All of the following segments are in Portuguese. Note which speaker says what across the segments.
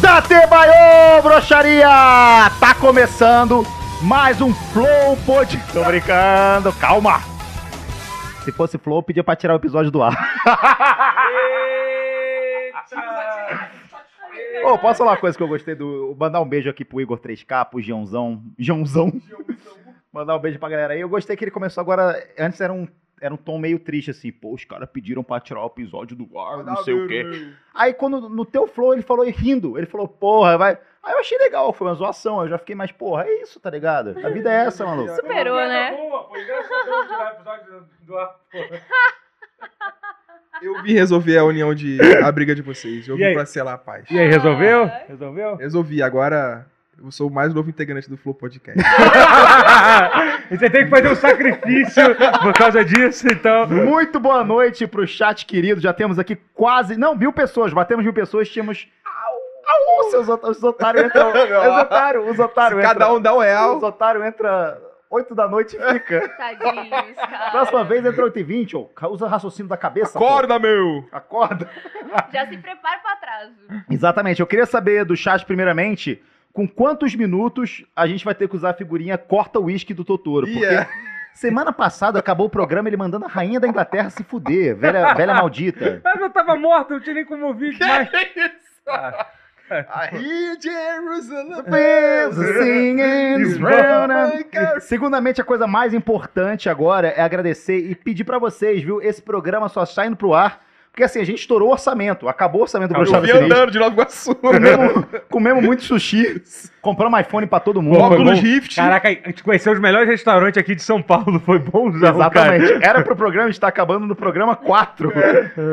Speaker 1: Itatebaiô, broxaria! Tá começando mais um Flow Pod... Tô brincando, calma! Se fosse Flow, eu pedia pra tirar o episódio do ar. Ô, posso falar uma coisa que eu gostei do... Mandar um beijo aqui pro Igor 3K, pro Joãozão... Joãozão? Mandar um beijo pra galera aí. Eu gostei que ele começou agora... Antes era um, era um tom meio triste, assim. Pô, os caras pediram pra tirar o episódio do ar, não sei o quê. Aí quando no teu flow ele falou e rindo, ele falou, porra, vai. Aí eu achei legal, foi uma zoação, eu já fiquei mais, porra, é isso, tá ligado? A vida é essa, maluco.
Speaker 2: Superou,
Speaker 3: Uma
Speaker 2: né?
Speaker 3: piada Boa, pô, engraçadão tirar episódio do- do ar, pô.
Speaker 4: Eu vim resolver a união de. a briga de vocês. Eu
Speaker 3: E
Speaker 4: vim
Speaker 3: aí?
Speaker 4: pra selar a paz.
Speaker 3: E aí, resolveu?
Speaker 2: Ah.
Speaker 3: Resolveu?
Speaker 4: Resolvi, agora eu sou o mais novo integrante do Flow Podcast.
Speaker 3: E você tem que fazer um sacrifício por causa disso, então.
Speaker 1: Muito boa noite pro chat querido, já temos aqui quase, não, mil pessoas, batemos mil pessoas, tínhamos... Au, au, seus ot- os otários entram, os otários, os otários
Speaker 4: Se cada
Speaker 1: entram,
Speaker 4: um dá um
Speaker 1: os
Speaker 4: real.
Speaker 1: otários entram 8 da noite e fica.
Speaker 2: Tadinhos, cara.
Speaker 1: Próxima vez entra 8 e 20, ô, usa raciocínio da cabeça, pô.
Speaker 4: Acorda, meu!
Speaker 1: Acorda.
Speaker 2: Já se prepara pra atraso.
Speaker 1: Exatamente. Eu queria saber do chat, primeiramente, com quantos minutos a gente vai ter que usar a figurinha Corta o Whisky do Totoro. Porque
Speaker 4: Yeah.
Speaker 1: semana passada acabou o programa ele mandando a rainha da Inglaterra se fuder, velha, velha maldita.
Speaker 3: Mas eu tava morto, não tinha nem como ouvir mais. Ah,
Speaker 4: Aí, Jerusalém!
Speaker 1: Segundamente, a coisa mais importante agora é agradecer e pedir pra vocês, viu? Esse programa só está indo pro ar. Porque assim, a gente estourou o orçamento, acabou o orçamento do
Speaker 3: Acabou.
Speaker 1: Bruxado
Speaker 4: Eu vim andando de Nova Iguaçu.
Speaker 1: Comemos, comemos muito sushi, compramos iPhone pra todo mundo.
Speaker 3: Pô, foi
Speaker 4: Óculos
Speaker 3: bom.
Speaker 4: Rift.
Speaker 3: Caraca, a gente conheceu os melhores restaurantes aqui de São Paulo. Foi bom usar
Speaker 1: Exatamente. Era pro programa, a gente tá acabando no programa 4.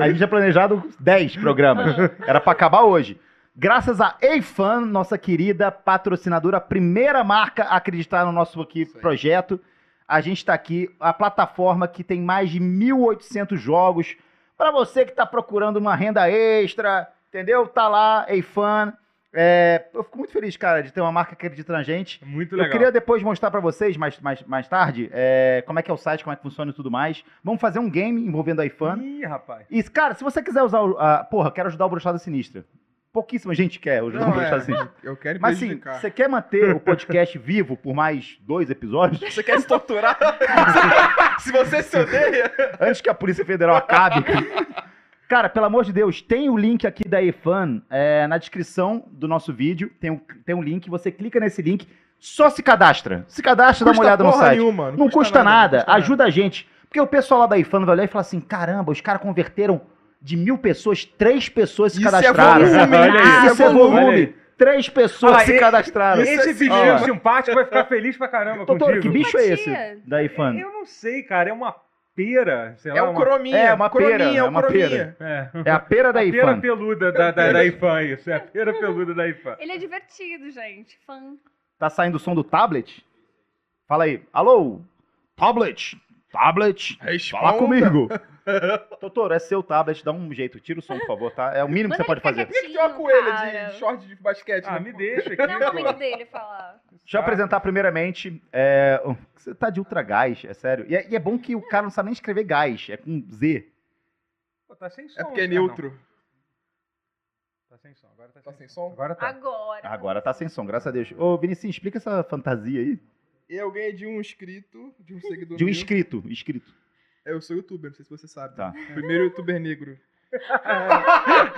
Speaker 1: A gente tinha planejado 10 programas. Era pra acabar hoje. Graças a Eifan, nossa querida patrocinadora, a primeira marca a acreditar no nosso aqui
Speaker 4: Isso aí.
Speaker 1: projeto, a gente tá aqui, a plataforma que tem mais de 1.800 jogos. Pra você que tá procurando uma renda extra, entendeu? Tá lá, Eifan. É, eu fico muito feliz, cara, de ter uma marca que acredita na gente.
Speaker 3: Muito
Speaker 1: Eu
Speaker 3: legal.
Speaker 1: queria depois mostrar pra vocês, mais, mais, mais tarde, é, como é que é o site, como é que funciona e tudo mais. Vamos fazer um game envolvendo a iFan.
Speaker 3: Ih, rapaz.
Speaker 1: E, cara, se você quiser usar o. a- porra, quero ajudar o Bruxada Sinistra. Pouquíssima gente quer ajudar o
Speaker 4: Não,
Speaker 1: Bruxada Sinistra.
Speaker 4: é, eu quero
Speaker 1: Mas assim,
Speaker 4: prejudicar.
Speaker 1: você quer manter o podcast vivo por mais dois episódios?
Speaker 4: Você quer se torturar? se você se odeia.
Speaker 1: Antes que a Polícia Federal acabe. Cara, pelo amor de Deus, tem o link aqui da EFAN é, na descrição do nosso vídeo. Tem um, tem um link, você clica nesse link, só se cadastra. Se cadastra, dá uma olhada no site.
Speaker 4: Nenhuma,
Speaker 1: Não, custa, nada,
Speaker 4: não custa
Speaker 1: ajuda a gente. Porque o pessoal lá da IFAN vai olhar e falar assim: caramba, os caras converteram de mil pessoas, três pessoas se
Speaker 4: Isso é
Speaker 1: cadastraram.
Speaker 4: volume,
Speaker 3: Olha aí.
Speaker 1: Isso é
Speaker 3: Olha
Speaker 1: volume.
Speaker 3: aí.
Speaker 1: Três pessoas
Speaker 3: Ah,
Speaker 1: se
Speaker 3: e-
Speaker 1: cadastraram.
Speaker 3: Esse
Speaker 4: Isso é
Speaker 3: bichinho
Speaker 1: cinema.
Speaker 3: simpático vai ficar feliz pra caramba
Speaker 1: Doutor,
Speaker 3: contigo.
Speaker 1: que bicho é esse
Speaker 2: Empatia.
Speaker 1: da IFAN?
Speaker 3: Eu não sei, cara. É uma pera. Sei lá,
Speaker 4: É um
Speaker 3: uma-
Speaker 4: crominha.
Speaker 1: É, uma pera,
Speaker 4: crominha, um
Speaker 1: é uma
Speaker 4: crominha.
Speaker 1: pera.
Speaker 3: É.
Speaker 1: É a pera da
Speaker 3: a pera
Speaker 1: IFAN.
Speaker 3: peluda da, da, da IFAM, isso. É a pera peluda da IFAM.
Speaker 2: Ele é divertido, gente. Fã.
Speaker 1: Tá saindo o som do tablet? Fala aí. Alô? Tablet? Tablet?
Speaker 4: Responda.
Speaker 1: Fala comigo. Doutor, é seu tablet, dá um jeito. Tira o som, por favor, tá? É o mínimo que
Speaker 2: Manda
Speaker 1: você pode
Speaker 2: ele
Speaker 1: fazer.
Speaker 2: ficar
Speaker 4: Por que, que tem uma coelha
Speaker 2: Cara.
Speaker 4: de short de basquete?
Speaker 3: Ah,
Speaker 4: né?
Speaker 3: me deixa aqui.
Speaker 2: Não é o
Speaker 3: pô.
Speaker 2: momento dele falar.
Speaker 3: Tá.
Speaker 1: Deixa eu apresentar primeiramente. é, o- Você tá de ultra gás, é sério. E é, e é bom que o cara não sabe nem escrever gás, é com Z.
Speaker 3: Pô, tá sem som.
Speaker 4: É porque é
Speaker 3: esse cara,
Speaker 4: neutro.
Speaker 3: não. Tá sem som. Agora tá,
Speaker 4: Tá sem som?
Speaker 3: Agora tá.
Speaker 2: Agora.
Speaker 1: Agora tá sem som, graças a Deus. Ô, Vinicius, explica essa fantasia aí.
Speaker 4: Eu ganhei de um inscrito, de um seguidor.
Speaker 1: De um
Speaker 4: meu. É,
Speaker 1: inscrito, inscrito.
Speaker 4: Eu sou youtuber, não sei se você sabe.
Speaker 1: Tá.
Speaker 4: Primeiro youtuber negro.
Speaker 2: tá.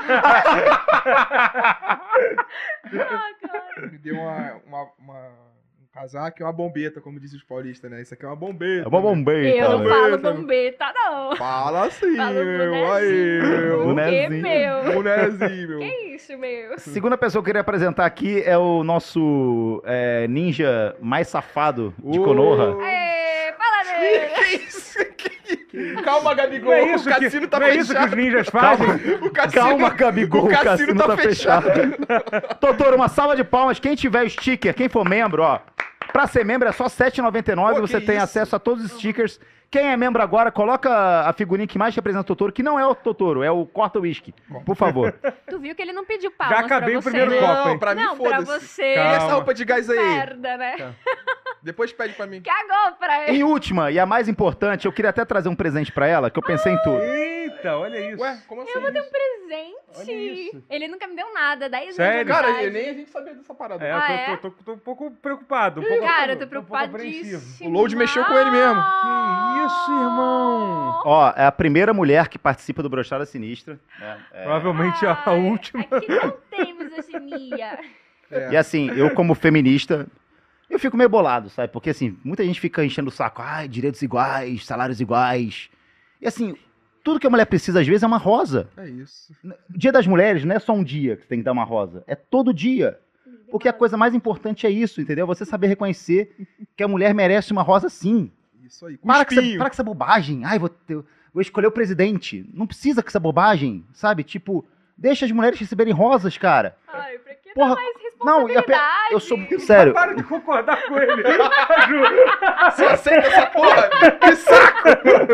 Speaker 2: Ah, cara.
Speaker 4: Me deu uma, uma, uma- um casaco e uma bombeta, como dizem os paulistas, né? Isso aqui é uma bombeta.
Speaker 1: É uma bombeira.
Speaker 2: Eu não
Speaker 1: cara.
Speaker 2: falo bombeta, não.
Speaker 4: Fala assim,
Speaker 2: Falo
Speaker 4: meu. Aí,
Speaker 2: bonezinho.
Speaker 4: meu.
Speaker 2: Que
Speaker 1: Bonezinho.
Speaker 2: meu.
Speaker 4: Bonezinho, meu.
Speaker 2: Que isso, meu.
Speaker 1: Segunda pessoa que eu queria apresentar aqui é o nosso é, ninja mais safado de
Speaker 4: Ô.
Speaker 1: Konoha.
Speaker 2: É, fala dele.
Speaker 4: Que isso? Que- que- Calma, Gabigol.
Speaker 3: Não é isso,
Speaker 4: o cassino
Speaker 3: que,
Speaker 4: tá
Speaker 3: não é isso que os
Speaker 4: fechado.
Speaker 3: ninjas fazem?
Speaker 4: O cassino, tá
Speaker 1: Calma, Gabigol,
Speaker 4: o cassino tá, fechado.
Speaker 1: Doutor, uma salva de palmas. Quem tiver o sticker, quem for membro, ó. Pra ser membro é só R$ 7,99.
Speaker 4: Pô, que
Speaker 1: você tem
Speaker 4: isso.
Speaker 1: acesso a todos os stickers. Quem é membro agora, coloca a figurinha que mais representa o Totoro, que não é o Totoro, é o Corta Whisky. Por favor.
Speaker 2: Tu viu que ele não pediu palmas
Speaker 3: acabei
Speaker 2: pra
Speaker 3: o
Speaker 2: você,
Speaker 3: primeiro
Speaker 2: né?
Speaker 3: copo.
Speaker 4: Não, pra mim,
Speaker 2: Não, pra
Speaker 4: foda-se.
Speaker 2: você.
Speaker 4: E
Speaker 3: Calma.
Speaker 4: essa roupa de gás aí?
Speaker 2: Merda, né?
Speaker 4: Depois pede pra mim.
Speaker 2: Cagou pra ele.
Speaker 1: em última, e a mais importante, eu queria até trazer um presente pra ela, que eu pensei em tudo.
Speaker 3: Eita! Eita, olha isso.
Speaker 4: Ué, como assim?
Speaker 2: um Presente.
Speaker 3: Olha isso.
Speaker 2: Ele nunca me deu nada. 10
Speaker 3: Sério?
Speaker 2: anos. de
Speaker 4: Cara,
Speaker 2: idade.
Speaker 4: nem a gente sabia dessa parada.
Speaker 3: É,
Speaker 2: Ah, Hum,
Speaker 3: eu tô, tô- tô- tô um pouco preocupado. Um pouco,
Speaker 2: Cara, eu tô
Speaker 3: um pouco apreensivo.
Speaker 2: preocupadíssimo.
Speaker 4: O load mexeu com ele mesmo.
Speaker 3: Que isso, irmão?
Speaker 1: Ó, é a primeira mulher que participa do Brochada Sinistra. né? É.
Speaker 3: Provavelmente a- a
Speaker 2: Ai,
Speaker 3: última.
Speaker 2: Aqui não tem misoginia.
Speaker 4: É.
Speaker 1: E assim, eu como feminista, eu fico meio bolado, sabe? Porque assim, muita gente fica enchendo o saco. Ai, direitos iguais, salários iguais. E assim, tudo que a mulher precisa às vezes é uma rosa.
Speaker 4: É isso.
Speaker 1: Dia das Mulheres não é só um dia que você tem que dar uma rosa. É todo dia. Porque a coisa mais importante é isso, entendeu? Você saber reconhecer que a mulher merece uma rosa sim.
Speaker 4: Isso aí. Com
Speaker 1: Para com, essa,
Speaker 4: Um espinho.
Speaker 1: para com essa bobagem. Ai, vou, ter- vou escolher o presidente. Não precisa com essa bobagem, sabe? Tipo, deixa as mulheres receberem rosas, cara.
Speaker 2: Ai, pra que
Speaker 1: Porra,
Speaker 2: dar mais
Speaker 1: não, e a pe-
Speaker 2: responsabilidade?
Speaker 1: Eu sou. Sério.
Speaker 3: Para de concordar com ele. Ju,
Speaker 4: Você aceita essa porra? Que saco!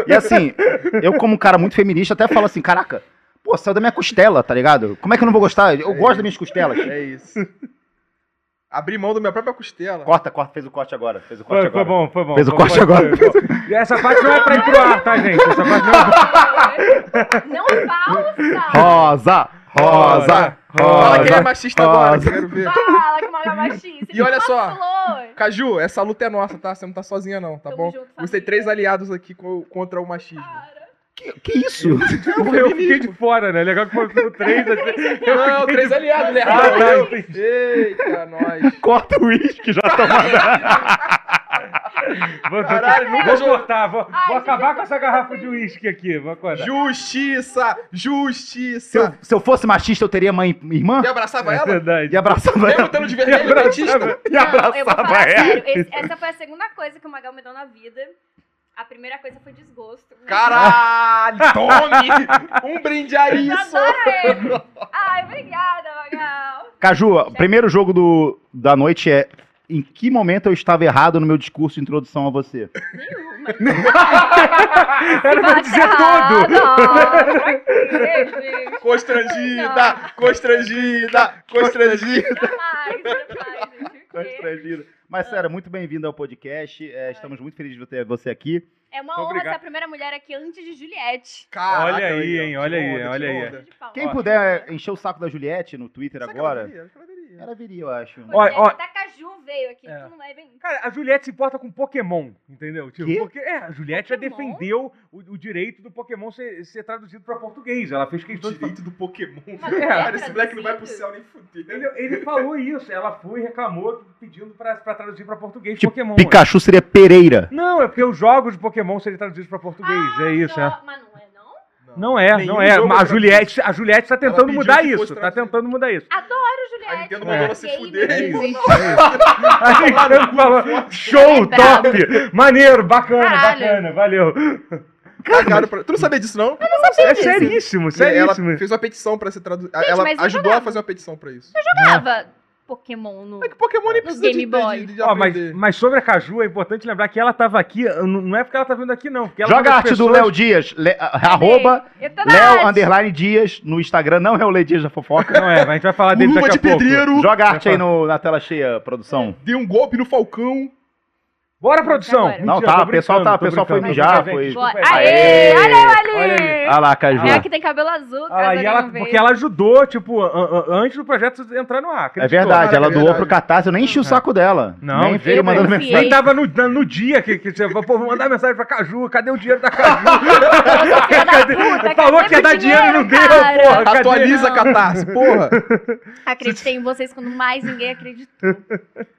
Speaker 1: E assim, eu, como um cara muito feminista, até falo assim: caraca, pô, saiu da minha costela, tá ligado? Como é que eu não vou gostar? Eu gosto das minhas costelas.
Speaker 4: É isso. Abri mão da minha própria costela.
Speaker 1: Corta, corta, fez o corte agora. Fez o corte
Speaker 3: Foi, foi
Speaker 1: agora.
Speaker 3: bom, foi bom.
Speaker 1: Fez o
Speaker 3: foi
Speaker 1: corte
Speaker 3: bom,
Speaker 1: agora.
Speaker 3: foi bom. E essa parte não é pra ir pro ar, tá, gente? Essa parte não é
Speaker 2: Não falsa!
Speaker 1: Rosa! Rosa!
Speaker 4: Fala que ele é
Speaker 1: Rosa!
Speaker 4: machista agora,
Speaker 1: rosa.
Speaker 4: quero ver.
Speaker 2: Fala com uma machista.
Speaker 4: E olha só.
Speaker 2: Falou.
Speaker 4: Caju, essa luta é nossa, tá? Você não tá sozinha, não, tá
Speaker 2: Tamo
Speaker 4: bom?
Speaker 2: junto, família.
Speaker 4: Você tem
Speaker 2: Ah.
Speaker 4: três aliados aqui co- contra o machismo.
Speaker 2: Cara.
Speaker 1: Que, que isso?
Speaker 3: pra Eu fiquei de fora, né? Legal que foi o 3 assim.
Speaker 4: Não, três aliados, né?
Speaker 3: Ah, tá,
Speaker 4: Eu-
Speaker 3: entendi.
Speaker 4: Eita, nós.
Speaker 1: Corta o uísque, já tomou.
Speaker 3: Vou, vou-
Speaker 4: Caralho,
Speaker 3: vou
Speaker 4: nunca jogou.
Speaker 3: cortar, vou,
Speaker 2: Ai,
Speaker 3: vou
Speaker 2: gente,
Speaker 3: acabar
Speaker 2: eu
Speaker 3: com essa garrafa de uísque aqui. Vou acordar.
Speaker 4: Justiça!
Speaker 1: Se
Speaker 4: Justiça!
Speaker 1: eu, se eu fosse machista, eu teria mãe e irmã?
Speaker 4: E abraçava
Speaker 3: É
Speaker 4: ela?
Speaker 1: E
Speaker 3: verdade.
Speaker 1: abraçava
Speaker 4: Mesmo
Speaker 1: ela.
Speaker 4: estando de
Speaker 3: E
Speaker 4: vermelho,
Speaker 3: abraçava-
Speaker 4: dentista?
Speaker 1: E
Speaker 2: Não, eu vou
Speaker 1: abraçava
Speaker 2: falar assim.
Speaker 1: ela.
Speaker 2: sério. esse- essa foi a segunda coisa que o Magal me deu na vida. A primeira coisa foi desgosto.
Speaker 4: Caralho! Tome! Um brinde a
Speaker 2: Eu
Speaker 4: isso!
Speaker 2: adorei. Ai, obrigada, Magal.
Speaker 1: Caju, o primeiro jogo do, da noite é em que momento eu estava errado no meu discurso de introdução a você?
Speaker 3: Era pra dizer
Speaker 2: Errado,
Speaker 3: tudo.
Speaker 2: pra quê, gente?
Speaker 4: Constrangida! Constrangida! Constrangida!
Speaker 2: Jamais, jamais, gente. O quê?
Speaker 1: Constrangido. Mas, sério, muito bem-vindo ao podcast. É, estamos muito felizes de ter você aqui.
Speaker 2: É uma honra
Speaker 3: Obrigado.
Speaker 2: ser a primeira mulher aqui antes de Juliette.
Speaker 4: Caraca,
Speaker 3: Olha aí,
Speaker 4: ó.
Speaker 3: hein,
Speaker 4: Que
Speaker 3: olha aí,
Speaker 4: onda, que
Speaker 3: olha aí.
Speaker 4: onda. é
Speaker 2: De pau.
Speaker 1: Quem
Speaker 2: Ó.
Speaker 1: puder encher o saco da Juliette no Twitter
Speaker 4: Será que ela
Speaker 1: agora,
Speaker 4: viria? Acho que ela viria.
Speaker 1: ela viria, eu acho.
Speaker 2: Pois
Speaker 3: Olha,
Speaker 2: é,
Speaker 3: ó.
Speaker 2: Até a Caju veio aqui,
Speaker 3: É.
Speaker 2: tu não vai bem.
Speaker 3: Cara, a Juliette se importa com Pokémon, entendeu? Tipo,
Speaker 1: Quê?
Speaker 3: porque é, a Juliette já
Speaker 2: Pokémon?
Speaker 3: defendeu o, o direito do Pokémon ser, ser traduzido pra português. Ela fez questão de.
Speaker 4: Direito do Pokémon.
Speaker 2: mulher
Speaker 4: Cara, esse moleque não vai pro
Speaker 2: traduzida.
Speaker 4: céu nem fuder.
Speaker 3: Ele, ele falou isso, ela foi e reclamou pedindo pra, pra traduzir pra português
Speaker 1: Tipo,
Speaker 3: Pokémon.
Speaker 1: Pikachu seria Pereira.
Speaker 3: Não, é porque os jogos de Pokémon seriam traduzidos pra português, é isso, é.
Speaker 2: Ah, Não, Mas não é, não?
Speaker 3: Não é,
Speaker 4: Nenhum
Speaker 3: não é.
Speaker 4: jogo
Speaker 3: Mas a
Speaker 4: pra-
Speaker 3: Juliette, a Juliette tá tentando
Speaker 4: pediu
Speaker 3: mudar
Speaker 4: que fosse assim.
Speaker 3: isso, tá
Speaker 4: traduzido.
Speaker 3: tentando mudar isso.
Speaker 2: Claro, Juliette.
Speaker 4: A Nintendo
Speaker 2: não
Speaker 4: mandou
Speaker 2: é
Speaker 4: ela se
Speaker 2: gay,
Speaker 4: fuder,
Speaker 2: não
Speaker 4: é
Speaker 2: é
Speaker 4: isso.
Speaker 2: gay.
Speaker 3: Aí ele falou, show,
Speaker 2: Brabo.
Speaker 3: top, maneiro, bacana,
Speaker 2: é Caralho.
Speaker 3: bacana, valeu.
Speaker 4: Cagaram pra- Tu não sabia disso, não?
Speaker 3: É seríssimo, seríssimo.
Speaker 4: Ela fez uma petição pra ser traduzida. Ela
Speaker 2: mas eu
Speaker 4: ajudou
Speaker 2: jogava.
Speaker 4: a fazer uma petição pra isso.
Speaker 2: Jogava Pokémon no...
Speaker 4: É que Pokémon nem
Speaker 2: No
Speaker 4: precisa de,
Speaker 2: Game Boy.
Speaker 4: de, de, de
Speaker 3: Ó, mas,
Speaker 4: aprender.
Speaker 3: mas sobre a Caju, é importante lembrar que ela tava aqui, não não é porque ela tá vindo aqui, não. Porque ela
Speaker 1: Joga a
Speaker 3: uma
Speaker 1: arte
Speaker 3: das
Speaker 1: do
Speaker 3: pessoas-
Speaker 1: Léo Dias. Le- arroba
Speaker 2: Eu tô na
Speaker 1: Léo
Speaker 2: arte.
Speaker 1: Underline Dias no Instagram. Não é o Léo Dias da fofoca.
Speaker 3: Não é, mas a gente vai falar dele
Speaker 4: Luva
Speaker 3: daqui a
Speaker 4: de
Speaker 3: pouco.
Speaker 4: pedreiro,
Speaker 1: Joga a arte aí no- na tela cheia, produção.
Speaker 4: deu um golpe no Falcão.
Speaker 3: Bora, produção!
Speaker 2: Agora.
Speaker 1: Não,
Speaker 3: Mentira,
Speaker 1: tá,
Speaker 3: tô
Speaker 1: o pessoal
Speaker 3: brincando,
Speaker 1: tá,
Speaker 3: tô
Speaker 1: o pessoal foi
Speaker 3: brincando.
Speaker 1: mijar,
Speaker 3: Gente,
Speaker 1: foi-
Speaker 3: desculpa
Speaker 2: Boa.
Speaker 3: aí.
Speaker 2: Aê,
Speaker 1: Aê!
Speaker 2: olha eu ali!
Speaker 1: Olha lá, Caju.
Speaker 2: É que tem cabelo azul,
Speaker 3: Ah,
Speaker 2: caso
Speaker 3: e ela,
Speaker 2: não veja.
Speaker 3: porque ela ajudou, tipo, an- an- antes do projeto entrar no ar.
Speaker 1: É
Speaker 3: acreditou.
Speaker 1: verdade,
Speaker 4: Caraca,
Speaker 1: ela
Speaker 4: é
Speaker 1: doou
Speaker 4: verdade.
Speaker 1: pro Catarse, eu nem enchi o saco dela.
Speaker 3: Não,
Speaker 1: nem
Speaker 3: de
Speaker 1: fiquei
Speaker 3: jeito
Speaker 1: mandando
Speaker 2: nenhum.
Speaker 1: mensagem.
Speaker 3: Nem tava no, na- no dia que, que você. Pô, vou mandar mensagem pra Caju, cadê o dinheiro da Caju?
Speaker 2: Filha da puta,
Speaker 3: Falou
Speaker 2: cadê
Speaker 3: que ia
Speaker 2: meu
Speaker 3: dar dinheiro e não deu,
Speaker 2: cara?
Speaker 3: porra! cadê?
Speaker 4: Atualiza a catarse, porra.
Speaker 2: Acreditei em vocês quando mais ninguém acreditou.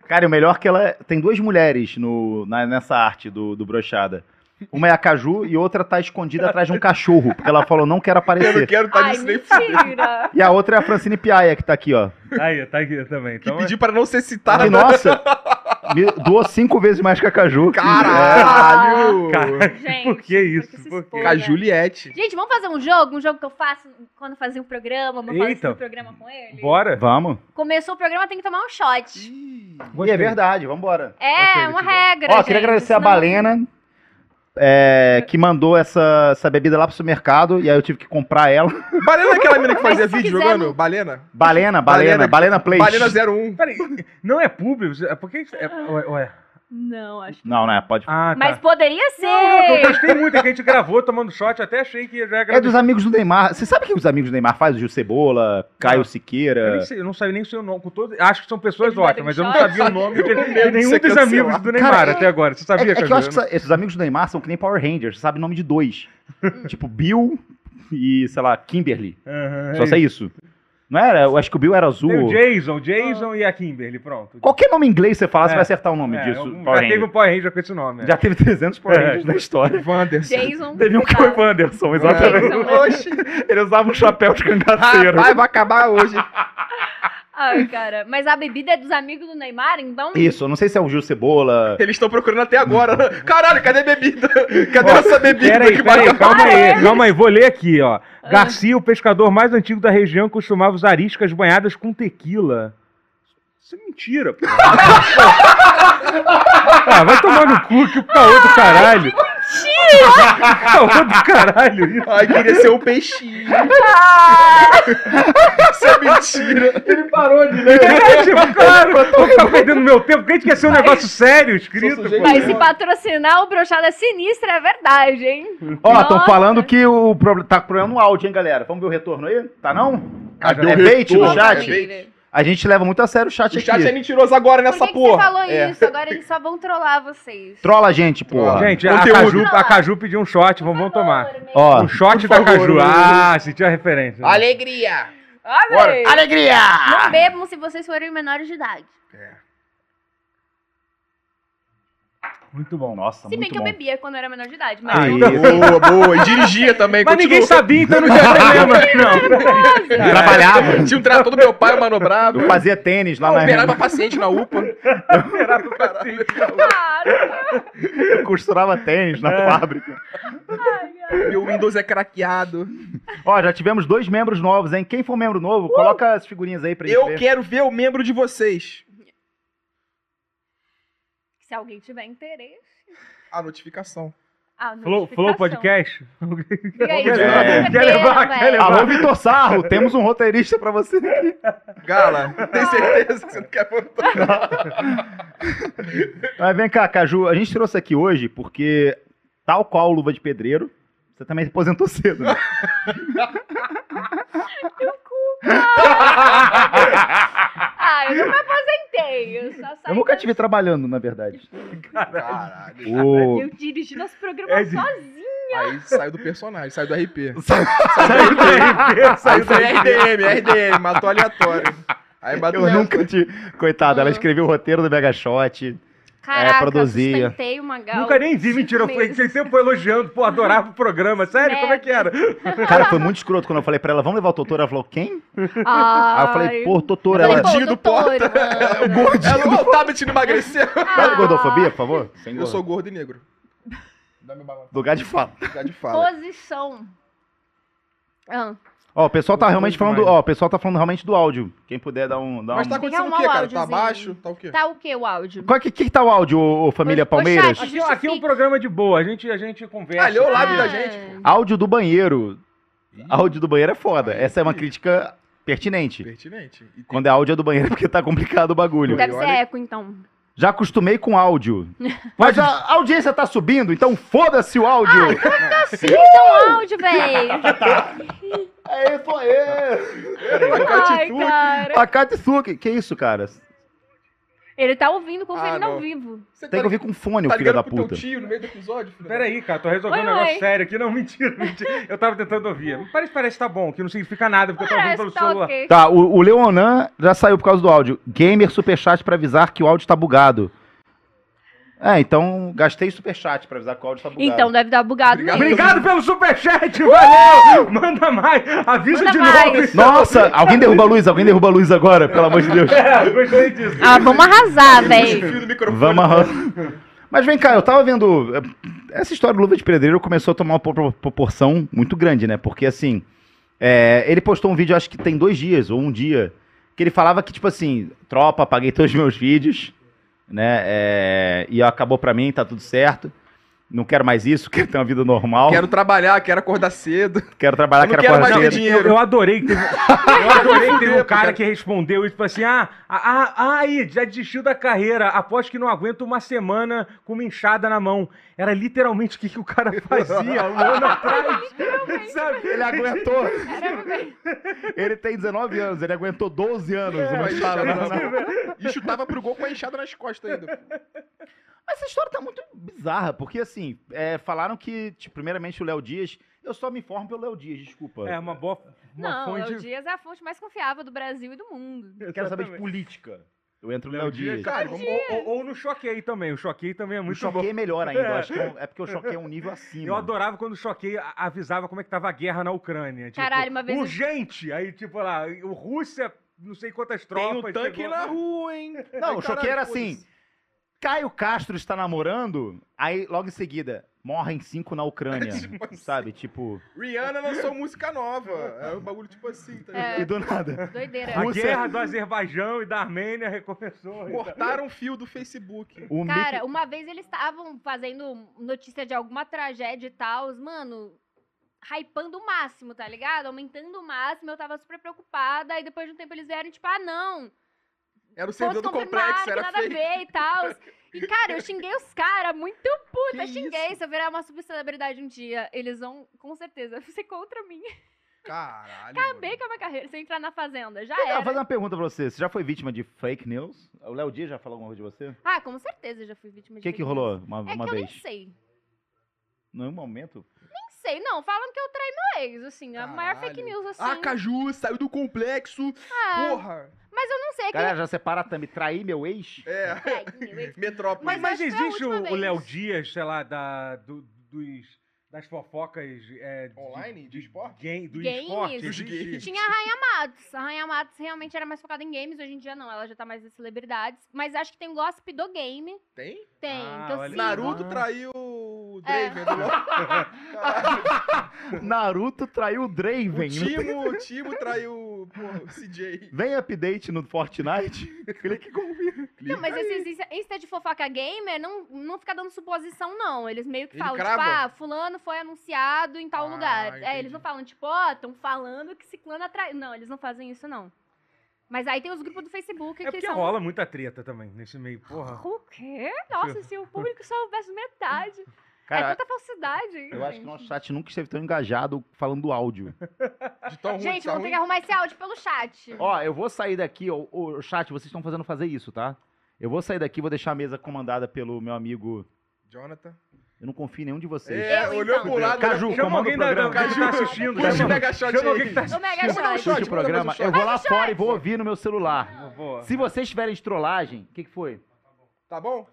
Speaker 1: Cara, e o melhor é que ela tem duas mulheres no, na- nessa arte do, do brochada. Uma é a Caju e outra tá escondida atrás de um cachorro, porque ela falou não quero
Speaker 4: Eu não
Speaker 1: aparecer.
Speaker 4: quero estar
Speaker 2: Ai,
Speaker 4: nisso nem fuder.
Speaker 2: mentira!
Speaker 1: E a outra é a Francine Piaia, que tá aqui, ó.
Speaker 3: Aí, tá aqui também.
Speaker 4: Que
Speaker 3: Então,
Speaker 4: pediu pra não ser citada.
Speaker 1: E, nossa, me doou cinco vezes mais que a Caju.
Speaker 4: Caralho!
Speaker 3: Cara,
Speaker 2: Gente,
Speaker 3: por que isso?
Speaker 2: se
Speaker 3: Por
Speaker 2: expor,
Speaker 4: Com a
Speaker 2: né?
Speaker 4: Juliette.
Speaker 2: Gente, vamos fazer um jogo? Um jogo que eu faço quando eu fazia um programa, uma fase
Speaker 3: Eita.
Speaker 2: do programa com ele?
Speaker 3: bora.
Speaker 1: É, Vamos.
Speaker 2: Começou o programa, tem que tomar um shot.
Speaker 1: E é verdade, vambora.
Speaker 2: É,
Speaker 3: Ok,
Speaker 2: uma
Speaker 3: muito bom.
Speaker 2: regra,
Speaker 1: Ó,
Speaker 2: gente,
Speaker 1: queria agradecer a
Speaker 2: senão-
Speaker 1: Balena, é, que mandou essa, essa bebida lá pro supermercado, e aí eu tive que comprar ela.
Speaker 4: Balena é aquela menina que
Speaker 2: Mas
Speaker 4: fazia
Speaker 2: se
Speaker 4: vídeo
Speaker 2: quiser,
Speaker 4: jogando?
Speaker 2: não-
Speaker 4: Balena?
Speaker 1: Balena, Balena, Balena,
Speaker 4: Balena- um.
Speaker 1: Play.
Speaker 4: Balena 01.
Speaker 3: Peraí, não é público? Por que. isso É, ué, ué.
Speaker 2: Não, acho que.
Speaker 1: Não, né? Pode.
Speaker 3: Ah, tá.
Speaker 2: Mas poderia
Speaker 3: Eu
Speaker 2: ser!
Speaker 3: gostei muito, é que a gente gravou tomando shot, até achei que já
Speaker 1: É
Speaker 3: gravei.
Speaker 1: dos amigos do Neymar. Você sabe que os amigos do Neymar fazem? O Gil Cebola, Caio
Speaker 3: Não. Eu,
Speaker 1: Siqueira. É,
Speaker 3: nem sei, eu não sabia nem o seu nome. Com todo... Acho que são pessoas
Speaker 2: Eles
Speaker 3: ótimas, mas eu não
Speaker 2: bebem shot.
Speaker 3: sabia o nome de,
Speaker 4: medo
Speaker 3: de
Speaker 4: de
Speaker 3: nenhum
Speaker 4: ser
Speaker 3: dos
Speaker 4: cancelado.
Speaker 3: amigos do Neymar
Speaker 1: Cara, é-
Speaker 3: até agora. Você sabia,
Speaker 1: é, é que eu
Speaker 3: Camila?
Speaker 1: acho que sa- esses amigos do Neymar são que nem Power Rangers, sabe? Nome de dois. tipo Bill e, sei lá, Kimberly.
Speaker 3: Aham,
Speaker 1: Só
Speaker 3: é
Speaker 1: sei isso. Não era? Eu acho que o Bill era azul.
Speaker 3: Tem o Jason, Jason e a Kimberly, pronto.
Speaker 1: Qualquer nome em inglês você falar,
Speaker 3: É.
Speaker 1: você vai acertar o nome
Speaker 3: É,
Speaker 1: disso.
Speaker 3: algum-
Speaker 1: Power
Speaker 3: já teve um
Speaker 1: Ranger.
Speaker 3: Power Ranger com esse nome. é.
Speaker 1: Já teve 300 Power
Speaker 3: É.
Speaker 1: Rangers na história.
Speaker 4: Wanderson.
Speaker 2: Jason. tá.
Speaker 1: Teve um que foi o Anderson, exatamente.
Speaker 2: Jason, né?
Speaker 4: Oxi,
Speaker 3: É.
Speaker 1: Ele usava um chapéu de cangaceiro.
Speaker 4: rapaz, um. vai acabar hoje.
Speaker 2: Ai, cara. Mas a bebida é dos amigos do Neymar, então.
Speaker 1: Isso, eu não sei se é o Gil Cebola.
Speaker 4: Eles estão procurando até agora. Caralho, cadê a bebida? Cadê essa bebida
Speaker 3: Pera aí,
Speaker 4: que
Speaker 3: pera
Speaker 4: vai
Speaker 3: aí,
Speaker 4: acabar?
Speaker 3: calma aí, calma aí, vou ler aqui, ó.
Speaker 4: Ah.
Speaker 3: Garcia, o pescador mais antigo da região, costumava usar iscas banhadas com tequila. Isso é mentira, pô. ah, vai tomar no cu, que caô do caralho. Mentira! Caô do caralho. isso.
Speaker 4: Ai, queria ser um peixinho. Isso é mentira. Ele parou de ler.
Speaker 3: É, tipo, claro, vou ficar perdendo meu tempo, porque a gente quer ser um negócio sério, escrito.
Speaker 4: Sou sujeito.
Speaker 3: pô.
Speaker 2: Mas se patrocinar o brochada sinistra, é verdade, hein?
Speaker 1: Ó, tô
Speaker 2: Nossa.
Speaker 1: falando que o problema. Tá com problema no áudio, hein, galera? Vamos ver o retorno aí? Tá não?
Speaker 4: Cadê
Speaker 1: é
Speaker 4: o
Speaker 1: bait no
Speaker 4: retorno?
Speaker 1: chat?
Speaker 4: É
Speaker 3: né?
Speaker 4: bait.
Speaker 1: A gente leva muito a sério o chat
Speaker 4: O
Speaker 1: aqui.
Speaker 4: chat é mentiroso agora
Speaker 2: Por que,
Speaker 4: nessa
Speaker 2: que
Speaker 4: porra.
Speaker 2: você falou
Speaker 4: É.
Speaker 2: isso? Agora eles só vão trollar vocês.
Speaker 1: Trola a gente, porra.
Speaker 3: Gente, a
Speaker 4: Conteúdo.
Speaker 3: Caju, a Caju pediu um shot, vamos, vamos tomar.
Speaker 1: Ó,
Speaker 3: Um shot
Speaker 4: Por
Speaker 3: da
Speaker 4: favor,
Speaker 3: Caju.
Speaker 4: eu-
Speaker 3: Ah, senti a referência.
Speaker 4: Alegria.
Speaker 2: Amei.
Speaker 1: Alegria!
Speaker 2: Não bebam se vocês forem menores de idade.
Speaker 1: Muito bom. Nossa,
Speaker 2: Se bem
Speaker 1: muito
Speaker 2: que
Speaker 1: bom.
Speaker 2: eu bebia quando eu era menor de idade, mas.
Speaker 3: Tá Ah, isso.
Speaker 4: Boa, boa. E dirigia também.
Speaker 3: Mas
Speaker 4: continuou.
Speaker 3: ninguém sabia, então não tinha problema. Não.
Speaker 1: Eu trabalhava.
Speaker 4: Tinha um trato todo meu pai manobrava.
Speaker 1: Eu fazia tênis lá
Speaker 4: Eu
Speaker 1: na
Speaker 4: operava paciente na UPA.
Speaker 2: Claro.
Speaker 1: Eu costurava tênis na fábrica.
Speaker 2: Ai, ai.
Speaker 4: Meu Windows é craqueado.
Speaker 1: Ó, já tivemos dois membros novos, hein? Quem for membro novo, coloca as figurinhas aí pra gente
Speaker 4: Eu
Speaker 1: ver.
Speaker 4: quero ver o membro de vocês.
Speaker 2: Se alguém tiver interesse.
Speaker 4: A notificação.
Speaker 2: Ah,
Speaker 3: Flow,
Speaker 2: notificação.
Speaker 3: Flow Podcast?
Speaker 2: Fica aí,
Speaker 1: É.
Speaker 2: brincadeira,
Speaker 3: Quer levar,
Speaker 2: velho.
Speaker 3: quer levar.
Speaker 1: Alô, Vitor Sarro, temos um roteirista pra você.
Speaker 4: Gala, tem certeza que você não quer voltar?
Speaker 1: Mas vem cá, Caju, a gente trouxe aqui hoje porque, tal qual Luva de Pedreiro, você também se aposentou cedo, né?
Speaker 2: Ah, eu não me aposentei. Eu só saí
Speaker 1: Eu nunca
Speaker 2: da-
Speaker 1: tive trabalhando, na verdade.
Speaker 4: Caralho.
Speaker 1: O...
Speaker 2: Eu dirigi nosso programa
Speaker 3: É de-
Speaker 2: sozinho.
Speaker 4: Aí saiu do personagem, saiu do RP. Aí
Speaker 3: Saiu
Speaker 4: foi RDM, RDM, matou aleatório. Aí matou
Speaker 1: Eu nunca tive. Coitada,
Speaker 2: Uhum.
Speaker 1: ela escreveu o roteiro do Mega Shot.
Speaker 2: Caraca,
Speaker 1: produzia.
Speaker 2: sustentei uma gala.
Speaker 3: É, Nunca nem vi, mentira. Eu fui, vocês sempre foi elogiando. Pô, adorava o programa. Sério, como é que era?
Speaker 1: Cara, foi muito escroto quando eu falei pra ela, vamos levar o Totoro? Ela falou, quem?
Speaker 3: Ah,
Speaker 2: Ai.
Speaker 1: Aí eu falei, pô, Totoro.
Speaker 2: Eu falei,
Speaker 3: é
Speaker 1: Ela,
Speaker 2: pô,
Speaker 4: Gordinho do
Speaker 2: doutor,
Speaker 1: o
Speaker 2: mano.
Speaker 1: gordinho.
Speaker 4: Ela não É, o tablet não emagreceu.
Speaker 1: Fala de
Speaker 2: Ah.
Speaker 1: gordofobia, por favor. Sem
Speaker 4: Eu
Speaker 1: gordo.
Speaker 4: sou gordo e negro. Dá meu balão. tá
Speaker 1: Lugar de fala.
Speaker 4: Dá de
Speaker 2: Ah,
Speaker 4: fala.
Speaker 2: Posição. Ah,
Speaker 1: Ó, o pessoal tá
Speaker 3: Gostoso
Speaker 1: realmente falando.
Speaker 3: demais.
Speaker 1: Ó, o pessoal tá falando realmente do áudio. Quem puder dar um. Dar
Speaker 4: Mas tá
Speaker 1: um...
Speaker 4: acontecendo
Speaker 2: Arrumar
Speaker 4: o
Speaker 2: um
Speaker 4: quê, cara? Tá
Speaker 2: áudiozinho.
Speaker 4: baixo? Tá o quê?
Speaker 2: tá o que o áudio?
Speaker 1: Qual que, que, que tá o áudio, ô, ô, família
Speaker 2: Ô, ô, chat,
Speaker 1: Palmeiras?
Speaker 2: ó.
Speaker 3: Aqui, aqui é um programa de boa. A gente, a gente conversa.
Speaker 4: Ah, leu o lábio da
Speaker 2: Ah.
Speaker 4: gente. pô.
Speaker 1: Áudio do banheiro. Áudio do banheiro é foda.
Speaker 4: Aí,
Speaker 1: Essa é uma
Speaker 4: sim.
Speaker 1: crítica pertinente.
Speaker 4: Pertinente. E tem-
Speaker 1: Quando é áudio é do banheiro, é porque tá complicado o bagulho.
Speaker 2: Deve
Speaker 4: E
Speaker 2: ser
Speaker 4: olha-
Speaker 2: eco, então.
Speaker 1: Já acostumei com áudio. Mas a audiência tá subindo, então foda-se o áudio.
Speaker 2: Então, áudio, véi.
Speaker 1: Aê, pô, aê.
Speaker 2: Ai, cara.
Speaker 1: É A Katsuki. Que isso, cara?
Speaker 2: Ele tá ouvindo, conferindo
Speaker 4: Ah, não.
Speaker 2: ao vivo.
Speaker 4: Você
Speaker 1: Tem que
Speaker 4: tá-
Speaker 1: ouvir com fone,
Speaker 4: tá
Speaker 1: o filho
Speaker 4: ligando
Speaker 1: da
Speaker 4: pro
Speaker 1: puta.
Speaker 4: teu tio no meio do episódio, filho? da-
Speaker 3: Peraí, cara, tô resolvendo
Speaker 2: Oi,
Speaker 3: um negócio
Speaker 2: oi.
Speaker 3: sério aqui. Não, mentira, mentira. Eu tava tentando ouvir. Parece, parece que tá bom, que não significa nada, porque eu tava ouvindo pelo
Speaker 2: Parece que tá
Speaker 3: celular.
Speaker 2: ok.
Speaker 1: Tá, o, o Leonan já saiu por causa do áudio. Gamer superchat pra avisar que o áudio tá bugado. É, então gastei superchat pra avisar que o áudio tá bugado.
Speaker 2: Então deve dar bugado
Speaker 4: Obrigado.
Speaker 2: mesmo.
Speaker 3: Obrigado pelo superchat, valeu! Manda mais, avisa
Speaker 2: Manda
Speaker 3: de novo.
Speaker 2: mais.
Speaker 1: Nossa, alguém derruba a luz, alguém derruba a luz agora, pelo amor de Deus.
Speaker 3: É, gostei disso.
Speaker 2: Ah, vamos arrasar,
Speaker 4: Puxa o
Speaker 2: véi.
Speaker 4: fio do microfone.
Speaker 1: Vamos arran... Mas vem cá, eu tava vendo. eh, Essa história do Luva de Pedreiro começou a tomar uma pro- proporção muito grande, né? Porque assim. eh, ele postou um vídeo, acho que tem dois dias, ou um dia, que ele falava que, tipo assim, tropa, É, apaguei todos os meus vídeos, né? eh, e acabou pra mim, tá tudo certo. Não quero mais isso, quero ter uma vida normal. Quero,
Speaker 4: Quero trabalhar, quero acordar cedo.
Speaker 1: trabalhar,
Speaker 4: eu não
Speaker 1: quero,
Speaker 4: quero
Speaker 1: acordar
Speaker 4: mais ter
Speaker 1: cedo.
Speaker 3: Eu,
Speaker 4: dinheiro.
Speaker 3: eu adorei que teve, eu adorei que teve um
Speaker 4: Tempo,
Speaker 3: cara
Speaker 4: cara.
Speaker 3: que respondeu isso, falou assim, ah, ah, ah, aí, já desistiu da carreira, após que não aguenta uma semana com uma enxada na mão. Era literalmente o que, que o cara fazia um ano atrás, sabe?
Speaker 1: Ele aguentou.
Speaker 2: Era bem-
Speaker 1: Ele tem 19 anos, ele aguentou 12 anos.
Speaker 3: É,
Speaker 1: uma
Speaker 4: mas
Speaker 1: enxada
Speaker 4: já
Speaker 1: na-
Speaker 4: não. E chutava pro gol com a enxada nas costas ainda.
Speaker 1: Mas essa história tá muito bizarra, porque assim, é, falaram que, tipo, primeiramente, o Léo Dias. Eu só me informo pelo Léo Dias, desculpa.
Speaker 3: É uma boa uma
Speaker 2: Não,
Speaker 3: fonte...
Speaker 2: Léo Dias é a fonte mais confiável do Brasil e do mundo.
Speaker 1: Eu quero saber de política. Eu entro no Léo Dias.
Speaker 3: Cara,
Speaker 4: cara.
Speaker 3: vamos- ou, ou- ou no Choquei também. O Choquei também é
Speaker 1: O
Speaker 3: muito bom.
Speaker 1: choquei é melhor ainda.
Speaker 3: É.
Speaker 1: Eu acho que é, um- é porque o choquei é um nível acima.
Speaker 3: Eu adorava quando o Choquei a- avisava como é que tava a guerra na Ucrânia. Tipo,
Speaker 2: Caralho, uma vez eu-
Speaker 3: Urgente! Aí, tipo, lá, o Rússia, não sei quantas
Speaker 4: Tem
Speaker 3: tropas...
Speaker 4: um tanque
Speaker 3: chegou-
Speaker 4: na rua, hein?
Speaker 1: Não,
Speaker 4: Ai,
Speaker 1: o choquei
Speaker 4: caralho,
Speaker 1: era
Speaker 4: foda-se.
Speaker 1: assim. Caio Castro está namorando, aí logo em seguida, morrem cinco na Ucrânia.
Speaker 4: Tipo assim.
Speaker 1: sabe? Tipo.
Speaker 4: Rihanna lançou música nova. É um bagulho tipo assim, tá ligado?
Speaker 2: É.
Speaker 1: E do nada.
Speaker 2: Doideira.
Speaker 3: A
Speaker 1: Rússia-
Speaker 3: guerra do Azerbaijão e da Armênia
Speaker 2: É.
Speaker 3: recomeçou.
Speaker 4: Cortaram o fio do Facebook.
Speaker 1: O
Speaker 2: Cara, uma vez eles estavam fazendo notícia de alguma tragédia e tal, os, mano, hypando o máximo, tá ligado? Aumentando o máximo, eu tava super preocupada, aí depois de um tempo eles vieram, tipo, ah, não,
Speaker 4: Era o servidor
Speaker 2: pontos
Speaker 4: do
Speaker 2: confirmaram,
Speaker 4: complexo,
Speaker 2: que
Speaker 4: era
Speaker 2: nada a
Speaker 4: fake.
Speaker 2: ver e tal. E, cara, eu xinguei os caras, muito puta,
Speaker 4: Que
Speaker 2: xinguei.
Speaker 4: isso?
Speaker 2: Se eu virar uma subcelebridade um dia, eles vão, com certeza, ser contra mim.
Speaker 4: Caralho.
Speaker 2: Acabei com a minha carreira, se eu entrar na Fazenda, já
Speaker 1: Vou
Speaker 2: era.
Speaker 1: fazer uma pergunta pra você. Você já foi vítima de fake news? O Léo Dias já falou alguma coisa de você?
Speaker 2: Ah, com certeza, já fui vítima
Speaker 1: O
Speaker 2: de
Speaker 1: que que
Speaker 2: fake news.
Speaker 1: rolou uma,
Speaker 2: É
Speaker 1: uma
Speaker 2: que eu nem É
Speaker 1: vez?
Speaker 2: sei.
Speaker 1: Num momento?
Speaker 2: Nem sei, não. Falam que eu traí meu ex, assim. A maior fake
Speaker 4: Caralho.
Speaker 2: news, assim.
Speaker 4: Ah, Caju, saiu do complexo.
Speaker 2: Ah,
Speaker 4: Porra.
Speaker 2: Mas eu não sei é que
Speaker 1: Galera, já separa também. Trair meu ex?
Speaker 4: É.
Speaker 2: Fake news.
Speaker 4: Metrópole.
Speaker 3: Mas, mas
Speaker 2: Mas acho que é a
Speaker 3: existe o,
Speaker 2: última
Speaker 3: o Léo
Speaker 2: vez.
Speaker 3: Dias, sei lá, da, do- dos, das fofocas... é, de-
Speaker 4: Online? De esporte?
Speaker 3: Game, do
Speaker 2: Games.
Speaker 3: esporte?
Speaker 4: Dos
Speaker 3: existe. É
Speaker 4: games.
Speaker 2: Tinha a Rainha Matos. A Rainha Matos realmente era mais focada em games. Hoje em dia, não. Ela já tá mais em celebridades. Mas acho que tem gossip do game.
Speaker 4: Tem?
Speaker 2: Tem. então, assim,
Speaker 3: Ah,
Speaker 2: que eu
Speaker 3: olha.
Speaker 2: sigo.
Speaker 4: Naruto
Speaker 3: Ah.
Speaker 4: traiu o
Speaker 2: É.
Speaker 4: Draven. né? do LoL. Caralho.
Speaker 1: Naruto traiu o Draven.
Speaker 4: O Timo, o Timo traiu porra, o CJ.
Speaker 1: Vem update no Fortnite. Clique com
Speaker 2: Não, mas esses insta- Insta de fofoca gamer não, não fica dando suposição, não. Eles meio que
Speaker 4: Ele
Speaker 2: falam,
Speaker 4: crava?
Speaker 2: tipo, ah, fulano foi anunciado em tal
Speaker 4: Ah,
Speaker 2: lugar. É,
Speaker 4: entendi.
Speaker 2: eles não falam, tipo, ó, estão falando que ciclano atraiu. Não, eles não fazem isso, não. Mas aí tem os grupos do Facebook
Speaker 3: É
Speaker 2: que
Speaker 3: porque
Speaker 2: são...
Speaker 3: rola muita treta também nesse meio, porra.
Speaker 2: O quê? Nossa, se o público só soubesse metade. é
Speaker 1: Cara,
Speaker 2: tanta falsidade.
Speaker 1: eu acho que
Speaker 2: gente.
Speaker 1: o nosso chat nunca esteve tão engajado falando do áudio.
Speaker 4: De tão ruim,
Speaker 2: Gente,
Speaker 4: tá
Speaker 2: vamos ter
Speaker 4: ruim.
Speaker 2: que arrumar esse áudio pelo chat.
Speaker 1: Ó, eu vou sair daqui, ó, o chat, vocês estão fazendo fazer isso, tá? Eu vou sair daqui, vou deixar a mesa comandada pelo meu amigo.
Speaker 4: Jonathan.
Speaker 1: Eu não confio em nenhum de vocês.
Speaker 4: É,
Speaker 2: Eu,
Speaker 4: olhou
Speaker 2: então.
Speaker 4: pro lado.
Speaker 1: Caju,
Speaker 4: olhou-
Speaker 3: Chama
Speaker 1: comanda
Speaker 3: alguém
Speaker 1: o
Speaker 3: da, da,
Speaker 1: programa.
Speaker 3: que tá assistindo.
Speaker 1: Caju,
Speaker 4: Puxa o
Speaker 3: chama-
Speaker 4: mega shot
Speaker 3: Chama alguém que
Speaker 4: aí.
Speaker 3: tá
Speaker 2: Ô, Mega
Speaker 3: assistindo.
Speaker 2: Shot.
Speaker 1: Puxa o programa. Eu vou lá fora e vou ouvir no meu celular.
Speaker 3: Boa.
Speaker 1: Se vocês tiverem de trollagem, o que, que foi?
Speaker 4: Tá bom?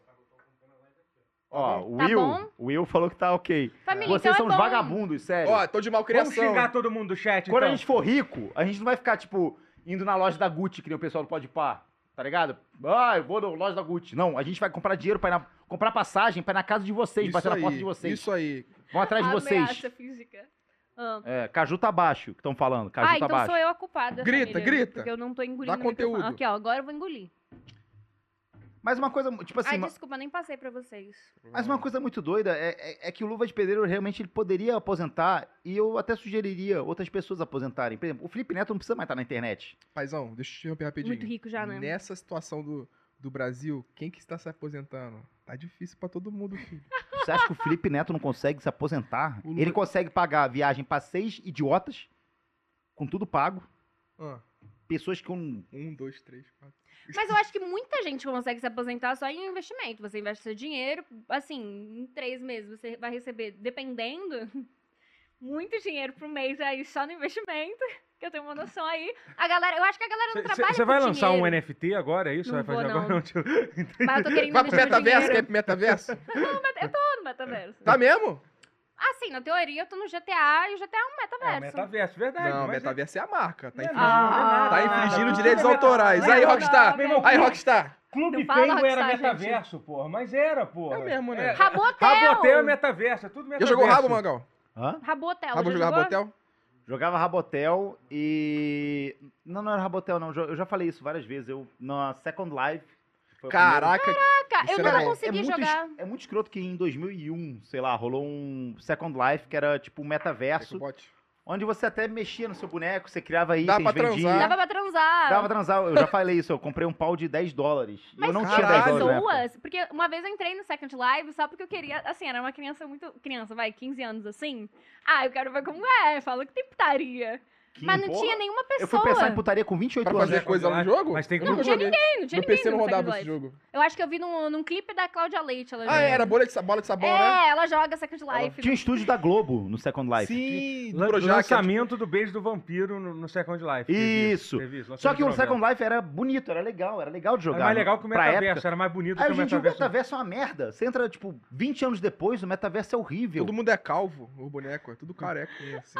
Speaker 1: Ó,
Speaker 4: bom.
Speaker 1: o
Speaker 2: Tá
Speaker 1: Will,
Speaker 2: bom.
Speaker 1: o Will falou que tá ok.
Speaker 2: Família,
Speaker 1: Vocês
Speaker 2: então
Speaker 1: são
Speaker 2: é
Speaker 1: uns
Speaker 2: bom.
Speaker 1: vagabundos, sério.
Speaker 4: Ó, tô de
Speaker 3: Vamos
Speaker 4: malcriação.
Speaker 3: xingar todo mundo do chat,
Speaker 1: Quando a
Speaker 3: então.
Speaker 1: gente for rico, a gente não vai ficar, tipo, indo na loja da Gucci, que nem o pessoal do Pode Par, tá ligado? Ah, eu vou na loja da Gucci. Não, a gente vai comprar dinheiro pra ir na- comprar passagem pra ir na casa de vocês,
Speaker 4: Isso
Speaker 1: bater na
Speaker 4: aí,
Speaker 1: porta de vocês.
Speaker 4: Isso aí.
Speaker 1: Vão atrás de vocês.
Speaker 2: Ameaça física. Ah.
Speaker 1: É, Caju tá baixo, que estão falando. Caju
Speaker 2: ah,
Speaker 1: tá
Speaker 2: então
Speaker 1: baixo.
Speaker 2: sou eu a culpada.
Speaker 4: Grita,
Speaker 2: família,
Speaker 4: grita.
Speaker 2: Porque eu não tô engolindo.
Speaker 4: Dá
Speaker 2: o microfone.
Speaker 4: conteúdo.
Speaker 2: Aqui, ó, agora eu vou engolir.
Speaker 1: Mas uma coisa, tipo assim,
Speaker 2: Ai,
Speaker 1: ma-
Speaker 2: desculpa, nem passei pra vocês.
Speaker 1: mas uma coisa muito doida é, é- é que o Luva de Pedreiro realmente ele poderia aposentar e eu até sugeriria outras pessoas aposentarem. Por exemplo, o Felipe Neto não precisa mais estar na internet.
Speaker 4: Paizão, deixa eu te interromper rapidinho.
Speaker 2: Muito rico já, né?
Speaker 4: Nessa situação do, do Brasil, quem que está se aposentando? Tá difícil pra todo mundo, filho.
Speaker 1: Você acha que o Felipe Neto não consegue se aposentar?
Speaker 4: O Luva-
Speaker 1: Ele consegue pagar viagem pra seis idiotas, com tudo pago.
Speaker 4: Ah,
Speaker 1: Pessoas que um.
Speaker 4: um, dois, três, quatro.
Speaker 2: Mas eu acho que muita gente consegue se aposentar só em investimento. Você investe seu dinheiro, assim, em três meses você vai receber, dependendo, muito dinheiro por mês aí só no investimento. Que eu tenho uma noção aí. A galera, eu acho que a galera não trabalha
Speaker 3: Você vai
Speaker 2: com
Speaker 3: lançar
Speaker 2: dinheiro,
Speaker 3: um NFT agora? É isso?
Speaker 2: Não
Speaker 3: vai fazer
Speaker 2: vou,
Speaker 3: agora?
Speaker 2: não. Mas eu tô querendo
Speaker 4: Vai pro
Speaker 2: investir meu
Speaker 4: metaverso? Quer
Speaker 2: dinheiro
Speaker 4: ir pro metaverso?
Speaker 2: no metaverso.
Speaker 4: tá mesmo?
Speaker 2: Assim, na teoria eu tô no GTA e o GTA é um
Speaker 3: É,
Speaker 2: metaverso.
Speaker 3: metaverso, verdade.
Speaker 4: Não,
Speaker 3: mas-
Speaker 4: metaverso é a marca. Tá infringindo,
Speaker 2: Ah,
Speaker 4: tá
Speaker 2: nada,
Speaker 4: infringindo
Speaker 2: nada.
Speaker 4: direitos
Speaker 2: Não,
Speaker 4: autorais. Aí,
Speaker 2: não,
Speaker 4: Rockstar.
Speaker 2: não,
Speaker 3: não.
Speaker 4: Aí, Rockstar.
Speaker 3: Clube
Speaker 2: Não fala
Speaker 3: Penguin era
Speaker 2: Rockstar, gente.
Speaker 3: metaverso, porra. Mas era, porra.
Speaker 4: É mesmo, né?
Speaker 2: Rabotel!
Speaker 3: Rabotel é metaverso, é tudo
Speaker 4: Já
Speaker 3: metaverso.
Speaker 4: jogou rabo, Mangal?
Speaker 1: Hã?
Speaker 2: Rabotel.
Speaker 4: Rabo
Speaker 2: já
Speaker 4: jogar
Speaker 2: jogou?
Speaker 4: Rabotel?
Speaker 1: Jogava Rabotel e. Não, não era Rabotel, não. Eu já falei isso várias vezes. Eu, na Second Life, Foi o
Speaker 5: Caraca,
Speaker 2: Caraca, Tá, eu
Speaker 5: Isso
Speaker 2: não
Speaker 5: era-
Speaker 2: consegui
Speaker 1: muito
Speaker 2: jogar.
Speaker 1: es- É muito escroto que em 2001, sei lá, rolou um Second Life que era tipo um
Speaker 5: É
Speaker 1: metaverso,
Speaker 4: Bote.
Speaker 1: onde você até mexia no seu boneco, você criava itens,
Speaker 5: Dá pra
Speaker 1: vendia.
Speaker 5: transar.
Speaker 2: Dava pra transar.
Speaker 1: Dava pra transar, eu já falei isso, eu comprei um pau de 10 dólares. E eu
Speaker 2: Mas
Speaker 1: não
Speaker 2: que
Speaker 1: tinha 10
Speaker 5: caralho.
Speaker 1: dólares. na época.
Speaker 2: pessoas, porque uma vez eu entrei no Second Live só porque eu queria, assim, era uma criança muito, criança, vai, 15 anos assim. Ah, eu quero ver como é, fala que tem putaria.
Speaker 1: Que
Speaker 2: Mas não
Speaker 1: porra.
Speaker 2: tinha nenhuma
Speaker 1: Eu fui
Speaker 2: pessoa.
Speaker 1: pensar em putaria com 28
Speaker 4: Pra
Speaker 1: anos.
Speaker 4: fazer coisa lá no jogo?
Speaker 3: Mas tem que-
Speaker 4: Eu
Speaker 2: Não,
Speaker 4: nunca
Speaker 2: tinha
Speaker 4: joguei.
Speaker 2: ninguém, não tinha
Speaker 4: Meu PC
Speaker 2: ninguém
Speaker 4: não
Speaker 2: no
Speaker 4: rodava
Speaker 2: Second
Speaker 4: esse
Speaker 2: Life.
Speaker 4: jogo. é,
Speaker 2: Eu acho que eu vi num, num clipe da Cláudia Leite, ela
Speaker 1: é?
Speaker 5: ah, era bolha de, sa- bola de sabão, né?
Speaker 2: É, ela joga Second
Speaker 5: Ela-
Speaker 2: Life.
Speaker 1: Tinha um estúdio da Globo no Second Life.
Speaker 5: Sim, do
Speaker 3: Lan-
Speaker 4: é
Speaker 5: Projac.
Speaker 4: tipo-
Speaker 3: lançamento do beijo do vampiro no, no Second Life.
Speaker 1: Isso. Só que o Second Life era bonito, era legal, era legal de jogar.
Speaker 3: Era mais
Speaker 1: né?
Speaker 3: legal que o
Speaker 1: Pra
Speaker 3: metaverso,
Speaker 1: época.
Speaker 3: era mais bonito
Speaker 1: Aí
Speaker 3: que o
Speaker 1: hoje em dia o
Speaker 3: metaverso.
Speaker 1: metaverso é uma merda. Você entra, tipo, 20 anos depois, o metaverso é horrível.
Speaker 4: Todo mundo é calvo, o boneco, é tudo carequinha, assim.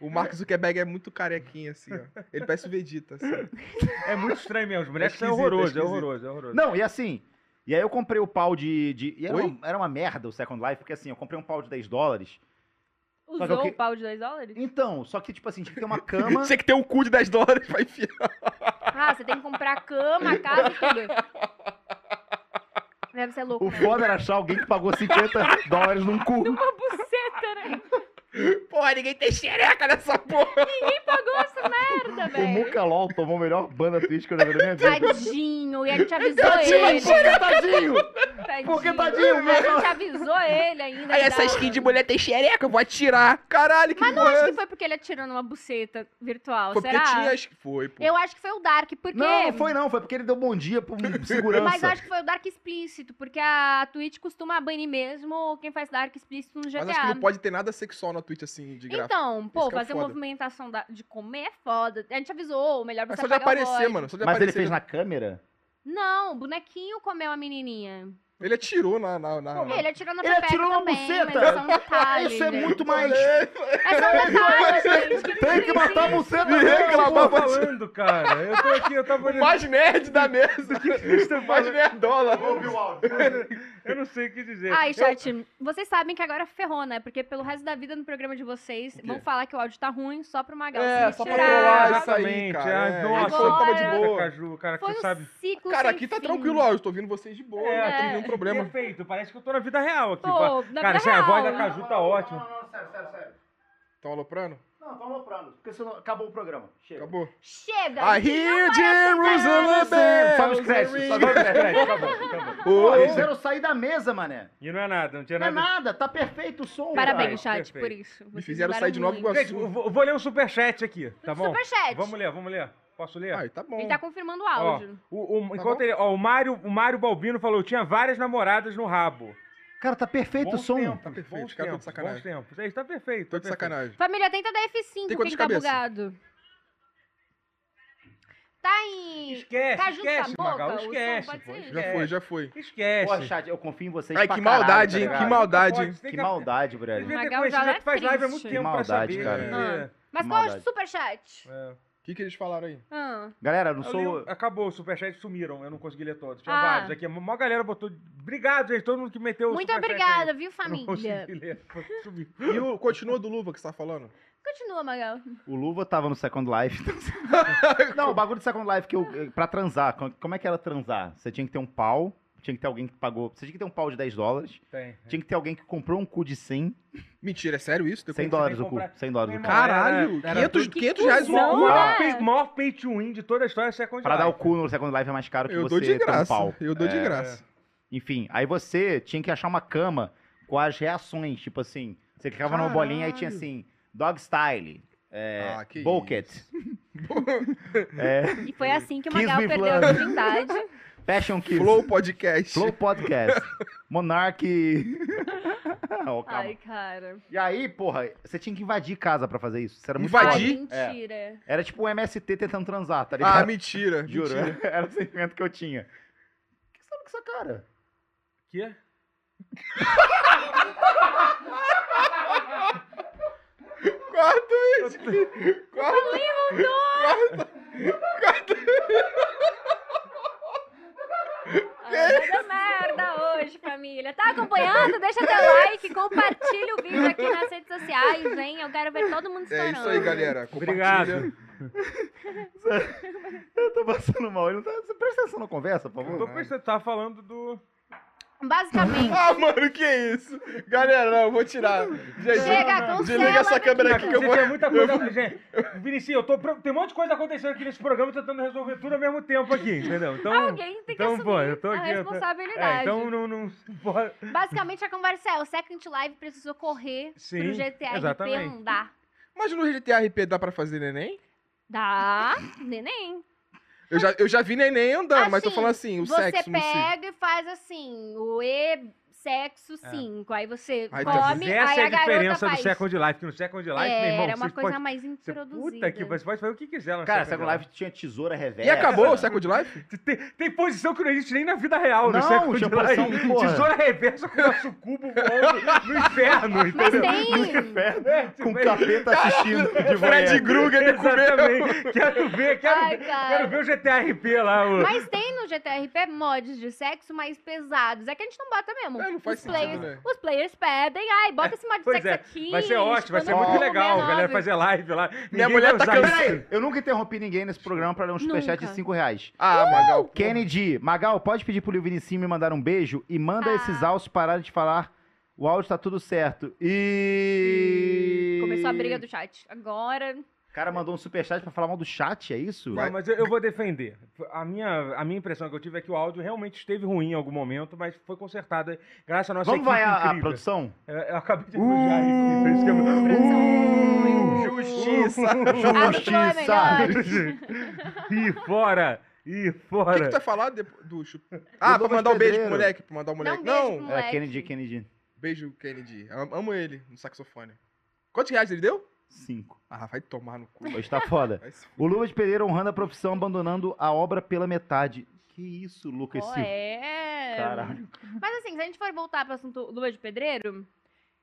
Speaker 4: O Mark Zuckerberg é muito carequinha, assim, ó. Ele parece o Vegeta, assim.
Speaker 3: É muito estranho mesmo, os bonecos são
Speaker 4: esquisito, é
Speaker 3: horrorosos, é
Speaker 4: esquisito.
Speaker 3: horroroso, é horroroso.
Speaker 1: Não, e assim. E aí eu comprei o pau de. de e era,
Speaker 4: Oi?
Speaker 1: uma, era uma merda o Second Life, porque assim, eu comprei um pau de 10 dólares. que eu
Speaker 2: Usou
Speaker 1: que-
Speaker 2: o pau de 2 dólares?
Speaker 1: Então, só que, tipo assim, tinha que ter uma cama.
Speaker 4: Tinha que ter um cu de 10 dólares pra enfiar.
Speaker 2: Ah, você tem que comprar cama, a casa e tudo. Deve ser louco,
Speaker 1: o
Speaker 2: né?
Speaker 1: foda era achar alguém que pagou 50 dólares num cu.
Speaker 2: Uma buceta, né?
Speaker 5: Porra, ninguém tem xereca nessa porra.
Speaker 2: Quem pagou essa merda,
Speaker 1: O
Speaker 2: velho?
Speaker 1: Muca LOL tomou a melhor banda twist que eu já vi na minha vida.
Speaker 2: Tadinho, e a gente avisou
Speaker 1: Tadinho,
Speaker 2: ele.
Speaker 1: chega, tadinho!
Speaker 2: Tadinho.
Speaker 1: Porque tadinho
Speaker 2: A
Speaker 1: mesmo.
Speaker 2: gente avisou ele ainda.
Speaker 5: Aí
Speaker 2: que
Speaker 5: essa
Speaker 2: dava.
Speaker 5: skin de mulher tem xereca, eu vou atirar.
Speaker 4: Caralho, que
Speaker 2: Mas não
Speaker 4: porra é
Speaker 2: acho
Speaker 4: essa?
Speaker 2: que foi porque ele atirou numa buceta virtual,
Speaker 4: Foi porque
Speaker 2: será?
Speaker 4: tinha... acho que Foi, pô.
Speaker 2: Eu acho que foi o Dark, porque...
Speaker 1: Não, não foi não, foi porque ele deu bom dia pro segurança.
Speaker 2: Mas eu acho que foi o Dark explícito, porque a Twitch costuma banir mesmo quem faz Dark explícito no GTA.
Speaker 4: Mas acho que não pode ter nada sexual na Twitch, assim, de graça.
Speaker 2: Então,
Speaker 4: Isso
Speaker 2: pô,
Speaker 4: que é o
Speaker 2: fazer
Speaker 4: foda.
Speaker 2: movimentação da- de comer é foda. A gente avisou, melhor você
Speaker 4: Mas só de
Speaker 2: apagar o
Speaker 4: aparecer,
Speaker 2: voz.
Speaker 4: mano. Só de
Speaker 1: Mas ele
Speaker 4: aparecer.
Speaker 1: fez na câmera?
Speaker 2: Não, o bonequinho comeu a menininha.
Speaker 4: Ele atirou na. na, na- na-
Speaker 2: Ele atirou na
Speaker 1: Ele
Speaker 2: pepeca
Speaker 1: atirou na
Speaker 2: também,
Speaker 1: buceta.
Speaker 2: mas é só um detalhe.
Speaker 1: Isso é
Speaker 2: né?
Speaker 1: muito mais.
Speaker 2: É só um detalhe, gente.
Speaker 1: Tem que matar a buceta
Speaker 4: Me
Speaker 1: dele,
Speaker 3: Eu tava
Speaker 4: reclamava
Speaker 1: pô.
Speaker 3: falando, cara. Eu tô aqui, eu tava
Speaker 4: O mais nerd da mesa. O mais nerdola.
Speaker 3: Eu não sei o que dizer.
Speaker 2: Ai, chat, vocês sabem que agora ferrou, né? Porque pelo resto da vida no programa de vocês, vão falar que o áudio tá ruim só pra uma galera.
Speaker 4: É, só pra
Speaker 2: tirar.
Speaker 4: trollar, isso aí,
Speaker 3: Exatamente,
Speaker 4: cara,
Speaker 3: ah,
Speaker 4: é.
Speaker 3: Nossa,
Speaker 2: Agora-
Speaker 3: tava de boa.
Speaker 4: Boa.
Speaker 3: Caju, cara, que
Speaker 2: Foi
Speaker 3: você
Speaker 2: um
Speaker 3: sabe.
Speaker 2: ciclo
Speaker 4: Cara,
Speaker 2: sem
Speaker 4: aqui tá
Speaker 2: fim.
Speaker 4: tranquilo, ó. Eu estou ouvindo vocês de boa,
Speaker 3: É.
Speaker 4: não tem nenhum problema.
Speaker 3: Perfeito, parece que eu tô na vida real aqui.
Speaker 2: Pô, na
Speaker 3: cara, assim,
Speaker 2: vida
Speaker 3: a voz da
Speaker 2: real.
Speaker 3: Caju tá ótima.
Speaker 1: não, sério, sério, sério.
Speaker 4: Estão Tá aloprando?
Speaker 1: Não, tamo aloprando. Porque senão acabou o programa. Chega.
Speaker 4: Acabou.
Speaker 2: Chega!
Speaker 3: Tá
Speaker 4: I hear Jerusalem bells
Speaker 1: Sobe os créditos, sobe os créditos. Acabou, acabou. Pô, eles
Speaker 4: Oh,
Speaker 1: fizeram sair da mesa, mané.
Speaker 3: E não é nada, não tinha
Speaker 4: Né,
Speaker 1: Não é
Speaker 3: nada.
Speaker 1: nada, tá perfeito o som.
Speaker 2: Parabéns,
Speaker 3: Vai,
Speaker 2: chat, por
Speaker 3: perfeito.
Speaker 2: isso.
Speaker 4: Me
Speaker 2: Vocês
Speaker 4: fizeram
Speaker 2: ajudaram
Speaker 4: sair de Nova
Speaker 2: muito.
Speaker 3: Gente, eu
Speaker 4: Iguaçu.
Speaker 3: vou, eu vou ler um superchat aqui, tá bom?
Speaker 2: Superchat.
Speaker 3: Vamos ler, um. vamos ler. Posso ler?
Speaker 4: Ai, tá bom.
Speaker 2: Ele tá confirmando o áudio.
Speaker 3: O, o-
Speaker 4: Tá
Speaker 3: enquanto
Speaker 4: bom?
Speaker 3: ele, ó, o Mário, o Mário Balbino falou, eu tinha várias namoradas no rabo.
Speaker 1: cara. Cara, tá perfeito o
Speaker 3: Bons
Speaker 1: som.
Speaker 3: tempos,
Speaker 4: Tá perfeito,
Speaker 3: bons
Speaker 4: os caras tão de
Speaker 3: tempos,
Speaker 4: sacanagem.
Speaker 3: bons tempos. É isso, tá perfeito. tá
Speaker 4: Tô de
Speaker 3: perfeito.
Speaker 4: sacanagem.
Speaker 2: Família, tenta dar F5,
Speaker 4: Tem
Speaker 2: quem
Speaker 4: quantas
Speaker 2: tá
Speaker 4: cabeças?
Speaker 2: bugado. Tá em...
Speaker 3: Esquece,
Speaker 2: Caju
Speaker 3: esquece,
Speaker 2: Saboca,
Speaker 3: Magal,
Speaker 2: o som
Speaker 3: esquece.
Speaker 2: pode
Speaker 3: pô,
Speaker 2: ser?
Speaker 4: Já foi, já foi.
Speaker 3: Esquece.
Speaker 1: Pô, chat, eu confio em vocês.
Speaker 4: Ai,
Speaker 1: pra
Speaker 4: que
Speaker 1: caralho,
Speaker 4: maldade,
Speaker 1: tá
Speaker 4: hein?
Speaker 1: ligado?
Speaker 4: Que maldade,
Speaker 3: Pode,
Speaker 4: hein?
Speaker 3: tem
Speaker 1: Que maldade,
Speaker 3: Você
Speaker 1: brother.
Speaker 3: devia ter
Speaker 2: Magal
Speaker 3: conhecido,
Speaker 2: já
Speaker 3: já
Speaker 2: é
Speaker 3: que faz live há muito
Speaker 2: triste.
Speaker 3: tempo pra
Speaker 1: Maldade,
Speaker 3: saber.
Speaker 1: cara.
Speaker 3: né?
Speaker 2: Mas qual é o
Speaker 1: Maldade.
Speaker 2: superchat?
Speaker 3: É.
Speaker 4: O que, que eles falaram aí?
Speaker 2: Ah.
Speaker 1: Galera, não
Speaker 3: Eu
Speaker 4: um-
Speaker 1: sou.
Speaker 3: li- acabou, os superchats sumiram, eu não consegui ler todos. Tinha
Speaker 2: Ah.
Speaker 3: vários aqui. A maior galera botou. Obrigado, gente, todo mundo que meteu o
Speaker 2: Muito
Speaker 3: superchat
Speaker 2: obrigada,
Speaker 3: aí.
Speaker 2: viu,
Speaker 3: Eu não
Speaker 2: família?
Speaker 3: consegui ler, sumiu.
Speaker 4: E o continua do Luva que você tá falando?
Speaker 2: Continua, Magal.
Speaker 1: O Luva tava no Second Life. não, o bagulho do Second Life que eu, eh, pra transar, co- como é que era transar? Você tinha que ter um pau, tinha que ter alguém que pagou. Você tinha que ter um pau de 10 dólares,
Speaker 3: Tem.
Speaker 4: É.
Speaker 1: tinha que ter alguém que comprou um cu de 100,
Speaker 4: Mentira, é sério isso?
Speaker 1: 100
Speaker 4: Depois-
Speaker 1: dólares o cu,
Speaker 3: comprar.
Speaker 1: 100 dólares o cu.
Speaker 3: Meu irmão,
Speaker 4: Caralho,
Speaker 3: Era- era
Speaker 4: 500,
Speaker 2: tudo-
Speaker 4: 500 reais
Speaker 2: Que
Speaker 4: o cu.
Speaker 2: cuzão, né?
Speaker 3: maior, pay, maior pay to win de toda a história é Second
Speaker 1: Pra dar o
Speaker 3: Life.
Speaker 1: cu no Second Life é mais caro que
Speaker 4: Eu
Speaker 1: você
Speaker 4: dou de
Speaker 1: ter um
Speaker 4: graça.
Speaker 1: pau.
Speaker 4: Eu dou de graça.
Speaker 1: Enfim, aí você tinha que achar uma cama com as reações, tipo assim, você clicava numa bolinha e tinha
Speaker 4: Caralho.
Speaker 1: assim, dog style, é,
Speaker 4: Ah, que
Speaker 1: bucket,
Speaker 2: E foi assim que o
Speaker 1: Kiss
Speaker 2: Magal
Speaker 1: me
Speaker 2: perdeu a
Speaker 1: Flávio.
Speaker 2: virgindade.
Speaker 1: passion kiss, flow,
Speaker 4: Flow Podcast.
Speaker 1: podcast, monarch... Ó, calma.
Speaker 2: Ai, cara.
Speaker 1: E aí, porra, você tinha que invadir casa pra fazer isso. Isso era muito
Speaker 4: Invadir?
Speaker 1: foda.
Speaker 2: Ai, mentira.
Speaker 1: É. Era tipo um MST tentando transar, tá ligado?
Speaker 4: Ah, mentira.
Speaker 1: Juro,
Speaker 4: mentira.
Speaker 1: era o sentimento que eu tinha. O que você tá com essa cara?
Speaker 3: Que?
Speaker 4: Corta isso.
Speaker 2: é
Speaker 4: Corta.
Speaker 2: Ai, vai dar merda hoje, família. Tá acompanhando? Deixa teu like, compartilha o vídeo aqui nas redes sociais, hein? Eu quero ver todo mundo
Speaker 4: É
Speaker 2: estourando.
Speaker 4: isso aí, galera.
Speaker 3: Obrigado.
Speaker 4: Compartilha.
Speaker 1: Eu tô passando mal. Ele não tá... Presta atenção na conversa, por
Speaker 3: Eu
Speaker 1: favor.
Speaker 3: tô pensando, tava falando do.
Speaker 2: Basicamente,
Speaker 4: Ah, mano, que isso? Galera, não, eu vou tirar. Gente,
Speaker 2: Chega, cancela,
Speaker 4: desliga essa câmera aqui que eu
Speaker 3: Você
Speaker 4: vou.
Speaker 3: tem muita coisa. Gente, Vinicius, eu tô. pro- Tem um monte de coisa acontecendo aqui nesse programa, tentando resolver tudo ao mesmo tempo aqui, entendeu? Então.
Speaker 2: alguém tem que
Speaker 3: então,
Speaker 2: assumir
Speaker 3: pô, eu tô
Speaker 2: a
Speaker 3: aqui, eu tô-
Speaker 2: responsabilidade.
Speaker 3: É, então não. não bora-
Speaker 2: Basicamente, a conversa é, o Second Life precisou correr pro
Speaker 3: Sim,
Speaker 2: GTA
Speaker 3: exatamente.
Speaker 2: RP não dá.
Speaker 4: Mas no GTA RP dá pra fazer neném?
Speaker 2: Dá, neném.
Speaker 4: Eu já, eu já vi neném andando, mas tô
Speaker 2: Assim,
Speaker 4: falando assim, o
Speaker 2: você
Speaker 4: sexo no si.
Speaker 2: pega e faz assim, o E sexo 5. Aí você
Speaker 4: É. Aí tá.
Speaker 2: come,
Speaker 3: Essa
Speaker 2: aí
Speaker 3: é
Speaker 2: a
Speaker 3: a
Speaker 2: garota
Speaker 3: diferença
Speaker 2: faz.
Speaker 3: do Second Life, que no Second Life, meu
Speaker 2: é,
Speaker 3: irmão,
Speaker 2: era uma
Speaker 3: vocês
Speaker 2: coisa
Speaker 3: podem-
Speaker 2: mais
Speaker 3: você-
Speaker 2: introduzida.
Speaker 3: Puta que você pode fazer o que quiser no
Speaker 1: Cara,
Speaker 3: Second
Speaker 1: Second Life tinha tesoura reversa.
Speaker 4: E acabou o Second Life?
Speaker 3: Tem, tem posição que não existe nem na vida real, né? no
Speaker 1: Não,
Speaker 3: Second
Speaker 1: tinha posição,
Speaker 3: Life.
Speaker 1: porra.
Speaker 3: Tesoura reversa com o nosso cubo voando no inferno,
Speaker 2: Mas
Speaker 3: entendeu?
Speaker 2: tem.
Speaker 3: É, tipo,
Speaker 1: Com o
Speaker 3: é-
Speaker 1: capeta assistindo de
Speaker 4: Fred
Speaker 1: Fred
Speaker 4: Krueger no começo.
Speaker 3: Exatamente. Quero ver, quero,
Speaker 2: Ai,
Speaker 3: ver,
Speaker 2: cara.
Speaker 3: quero ver o GTRP lá. O...
Speaker 2: Mas tem no GTRP mods de sexo mais pesados. É que a gente não bota mesmo.
Speaker 4: É, não faz
Speaker 2: os,
Speaker 4: sentido,
Speaker 2: players,
Speaker 4: né?
Speaker 2: os players pedem, ai, bota esse mod de
Speaker 3: Pois
Speaker 2: sexo
Speaker 3: é,
Speaker 2: aqui.
Speaker 3: vai ser ótimo, vai ser
Speaker 2: quando
Speaker 3: muito
Speaker 2: for
Speaker 3: legal. A
Speaker 2: menor,
Speaker 3: galera fazer live lá. Ninguém
Speaker 4: mulher
Speaker 3: vai
Speaker 4: tá
Speaker 3: usar
Speaker 4: cantando
Speaker 3: isso.
Speaker 1: Peraí, eu nunca interrompi ninguém nesse programa pra ler um superchat de
Speaker 2: Nunca.
Speaker 1: 5 reais.
Speaker 4: Ah, Magal.
Speaker 1: Kennedy, Magal, pode pedir pro Lil Vinicinho me mandar um beijo e manda
Speaker 2: Ah.
Speaker 1: esses altos pararem de falar. O áudio tá tudo certo. E.
Speaker 2: né? Começou a briga do chat. Agora.
Speaker 1: O cara mandou um superchat pra falar mal do chat, é isso?
Speaker 3: Não, mas eu, eu vou defender. A minha, a minha impressão que eu tive é que o áudio realmente esteve ruim em algum momento, mas foi consertado graças à nossa
Speaker 1: Vamos
Speaker 3: equipe
Speaker 1: vai a, a
Speaker 3: incrível.
Speaker 1: produção? Uh!
Speaker 3: Eu, eu acabei
Speaker 4: Uh. é
Speaker 3: de elogiar a equipe. isso que eu-
Speaker 2: Produção
Speaker 4: Uh. Justiça.
Speaker 2: Ah,
Speaker 1: Justiça!
Speaker 3: Ih, fora! Ih,
Speaker 4: O que, tá que
Speaker 3: fora!
Speaker 4: tu vai falar depo- do chute? Ah, pra
Speaker 1: Lucas
Speaker 4: mandar um beijo pro
Speaker 1: Pedreiro.
Speaker 4: moleque, pra mandar o moleque.
Speaker 2: um beijo pro
Speaker 4: Não,
Speaker 2: moleque.
Speaker 1: É, Kennedy, Kennedy.
Speaker 4: beijo, Kennedy. Am- Amo ele no saxofone. Quantos reais ele deu?
Speaker 1: Cinco.
Speaker 4: Ah, vai tomar no cu.
Speaker 1: Hoje tá foda.
Speaker 4: Vai se f-
Speaker 1: O Lucas Pereira honrando a profissão, abandonando a obra pela metade. Que isso, Lucas
Speaker 2: Pô,
Speaker 1: Silva?
Speaker 2: é.
Speaker 1: Caralho.
Speaker 2: Mas assim, se a gente for voltar pro assunto Lua de Pedreiro,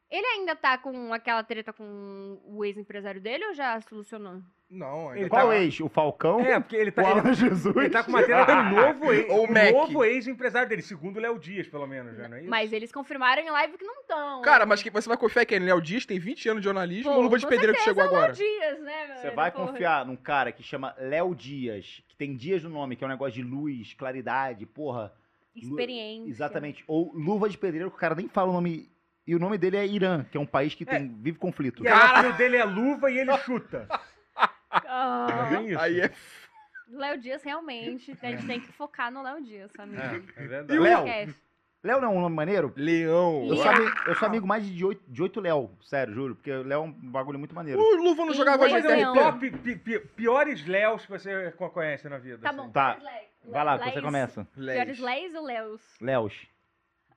Speaker 2: ele ainda tá com aquela treta com o ex-empresário dele ou já solucionou?
Speaker 4: Não,
Speaker 3: Ele
Speaker 4: ainda
Speaker 1: Qual
Speaker 4: tá...
Speaker 1: ex? O Falcão?
Speaker 3: É, porque ele tá,
Speaker 1: o
Speaker 3: ele,
Speaker 1: Alan Jesus?
Speaker 3: ele tá com uma tela do novo, ex-
Speaker 4: Ou
Speaker 3: o
Speaker 4: Mac.
Speaker 3: novo ex-empresário dele, segundo o Léo Dias, pelo menos, já, não é isso?
Speaker 2: Mas eles confirmaram em live que não estão.
Speaker 4: Cara, mas que você vai confiar que ele é o Dias, tem 20 anos de jornalismo,
Speaker 2: Pô,
Speaker 4: o Luva de
Speaker 2: com
Speaker 4: Pedreiro que
Speaker 2: certeza
Speaker 4: chegou
Speaker 2: é o
Speaker 4: agora.
Speaker 2: Dias, né,
Speaker 1: Você
Speaker 2: velho?
Speaker 1: vai
Speaker 2: Porra.
Speaker 1: confiar num cara que chama Léo Dias, que tem Dias no nome, que é um negócio de luz, claridade, porra.
Speaker 2: Experiência.
Speaker 1: Exatamente. Ou Luva de Pedreiro, que o cara nem fala o nome. E o nome dele é Irã, que é um país que tem, vive conflito.
Speaker 3: E aí, o filho dele é luva e ele chuta. Tá
Speaker 2: Ah,
Speaker 1: Uhum.
Speaker 3: bem isso?
Speaker 4: Aí é...
Speaker 2: Léo Dias, realmente, a gente tem que focar no Léo Dias, amigo.
Speaker 3: É, é verdade.
Speaker 1: Léo,
Speaker 2: Esquece.
Speaker 1: Léo não é um nome maneiro?
Speaker 4: Leão.
Speaker 1: Eu sou, ami- eu sou amigo mais de oito, de oito Léo, sério, juro, porque Léo é um bagulho muito
Speaker 2: Uh,
Speaker 1: maneiro.
Speaker 4: O Luva não
Speaker 2: Em
Speaker 4: jogava
Speaker 2: inglês,
Speaker 4: mais
Speaker 3: Fazer um
Speaker 2: Leão.
Speaker 3: top pi- pi- piores Léos que você co- conhece na vida.
Speaker 2: Tá
Speaker 3: assim.
Speaker 2: bom.
Speaker 1: Tá.
Speaker 2: Léo-
Speaker 1: Vai lá,
Speaker 2: Léis.
Speaker 1: você começa.
Speaker 2: Piores Leis ou Léos?
Speaker 1: Léos.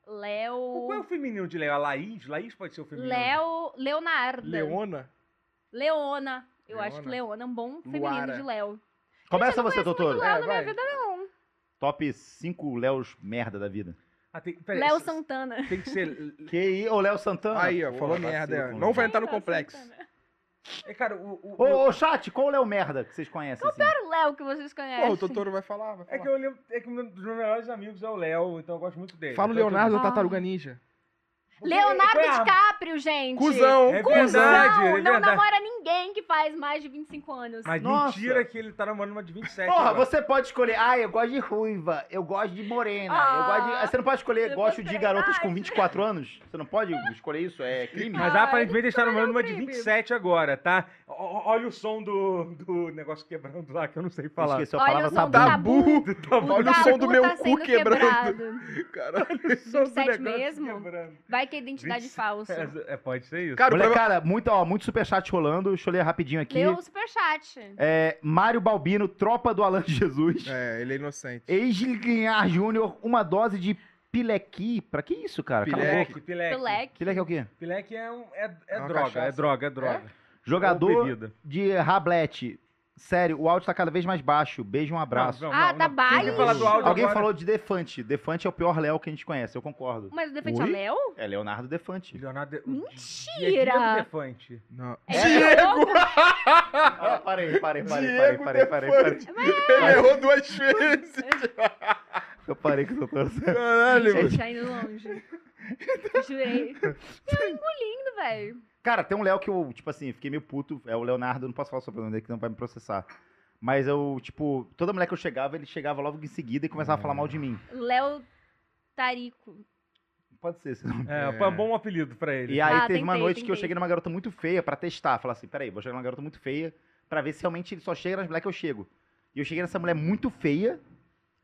Speaker 2: Léo.
Speaker 3: Qual é o feminino de Léo? A Laís? Laís pode ser o feminino.
Speaker 2: Léo. Leonardo.
Speaker 4: Leona?
Speaker 2: Leona. Eu acho que
Speaker 4: Leona.
Speaker 2: Leona é um bom feminino
Speaker 4: Luara.
Speaker 2: de Léo.
Speaker 1: Começa você,
Speaker 2: Conheço
Speaker 1: doutor.
Speaker 2: muito Léo
Speaker 4: É,
Speaker 2: na minha
Speaker 4: vai.
Speaker 2: vida, não.
Speaker 1: Top 5 Léos merda da vida.
Speaker 3: Ah, tem, peraí,
Speaker 2: Léo
Speaker 3: se-
Speaker 2: Santana.
Speaker 3: Tem que ser
Speaker 1: Que aí, ô Léo Santana.
Speaker 4: Aí, ó, falou
Speaker 1: vacilo
Speaker 4: merda. é.
Speaker 1: com o
Speaker 4: Não
Speaker 1: Léo.
Speaker 4: vai entrar tá no
Speaker 2: Léo
Speaker 4: complexo.
Speaker 2: Santana.
Speaker 3: É, cara, o. o- o-
Speaker 1: Ô, ô, chat, qual o Léo merda que vocês conhecem? assim?
Speaker 2: Qual É Léo que vocês conhecem?
Speaker 4: Pô, o Totoro vai falar, vai
Speaker 3: É que
Speaker 4: falar.
Speaker 3: eu lembro. É que um dos meus melhores amigos é o Léo, então eu gosto muito dele.
Speaker 4: Fala o
Speaker 3: Então, tudo
Speaker 4: Leonardo
Speaker 2: Ah.
Speaker 4: da Tartaruga Ninja.
Speaker 3: bem.
Speaker 2: Leonardo
Speaker 3: Qual é a-
Speaker 2: DiCaprio,
Speaker 4: Ah,
Speaker 2: gente.
Speaker 4: Cusão.
Speaker 3: É
Speaker 2: Cusão.
Speaker 3: verdade, é
Speaker 2: não
Speaker 3: verdade.
Speaker 2: namora ninguém que faz mais de 25 anos.
Speaker 3: Mas
Speaker 1: Nossa.
Speaker 3: mentira que ele tá namorando uma de 27.
Speaker 1: Porra,
Speaker 3: agora.
Speaker 1: você pode escolher. Ah, eu gosto de ruiva, eu gosto de morena,
Speaker 2: Ah,
Speaker 1: eu gosto de. Ah, Você não pode escolher,
Speaker 2: eu
Speaker 1: gosto de
Speaker 2: gostei
Speaker 1: garotas
Speaker 2: mais.
Speaker 1: com 24 anos? Você não pode escolher isso? É crime?
Speaker 3: Mas
Speaker 2: Ah,
Speaker 3: aparentemente eles estão namorando uma de
Speaker 2: incrível.
Speaker 3: 27 agora, tá? O- olha o som do, do negócio quebrando lá, que eu não sei falar.
Speaker 1: Esqueceu a
Speaker 2: Olha
Speaker 1: palavra
Speaker 2: o som do
Speaker 1: tabu.
Speaker 4: Tabu!
Speaker 3: Tá bom.
Speaker 4: Olha o som do
Speaker 2: tabu
Speaker 4: meu
Speaker 2: tá
Speaker 4: cu
Speaker 2: sendo
Speaker 4: quebrando.
Speaker 2: quebrado.
Speaker 4: Cara,
Speaker 3: O som do
Speaker 2: 27
Speaker 3: negócio
Speaker 2: mesmo?
Speaker 3: quebrando.
Speaker 2: Vai que é identidade
Speaker 3: 25.
Speaker 2: falsa.
Speaker 3: É, é, pode ser isso.
Speaker 4: cara o problema...
Speaker 1: Molecada, muito, ó, muito superchat rolando. Deixa eu ler rapidinho aqui.
Speaker 2: Leu o superchat.
Speaker 1: É, Mário Balbino, tropa do Alan de Jesus.
Speaker 4: É, ele é inocente.
Speaker 1: Ex-Linhar Júnior, uma dose de pilequi. Pra que isso, cara? Cala a
Speaker 4: Pileque.
Speaker 3: Pileque,
Speaker 1: boca.
Speaker 3: pileque.
Speaker 2: Do leque.
Speaker 1: Pileque é o quê?
Speaker 3: Pileque é, um, é, é
Speaker 4: É uma
Speaker 3: droga,
Speaker 4: cachaça.
Speaker 3: é droga, é droga. Ou
Speaker 1: Jogador Ah,
Speaker 3: bebida.
Speaker 1: de rablete. Sério, o áudio tá cada vez mais baixo. Beijo, um abraço.
Speaker 3: Não, não,
Speaker 2: Ah,
Speaker 3: não,
Speaker 2: tá
Speaker 3: não.
Speaker 2: baixo.
Speaker 3: Tem que falar do áudio
Speaker 1: Alguém
Speaker 3: agora.
Speaker 1: falou de Defante. Defante é o pior Léo que a gente conhece, eu concordo.
Speaker 2: Mas o defeito é
Speaker 1: Oi?
Speaker 2: o Léo?
Speaker 1: É Leonardo Defante.
Speaker 3: Leonardo.
Speaker 2: Mentira!
Speaker 3: Diego Defante.
Speaker 4: Não.
Speaker 2: É
Speaker 4: Diego!
Speaker 1: Ah, parei, parei,
Speaker 4: Diego Defante. Ele errou duas vezes.
Speaker 1: Eu parei que eu tô torcendo.
Speaker 4: Caralho,
Speaker 2: Gente, tá indo longe. Jurei. E eu engolindo, velho.
Speaker 1: Cara, tem um Léo que eu, tipo assim, fiquei meio puto. É o Leonardo, não posso falar sobre o nome dele, que não vai me processar. Mas eu, tipo, toda mulher que eu chegava, ele chegava logo em seguida e começava a falar mal de mim.
Speaker 2: Léo Tarico.
Speaker 1: Pode ser, senão.
Speaker 3: É, foi um bom apelido pra ele.
Speaker 1: E aí
Speaker 2: Ah,
Speaker 1: teve uma
Speaker 2: tentei,
Speaker 1: noite que eu
Speaker 2: tentei.
Speaker 1: cheguei numa garota muito feia pra testar. Falar assim, peraí, vou chegar numa garota muito feia pra ver se realmente ele só chega nas mulheres que eu chego. E eu cheguei nessa mulher muito feia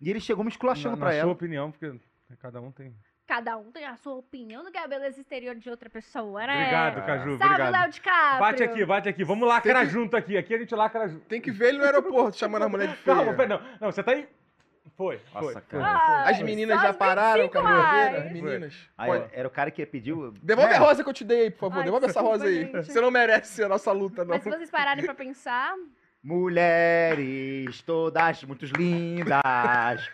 Speaker 1: e ele chegou me esculachando
Speaker 3: na,
Speaker 1: pra
Speaker 3: na
Speaker 1: ela.
Speaker 3: sua opinião, porque cada um tem.
Speaker 2: Cada um tem a sua opinião do que é a beleza exterior de outra pessoa, né?
Speaker 3: Obrigado, Caju.
Speaker 2: Salve,
Speaker 3: obrigado.
Speaker 2: Léo de Caprio.
Speaker 3: Bate aqui, bate aqui. Vamos lacrar
Speaker 4: Tem que-
Speaker 3: junto aqui. Aqui a gente lacra junto.
Speaker 4: Tem que ver ele no aeroporto chamando as mulheres de feia.
Speaker 3: Calma, pera, não. Não, você tá aí. Foi, foi.
Speaker 1: Nossa, cara.
Speaker 2: Ai,
Speaker 4: As meninas
Speaker 2: Ah, só
Speaker 4: já
Speaker 2: as
Speaker 4: pararam com a bobeira?
Speaker 2: reais.
Speaker 4: As meninas.
Speaker 1: Aí
Speaker 4: Pode-
Speaker 1: era o cara que pediu.
Speaker 4: Devolve
Speaker 1: né?
Speaker 4: a rosa que eu te dei aí, por favor.
Speaker 2: Ai,
Speaker 4: Devolve essa
Speaker 2: desculpa,
Speaker 4: rosa aí.
Speaker 2: gente.
Speaker 4: Você não merece a nossa luta, não.
Speaker 2: Mas se vocês pararem pra pensar,
Speaker 1: Mulheres, todas muito lindas,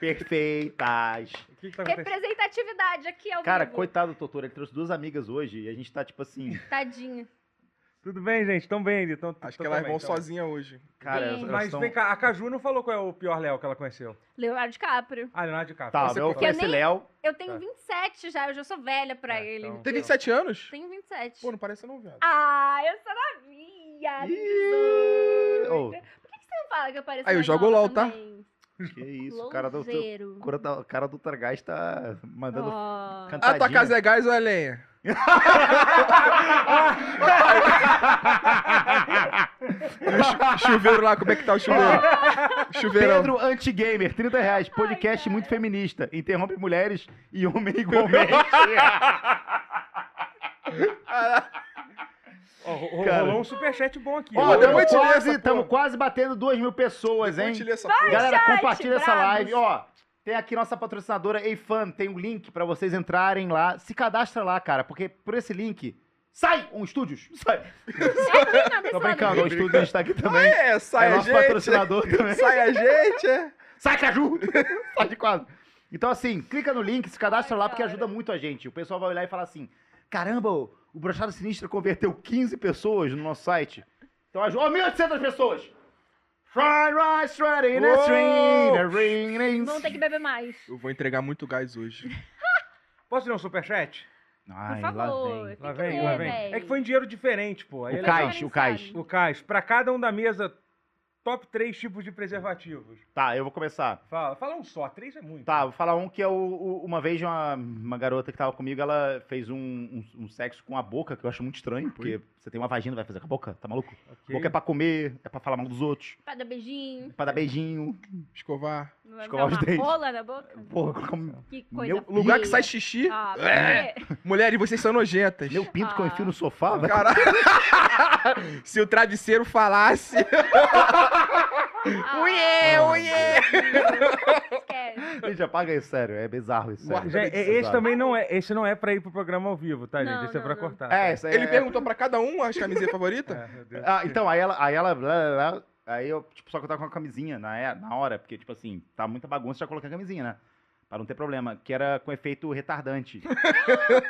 Speaker 1: perfeitas.
Speaker 3: O que, que tá acontecendo?
Speaker 2: representatividade aqui ao
Speaker 1: Cara,
Speaker 2: vivo.
Speaker 1: coitado do Totoro, ele trouxe duas amigas hoje e a gente tá tipo assim.
Speaker 2: Tadinho.
Speaker 3: Tudo bem, gente? Tão bem ali. Tão,
Speaker 4: Acho
Speaker 3: tão
Speaker 4: que elas
Speaker 3: bem,
Speaker 4: vão
Speaker 3: tão-
Speaker 4: sozinha hoje.
Speaker 1: Cara,
Speaker 2: Sim.
Speaker 1: elas- elas
Speaker 3: Mas
Speaker 1: são-
Speaker 3: vem cá, a Caju não falou qual é o pior Léo que ela conheceu.
Speaker 2: Leonardo DiCaprio.
Speaker 3: Ah, Leonardo DiCaprio.
Speaker 1: Tá,
Speaker 4: Você
Speaker 1: eu
Speaker 4: Porque
Speaker 1: conheci
Speaker 2: nem-
Speaker 1: Léo.
Speaker 2: Eu tenho
Speaker 3: Tá.
Speaker 2: 27 já, eu já sou velha pra
Speaker 3: É,
Speaker 2: ele.
Speaker 3: então-
Speaker 4: Tem 27 anos?
Speaker 2: Tenho 27.
Speaker 4: Pô, não parece não, viado.
Speaker 2: Ah, eu só sabia.
Speaker 1: Ih, ô,
Speaker 2: Você não fala que eu pareço
Speaker 4: Aí eu
Speaker 2: mais
Speaker 4: jogo
Speaker 2: nova
Speaker 4: LOL, tá?
Speaker 2: também.
Speaker 1: que isso, o cara do.
Speaker 2: Louzeiro.
Speaker 1: O cara da- o cara do Targás tá mandando
Speaker 2: Ó.
Speaker 1: cantadinha.
Speaker 4: Ah, tua casa é gás ou é lenha? Chuveiro lá, como é que tá o chuveiro? Chuveirão.
Speaker 1: Pedro Antigamer, 30 reais. Podcast
Speaker 2: cara.
Speaker 1: muito feminista. Interrompe mulheres e homem igualmente.
Speaker 3: Ó, ro- ro-
Speaker 1: Cara.
Speaker 3: Rolou um superchat bom aqui.
Speaker 1: Ó,
Speaker 4: Ô,
Speaker 1: tamo
Speaker 4: depois te lê
Speaker 1: quase,
Speaker 4: essa
Speaker 1: tamo
Speaker 4: porra.
Speaker 1: quase batendo 2 mil pessoas, hein?
Speaker 4: Vou te ler essa porra.
Speaker 1: Galera,
Speaker 2: chat,
Speaker 1: compartilha essa
Speaker 2: bravos.
Speaker 1: live. Ó, tem aqui nossa patrocinadora Eifan. Tem um link pra vocês entrarem lá. Se cadastra lá, cara, porque por esse link. Sai! Um estúdios! Sai!
Speaker 2: É aqui, não, desse
Speaker 1: Tô
Speaker 2: lado.
Speaker 1: brincando, o estúdio está aqui também.
Speaker 4: É,
Speaker 1: É
Speaker 4: sai a
Speaker 1: nosso
Speaker 4: gente.
Speaker 1: patrocinador também.
Speaker 4: Sai a gente, é.
Speaker 1: Sai, Caju! Sai de quadro. Então, assim, clica no link, se cadastra
Speaker 2: Ai,
Speaker 1: lá, porque
Speaker 2: cara.
Speaker 1: ajuda muito a gente. O pessoal vai olhar e falar assim: caramba, o o Brochado Sinistro converteu 15 pessoas no nosso site. Então ajuda. Ó, 1.800 pessoas! Fried rice, ready in a
Speaker 4: Uou!
Speaker 1: string, the ring, rings.
Speaker 2: Vão ter que beber mais.
Speaker 4: Eu vou entregar muito gás hoje.
Speaker 3: Posso ler um superchat?
Speaker 1: Ai,
Speaker 2: Por
Speaker 1: lá
Speaker 2: favor.
Speaker 1: vem.
Speaker 2: tem
Speaker 3: Lá
Speaker 2: que
Speaker 3: vem,
Speaker 2: ler,
Speaker 3: lá vem.
Speaker 2: véi.
Speaker 3: É que foi em dinheiro diferente, pô. Aí
Speaker 1: O
Speaker 3: é
Speaker 2: legal.
Speaker 1: cais, o cais.
Speaker 2: Diferenciado.
Speaker 3: O Cais, pra cada um da mesa, top três tipos de preservativos.
Speaker 1: Tá, eu vou começar.
Speaker 3: Fala, fala um só, três é muito.
Speaker 1: Tá, vou falar um que é o, o- uma vez uma, uma garota que tava comigo, ela fez um, um- um sexo com a boca, que eu acho muito estranho, porque você tem uma vagina, vai fazer com a boca? Tá maluco?
Speaker 3: Ok.
Speaker 1: Boca é pra comer, é pra falar mal dos outros. é
Speaker 2: Pra dar beijinho.
Speaker 1: Pra dar beijinho.
Speaker 4: Escovar.
Speaker 2: Não vai
Speaker 1: Escovar
Speaker 2: ficar
Speaker 1: os dentes.
Speaker 2: uma rola na boca?
Speaker 1: Porra, colocar um-
Speaker 2: Que coisa
Speaker 1: Meu-
Speaker 2: feia.
Speaker 4: Lugar que sai xixi.
Speaker 2: Ah,
Speaker 4: Mulheres, vocês são nojentas.
Speaker 1: meu pinto que eu enfio no sofá, velho.
Speaker 4: Caralho. Se o travesseiro falasse.
Speaker 2: ah,
Speaker 1: é
Speaker 5: Uiê,
Speaker 1: né?
Speaker 5: uiê.
Speaker 2: Esquece.
Speaker 1: Gente, apaga isso, sério. É bizarro isso, sério.
Speaker 3: Já- é-
Speaker 1: É
Speaker 3: esse
Speaker 1: bizarro.
Speaker 3: também não é. Esse não é pra ir pro programa ao vivo, tá, gente?
Speaker 2: Não,
Speaker 3: Esse é
Speaker 2: não,
Speaker 3: pra
Speaker 2: não.
Speaker 3: cortar.
Speaker 1: É, isso aí
Speaker 4: Ele
Speaker 1: é-
Speaker 4: perguntou pra cada um as camisetas favoritas?
Speaker 3: É, meu Deus.
Speaker 1: Ah, então, aí ela... Aí, ela blá, blá, blá, aí eu, tipo, só que eu tava com a camisinha na, é- na hora, porque, tipo assim, tá muita bagunça, já coloquei a camisinha, né? Pra não ter problema, que era com efeito retardante.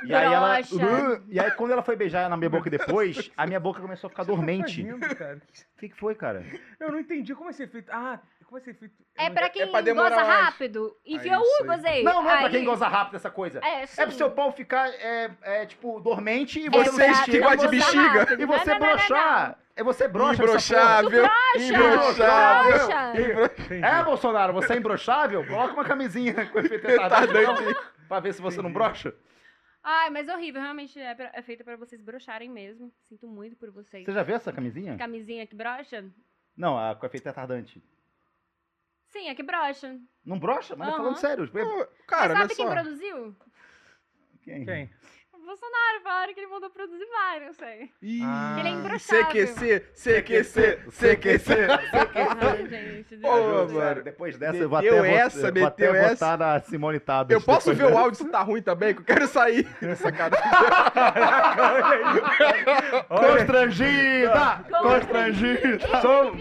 Speaker 1: e aí ela.
Speaker 2: Broxa.
Speaker 1: Uh, e aí, quando ela foi beijar na minha boca depois, a minha boca começou a ficar
Speaker 3: Você tá
Speaker 1: dormente.
Speaker 3: rindo, cara.
Speaker 1: O que, que foi, cara?
Speaker 3: Eu não entendi como é ser feito. Ah, como é ser feito.
Speaker 2: É pra quem
Speaker 4: pra demorar
Speaker 2: goza
Speaker 4: mais.
Speaker 2: rápido. Enfia
Speaker 4: Aí, isso
Speaker 2: o
Speaker 4: aí.
Speaker 2: gozei.
Speaker 1: Não, não é pra
Speaker 2: Aí-
Speaker 1: quem goza rápido essa coisa.
Speaker 2: É, sim.
Speaker 1: É pro seu pau ficar, é, é, tipo, dormente e
Speaker 2: É
Speaker 1: você não
Speaker 2: pra-
Speaker 4: Vocês que
Speaker 1: sentir.
Speaker 2: pra
Speaker 4: gostam de
Speaker 2: gozar
Speaker 4: bexiga.
Speaker 2: rápido.
Speaker 1: E você
Speaker 2: Não, não, não, não,
Speaker 1: broxar. É você broxa essa porra.
Speaker 4: Imbrochável.
Speaker 2: não.
Speaker 4: Imbrochável.
Speaker 2: Broxa.
Speaker 3: Entendi.
Speaker 1: É, Bolsonaro, você é imbrochável? Coloca uma camisinha com efeito
Speaker 4: Tá
Speaker 1: retardante
Speaker 4: Retardante.
Speaker 1: pra ver se você não brocha.
Speaker 2: Ai, mas é horrível. Realmente é, pra- é feita pra vocês broxarem mesmo. Sinto muito por vocês.
Speaker 1: Você já viu essa camisinha?
Speaker 2: Camisinha que brocha?
Speaker 1: Não, a com efeito retardante.
Speaker 2: Sim, é que brocha.
Speaker 1: Não brocha? Mas eu tô
Speaker 2: Aham.
Speaker 1: falando sério.
Speaker 4: Cara,
Speaker 2: mas
Speaker 4: olha
Speaker 2: sabe quem
Speaker 4: só.
Speaker 2: produziu?
Speaker 1: Quem?
Speaker 3: Quem?
Speaker 2: O Bolsonaro. Falaram que ele mandou produzir vários, não sei.
Speaker 4: Ih,
Speaker 3: Ah.
Speaker 2: Ele é imbrochável.
Speaker 4: CQC, CQC, CQC.
Speaker 2: Ai, Ah, gente.
Speaker 4: Ô,
Speaker 2: Deus.
Speaker 4: mano.
Speaker 1: Depois dessa eu vou até,
Speaker 4: Meteu
Speaker 1: vot-
Speaker 4: essa,
Speaker 1: eu vou até
Speaker 4: meteu essa.
Speaker 1: votar na Simone Tabet.
Speaker 4: Eu posso
Speaker 1: depois
Speaker 4: ver o
Speaker 1: dessa.
Speaker 4: áudio se tá ruim também? Que eu quero sair. Sacanagem.
Speaker 2: é
Speaker 3: Olha,
Speaker 1: Constrangida! Constrangida!
Speaker 2: Ele ficou.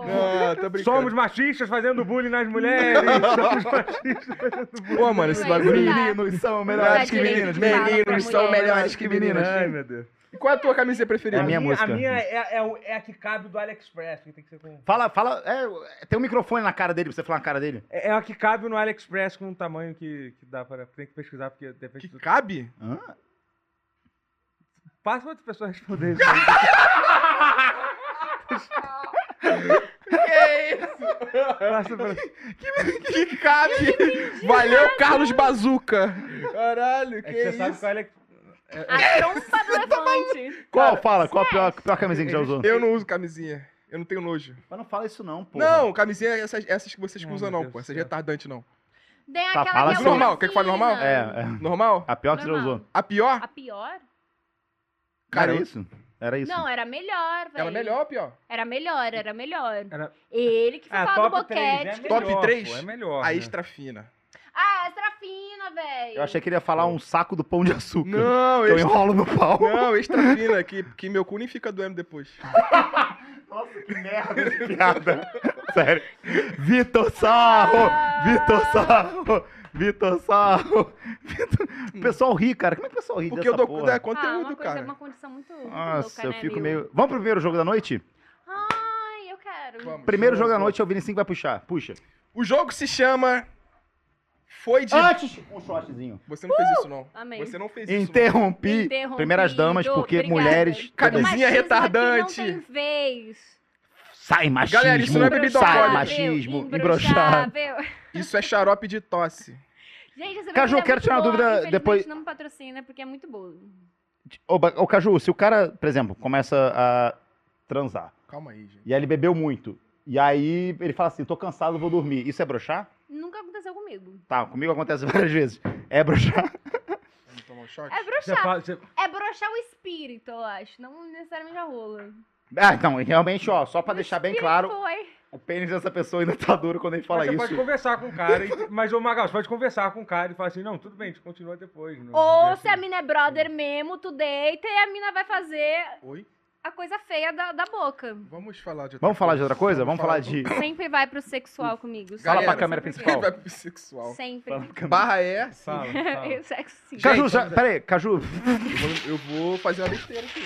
Speaker 4: Não, tô brincando.
Speaker 3: somos machistas fazendo bullying nas mulheres. somos machistas.
Speaker 4: Pô, mano, esse
Speaker 2: Não é
Speaker 4: bagulho.
Speaker 2: isso.
Speaker 1: Meninos são
Speaker 2: Não dá
Speaker 1: melhores que
Speaker 2: direito
Speaker 1: meninas.
Speaker 2: de falar pra
Speaker 1: Meninos são
Speaker 2: mulher.
Speaker 1: melhores que meninas.
Speaker 3: Ai, meu Deus.
Speaker 4: E qual é a tua camiseta
Speaker 1: É
Speaker 4: preferida?
Speaker 1: a minha música.
Speaker 3: A minha é, é o- é a que cabe do AliExpress, que tem que ser com.
Speaker 1: Fala, fala. é, tem um microfone na cara dele pra você falar na cara dele.
Speaker 3: É é a que cabe no AliExpress com um tamanho que, que dá para. Tem que pesquisar, porque depende
Speaker 4: Que
Speaker 3: do.
Speaker 4: cabe?
Speaker 1: Hã?
Speaker 3: Passa pra outra pessoa responder isso. aí. Passa pra...
Speaker 4: Que cabe! Valeu, Carlos Bazuca! Caralho,
Speaker 3: É que você sabe que o Alex...
Speaker 4: É.
Speaker 2: A trompa do
Speaker 4: Tá
Speaker 2: elefante.
Speaker 3: é
Speaker 1: Qual? Fala, qual a pior, pior camisinha que já usou?
Speaker 4: Eu não uso camisinha. Eu não tenho nojo.
Speaker 1: Mas não fala isso, não, pô.
Speaker 4: Não, camisinha é essas, essas que vocês
Speaker 3: Ai,
Speaker 4: que usam,
Speaker 3: meu
Speaker 4: não,
Speaker 3: Deus
Speaker 4: pô.
Speaker 3: do
Speaker 4: Essas
Speaker 3: céu.
Speaker 4: retardante, não.
Speaker 2: Tem
Speaker 1: Tá,
Speaker 2: aquela
Speaker 1: fala
Speaker 2: que é
Speaker 1: normal,
Speaker 2: uma
Speaker 4: quer que fale
Speaker 2: vacina.
Speaker 4: normal?
Speaker 1: É, é.
Speaker 4: Normal?
Speaker 1: A pior que você já
Speaker 2: Normal.
Speaker 1: usou.
Speaker 4: A pior?
Speaker 2: A pior?
Speaker 4: Cara,
Speaker 1: era
Speaker 4: eu-
Speaker 1: Ah, é isso? Era isso.
Speaker 2: Não, era melhor, velho.
Speaker 4: Ela é melhor ou a pior?
Speaker 2: Era melhor, era melhor.
Speaker 3: Era-
Speaker 2: Ele que
Speaker 3: Ah,
Speaker 2: ficava no
Speaker 3: top 3 é
Speaker 2: boquete.
Speaker 3: melhor,
Speaker 4: Top três?
Speaker 3: pô, é melhor.
Speaker 4: A
Speaker 3: né?
Speaker 4: extra fina.
Speaker 2: Ah, extra fina, velho.
Speaker 1: Eu achei que ele ia falar um saco do pão de açúcar.
Speaker 4: Não,
Speaker 1: que eu
Speaker 4: extra,
Speaker 1: enrolo no pau.
Speaker 4: não, extra fina, que, que meu cu nem fica doendo depois.
Speaker 1: Nossa, que merda de piada. Sério. Vitor Sarro! Vitor Sarro! Vitor Sarro! Vitor- O pessoal ri, cara. Como é que o pessoal ri
Speaker 4: Porque
Speaker 1: dessa
Speaker 4: eu dou
Speaker 1: porra?
Speaker 4: é
Speaker 2: Ah, uma
Speaker 4: conteúdo,
Speaker 2: coisa,
Speaker 4: cara.
Speaker 2: uma condição muito, muito
Speaker 1: Nossa,
Speaker 2: louca,
Speaker 1: eu
Speaker 2: né,
Speaker 1: fico
Speaker 2: Bill?
Speaker 1: meio... Vamos pro primeiro jogo da noite?
Speaker 2: Ai, eu quero.
Speaker 4: Vamos.
Speaker 1: Primeiro jogo da noite, o Vinicinho vai puxar. Puxa.
Speaker 4: O jogo se chama Foi de.
Speaker 1: Antes, um shotzinho.
Speaker 4: Você não fez isso, não.
Speaker 2: Amém.
Speaker 4: Você não fez isso. não.
Speaker 1: Interrompi.
Speaker 2: Interrompido,
Speaker 1: Primeiras damas, porque
Speaker 2: obrigada.
Speaker 1: mulheres...
Speaker 4: Camisinha
Speaker 2: Machismo aqui
Speaker 4: retardante.
Speaker 2: Não tem vez.
Speaker 1: Sai machismo.
Speaker 4: Galera, isso não é bebida
Speaker 1: Sai
Speaker 4: alcoólica.
Speaker 1: machismo.
Speaker 2: Imbroxável,
Speaker 1: Embroxado.
Speaker 2: imbroxável.
Speaker 4: Isso é xarope de tosse.
Speaker 2: Gente, essa
Speaker 1: Caju,
Speaker 2: bebida
Speaker 1: eu quero
Speaker 2: é muito
Speaker 1: tirar uma
Speaker 2: boa,
Speaker 1: dúvida
Speaker 2: infelizmente
Speaker 1: depois-
Speaker 2: não me patrocina, porque é muito boa.
Speaker 1: Ô, Ba- ô, Caju, se o cara, por exemplo, começa a transar,
Speaker 4: Calma aí, gente.
Speaker 1: e aí ele bebeu muito, e aí ele fala assim, tô cansado, vou dormir. Isso é broxar?
Speaker 2: Nunca aconteceu comigo.
Speaker 1: Tá, comigo acontece várias vezes. É broxar?
Speaker 4: Vamos tomar um shot?
Speaker 2: É
Speaker 3: Você
Speaker 2: broxar.
Speaker 3: fala- você-
Speaker 2: É broxar o espírito, eu acho. Não necessariamente a rola.
Speaker 1: Ah, então, realmente, ó, só pra deixar bem
Speaker 2: Espírito
Speaker 1: claro,
Speaker 2: Foi.
Speaker 1: o pênis dessa pessoa ainda tá duro quando ele fala
Speaker 3: mas você
Speaker 1: isso.
Speaker 3: pode conversar com o cara, e- mas ô Magal, você pode conversar com o cara e falar assim, não, tudo bem, a gente continua depois. não-
Speaker 2: Ou
Speaker 3: não é
Speaker 2: se a
Speaker 3: assim.
Speaker 2: mina é brother mesmo, tu deita e a mina vai fazer
Speaker 4: Oi?
Speaker 2: a coisa feia da, da boca.
Speaker 4: Vamos falar de outra
Speaker 1: Vamos falar de outra coisa? Vamos falar de...
Speaker 2: Sempre vai pro sexual comigo.
Speaker 1: Fala
Speaker 2: sempre,
Speaker 1: pra câmera
Speaker 2: sempre.
Speaker 1: principal.
Speaker 4: Vai pro sexual.
Speaker 2: Sempre.
Speaker 4: Barra é assim.
Speaker 3: Fala, fala.
Speaker 2: Eu sexy.
Speaker 1: Caju,
Speaker 4: Gente,
Speaker 1: já... peraí, Caju,
Speaker 4: Eu vou- Eu vou fazer uma besteira aqui.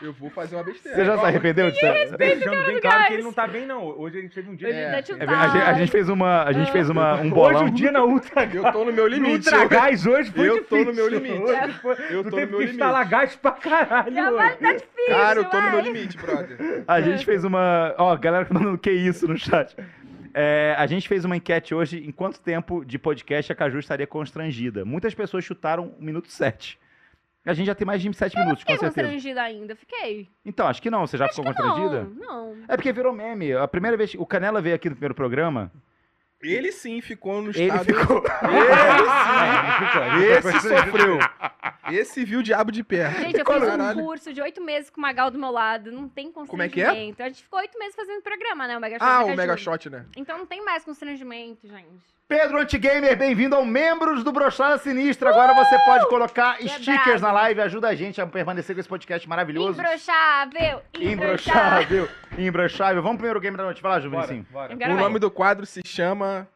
Speaker 4: Eu vou fazer uma besteira.
Speaker 1: você já se arrependeu disso?
Speaker 3: Deixando bem claro que ele não tá bem, não. Hoje a gente teve um dia...
Speaker 2: Hoje ele
Speaker 4: É,
Speaker 1: É,
Speaker 2: tá
Speaker 1: a gente, a gente
Speaker 2: tiltado.
Speaker 1: fez uma, a gente fez uma, um bolão.
Speaker 3: Hoje um dia na Ultra
Speaker 4: Eu tô no meu
Speaker 3: No
Speaker 4: limite.
Speaker 3: Ultra Gás hoje foi
Speaker 4: eu tô
Speaker 3: difícil.
Speaker 4: no meu limite.
Speaker 3: Hoje foi-
Speaker 4: Eu
Speaker 3: tu
Speaker 4: tô no
Speaker 3: teve
Speaker 4: meu
Speaker 3: que instalar
Speaker 4: limite.
Speaker 3: gás pra caralho.
Speaker 2: Já
Speaker 3: hoje.
Speaker 2: vai tá difícil,
Speaker 4: Cara, eu tô no
Speaker 2: vai.
Speaker 4: meu limite, brother.
Speaker 1: A gente fez uma. Ó, galera falando que isso no chat. É, a gente fez uma enquete hoje em quanto tempo de podcast a Caju estaria constrangida. Muitas pessoas chutaram 1 minuto 7. A gente já tem mais de 7 minutos, com
Speaker 2: Fiquei
Speaker 1: certeza.
Speaker 2: constrangida ainda, fiquei.
Speaker 1: Então, acho que não. Você já ficou constrangida?
Speaker 2: Não, não.
Speaker 1: É porque virou meme. A primeira vez. O Canela veio aqui no primeiro programa.
Speaker 4: Ele sim ficou no
Speaker 1: Ele
Speaker 4: estado.
Speaker 1: ficou.
Speaker 3: Ele
Speaker 4: Esse sofreu. Esse viu o diabo de perto.
Speaker 2: Gente, eu fiz
Speaker 4: Caralho.
Speaker 2: um curso de oito meses com o Magal do meu lado. Não tem constrangimento.
Speaker 4: Como é que é?
Speaker 2: A gente ficou oito meses fazendo programa, né? O Mega Show.
Speaker 4: Ah,
Speaker 2: Mega
Speaker 4: o Mega
Speaker 2: Ju.
Speaker 4: Shot, né?
Speaker 2: Então não tem mais constrangimento, gente.
Speaker 1: Pedro Antigamer, bem-vindo ao Membros do Brochada Sinistra. Agora você pode colocar
Speaker 2: Que
Speaker 1: stickers na live. Ajuda a gente a permanecer com esse podcast maravilhoso.
Speaker 2: Imbroxável. Imbroxável.
Speaker 1: Embroxável, embroxável. Vamos pro primeiro game da noite. Vai lá, Juvenicinho.
Speaker 3: Bora, bora.
Speaker 2: Eu quero
Speaker 4: O
Speaker 2: ver.
Speaker 4: nome do quadro se chama.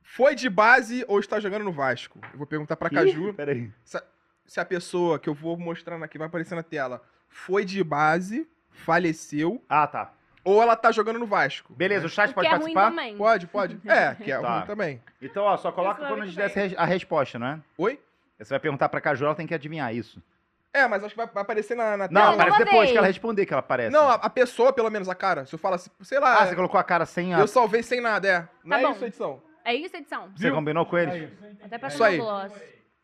Speaker 4: Foi de base ou está jogando no Vasco? Eu vou perguntar pra Caju
Speaker 1: Peraí.
Speaker 4: se a pessoa que eu vou mostrando aqui vai aparecer na tela foi de base, faleceu
Speaker 1: Ah, tá.
Speaker 4: ou ela tá jogando no Vasco.
Speaker 1: Beleza, o chat
Speaker 2: O que
Speaker 1: pode
Speaker 2: é ruim
Speaker 1: participar?
Speaker 2: também.
Speaker 4: Pode, pode. É, que é
Speaker 1: Tá.
Speaker 4: ruim também.
Speaker 1: Então, ó, só coloca
Speaker 2: Isso,
Speaker 1: quando a gente
Speaker 2: muito
Speaker 1: der a resposta, não é?
Speaker 4: Oi?
Speaker 1: Você vai perguntar pra Caju, ela tem que adivinhar isso.
Speaker 4: É, mas acho que vai vai aparecer na,
Speaker 1: Não,
Speaker 2: eu
Speaker 4: na tela.
Speaker 2: não
Speaker 1: aparece
Speaker 2: vou
Speaker 1: depois
Speaker 2: ver.
Speaker 1: que ela responder que ela aparece.
Speaker 4: Não, a, a pessoa, pelo menos, a cara. Se eu falar assim, sei lá,
Speaker 1: Ah, você colocou a cara sem a...
Speaker 4: eu salvei sem nada, é. Não
Speaker 2: Tá
Speaker 4: é
Speaker 2: bom.
Speaker 4: isso, edição.
Speaker 2: É isso, edição.
Speaker 1: Você combinou com eles?
Speaker 2: Até pra
Speaker 4: Isso
Speaker 2: pegar
Speaker 4: aí.
Speaker 2: o gloss.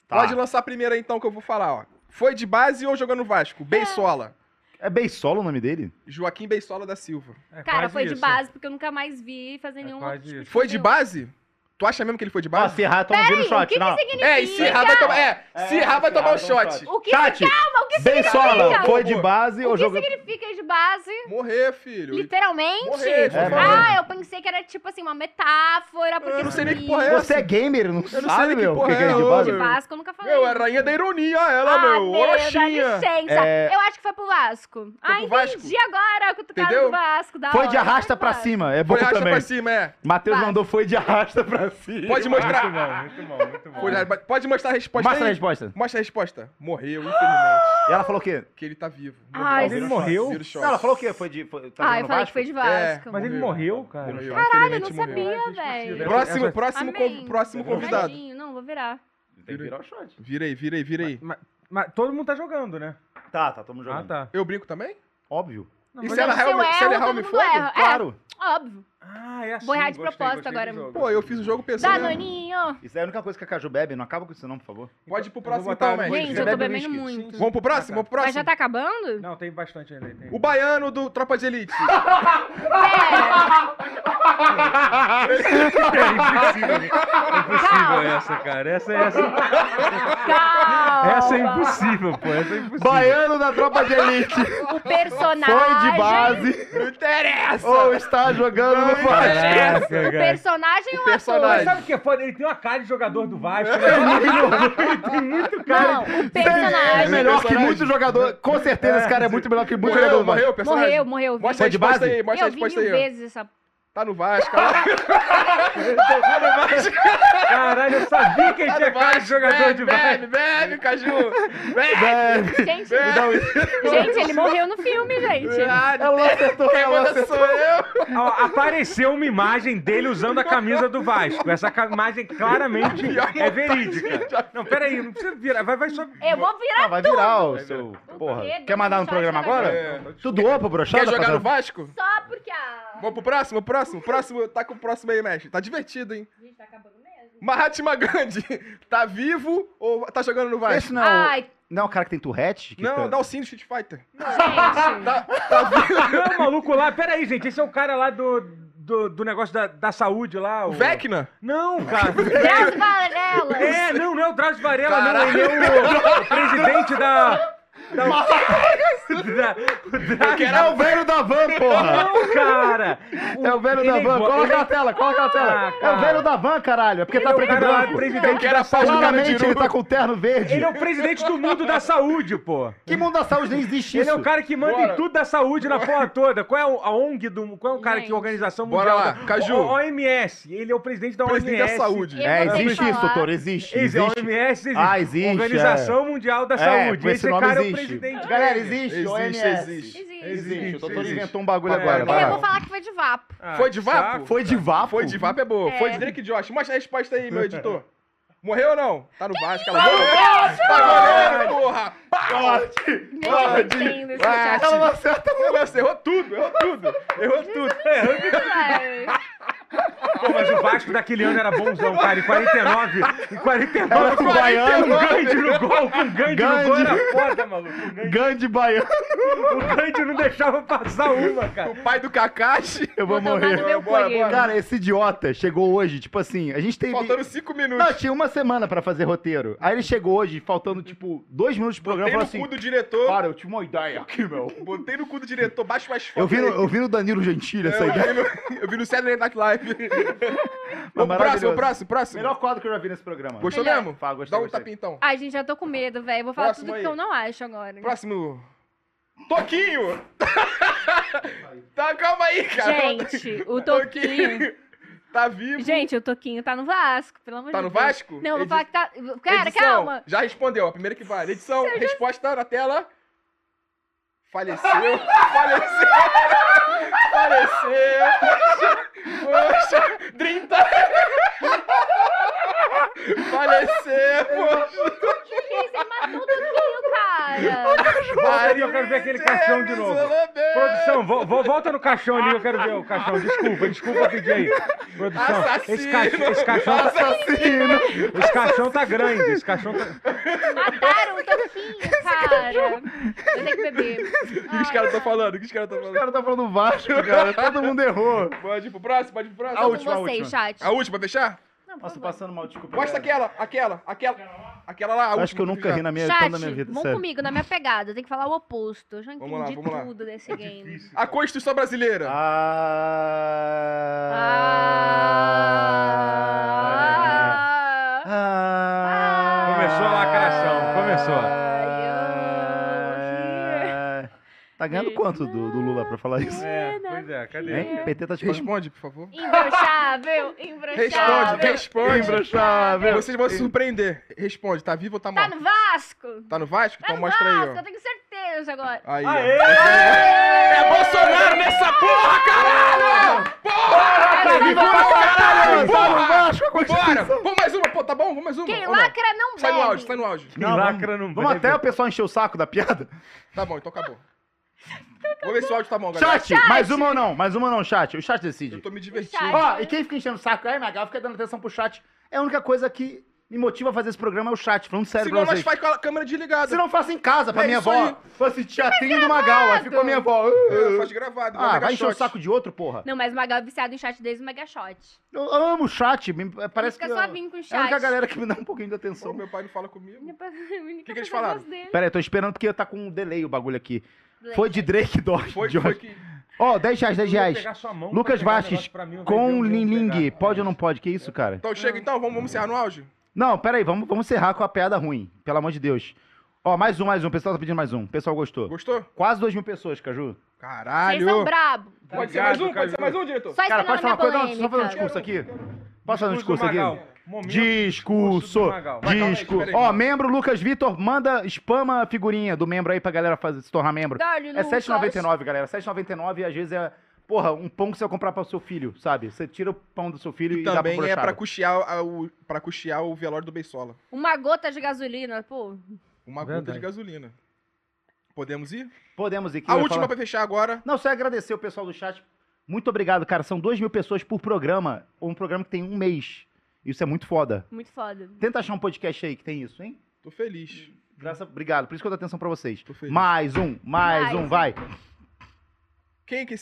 Speaker 1: Tá.
Speaker 4: Pode lançar a primeira então que eu vou falar, ó. Foi de base ou jogando no Vasco? Beisola.
Speaker 1: É Beisola o nome dele?
Speaker 4: Joaquim Beisola da Silva.
Speaker 3: É
Speaker 2: Cara,
Speaker 3: quase
Speaker 2: foi de
Speaker 3: isso.
Speaker 2: base, porque eu nunca mais vi fazer nenhum
Speaker 3: quase
Speaker 2: outro tipo
Speaker 3: isso.
Speaker 4: É Foi de
Speaker 2: conteúdo.
Speaker 4: base? Tu acha mesmo que ele foi de
Speaker 1: Ó,
Speaker 4: base?
Speaker 1: se errar, Ah, toma vira o
Speaker 2: Peraí, o
Speaker 1: shot.
Speaker 2: que,
Speaker 1: não.
Speaker 2: que significa?
Speaker 4: é, e se errar vai tomar. É, se errar vai tomar um shot.
Speaker 2: O que
Speaker 1: Chat,
Speaker 2: Calma, o que
Speaker 1: Beisola,
Speaker 2: significa?
Speaker 1: foi de base
Speaker 2: O
Speaker 1: ou
Speaker 2: que
Speaker 1: jogou...
Speaker 2: significa de base?
Speaker 4: Morrer, filho.
Speaker 2: Literalmente?
Speaker 4: Morrer,
Speaker 1: É,
Speaker 2: ah, eu pensei que era tipo assim, uma metáfora, porque
Speaker 4: Eu não sei nem que
Speaker 2: vi.
Speaker 4: porra é
Speaker 1: Você é gamer, não
Speaker 4: sei
Speaker 1: sabe,
Speaker 4: nem que
Speaker 1: meu, o que
Speaker 4: porra
Speaker 1: que é
Speaker 4: é,
Speaker 1: de
Speaker 4: ô,
Speaker 1: base?
Speaker 2: De
Speaker 4: meu.
Speaker 2: Vasco eu nunca falei.
Speaker 4: Meu, é rainha da ironia ela,
Speaker 2: ah, Deus,
Speaker 4: meu.
Speaker 2: dá
Speaker 4: Orochinha.
Speaker 2: licença.
Speaker 1: É.
Speaker 2: Eu acho que foi pro Vasco. ah,
Speaker 4: pro Vasco.
Speaker 2: entendi agora a cutucada
Speaker 4: Entendeu?
Speaker 2: do Vasco. Da
Speaker 1: Foi de
Speaker 2: hora.
Speaker 1: arrasta
Speaker 2: pro
Speaker 1: pra
Speaker 2: Vasco.
Speaker 1: cima, é bom
Speaker 4: Foi racha
Speaker 1: também.
Speaker 4: pra cima, é.
Speaker 1: Matheus
Speaker 2: Vai.
Speaker 1: mandou foi de arrasta pra
Speaker 3: Sim.
Speaker 4: Pode mostrar.
Speaker 3: Muito bom, muito bom, muito bom.
Speaker 4: Foi lá, Pode mostrar a resposta
Speaker 1: Mostra a
Speaker 4: aí.
Speaker 1: resposta.
Speaker 4: Mostra a resposta. Morreu, infelizmente.
Speaker 1: E ela falou o quê?
Speaker 4: Que ele tá vivo.
Speaker 2: Ai,
Speaker 4: Morreu.
Speaker 3: Ele morreu?
Speaker 4: Vira o
Speaker 1: Não,
Speaker 4: choque.
Speaker 1: ela falou o quê? Foi de. Foi, tá
Speaker 2: Ah, eu
Speaker 1: jogando
Speaker 2: falei que
Speaker 1: Vasco?
Speaker 2: foi de Vasco.
Speaker 3: Mas ele morreu, cara.
Speaker 4: Morreu,
Speaker 2: Caralho, eu não
Speaker 4: infelizmente morreu.
Speaker 3: Caralho,
Speaker 2: sabia, velho.
Speaker 3: Essa-
Speaker 4: Próximo,
Speaker 3: essa-
Speaker 4: próximo,
Speaker 2: Amém.
Speaker 4: É. con- próximo
Speaker 1: Morreu.
Speaker 4: convidado.
Speaker 2: Tadinho, Não, vou virar.
Speaker 1: Tem que virar o shot.
Speaker 4: Vira aí, vira aí, vira aí.
Speaker 3: Mas, mas todo mundo tá jogando, né?
Speaker 1: Tá, tá, todo mundo jogando.
Speaker 3: Ah, tá.
Speaker 4: Eu brinco também?
Speaker 1: Óbvio.
Speaker 3: Não,
Speaker 4: E
Speaker 3: mas
Speaker 4: se ela
Speaker 2: Se eu
Speaker 4: errar, eu me- se
Speaker 2: erro,
Speaker 4: ela errar, eu
Speaker 2: todo
Speaker 4: me
Speaker 2: mundo
Speaker 4: fodo?
Speaker 2: erra. É.
Speaker 1: Claro.
Speaker 2: Óbvio.
Speaker 3: Ah, é assim.
Speaker 2: Vou errar de
Speaker 3: gostei,
Speaker 2: propósito
Speaker 3: gostei
Speaker 2: agora.
Speaker 3: do jogo.
Speaker 4: Pô, eu fiz o jogo pensando.
Speaker 2: Danoninho.
Speaker 1: Isso aí é a única coisa que a Caju bebe. Não acaba com isso, não, por favor.
Speaker 4: Pode ir pro
Speaker 3: Eu vou
Speaker 4: próximo
Speaker 3: botar
Speaker 4: então,
Speaker 3: dois
Speaker 4: Mestre.
Speaker 2: Gente, eu
Speaker 3: bebe
Speaker 2: tô bebendo
Speaker 3: whisky.
Speaker 2: muito.
Speaker 3: Sim, sim.
Speaker 4: Vamos pro próximo, vamos pro
Speaker 2: Mas
Speaker 4: próximo.
Speaker 2: já tá acabando?
Speaker 3: Não, tem bastante ainda. aí, Tem.
Speaker 4: O baiano do Tropa de Elite.
Speaker 3: impossível essa, cara. Essa, essa,
Speaker 2: Calma.
Speaker 3: essa é impossível, pô. Essa é impossível.
Speaker 1: Baiano da tropa de elite.
Speaker 2: O personagem.
Speaker 1: Foi de base.
Speaker 4: Não interessa.
Speaker 1: Ou está jogando no Vasco.
Speaker 3: Caraca,
Speaker 2: O
Speaker 3: cara.
Speaker 2: personagem ou o
Speaker 4: personagem.
Speaker 2: ator?
Speaker 3: Mas sabe o que é foda? Ele tem uma cara de jogador do Vasco. né? Ele tem- ele tem muito cara.
Speaker 2: Não, o
Speaker 1: É
Speaker 2: personagem.
Speaker 1: melhor que
Speaker 4: Personagem.
Speaker 1: muito jogador. Com certeza esse cara é muito melhor que muito jogador.
Speaker 4: Morreu,
Speaker 1: do Vasco.
Speaker 4: morreu, personagem.
Speaker 2: Morreu, morreu. vi.
Speaker 4: Mostra a
Speaker 1: Foi de
Speaker 4: resposta
Speaker 1: base?
Speaker 4: aí, mostra a
Speaker 2: eu vi
Speaker 4: resposta
Speaker 2: mil
Speaker 4: aí. ó.
Speaker 2: vezes essa.
Speaker 4: Tá no Vasco, olha lá.
Speaker 3: Caralho, eu sabia que ele
Speaker 4: Tá
Speaker 3: tinha
Speaker 4: no
Speaker 3: cara de
Speaker 4: Vasco.
Speaker 3: jogador de Vasco.
Speaker 4: Bebe, bebe, bebe, Caju. Bebe.
Speaker 1: Bebe. um-
Speaker 2: Gente,
Speaker 1: Não,
Speaker 2: gente, ele morreu no filme, gente.
Speaker 4: Ah,
Speaker 1: Ela acertou,
Speaker 4: quem
Speaker 1: ela
Speaker 4: manda
Speaker 1: acertou.
Speaker 4: sou eu.
Speaker 3: Ó, apareceu uma imagem dele usando a camisa do Vasco. Essa ca- imagem claramente é verídica. Não, peraí, não precisa virar. Vai, vai só.
Speaker 4: É.
Speaker 2: Eu vou virar.
Speaker 1: Ah, vai virar o seu. Porra.
Speaker 2: quê?
Speaker 1: Quer mandar no programa agora?
Speaker 4: É.
Speaker 1: Tu doou pro brochada?
Speaker 4: Quer jogar no
Speaker 1: Fazendo-
Speaker 4: Vasco?
Speaker 2: Só porque a.
Speaker 4: Vamos pro próximo, próximo, próximo. Tá com o próximo aí, mestre. Tá divertido, hein?
Speaker 2: Gente, tá acabando mesmo.
Speaker 4: Mahatma Gandhi, tá vivo ou tá jogando no Vasco?
Speaker 1: Esse não é o-
Speaker 2: Ai,
Speaker 1: Não é o cara que tem Tourette? Que
Speaker 4: Não,
Speaker 1: fica-
Speaker 4: dá o sino Street Fighter.
Speaker 2: gente.
Speaker 4: Tá, tá vivo.
Speaker 3: Não, Ah, o maluco lá. Peraí, gente. Esse é o cara lá do, do, do negócio da, da saúde lá. O...
Speaker 4: O Vecna?
Speaker 3: Não,
Speaker 4: É.
Speaker 3: cara.
Speaker 2: Deus Varela.
Speaker 3: É, não, não é o Drauzio Varela,
Speaker 4: Caralho.
Speaker 3: não. Ele é o, o presidente da. da, da o Drauzio-
Speaker 1: É o velho da van, porra!
Speaker 3: Não, cara!
Speaker 1: É o velho
Speaker 3: ele
Speaker 1: da
Speaker 3: é
Speaker 1: van,
Speaker 3: igual-
Speaker 1: coloca
Speaker 3: ele
Speaker 1: na tela, coloca na tela.
Speaker 3: Ah,
Speaker 1: É o
Speaker 3: cara.
Speaker 1: velho da van, caralho. É porque tá
Speaker 3: é o
Speaker 1: preto e
Speaker 3: cara lá,
Speaker 1: branco.
Speaker 3: presidente
Speaker 4: Quero
Speaker 3: da
Speaker 4: a paz do
Speaker 3: saúde.
Speaker 4: cara
Speaker 1: Claramente
Speaker 4: de
Speaker 1: ele
Speaker 4: Urubu.
Speaker 1: tá com o terno verde.
Speaker 3: Ele é o presidente do mundo da saúde, pô.
Speaker 1: Que mundo da saúde nem existe
Speaker 3: Ele
Speaker 1: isso?
Speaker 3: é o cara que manda
Speaker 4: Bora.
Speaker 3: em tudo da saúde na porra toda. Qual é o- a ONG do. Qual é o cara
Speaker 2: Gente.
Speaker 3: que organização
Speaker 4: Bora
Speaker 3: mundial?
Speaker 4: lá,
Speaker 3: da-
Speaker 4: Caju.
Speaker 3: O- OMS. Ele é o presidente da
Speaker 4: um Presidente da
Speaker 3: OMS.
Speaker 4: saúde.
Speaker 2: Eu-
Speaker 1: É,
Speaker 2: vou ter que
Speaker 1: existe isso,
Speaker 2: falar.
Speaker 1: doutor, existe.
Speaker 3: Existe. A
Speaker 1: Existe.
Speaker 3: OMS existe.
Speaker 1: Ah, existe,
Speaker 3: Organização Mundial da Saúde.
Speaker 1: É,
Speaker 3: Esse,
Speaker 1: esse nome
Speaker 3: cara é o
Speaker 1: existe.
Speaker 3: presidente.
Speaker 1: Galera, existe,
Speaker 4: Existe,
Speaker 1: OMS.
Speaker 4: existe.
Speaker 2: Existe.
Speaker 1: Existe, o doutor
Speaker 4: existe. Ah.
Speaker 1: inventou um bagulho
Speaker 3: É,
Speaker 1: agora.
Speaker 3: eu
Speaker 1: vai
Speaker 2: Eu
Speaker 1: lá.
Speaker 2: vou falar que foi de vapo.
Speaker 3: Ah,
Speaker 4: Foi de
Speaker 3: que saco.
Speaker 4: vapo?
Speaker 1: Foi de vapo?
Speaker 4: Foi de vapo é boa. Foi de Drake Josh. Mostra a resposta aí, meu editor. Morreu ou não? Tá no Vasco, ela morreu. Tá goleiro, porra.
Speaker 2: Gente, eu
Speaker 4: Ah,
Speaker 2: não entendo esse chat.
Speaker 4: Ela não acerta. Ela errou tudo, errou tudo. Errou tudo.
Speaker 2: velho.
Speaker 3: Pô, mas o Vasco daquele ano era bonzão, cara. Em 49, em 49,
Speaker 1: Era com
Speaker 3: com
Speaker 1: o é um baiano,
Speaker 3: Gandhi no gol, com Gandhi, no gol
Speaker 1: Gandhi.
Speaker 3: era foda, maluco. O Gandhi,
Speaker 1: Gandhi baiano.
Speaker 3: o Gandhi não deixava passar uma, cara.
Speaker 4: O pai do Kakashi.
Speaker 1: Eu vou
Speaker 2: Vou tomar no
Speaker 1: morrer.
Speaker 2: meu
Speaker 4: Bora,
Speaker 2: coelho.
Speaker 4: bora.
Speaker 1: Cara, esse idiota chegou hoje, tipo assim, a gente teve...
Speaker 4: Faltando cinco minutos.
Speaker 1: Não, tipo, tinha uma semana pra fazer roteiro. Aí ele chegou hoje, faltando, tipo, dois minutos de programa, e
Speaker 4: Botei
Speaker 1: falou
Speaker 4: no
Speaker 1: assim...
Speaker 4: cu do diretor.
Speaker 1: Cara, eu tive uma ideia aqui, meu.
Speaker 4: Botei no cu do diretor. Baixa mais forte.
Speaker 1: Eu vi, no,
Speaker 4: aí.
Speaker 1: eu vi no Danilo Gentili essa
Speaker 4: Eu
Speaker 1: ideia.
Speaker 4: vi no- eu vi no Saturday Night Live. Vamos pro
Speaker 1: maravilhoso.
Speaker 4: próximo, próximo, próximo.
Speaker 1: Melhor quadro que eu já vi nesse programa.
Speaker 4: Gostou
Speaker 2: Melhor.
Speaker 4: mesmo?
Speaker 1: Fala, gostei,
Speaker 4: Dá um
Speaker 1: gostei.
Speaker 4: tapinha então.
Speaker 2: Ai, gente, já tô com medo, velho. Vou falar
Speaker 4: Próximo
Speaker 2: tudo
Speaker 4: aí.
Speaker 2: que eu não acho agora.
Speaker 4: Próximo. Toquinho! tá, calma aí, cara.
Speaker 2: Gente, o Toquinho.
Speaker 4: Tá vivo.
Speaker 2: Gente, o Toquinho tá no Vasco, pelo amor de
Speaker 4: Tá no
Speaker 2: Deus.
Speaker 4: Vasco?
Speaker 2: Não, vou
Speaker 4: Edi-
Speaker 2: falar que tá. Cara,
Speaker 4: Edição,
Speaker 2: calma.
Speaker 4: Já respondeu, a primeira que vale. Edição, resposta na tela. Faleceu. Faleceu. Faleceu. Poxa, poxa, 30.
Speaker 2: Gente, você
Speaker 4: Faleceu.
Speaker 2: matou o Toquinho, cara.
Speaker 3: Volta ali, eu quero ver aquele caixão de novo. Produção, vo- vo- volta no caixão ali, eu quero ver o caixão. Desculpa, desculpa pedir aí. Produção, esse,
Speaker 4: Assassino.
Speaker 3: caixão, esse, caixão tá,
Speaker 1: Assassino!
Speaker 3: esse caixão tá grande, esse caixão tá...
Speaker 2: Mataram o Toquinho, cara. Eu tenho que beber.
Speaker 4: O que é os caras estão falando? O que os caras estão
Speaker 1: O
Speaker 4: falando?
Speaker 1: cara tá falando Vasco, cara. Todo mundo errou.
Speaker 4: Pode ir pro próximo, pode ir pro
Speaker 1: A
Speaker 2: A
Speaker 4: próximo.
Speaker 1: última, a última.
Speaker 2: vocês, chat.
Speaker 4: A última, pra fechar?
Speaker 2: Não, por
Speaker 1: Nossa,
Speaker 2: favor.
Speaker 1: passando mal, desculpa.
Speaker 4: Mostra
Speaker 1: galera.
Speaker 4: aquela, aquela, aquela. Aquela lá, a
Speaker 1: Acho que eu
Speaker 4: última
Speaker 1: nunca ri na minha, tanto
Speaker 2: Chat,
Speaker 1: na minha vida,
Speaker 2: vão
Speaker 1: sério.
Speaker 2: comigo, na minha pegada. Tem que falar o oposto. Eu já entendi
Speaker 4: Vamos lá, vamos lá. É
Speaker 2: tudo desse game.
Speaker 4: A Constituição Brasileira.
Speaker 1: Ah...
Speaker 2: Ah.
Speaker 1: Ah...
Speaker 3: Começou a lacração, começou.
Speaker 2: Ai, eu-
Speaker 1: Tá ganhando quanto do, do Lula pra falar isso?
Speaker 3: É, pois é, cadê?
Speaker 1: Hein? PT tá te pagando.
Speaker 4: Responde, por favor.
Speaker 2: Imbrochável,
Speaker 4: Responde,
Speaker 2: imbrochável.
Speaker 4: responde.
Speaker 1: Imbrochável.
Speaker 4: Vocês vão se surpreender. Responde, tá vivo ou tá
Speaker 2: Tá
Speaker 4: morto?
Speaker 2: no Vasco?
Speaker 4: Tá no Vasco?
Speaker 2: Tá
Speaker 4: Então
Speaker 2: no
Speaker 4: mostra aí,
Speaker 2: Vasco, tá eu
Speaker 4: ó.
Speaker 2: tenho certeza agora.
Speaker 4: Aí,
Speaker 3: Aê!
Speaker 4: ó.
Speaker 5: É Bolsonaro
Speaker 1: né?
Speaker 5: nessa porra, caralho!
Speaker 4: Ah,
Speaker 1: Tá viva pra caralho, tá no Vasco, a
Speaker 4: Bora!
Speaker 1: Constituição.
Speaker 4: Vamos mais uma, pô, tá bom? Vamos mais uma.
Speaker 2: Quem
Speaker 4: ou não?
Speaker 2: lacra não
Speaker 4: Sai no
Speaker 2: bebe.
Speaker 4: áudio, sai no áudio.
Speaker 3: Quem
Speaker 1: Não,
Speaker 3: lacra não
Speaker 1: Vamos
Speaker 3: bebe.
Speaker 1: até o pessoal encher o saco da piada?
Speaker 4: Tá bom, então acabou. Vamos ver se o áudio tá bom, galera.
Speaker 1: Chat, mais uma ou não? Mais uma ou não, chat? O chat decide.
Speaker 4: Eu tô me
Speaker 2: O
Speaker 4: divertindo.
Speaker 2: chat.
Speaker 1: Ó, e quem fica enchendo o saco, aí, Magal, fica dando atenção pro chat. É a única coisa que me motiva a fazer esse programa é o chat, falando sério
Speaker 4: Senão
Speaker 1: pra
Speaker 4: nós
Speaker 1: vocês.
Speaker 4: faz com a câmera desligada.
Speaker 1: Se não faça em casa, pra
Speaker 4: É
Speaker 1: minha
Speaker 4: isso
Speaker 1: avó.
Speaker 4: aí.
Speaker 1: Fala assim,
Speaker 2: Tá
Speaker 1: teatrinho do Magal, aí ficou minha avó.
Speaker 4: É, Faz gravado. igual
Speaker 1: Ah, vai encher o
Speaker 4: Megashot.
Speaker 1: saco de outro, porra.
Speaker 2: Não, mas o Magal é viciado em chat desde o Megashot.
Speaker 1: Eu amo o chat, me- parece que
Speaker 2: Ele
Speaker 1: eu-
Speaker 2: fica suavinho com
Speaker 1: é
Speaker 2: o
Speaker 1: a
Speaker 2: chat.
Speaker 1: única galera que me dá um pouquinho de
Speaker 4: Pô,
Speaker 1: atenção.
Speaker 4: meu pai não fala comigo.
Speaker 2: O
Speaker 4: que eles falaram?
Speaker 1: Pera aí, tô esperando porque tá com um delay o bagulho aqui. Foi de Drake Dodge.
Speaker 4: Foi, foi que.
Speaker 1: Ó, 10 reais, 10
Speaker 3: Eu vou
Speaker 1: reais.
Speaker 3: pegar sua mão
Speaker 1: Lucas
Speaker 3: pra pegar um
Speaker 1: Vasques,
Speaker 3: negócio pra mim, eu vendi
Speaker 1: Com
Speaker 3: um
Speaker 1: Lin
Speaker 3: livro
Speaker 1: Ling.
Speaker 3: pegar.
Speaker 1: Pode ou não pode? Que isso, cara?
Speaker 4: Então chega então, vamos, vamos encerrar no áudio?
Speaker 1: Não, pera aí, vamos, vamos encerrar com a piada ruim. Pelo amor de Deus. Ó, mais um, mais um. O pessoal tá pedindo mais um. O pessoal gostou.
Speaker 4: Gostou?
Speaker 1: Quase 2 mil pessoas, Caju.
Speaker 2: Vocês
Speaker 4: Caralho!
Speaker 2: são brabo.
Speaker 4: Pode ser mais um, pode ser
Speaker 3: Obrigado,
Speaker 4: mais um, diretor.
Speaker 2: Só
Speaker 1: Cara,
Speaker 2: esperando
Speaker 1: pode falar
Speaker 2: a
Speaker 1: uma coisa? Não, só
Speaker 2: minha
Speaker 1: fazer um
Speaker 2: polêmica.
Speaker 1: discurso aqui. Posso fazer um discurso aqui?
Speaker 3: Magal. Momento discurso
Speaker 1: Discurso.
Speaker 3: do Magal.
Speaker 4: Vai, calma aí,
Speaker 1: Disco.
Speaker 4: espera aí.
Speaker 1: Ó, membro Lucas Vitor, manda spama a figurinha do membro aí pra galera fazer, se tornar membro.
Speaker 2: Dá-lhe,
Speaker 1: É
Speaker 2: Lucas.
Speaker 1: 7,99, galera. 7,99 às vezes é, porra, um pão que você vai comprar para o seu filho, sabe? Você tira o pão do seu filho e,
Speaker 4: E
Speaker 1: dá pro
Speaker 4: também é pra
Speaker 1: brochado.
Speaker 4: custear, a- o, pra custear o velório do Beisola.
Speaker 2: Uma gota de gasolina, pô.
Speaker 4: Uma gota
Speaker 3: Verdade.
Speaker 4: de gasolina. Podemos ir?
Speaker 1: Podemos ir. que
Speaker 4: a
Speaker 1: eu ia
Speaker 4: última
Speaker 1: falar-
Speaker 4: pra fechar agora.
Speaker 1: Não, só agradecer o pessoal do chat. Muito obrigado, cara. São 2 mil pessoas por programa. Um programa que tem um mês. Isso é muito foda.
Speaker 2: Muito foda.
Speaker 1: Tenta achar um podcast aí que tem isso, hein?
Speaker 4: Tô feliz.
Speaker 1: Graças, obrigado. Por isso que eu dou atenção pra vocês.
Speaker 4: Tô feliz.
Speaker 1: Mais um, mais,
Speaker 2: Mais
Speaker 1: um,
Speaker 2: um.
Speaker 1: vai.
Speaker 4: Quem que.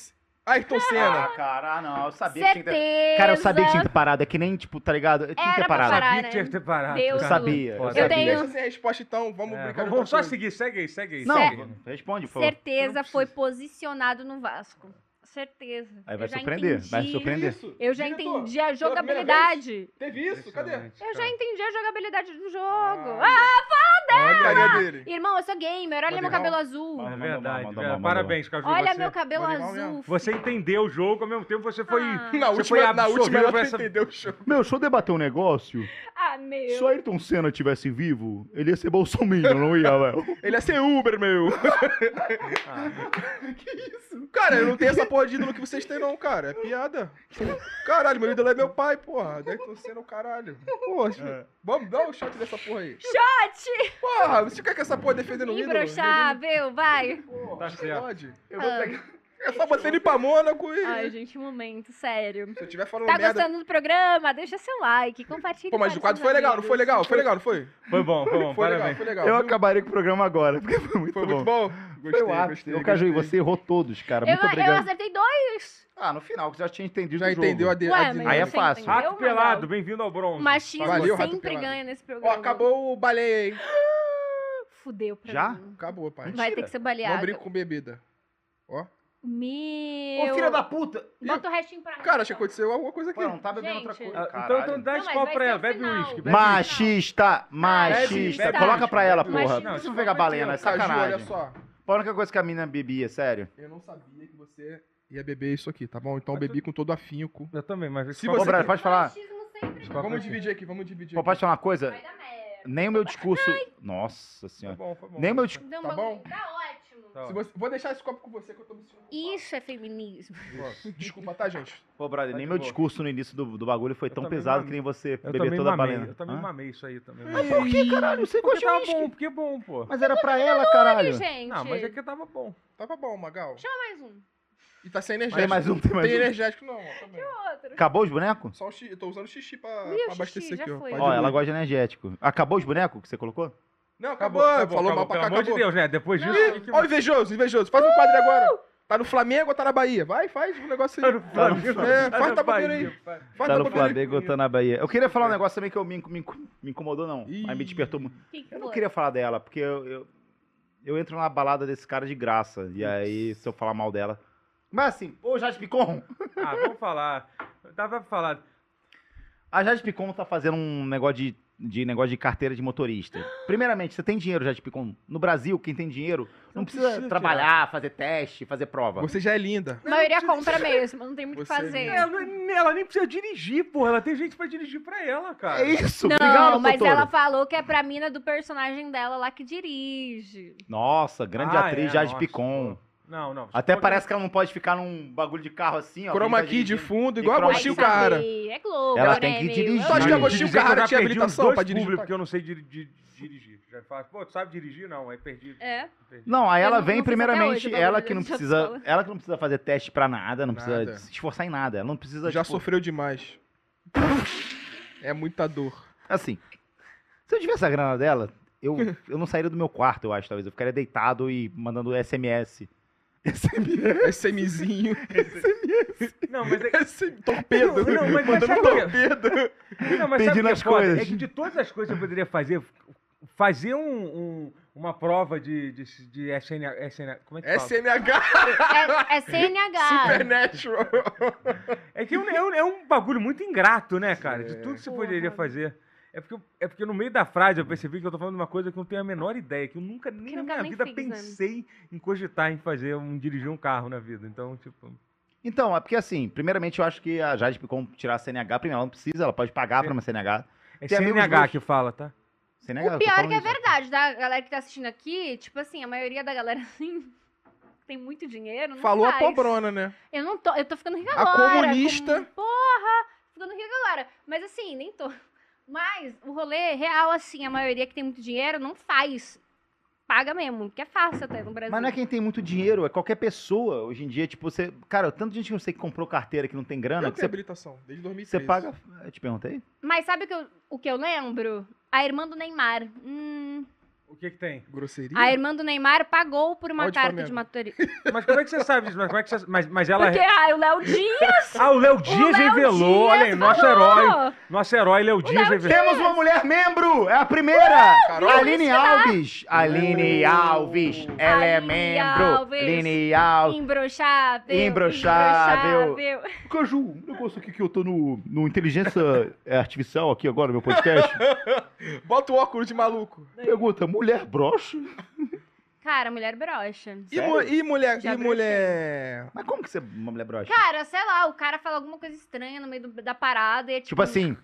Speaker 4: Ah, então esse- Ayrton Senna.
Speaker 1: Ah, cara, não. Eu tá-
Speaker 2: Certeza.
Speaker 1: Cara, eu sabia que tinha que ter parado. É que nem, tipo, tá ligado? Eu tinha que
Speaker 2: Era
Speaker 1: ter
Speaker 2: pra
Speaker 1: parado.
Speaker 2: parar.
Speaker 3: Sabia que tinha que ter parado.
Speaker 2: Deus
Speaker 3: cara.
Speaker 1: Eu sabia.
Speaker 3: Foda.
Speaker 2: Eu tenho-
Speaker 4: Deixa sem resposta então, vamos
Speaker 3: É,
Speaker 4: brincar de
Speaker 3: vamos
Speaker 4: outra
Speaker 3: só
Speaker 4: coisa.
Speaker 3: seguir, segue aí, segue aí. segue aí.
Speaker 1: Não, responde, por favor.
Speaker 2: Certeza foi posicionado no Vasco. Certeza.
Speaker 1: Aí
Speaker 2: Eu
Speaker 1: vai
Speaker 2: já
Speaker 1: surpreender,
Speaker 2: entendi-
Speaker 1: vai surpreender.
Speaker 4: Que isso?
Speaker 2: Eu já
Speaker 4: Diretor,
Speaker 2: entendi a
Speaker 4: pela primeira
Speaker 2: jogabilidade.
Speaker 4: Teve isso? Cadê?
Speaker 3: Impressionante,
Speaker 2: Eu já
Speaker 3: cara.
Speaker 2: entendi a jogabilidade do jogo.
Speaker 3: Ah,
Speaker 2: Ah,
Speaker 4: Olha a carinha dele.
Speaker 2: irmão, eu sou gamer. Olha
Speaker 4: Mandei
Speaker 2: meu
Speaker 4: mal.
Speaker 2: cabelo azul.
Speaker 3: É
Speaker 1: Mandei Mandou mal,
Speaker 3: verdade,
Speaker 1: mandou
Speaker 3: verdade.
Speaker 1: mal, mandou
Speaker 3: Parabéns, Caju.
Speaker 2: Olha
Speaker 3: você,
Speaker 2: meu cabelo
Speaker 4: mandei mal
Speaker 2: azul.
Speaker 4: mesmo.
Speaker 3: você entendeu o jogo, ao mesmo tempo você foi...
Speaker 2: Ah,
Speaker 4: Na
Speaker 3: Você
Speaker 4: última,
Speaker 3: foi
Speaker 4: na última
Speaker 3: absorvido
Speaker 4: ela
Speaker 3: por essa-
Speaker 4: entendeu o show.
Speaker 1: Meu, deixa eu debater um negócio.
Speaker 2: ah meu.
Speaker 1: Se o Ayrton Senna tivesse vivo, ele ia ser bolsominion, não ia, velho.
Speaker 4: Ele ia ser Uber, meu. Cara, eu não tenho essa porra de ídolo que vocês têm, não, cara. É piada. Caralho, meu ídolo é meu pai, porra. Deve ser o caralho. Poxa, vamos dar um shot dessa porra aí.
Speaker 2: Shot!
Speaker 4: Porra, você quer que essa porra defendendo o ídolo?
Speaker 2: Imbrochável, vai.
Speaker 4: Porra,
Speaker 3: Tá certo.
Speaker 4: Pode.
Speaker 1: Eu vou pegar.
Speaker 4: É só bater ele pra Mônaco e.
Speaker 2: Ah. Ai, gente, um momento, sério.
Speaker 4: Se eu tiver falando
Speaker 2: Tá
Speaker 4: merda.
Speaker 2: gostando do programa? Deixa seu like, compartilha.
Speaker 4: Pô, mas
Speaker 2: com
Speaker 4: o quadro
Speaker 2: seus
Speaker 4: foi legal, não foi
Speaker 2: amigos.
Speaker 4: legal, foi legal, não foi?
Speaker 3: Foi bom, foi bom,
Speaker 4: Foi legal,
Speaker 3: parabéns.
Speaker 4: foi legal.
Speaker 1: Eu
Speaker 4: viu?
Speaker 1: acabaria com o programa agora, porque foi muito
Speaker 4: Foi
Speaker 1: bom.
Speaker 4: muito bom. Gostei,
Speaker 1: Foi o ápice.
Speaker 4: gostei.
Speaker 1: Ô, Caju,
Speaker 4: gostei.
Speaker 1: você errou todos, cara.
Speaker 2: Eu,
Speaker 1: Muito
Speaker 2: eu
Speaker 1: obrigado.
Speaker 2: acertei dois.
Speaker 1: Ah, no final, que você já tinha entendido
Speaker 4: Já
Speaker 1: o jogo.
Speaker 4: entendeu a de- a
Speaker 2: Ué,
Speaker 4: de-
Speaker 2: mas
Speaker 1: Aí é
Speaker 2: você
Speaker 1: fácil.
Speaker 2: entendeu,
Speaker 3: Rato
Speaker 2: Magal?
Speaker 3: pelado, bem-vindo ao bronze.
Speaker 2: Machismo
Speaker 4: Valeu, Rato
Speaker 2: sempre
Speaker 4: Pelado.
Speaker 2: ganha nesse
Speaker 4: Ó,
Speaker 2: programa.
Speaker 4: acabou o balé, hein?
Speaker 2: Fudeu pra
Speaker 1: Já?
Speaker 2: mim.
Speaker 4: Acabou, pai.
Speaker 2: Vai ter que ser baleado.
Speaker 4: Não brinco com bebida.
Speaker 2: Meu.
Speaker 1: Ô, filha da puta!
Speaker 2: Bota o restinho pra mim.
Speaker 4: Cara, acho que aconteceu alguma coisa aqui.
Speaker 1: Pô, não tá bebendo outra
Speaker 2: Gente.
Speaker 1: coisa,
Speaker 3: Ah,
Speaker 1: caralho.
Speaker 3: então, então dá
Speaker 2: Não, mas
Speaker 3: escola
Speaker 2: vai
Speaker 3: pra
Speaker 2: ser
Speaker 3: ela,
Speaker 2: o
Speaker 3: bebe o
Speaker 2: final.
Speaker 3: uísque. bebe uísque.
Speaker 1: Machista, machista.
Speaker 2: Machista.
Speaker 1: Coloca pra ela,
Speaker 3: Machista.
Speaker 1: porra.
Speaker 3: é Não,
Speaker 1: Não, precisa
Speaker 3: isso
Speaker 1: pegar
Speaker 3: não
Speaker 1: balena,
Speaker 3: vai
Speaker 1: é
Speaker 3: ter,
Speaker 4: Caju, olha
Speaker 1: sacanagem.
Speaker 4: só.
Speaker 1: Foi a única coisa que a mina bebia, sério.
Speaker 4: Eu não sabia que você ia beber isso aqui, tá bom? Então
Speaker 3: Mas
Speaker 4: bebi com todo afinco.
Speaker 3: Eu também, mas...
Speaker 4: Se
Speaker 3: esse copo-
Speaker 1: Ô,
Speaker 4: você-
Speaker 1: Brad, pode falar?
Speaker 2: Então, Machismo sempre
Speaker 3: esse copo
Speaker 4: vamos
Speaker 3: aqui.
Speaker 4: dividir aqui, vamos dividir.
Speaker 1: Pô,
Speaker 4: aqui.
Speaker 1: pode falar uma coisa?
Speaker 2: vai dar merda.
Speaker 1: Nem o meu discurso.
Speaker 3: Tá
Speaker 1: Nossa senhora.
Speaker 3: bom, foi bom.
Speaker 1: Nem o meu discurso.
Speaker 2: Dá um
Speaker 4: Tá
Speaker 2: bagulho.
Speaker 4: bom?
Speaker 2: Tá ótimo.
Speaker 3: Tá, ó.
Speaker 4: Se você- Vou deixar esse copo com você que eu tô me sentindo. culpado.
Speaker 2: Isso é feminismo.
Speaker 4: Desculpa, tá, gente?
Speaker 1: Pô, brother,
Speaker 3: Tá
Speaker 1: nem
Speaker 3: de
Speaker 1: meu
Speaker 3: boa.
Speaker 1: discurso no início do, do bagulho foi
Speaker 3: Eu
Speaker 1: tão
Speaker 3: também
Speaker 1: pesado
Speaker 3: mamei.
Speaker 1: que nem você
Speaker 3: Eu
Speaker 1: beber
Speaker 3: também
Speaker 1: toda a
Speaker 3: mamei,
Speaker 1: balena.
Speaker 3: eu também
Speaker 1: Hã?
Speaker 3: mamei isso aí também.
Speaker 1: Mas por que, caralho? Você
Speaker 3: Porque
Speaker 1: gosta
Speaker 3: tava
Speaker 1: de
Speaker 3: bom,
Speaker 1: uísque?
Speaker 3: porque é bom, pô.
Speaker 1: Mas era pra ela, caralho.
Speaker 2: gente.
Speaker 3: Não, mas é que tava bom.
Speaker 4: Tava bom, Magal.
Speaker 2: Mais um.
Speaker 4: E tá sem
Speaker 1: Tem
Speaker 4: energético.
Speaker 1: mais um, tem
Speaker 4: Tem
Speaker 1: mais um.
Speaker 4: energético, não. ó, também.
Speaker 2: Outro.
Speaker 1: Acabou os bonecos?
Speaker 4: Só o xixi, eu tô usando xixi pra,
Speaker 2: Ih, o
Speaker 4: pra
Speaker 2: xixi,
Speaker 4: abastecer
Speaker 2: já
Speaker 4: aqui, ó.
Speaker 2: foi.
Speaker 4: Pode
Speaker 1: Ó,
Speaker 4: ir.
Speaker 1: ela gosta de energético. Acabou os bonecos que você colocou?
Speaker 4: Não, acabou. falou mal pra cá,
Speaker 3: Pelo amor de
Speaker 4: acabou.
Speaker 3: Deus, né? Depois disso...
Speaker 2: Não.
Speaker 3: o que que-
Speaker 4: Ó, o invejoso, invejoso. Faz
Speaker 2: Uh!
Speaker 4: um quadro agora. Tá no Flamengo ou tá na Bahia? Vai, faz um negócio aí.
Speaker 1: Tá no
Speaker 4: É, faz tabuleiro aí.
Speaker 1: Tá
Speaker 4: Faz
Speaker 1: no
Speaker 4: tabuleiro aí.
Speaker 1: Flamengo ou tá na Bahia? Eu queria
Speaker 3: É.
Speaker 1: falar um negócio também que eu me, inco- me inco- me incomodou, não.
Speaker 4: Ih.
Speaker 1: Mas me despertou muito.
Speaker 2: Que que
Speaker 1: Eu não
Speaker 2: foi?
Speaker 1: queria falar dela, porque eu, eu, eu entro na balada desse cara de graça. E aí, se eu falar mal dela. Mas assim, ô Jade Picon!
Speaker 3: Ah, vamos falar. Dava pra falar.
Speaker 1: A Jade Picon tá fazendo um negócio de de negócio de carteira de motorista. Primeiramente, você tem dinheiro já de Picon. No Brasil, quem tem dinheiro não,
Speaker 3: Não
Speaker 1: precisa,
Speaker 3: precisa
Speaker 1: trabalhar, fazer teste, fazer prova.
Speaker 4: Você já é linda.
Speaker 2: A maioria compra mesmo, não tem muito o que
Speaker 4: Você-
Speaker 2: fazer.
Speaker 3: Ela, É, não- ela nem precisa dirigir, porra. Ela tem gente pra dirigir pra ela, cara.
Speaker 1: É isso,
Speaker 2: Não,
Speaker 1: obrigado,
Speaker 2: mas
Speaker 1: doutora.
Speaker 2: ela falou que é pra mina do personagem dela lá que dirige.
Speaker 1: Nossa, grande
Speaker 3: Ah,
Speaker 1: atriz
Speaker 3: é,
Speaker 1: Jade
Speaker 3: nossa,
Speaker 1: Picon.
Speaker 3: Não, não.
Speaker 1: Até parece que ela não pode ficar num bagulho de carro assim, ó.
Speaker 4: Chroma
Speaker 1: quem tá
Speaker 4: key de
Speaker 1: dirigindo.
Speaker 4: fundo, igual
Speaker 1: chroma
Speaker 4: a
Speaker 1: Mas
Speaker 2: Aí
Speaker 4: Gostinho
Speaker 1: key.
Speaker 4: Cara.
Speaker 2: sabe, É Globo,
Speaker 1: Ela
Speaker 2: né,
Speaker 1: tem que
Speaker 2: meio-
Speaker 1: dirigir.
Speaker 4: Só de que
Speaker 3: Não,
Speaker 4: eu gostei,
Speaker 3: dizer
Speaker 4: o cara
Speaker 3: eu já
Speaker 4: tinha
Speaker 3: perdi uns
Speaker 4: habilitação
Speaker 3: dois
Speaker 4: pra dirigir.
Speaker 3: públicos, Porque eu não sei diri- di- dirigir. Já fala, pô, tu sabe dirigir? Não, aí perdi.
Speaker 2: É.
Speaker 3: perdi.
Speaker 1: Não, aí
Speaker 2: Eu
Speaker 1: ela
Speaker 2: não-
Speaker 1: vem
Speaker 2: não fiz até hoje o
Speaker 1: primeiramente,
Speaker 2: bagulho
Speaker 1: ela que não
Speaker 2: de
Speaker 1: precisa,
Speaker 2: autoescola.
Speaker 1: ela que não precisa fazer teste pra nada, não precisa
Speaker 4: Nada.
Speaker 1: se esforçar em nada, ela não precisa
Speaker 4: Já
Speaker 1: tipo,
Speaker 4: sofreu demais. É muita dor.
Speaker 1: assim. Se eu tivesse a grana dela, eu, eu não sairia do meu quarto, eu acho, talvez. Eu ficaria deitado e mandando SMS. SMS.
Speaker 4: SMzinho.
Speaker 3: Não, mas é
Speaker 4: SM, torpedo.
Speaker 3: Não, mas- é mas
Speaker 4: Mandando
Speaker 3: sabe o quê?
Speaker 4: torpedo.
Speaker 3: Não, mas
Speaker 1: Pedindo
Speaker 3: sabe o que é
Speaker 1: as
Speaker 3: foda?
Speaker 1: coisas.
Speaker 3: É que de todas as coisas que eu poderia fazer, fazer um, um- uma prova de, de, de SNA, Como é que fala?
Speaker 4: SMH
Speaker 2: É, é CNH.
Speaker 4: Supernatural.
Speaker 3: É que é um, é um- é um bagulho muito ingrato, né, cara? De
Speaker 4: É.
Speaker 3: tudo que você
Speaker 2: Porra,
Speaker 3: poderia
Speaker 2: mano.
Speaker 3: fazer. É porque, eu- é porque no meio da frase eu percebi que eu tô falando uma coisa que eu não tenho a menor ideia, que eu nunca nem
Speaker 2: Que
Speaker 3: na
Speaker 2: nunca
Speaker 3: minha
Speaker 2: nem
Speaker 3: vida
Speaker 2: fiz, né?
Speaker 3: pensei em cogitar em fazer, um dirigir um carro na vida. Então, tipo,
Speaker 1: Então, é porque assim, primeiramente eu acho que a Jade Picon tirar a CNH, primeiro, ela não precisa, ela pode pagar pra uma CNH.
Speaker 3: é
Speaker 1: Tem amigos
Speaker 3: CNH
Speaker 1: meus-
Speaker 3: que fala, tá?
Speaker 1: CNH eu
Speaker 2: O
Speaker 1: tô
Speaker 2: pior é
Speaker 1: falando
Speaker 2: que é
Speaker 1: isso.
Speaker 2: verdade, da galera que tá assistindo aqui, tipo assim, a maioria da galera assim tem muito dinheiro, não
Speaker 4: Falou a
Speaker 2: faz.
Speaker 4: pobrona, né?
Speaker 2: Eu não tô, eu tô ficando rica
Speaker 4: A
Speaker 2: agora.
Speaker 4: comunista.
Speaker 2: com- Porra, ficando rica agora. Mas assim, nem tô. Mas o rolê real, assim, a maioria que tem muito dinheiro não faz. Paga mesmo, que é fácil até no Brasil.
Speaker 1: Mas não é quem tem muito dinheiro, é qualquer pessoa. Hoje em dia, tipo, você. Cara, tanta gente que eu sei que comprou carteira que não tem grana,
Speaker 4: Eu
Speaker 1: que
Speaker 4: tenho
Speaker 1: você,
Speaker 4: habilitação, desde
Speaker 1: você
Speaker 4: 2013.
Speaker 1: paga. Eu te perguntei?
Speaker 2: Mas sabe o que eu- o que eu lembro? A irmã do Neymar. Hum,
Speaker 3: O que que tem?
Speaker 4: Grosseria?
Speaker 2: a irmã do Neymar pagou por uma
Speaker 4: Olha o de
Speaker 2: carta
Speaker 4: Flamengo.
Speaker 2: de maturidade.
Speaker 3: Mas como é que você sabe disso? Mas, como é que você- mas, mas ela...
Speaker 2: Porque, ah, o Léo Dias,
Speaker 3: Ah, o Léo Dias
Speaker 2: Léo
Speaker 3: revelou, olha aí, nosso herói.
Speaker 2: pô!
Speaker 3: Nosso herói, Léo Dias, revelou.
Speaker 1: Temos uma mulher membro! É a primeira!
Speaker 4: Uh, Carol?
Speaker 1: Aline Alves! Aline
Speaker 4: Uh.
Speaker 1: Alves! Ela é
Speaker 2: Aline
Speaker 1: membro!
Speaker 2: Alves.
Speaker 1: Aline Alves!
Speaker 2: Imbrochável.
Speaker 1: Imbrochável.
Speaker 2: imbrochável.
Speaker 1: Caju, um negócio aqui que eu tô no, no Inteligência Artificial aqui agora, meu podcast.
Speaker 4: Bota o óculos de maluco.
Speaker 1: Pergunta, mulher brocha?
Speaker 2: Cara, mulher brocha.
Speaker 4: E, mu-
Speaker 1: Sério?
Speaker 4: e mulher,
Speaker 2: Já
Speaker 4: e mulher...
Speaker 1: Mas como que você é uma mulher brocha?
Speaker 2: Cara, sei lá, o cara fala alguma coisa estranha no meio do- da parada e é tipo...
Speaker 1: Tipo assim,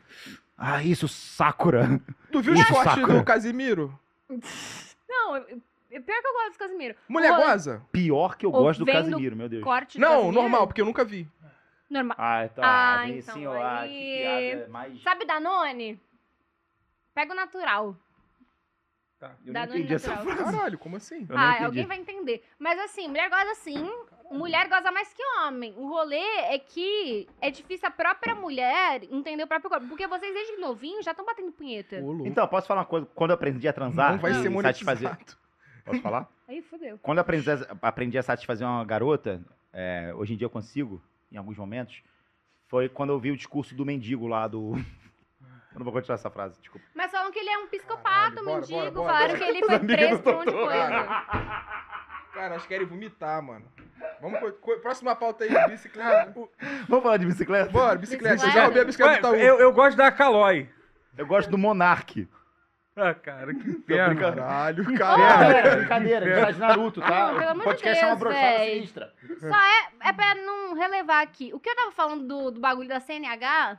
Speaker 1: ah, isso, Sakura.
Speaker 4: Tu viu os
Speaker 1: Isso,
Speaker 4: cortes
Speaker 1: Sakura.
Speaker 4: do Casimiro?
Speaker 2: Não, eu- eu- pior que eu gosto do Casimiro.
Speaker 4: Mulher
Speaker 2: Olha.
Speaker 4: goza?
Speaker 1: Pior que eu
Speaker 2: Ou
Speaker 1: gosto do
Speaker 2: vendo
Speaker 1: Casimiro, meu Deus.
Speaker 2: Corte do
Speaker 4: Não,
Speaker 2: Casimiro.
Speaker 4: normal, porque eu nunca vi.
Speaker 2: Normal.
Speaker 1: Ah, tá.
Speaker 2: Ah,
Speaker 1: vi,
Speaker 2: então
Speaker 1: sim, ó, ah, que
Speaker 2: aí-
Speaker 1: piada mais...
Speaker 2: Sabe Danone? Pega o natural.
Speaker 3: Tá.
Speaker 1: Eu não
Speaker 2: Danone
Speaker 1: entendi essa
Speaker 2: natural.
Speaker 1: frase.
Speaker 4: Caralho, como assim?
Speaker 1: Eu não
Speaker 2: Ah,
Speaker 1: entendi.
Speaker 2: alguém vai entender. Mas assim, mulher goza sim. Mulher goza mais que homem. O rolê é que é difícil a própria mulher entender o próprio corpo. Porque vocês, desde novinho, já estão batendo punheta.
Speaker 4: Ô, louco.
Speaker 1: Então, posso falar uma coisa? Quando eu aprendi a transar
Speaker 4: não vai
Speaker 2: Hum.
Speaker 1: e
Speaker 4: ser monetizado.
Speaker 1: satisfazer... Posso falar?
Speaker 2: Aí fodeu.
Speaker 1: Quando eu aprendi, a- aprendi a satisfazer uma garota, é, hoje em dia eu consigo, em alguns momentos, foi quando eu vi o discurso do mendigo lá do. Eu não vou continuar essa frase, desculpa.
Speaker 2: Mas falam que ele é um psicopata,
Speaker 4: Caralho,
Speaker 2: um
Speaker 4: bora,
Speaker 2: mendigo.
Speaker 4: bora, bora,
Speaker 2: falaram
Speaker 4: bora.
Speaker 2: que ele foi
Speaker 1: amigos
Speaker 2: preso
Speaker 1: do
Speaker 2: por um monte de
Speaker 1: doutor.
Speaker 2: coisa.
Speaker 4: Cara, acho que querem vomitar, mano. Vamos co- co- próxima pauta aí, bicicleta.
Speaker 1: Vamos falar de bicicleta?
Speaker 4: Bora, bicicleta. Eu
Speaker 2: Bicicleta.
Speaker 4: já roubei a bicicleta do Itaú.
Speaker 3: Ah. Ué, eu, eu gosto da Calói.
Speaker 1: Eu gosto do Monark.
Speaker 3: Ah, cara, que
Speaker 1: brincando.
Speaker 3: inferno.
Speaker 4: Caralho,
Speaker 1: Brincadeira, brincadeira,
Speaker 4: caralho.
Speaker 1: brincadeira, a gente tá de Naruto, tá?
Speaker 2: Não, pelo amor de
Speaker 1: podcast é uma
Speaker 2: Deus,
Speaker 1: brochada
Speaker 2: véi.
Speaker 1: sinistra.
Speaker 2: É pra não relevar aqui. O que eu tava falando do, do bagulho da CNH,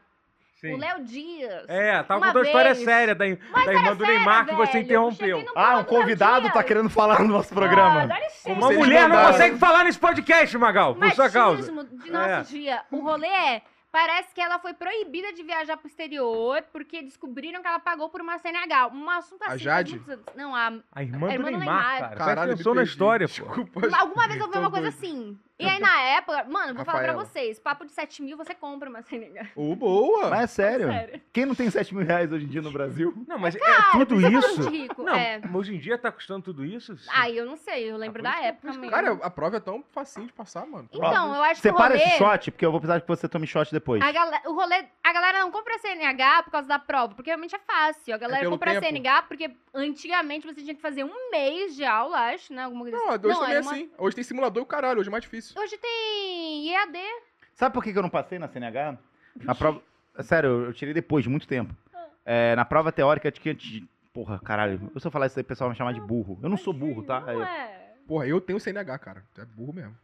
Speaker 3: Sim.
Speaker 2: o Léo Dias.
Speaker 3: É, tava
Speaker 2: Uma
Speaker 3: contando a história
Speaker 2: vez.
Speaker 3: séria da, da irmã do Neymar que você
Speaker 2: velho,
Speaker 3: interrompeu.
Speaker 2: cheguei no
Speaker 1: Ah, um
Speaker 2: ponto do Léo
Speaker 1: convidado tá
Speaker 2: Dias.
Speaker 1: querendo falar no nosso
Speaker 2: Ah,
Speaker 1: programa.
Speaker 2: dá licença.
Speaker 3: Uma
Speaker 4: Vocês
Speaker 3: mulher não
Speaker 4: mandaram.
Speaker 3: consegue falar nesse podcast, Magal, por sua causa.
Speaker 2: machismo de nosso
Speaker 3: É.
Speaker 2: dia. O rolê é, parece que ela foi proibida de viajar pro exterior porque descobriram que ela pagou por uma CNH. Um assunto assim.
Speaker 4: Jade?
Speaker 2: faz muitos anos. Não, a...
Speaker 3: A irmã do
Speaker 2: A irmã do
Speaker 3: Neymar,
Speaker 2: Neymar.
Speaker 3: cara.
Speaker 4: Caralho,
Speaker 3: Caralho,
Speaker 4: eu
Speaker 3: pensou
Speaker 4: me
Speaker 3: na
Speaker 4: perdi.
Speaker 3: história, pô.
Speaker 4: Desculpa.
Speaker 2: alguma vez eu vi
Speaker 4: tô
Speaker 2: uma coisa
Speaker 4: doido.
Speaker 2: assim. E aí, na época, mano, vou falar pra
Speaker 4: Rafaela.
Speaker 2: vocês, papo de 7 mil, você compra uma CNH.
Speaker 4: Ô, boa.
Speaker 2: tá
Speaker 1: Mas é sério.
Speaker 2: Sério.
Speaker 1: Quem não tem 7 mil reais hoje em dia no Brasil?
Speaker 3: Não, mas é
Speaker 2: Cara,
Speaker 3: tudo
Speaker 2: por que você é
Speaker 3: isso.
Speaker 2: falando de rico?
Speaker 3: Não,
Speaker 2: É.
Speaker 3: hoje em dia tá custando tudo isso?
Speaker 2: Ai, eu não sei, eu lembro
Speaker 3: Ah,
Speaker 2: da
Speaker 3: por isso-
Speaker 2: época mesmo.
Speaker 4: Cara, a prova é tão facinho de passar, mano.
Speaker 2: então, eu acho que o
Speaker 1: Separa
Speaker 2: rolê...
Speaker 1: esse shot, porque eu vou precisar que você tome shot depois.
Speaker 2: A galera, o rolê, a galera não compra CNH por causa da prova, porque realmente é fácil. A galera
Speaker 4: pelo
Speaker 2: compra
Speaker 4: tempo.
Speaker 2: CNH porque antigamente você tinha que fazer um mês de aula, acho, né? Alguma coisa
Speaker 4: Não, hoje também é
Speaker 2: era uma-
Speaker 4: assim. Hoje tem simulador e o caralho, hoje é mais difícil.
Speaker 2: Hoje tem EAD. Ah.
Speaker 1: Sabe por que que eu não passei na CNH? Na prova... Sério, eu tirei depois, de muito tempo. é, na prova teórica de que antes. Porra, caralho. Eu se eu falar isso aí, o pessoal vai me chamar de burro. Eu não sou burro, tá?
Speaker 2: Não
Speaker 1: Eu-
Speaker 2: é.
Speaker 4: Porra, eu tenho CNH, cara. Tu é burro mesmo.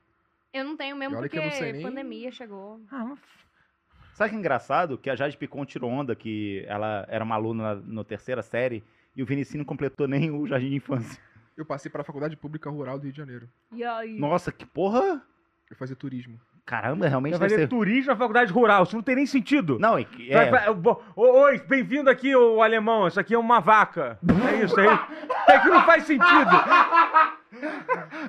Speaker 2: Eu não tenho mesmo
Speaker 4: E olha que
Speaker 2: porque
Speaker 4: eu não sei nem-
Speaker 2: pandemia chegou.
Speaker 3: Ah, mas
Speaker 1: Sabe que é engraçado? Que a Jade Picon tirou onda, que ela era uma aluna na, na terceira série, e o Vinicius não completou nem o Jardim de Infância.
Speaker 4: Eu passei pra Faculdade Pública Rural do Rio de Janeiro.
Speaker 2: E aí?
Speaker 1: Nossa, que porra!
Speaker 4: Eu fazia turismo.
Speaker 1: Caramba, realmente
Speaker 3: vai
Speaker 1: deve
Speaker 3: fazer
Speaker 1: ser...
Speaker 3: turismo na faculdade rural, isso não tem nem sentido.
Speaker 1: Não, é que-
Speaker 3: Vai-
Speaker 1: é,
Speaker 3: vai- bo- ô, Oi, bem-vindo aqui, ô alemão. Isso aqui é uma vaca. É isso aí. É que não faz sentido.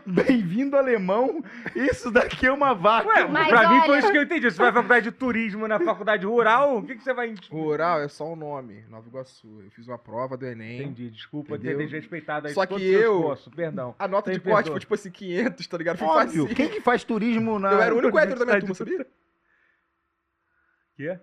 Speaker 1: Bem-vindo, alemão! Isso daqui é uma vaca!
Speaker 3: Ué,
Speaker 2: Mas
Speaker 3: pra mim foi
Speaker 2: olha-
Speaker 3: isso que eu entendi. Você vai pra faculdade de turismo na faculdade rural, o que, que você vai.
Speaker 4: Rural é só o nome, Nova Iguaçu. Eu fiz uma prova do Enem.
Speaker 3: Entendi, desculpa
Speaker 4: Entendeu?
Speaker 3: ter desrespeitado aí
Speaker 4: Só
Speaker 3: todo
Speaker 4: que
Speaker 3: o seu
Speaker 4: eu-
Speaker 3: esforço, perdão.
Speaker 4: A nota de
Speaker 3: Tem
Speaker 4: corte
Speaker 3: perdão.
Speaker 4: foi tipo assim, 500, tá ligado? Foi
Speaker 1: Óbvio,
Speaker 4: fácil.
Speaker 1: quem que faz turismo na...
Speaker 4: Eu era o único
Speaker 3: Ah,
Speaker 4: hétero da minha
Speaker 3: tá
Speaker 4: turma,
Speaker 3: de-
Speaker 4: sabia?
Speaker 3: Quê?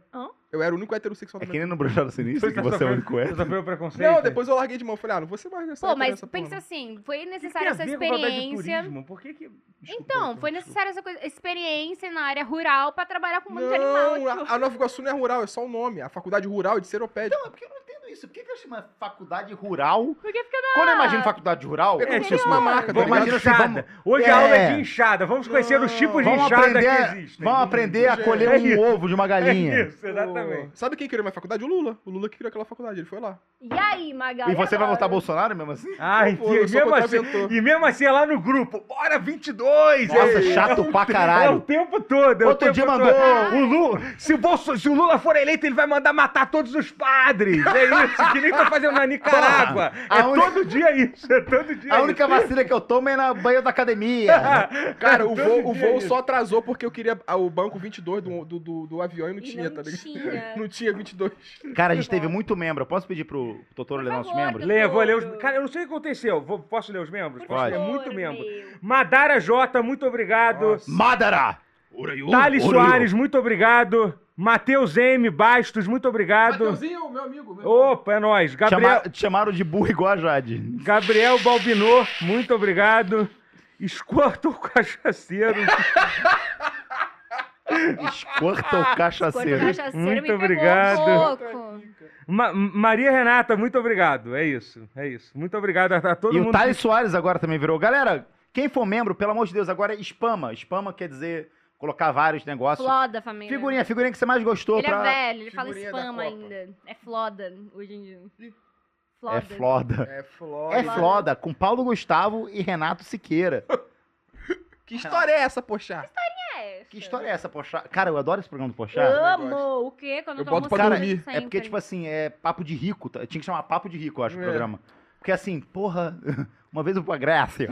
Speaker 4: Eu era o único heterossexual
Speaker 1: É
Speaker 4: da
Speaker 1: que
Speaker 4: minha
Speaker 1: nem no Bruxelas Sinistro, que
Speaker 3: Tá
Speaker 1: você é o
Speaker 3: sofrendo-
Speaker 1: único hétero.
Speaker 3: tá sofrendo
Speaker 4: turma.
Speaker 3: preconceito?
Speaker 4: Não, depois eu larguei de mão. Falei, ah, não vou ser mais nessa
Speaker 2: Pô, mas
Speaker 4: nessa porra,
Speaker 2: pensa
Speaker 4: não.
Speaker 2: assim, foi
Speaker 3: O que que
Speaker 2: necessária
Speaker 3: tem
Speaker 2: essa
Speaker 3: a ver com a faculdade de
Speaker 2: experiência.
Speaker 3: turismo? Por que que. Desculpa,
Speaker 2: Então,
Speaker 3: então, desculpa.
Speaker 2: foi necessária essa coisa- experiência na área rural pra trabalhar com um monte de animal.
Speaker 4: Não,
Speaker 2: tipo.
Speaker 4: a, a Nova Iguaçu não é rural, é só o nome. A faculdade rural é de seropédica.
Speaker 1: Não, é porque eu não entendo isso. Por que, que eu chamo faculdade rural?
Speaker 2: Porque fica
Speaker 1: Quando eu
Speaker 3: Ah.
Speaker 1: imagino faculdade rural,
Speaker 4: É como se
Speaker 3: tipo,
Speaker 4: fosse uma marca, tá
Speaker 3: Vamos
Speaker 4: ligado?
Speaker 1: imagina-
Speaker 3: imagina
Speaker 1: assim,
Speaker 3: inchada. Hoje a
Speaker 1: É.
Speaker 3: aula é de inchada. Vamos conhecer os tipos de
Speaker 1: Tipo, vamos
Speaker 3: inchada
Speaker 1: aprender,
Speaker 3: que existem.
Speaker 1: vamos aprender a
Speaker 4: Gente,
Speaker 1: colher
Speaker 3: é
Speaker 1: um
Speaker 3: isso.
Speaker 1: ovo de uma galinha.
Speaker 3: É isso, exatamente.
Speaker 4: Pô, Sabe quem criou minha faculdade? O Lula. O Lula que criou aquela faculdade, ele foi lá.
Speaker 2: E aí, Magali?
Speaker 1: E você vai votar
Speaker 2: agora?
Speaker 1: Bolsonaro mesmo assim?
Speaker 3: Ah,
Speaker 4: Pô,
Speaker 3: e,
Speaker 4: eu sou
Speaker 3: mesmo assim,
Speaker 4: contraventor.
Speaker 3: e mesmo assim é lá no grupo. Bora 22!
Speaker 1: Nossa,
Speaker 3: é,
Speaker 1: chato pra
Speaker 3: É o
Speaker 1: caralho.
Speaker 3: tempo todo. é o
Speaker 1: Outro
Speaker 3: tempo
Speaker 1: dia
Speaker 3: todo.
Speaker 1: mandou-
Speaker 3: O Lula, se, o Bolso- se o Lula for eleito, ele vai mandar matar todos os padres. É isso, que nem tá fazendo na Nicarágua.
Speaker 1: a
Speaker 3: é
Speaker 1: única-
Speaker 3: todo dia isso. É todo dia
Speaker 1: A
Speaker 3: isso.
Speaker 1: única vacina que eu tomo é na banheira da academia.
Speaker 4: Cara, o
Speaker 3: Todo
Speaker 4: voo, o
Speaker 3: dia
Speaker 4: voo
Speaker 3: isso.
Speaker 4: só atrasou porque eu queria ah, o banco 22 do, do, do, do avião e não
Speaker 2: E
Speaker 4: tinha,
Speaker 2: não
Speaker 4: tá ligado?
Speaker 2: tinha.
Speaker 4: Não tinha 22.
Speaker 1: Cara, a gente teve muito membro. Eu Posso pedir pro doutor
Speaker 2: Por
Speaker 1: ler nossos
Speaker 2: favor,
Speaker 1: membros?
Speaker 2: doutor.
Speaker 3: Leia, vou ler os. Cara, eu não sei o que aconteceu. Vou- posso ler os membros?
Speaker 2: Por
Speaker 1: Pode.
Speaker 2: favor,
Speaker 3: É muito membro.
Speaker 2: meu.
Speaker 3: Madara J, muito obrigado. Uh,
Speaker 4: Nossa.
Speaker 1: Madara!
Speaker 3: Thales
Speaker 1: Oreo.
Speaker 3: Soares, muito obrigado. Matheus M. Bastos, muito obrigado.
Speaker 4: Mateuzinho, meu amigo. Meu
Speaker 3: Opa, é nóis. Gabriel,
Speaker 1: Chama- Te chamaram de burro igual a Jade.
Speaker 3: Gabriel Balbinô, muito obrigado. Escorto o cachaceiro.
Speaker 1: Escorta o
Speaker 2: Quando
Speaker 1: cachaceiro.
Speaker 2: eu achasse sério,
Speaker 3: Muito
Speaker 2: me pegou um
Speaker 3: obrigado.
Speaker 2: pouco.
Speaker 3: Ma- Maria Renata, muito obrigado. É isso, é isso. Muito obrigado a, a todo
Speaker 1: E
Speaker 3: mundo.
Speaker 1: o Thales Soares agora também virou. Galera, quem for membro, pelo amor de Deus, agora é spama. Spama quer dizer colocar vários negócios.
Speaker 2: Floda, família.
Speaker 1: Figurinha, figurinha que você mais gostou.
Speaker 2: né? Ele
Speaker 1: pra...
Speaker 2: é velho, ele fala
Speaker 4: Figurinha da
Speaker 2: spam
Speaker 4: Copa.
Speaker 2: ainda. É floda hoje em dia.
Speaker 4: Ih.
Speaker 2: Floda.
Speaker 1: É floda.
Speaker 4: É Flora.
Speaker 1: É floda, com Paulo Gustavo e Renato Siqueira.
Speaker 4: Que história é essa, poxa?
Speaker 2: É,
Speaker 1: Que história é essa, Poxa? Cara, eu adoro esse programa do
Speaker 2: Eu
Speaker 1: Poxa.
Speaker 2: Amo! O quê? Quando
Speaker 4: Eu
Speaker 2: tô
Speaker 4: boto pra
Speaker 2: almoçando,
Speaker 4: dormir.
Speaker 2: sempre.
Speaker 1: É porque, tipo assim, é papo de rico. tá? Tinha que chamar papo de rico, eu acho, o
Speaker 4: É.
Speaker 1: programa. Porque assim, porra, uma vez eu fui pra Grécia.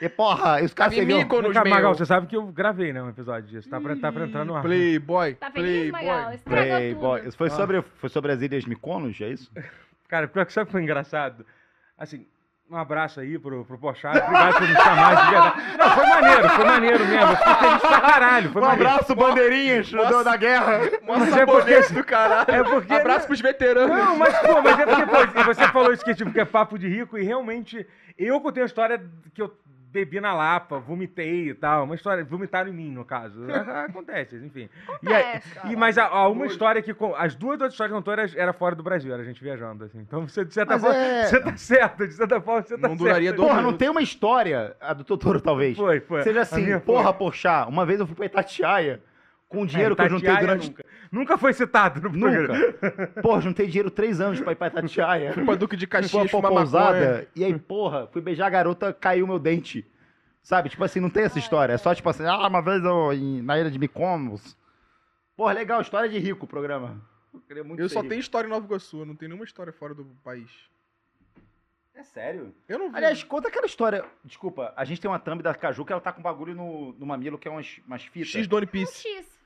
Speaker 1: E porra, os caras
Speaker 4: Tava em
Speaker 1: serviam-
Speaker 4: Mykonos,
Speaker 3: Tá Vem cá,
Speaker 4: meu.
Speaker 3: Magal, você sabe que eu gravei, né, um episódio disso. Tá pra, tá pra entrar no ar.
Speaker 4: Playboy.
Speaker 2: Tá feliz, Magal?
Speaker 4: Playboy.
Speaker 2: Estragou
Speaker 1: Playboy.
Speaker 2: tudo. Tá
Speaker 1: Isso Foi,
Speaker 4: Ah.
Speaker 1: sobre, foi sobre as Ilhas Mykonos, é isso?
Speaker 3: Cara, pior que sabe o que foi engraçado? Assim, um abraço aí pro, pro Pochá. Obrigado por me chamar de verdade. Não, foi maneiro, foi maneiro mesmo. Eu fiquei feliz pra caralho. Foi
Speaker 1: Um
Speaker 3: maneiro.
Speaker 1: abraço, bandeirinhas
Speaker 4: Nossa.
Speaker 1: do- da guerra.
Speaker 4: Uma
Speaker 3: Mas é
Speaker 4: sabonete do caralho.
Speaker 3: É porque.
Speaker 4: Abraço pros veteranos.
Speaker 3: Não, mas pô, mas é porque pô, você falou isso que, tipo, que é papo de rico e realmente eu contei a história que eu bebi na Lapa, vomitei e tal, uma história, vomitaram em mim no caso, Ah, acontece, enfim. E aí-
Speaker 2: Tá
Speaker 3: E, mas há, há uma história que, con- as duas outras histórias que contou era- era fora do Brasil, era a gente viajando, assim, então você de certa
Speaker 1: Mas
Speaker 3: forma,
Speaker 1: é-
Speaker 3: você tá certo, de certa forma você tá
Speaker 4: Não duraria
Speaker 3: certo.
Speaker 4: dois
Speaker 1: Porra, não
Speaker 4: minutos.
Speaker 1: tem uma história, a do Totoro talvez.
Speaker 3: Foi, foi.
Speaker 1: Seja
Speaker 3: A
Speaker 1: assim,
Speaker 3: minha foi.
Speaker 1: porra, poxa, uma vez eu fui pra Itatiaia com o dinheiro
Speaker 3: É,
Speaker 1: que eu juntei
Speaker 3: Itatiaia
Speaker 1: durante.
Speaker 3: Nunca. Nunca foi citado no programa.
Speaker 1: Nunca. Porra, juntei dinheiro três anos pra ir pra Itatiaia.
Speaker 4: Fui pra Duque de
Speaker 1: Fui
Speaker 4: Caxias,
Speaker 1: pra
Speaker 4: fumar maconha.
Speaker 1: pousada, e aí, porra, fui beijar a garota, caiu meu dente. Sabe, tipo assim, não tem essa história. É só tipo assim, ah, uma vez eu, em- na ilha de Micomos. Porra, legal, história de rico o programa. Eu queria muito
Speaker 4: Eu
Speaker 1: ser
Speaker 4: só
Speaker 1: rico.
Speaker 4: tenho história em Nova Iguaçu, eu não tenho nenhuma história fora do país.
Speaker 1: É sério?
Speaker 4: Eu não vi.
Speaker 1: Aliás, conta aquela história. Desculpa, a gente tem uma thumb da Caju que ela tá com um bagulho no, no mamilo que é umas, umas fitas.
Speaker 4: X do One
Speaker 2: Um
Speaker 4: Piece.
Speaker 2: X.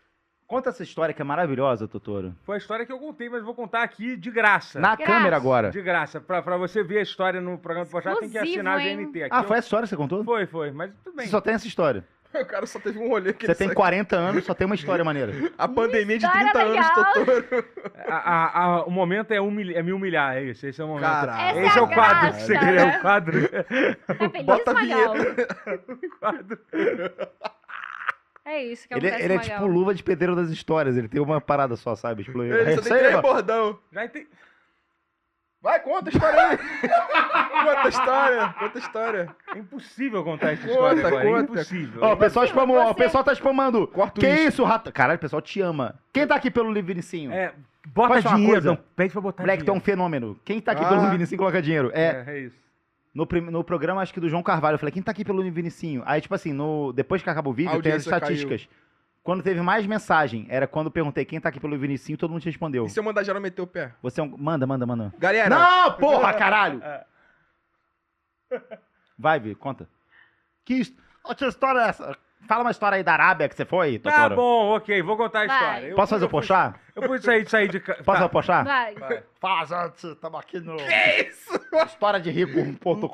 Speaker 1: Conta essa história que é maravilhosa, Totoro.
Speaker 3: Foi a história que eu contei, mas vou contar aqui de graça.
Speaker 1: Na
Speaker 2: Graça.
Speaker 1: câmera agora.
Speaker 3: De graça. Pra, pra você ver a história no programa do Pochá, tem que
Speaker 2: Exclusivo,
Speaker 3: assinar a
Speaker 2: hein?
Speaker 3: GNT. Aqui
Speaker 1: Ah,
Speaker 3: eu-
Speaker 1: foi essa história que você contou?
Speaker 3: Foi, foi, mas tudo bem.
Speaker 1: Você só tem essa história.
Speaker 4: O cara só teve um rolê que
Speaker 1: Você
Speaker 4: ele
Speaker 1: tem
Speaker 4: saiu.
Speaker 1: 40 anos, só tem uma história maneira.
Speaker 4: A pandemia de
Speaker 2: História
Speaker 4: 30 anos,
Speaker 2: legal.
Speaker 4: Totoro.
Speaker 3: A- a- a- o momento é, humilha- é me humilhar, é isso. Esse é o momento.
Speaker 4: Caralho.
Speaker 3: Esse é o
Speaker 2: Essa é a
Speaker 3: quadro que
Speaker 2: graça,
Speaker 3: você queria,
Speaker 2: né?
Speaker 3: o quadro.
Speaker 2: Tá feliz,
Speaker 4: Bota a
Speaker 2: Magal?
Speaker 4: vinheta.
Speaker 3: o quadro.
Speaker 2: É É isso que
Speaker 1: Ele,
Speaker 2: acontece
Speaker 1: ele é
Speaker 2: com o
Speaker 1: tipo
Speaker 2: Magal.
Speaker 1: luva de pedreiro das histórias, ele tem uma parada só, sabe? Tipo,
Speaker 4: Ele
Speaker 1: é
Speaker 4: só
Speaker 1: isso
Speaker 4: tem
Speaker 1: aí,
Speaker 4: três
Speaker 1: ó.
Speaker 4: bordão.
Speaker 3: Já entendi.
Speaker 4: Vai, conta a história aí. conta a história, conta a história.
Speaker 3: É impossível contar essa
Speaker 4: Conta,
Speaker 3: história agora.
Speaker 4: conta.
Speaker 3: É impossível.
Speaker 1: Ó, o pessoal
Speaker 2: Você-
Speaker 1: spamou, ó, o
Speaker 2: você-
Speaker 1: pessoal tá spamando.
Speaker 4: Corta o
Speaker 1: Que
Speaker 4: uísque.
Speaker 1: isso, rato? Caralho, o pessoal te ama. Quem tá aqui pelo Vinicinho?
Speaker 3: É,
Speaker 1: Posso
Speaker 3: bota
Speaker 1: falar uma
Speaker 3: dinheiro.
Speaker 1: coisa?
Speaker 3: Não, pede pra botar
Speaker 1: Moleque, tu é um
Speaker 3: dinheiro.
Speaker 1: fenômeno. Quem tá aqui
Speaker 4: Ah.
Speaker 1: pelo Vinicinho coloca dinheiro. É,
Speaker 3: É, é isso.
Speaker 1: no, prim- no programa, acho que do João Carvalho, eu falei, quem tá aqui pelo Vinicinho? Aí, tipo assim, no, depois que acaba o
Speaker 4: A
Speaker 1: vídeo, tem as
Speaker 4: audiência caiu.
Speaker 1: estatísticas. Quando teve mais mensagem, era quando eu perguntei quem tá aqui pelo Vinicinho, todo mundo te respondeu.
Speaker 4: E se eu mandar geral meter o pé?
Speaker 1: Você é um... Manda, manda, manda.
Speaker 4: Galera,
Speaker 1: Não, porra, caralho!
Speaker 3: É.
Speaker 1: Vai, Vi, conta. Que his- Ô, Que história é essa? Fala uma história aí da Arábia que você foi,
Speaker 3: Tá
Speaker 1: Totoro.
Speaker 3: bom, ok, vou contar a
Speaker 2: Vai.
Speaker 3: história. Eu
Speaker 1: Posso
Speaker 3: fui-
Speaker 1: fazer o
Speaker 3: eu fui-
Speaker 1: pochá?
Speaker 3: Eu fui sair, sair de tá. casa.
Speaker 1: Posso fazer o pochá?
Speaker 2: Vai.
Speaker 1: Fala, gente, estamos aqui no. História de rico.com.br.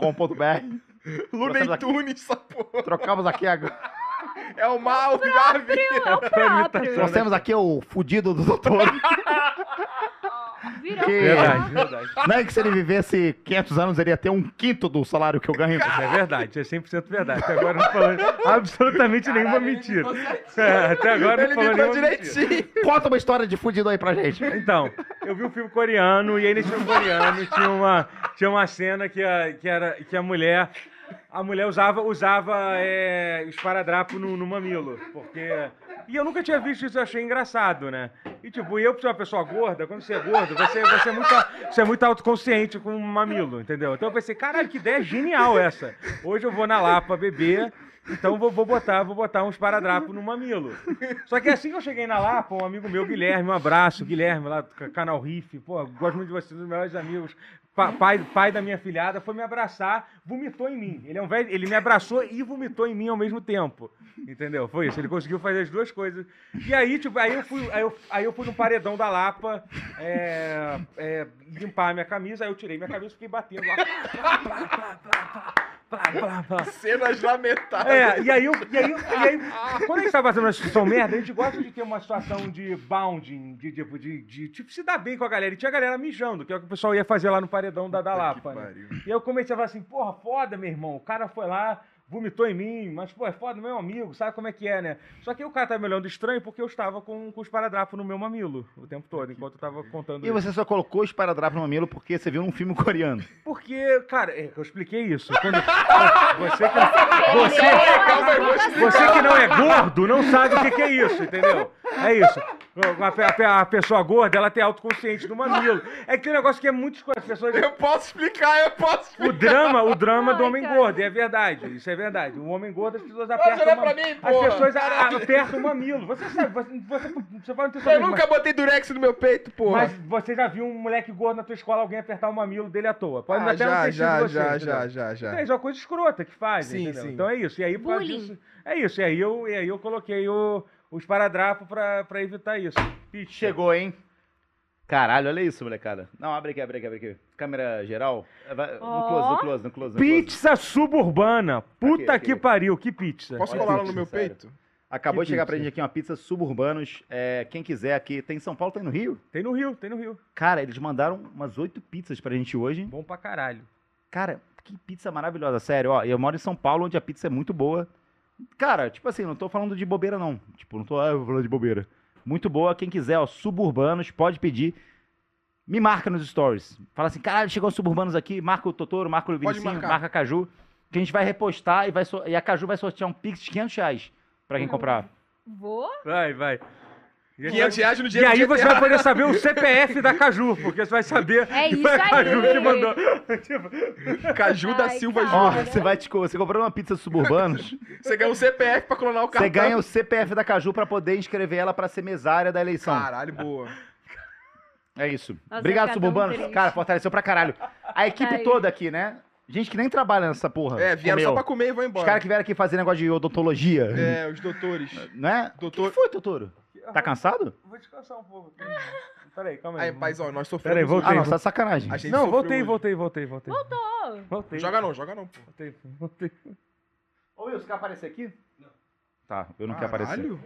Speaker 4: Luna e Tunes, essa porra.
Speaker 1: Trocamos aqui agora.
Speaker 4: É o mal, Gavi.
Speaker 2: É o próprio.
Speaker 1: Nós temos aqui o fudido do doutor.
Speaker 2: Virou
Speaker 1: Que-
Speaker 3: Verdade, verdade.
Speaker 1: Não é que se ele vivesse 500 anos, ele ia ter um quinto do salário que eu ganho.
Speaker 3: É verdade, é 100% verdade. Até agora não falando absolutamente nenhuma mentira. É, até agora
Speaker 4: Ele
Speaker 3: não falou
Speaker 4: livrou
Speaker 3: nenhuma mentira.
Speaker 4: direitinho.
Speaker 1: Conta uma história de fudido aí pra gente.
Speaker 3: Então, eu vi um filme coreano e aí nesse filme coreano tinha uma, tinha uma cena que a, que era, que a mulher a mulher usava, usava é, esparadrapo no, no mamilo. Porque. E eu nunca tinha visto isso, eu achei engraçado, né? E tipo, eu por ser uma pessoa gorda, quando você é gordo, você, você, é, muito, você é muito autoconsciente com um mamilo, entendeu? Então eu pensei, caralho, que ideia genial essa. Hoje eu vou na Lapa beber. Então vou, vou botar, vou botar um esparadrapo no mamilo. Só que assim que eu cheguei na Lapa, um amigo meu, Guilherme, um abraço, Guilherme, lá do ca- canal Riff, pô, gosto muito de vocês, um dos melhores amigos. Pa- pai, pai da minha filhada, foi me abraçar, vomitou em mim. Ele, é um velho, ele me abraçou e vomitou em mim ao mesmo tempo. Entendeu? Foi isso. Ele conseguiu fazer as duas coisas. E aí, tipo, aí eu fui, aí eu, aí eu fui no paredão da Lapa é, é, limpar a minha camisa, aí eu tirei minha camisa e fiquei batendo lá. Plá, plá, plá, plá, plá, plá, plá.
Speaker 4: Cenas lamentáveis.
Speaker 3: É, e aí, eu- e aí, eu- e aí quando a gente tá fazendo uma situação merda, a gente gosta de ter uma situação de bounding, de tipo, de, de, tipo, se dar bem com a galera. E tinha a galera mijando, que é o que o pessoal ia fazer lá no paredão da, da
Speaker 4: Que
Speaker 3: Lapa, né?
Speaker 4: pariu.
Speaker 3: E eu comecei a falar assim, porra, foda, meu irmão. O cara foi lá, vomitou em mim, mas, pô, é foda, meu amigo, sabe como é que é, né? Só que aí o cara tava me olhando estranho porque eu estava com, com os paradrapos no meu mamilo o tempo todo, enquanto eu tava contando
Speaker 1: E
Speaker 3: isso.
Speaker 1: você só colocou os paradrapos no mamilo porque você viu num filme coreano.
Speaker 3: Porque, cara, é, eu expliquei isso. Quando- você que não, você, você que não é gordo não sabe o que, que é isso, entendeu? É isso. A, pe- a pe- a pessoa gorda, ela tem autoconsciente do mamilo. É que tem um negócio que é muito escuro. As pessoas
Speaker 4: Eu posso explicar, eu posso explicar.
Speaker 3: o drama, o drama do
Speaker 2: Ai,
Speaker 3: homem
Speaker 2: cara.
Speaker 3: gordo, é verdade. Isso é verdade. O homem gordo, as pessoas apertam.
Speaker 4: olhar
Speaker 3: o mam-
Speaker 4: pra mim,
Speaker 3: as
Speaker 4: porra.
Speaker 3: pessoas a- a- apertam o mamilo. Você sabe, você, você, você vai não ter
Speaker 4: Eu
Speaker 3: sabido,
Speaker 4: nunca botei durex no meu peito, porra.
Speaker 3: mas, mas você já viu um moleque gordo na tua escola, alguém apertar o mamilo dele à toa. Pode
Speaker 4: Ah,
Speaker 3: até não
Speaker 4: já,
Speaker 3: ter sido
Speaker 4: já,
Speaker 3: você,
Speaker 4: já,
Speaker 3: entendeu?
Speaker 4: já, já, já.
Speaker 3: Então, é uma coisa escrota que faz,
Speaker 4: Sim,
Speaker 3: entendeu?
Speaker 4: sim.
Speaker 3: Então é isso. E aí, por causa
Speaker 2: Bullying.
Speaker 3: disso- é isso. E aí eu, e aí eu coloquei o, os paradrapos pra, pra evitar isso. Pitch.
Speaker 1: Chegou, hein? Caralho, olha isso, molecada. Não, abre aqui, abre aqui, abre aqui. Câmera geral. É, vai- No
Speaker 2: Ó.
Speaker 1: close, no close, no close. No close.
Speaker 3: Pizza suburbana. Puta
Speaker 1: Aqui, aqui.
Speaker 3: que pariu, que pizza.
Speaker 4: Posso
Speaker 1: Olha
Speaker 4: colar
Speaker 1: isso,
Speaker 4: no meu
Speaker 1: sério.
Speaker 4: peito?
Speaker 1: Acabou
Speaker 3: que
Speaker 1: de chegar pra
Speaker 3: pizza.
Speaker 1: gente aqui uma pizza suburbanos. É, quem quiser aqui, tem em São Paulo, tem no Rio?
Speaker 3: Tem no Rio, tem no Rio.
Speaker 1: Cara, eles mandaram umas oito pizzas pra gente hoje.
Speaker 3: Bom pra caralho.
Speaker 1: Cara, que pizza maravilhosa, sério. Ó, eu moro em São Paulo, onde a pizza é muito boa. Cara, tipo assim, não tô falando de bobeira, não. Tipo, não tô ah, eu vou falando de bobeira. Muito boa, quem quiser, ó, suburbanos, pode pedir. Me marca nos stories. Fala assim, caralho, chegou os suburbanos aqui, marca o Totoro, marca o Vincinho,
Speaker 4: marcar.
Speaker 1: marca a Caju. Que a gente vai repostar e, vai so- e a Caju vai sortear um Pix de 500 reais pra quem
Speaker 2: Não.
Speaker 1: comprar.
Speaker 2: Vou?
Speaker 3: Vai, vai.
Speaker 4: 500 reais no dia
Speaker 3: E aí
Speaker 4: do
Speaker 3: você
Speaker 4: GTA.
Speaker 3: vai poder saber o CPF da Caju, porque você vai saber
Speaker 2: É
Speaker 3: que
Speaker 2: isso
Speaker 3: foi a
Speaker 2: aí.
Speaker 3: Caju que mandou. Tipo,
Speaker 4: Caju da
Speaker 2: Ai,
Speaker 4: Silva
Speaker 2: cara.
Speaker 1: Ó,
Speaker 4: Júnior.
Speaker 1: você vai te co- você comprando uma pizza suburbanos,
Speaker 4: Você ganha um CPF pra clonar o cartão.
Speaker 1: você ganha o CPF da Caju pra poder inscrever ela pra ser mesária da eleição.
Speaker 4: Caralho, boa.
Speaker 1: É isso.
Speaker 2: Nossa,
Speaker 1: Obrigado,
Speaker 2: cada um
Speaker 1: Suburbanos.
Speaker 2: triste.
Speaker 1: Cara, fortaleceu pra caralho. A equipe
Speaker 2: Aí.
Speaker 1: toda aqui, né? Gente que nem trabalha nessa porra.
Speaker 4: É, vieram
Speaker 1: Comeu.
Speaker 4: só pra comer e vão
Speaker 1: Os
Speaker 4: embora.
Speaker 1: caras que vieram aqui fazer negócio de odontologia.
Speaker 4: É, os doutores.
Speaker 1: Né? O
Speaker 4: Doutor.
Speaker 1: que foi, Totoro? Tá cansado?
Speaker 3: Vou descansar um pouco. Peraí, calma aí.
Speaker 4: Aí, paizão, nós sofremos.
Speaker 3: Peraí, voltei.
Speaker 1: Ah, não, tá de sacanagem.
Speaker 4: A gente
Speaker 3: Não,
Speaker 4: sofreu
Speaker 3: voltei,
Speaker 4: hoje.
Speaker 3: voltei, voltei, voltei.
Speaker 2: Voltou.
Speaker 3: Voltei.
Speaker 4: Joga Ah, não, joga não, pô.
Speaker 3: Voltei, voltei.
Speaker 1: Ô, Wilson, quer aparecer aqui? Não. Tá, eu não quero aparecer.
Speaker 4: Caralho.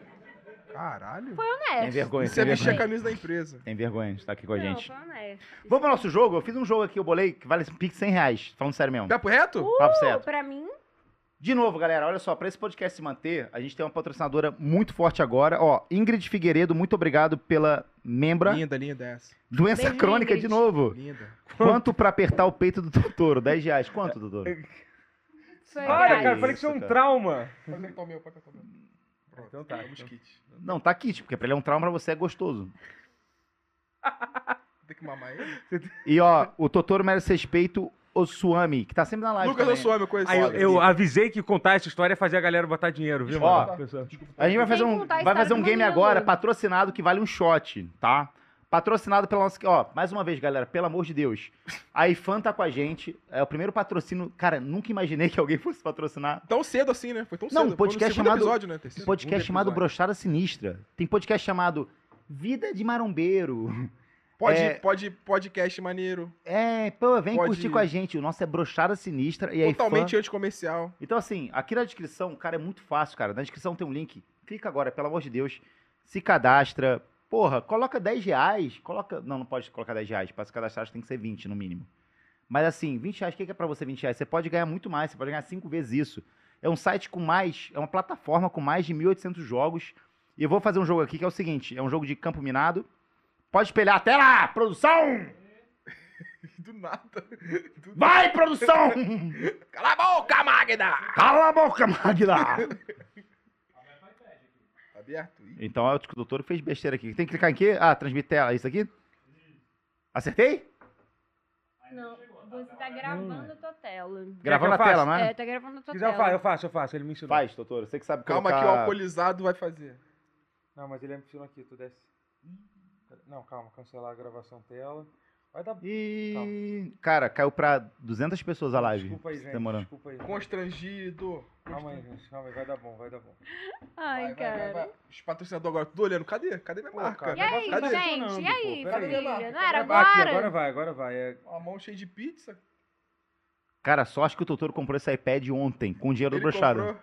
Speaker 4: Caralho.
Speaker 2: Foi honesto.
Speaker 1: Tem vergonha,
Speaker 4: Isso é
Speaker 1: tem
Speaker 4: vestir a
Speaker 1: vergonha.
Speaker 4: camisa da empresa.
Speaker 1: Tem vergonha de estar aqui com a
Speaker 2: Não,
Speaker 1: gente.
Speaker 2: foi honesto.
Speaker 1: Vamos pro nosso
Speaker 4: Tá
Speaker 1: jogo? Eu fiz um jogo aqui, eu bolei, que vale um pique 100 reais. Falando sério mesmo.
Speaker 4: Papo reto?
Speaker 1: Papo
Speaker 2: Pô,
Speaker 1: certo.
Speaker 2: pra mim,
Speaker 1: De novo, galera, olha só, para esse podcast se manter, a gente tem uma patrocinadora muito forte agora. Ó, Ingrid Figueiredo, muito obrigado pela membra.
Speaker 4: Linda, linda essa.
Speaker 1: Doença
Speaker 2: Beijo,
Speaker 1: crônica de
Speaker 2: Ingrid.
Speaker 1: novo.
Speaker 4: Linda.
Speaker 1: Quanto pra apertar o peito do Totoro? 10 reais. Quanto, Totoro?
Speaker 2: Foi
Speaker 3: Olha,
Speaker 2: verdade.
Speaker 3: cara, falei que isso é um
Speaker 1: Isso, cara.
Speaker 3: trauma.
Speaker 4: Pode apertar o meu, pode apertar o meu. Pronto,
Speaker 3: Então tá,
Speaker 4: Vamos
Speaker 3: então.
Speaker 4: kit.
Speaker 1: Não, tá aqui, tipo, porque pra ele é um trauma, pra você é gostoso.
Speaker 4: Tem que mamar ele.
Speaker 1: E ó, o Totoro merece respeito, o Suami, que tá sempre na live.
Speaker 4: Lucas
Speaker 1: também.
Speaker 4: Ossuami, eu conheço
Speaker 3: Aí eu,
Speaker 4: ele.
Speaker 3: eu avisei que contar essa história é fazer a galera botar dinheiro, viu,
Speaker 1: Ó,
Speaker 3: mano? Tipo Pessoal.
Speaker 1: A gente vai fazer
Speaker 2: Sem
Speaker 1: um,
Speaker 2: contar a
Speaker 1: vai
Speaker 2: história
Speaker 1: fazer um
Speaker 2: do
Speaker 1: game
Speaker 2: Danilo.
Speaker 1: agora patrocinado que vale um shot, tá? Patrocinado pela nossa. Ó, mais uma vez, galera, pelo amor de Deus. A IFAN tá com a gente. É o primeiro patrocínio. Cara, nunca imaginei que alguém fosse patrocinar.
Speaker 4: Tão cedo assim, né? Foi tão
Speaker 1: Não,
Speaker 4: cedo.
Speaker 1: um podcast
Speaker 4: Foi no segundo
Speaker 1: chamado-
Speaker 4: episódio, né? Terceiro?
Speaker 1: Podcast
Speaker 4: Segundo
Speaker 1: chamado
Speaker 4: episódio.
Speaker 1: Brochada Sinistra. Tem podcast chamado Vida de Marombeiro.
Speaker 4: Pode,
Speaker 1: É.
Speaker 4: pode, podcast maneiro.
Speaker 1: É, pô, vem
Speaker 4: Pode
Speaker 1: curtir
Speaker 4: ir.
Speaker 1: com a gente. O nosso é Brochada Sinistra. E a IFAN...
Speaker 4: Totalmente anticomercial.
Speaker 1: Então, assim, aqui na descrição, cara, é muito fácil, cara. Na descrição tem um link. Clica agora, pelo amor de Deus. Se cadastra. Porra, coloca 10 reais. Coloca. Não, não pode colocar 10 reais. Pra se cadastrar, acho que tem que ser 20 no mínimo. Mas assim, 20 reais, o que que é pra você 20 reais? Você pode ganhar muito mais, você pode ganhar 5 vezes isso. É um site com mais. É uma plataforma com mais de 1.800 jogos. E eu vou fazer um jogo aqui que é o seguinte: é um jogo de campo minado. Pode espelhar a tela! Produção!
Speaker 4: Do nada. Do...
Speaker 1: Vai, produção!
Speaker 4: Cala a boca, Magda!
Speaker 1: Cala a boca, Magda!
Speaker 4: Tá aberto? Ih,
Speaker 1: Então é o doutor que fez besteira aqui. Tem que clicar em quê? Ah, transmitir tela, é isso aqui? Acertei?
Speaker 2: Não, você tá gravando a tua tela.
Speaker 1: Gravando
Speaker 3: eu
Speaker 1: a tela,
Speaker 3: faço?
Speaker 1: né?
Speaker 2: É, tá gravando a
Speaker 3: Se
Speaker 2: tua
Speaker 3: quiser, eu faço,
Speaker 2: tela.
Speaker 3: eu faço, eu faço. Ele me ensinou.
Speaker 1: Faz, doutor. Você que sabe
Speaker 4: Calma
Speaker 1: colocar...
Speaker 4: que o alcoolizado vai fazer.
Speaker 3: Não, mas ele me ensinou aqui, tu desce. Não, calma, cancelar a gravação tela. Vai dar
Speaker 1: E... Cara, caiu pra 200 pessoas a live.
Speaker 3: Desculpa aí,
Speaker 1: Tá
Speaker 3: gente.
Speaker 1: demorando.
Speaker 3: Desculpa aí.
Speaker 4: Constrangido.
Speaker 3: Calma aí, gente. Calma aí, vai dar bom, vai dar bom.
Speaker 2: Ai,
Speaker 4: Vai, vai,
Speaker 2: cara.
Speaker 4: vai, vai. Os patrocinadores agora, tudo olhando. Cadê? Cadê minha
Speaker 3: Pô,
Speaker 4: marca?
Speaker 3: cara.
Speaker 2: E aí,
Speaker 4: Cadê?
Speaker 2: gente? E aí,
Speaker 3: Pô, peraí.
Speaker 2: filha? Não era
Speaker 4: Vai,
Speaker 2: agora?
Speaker 3: Aqui, agora vai, agora vai. É...
Speaker 4: Uma mão cheia de pizza.
Speaker 1: Cara, só acho que o doutor comprou esse iPad ontem, com o dinheiro
Speaker 4: Ele
Speaker 1: do brochado.
Speaker 4: comprou.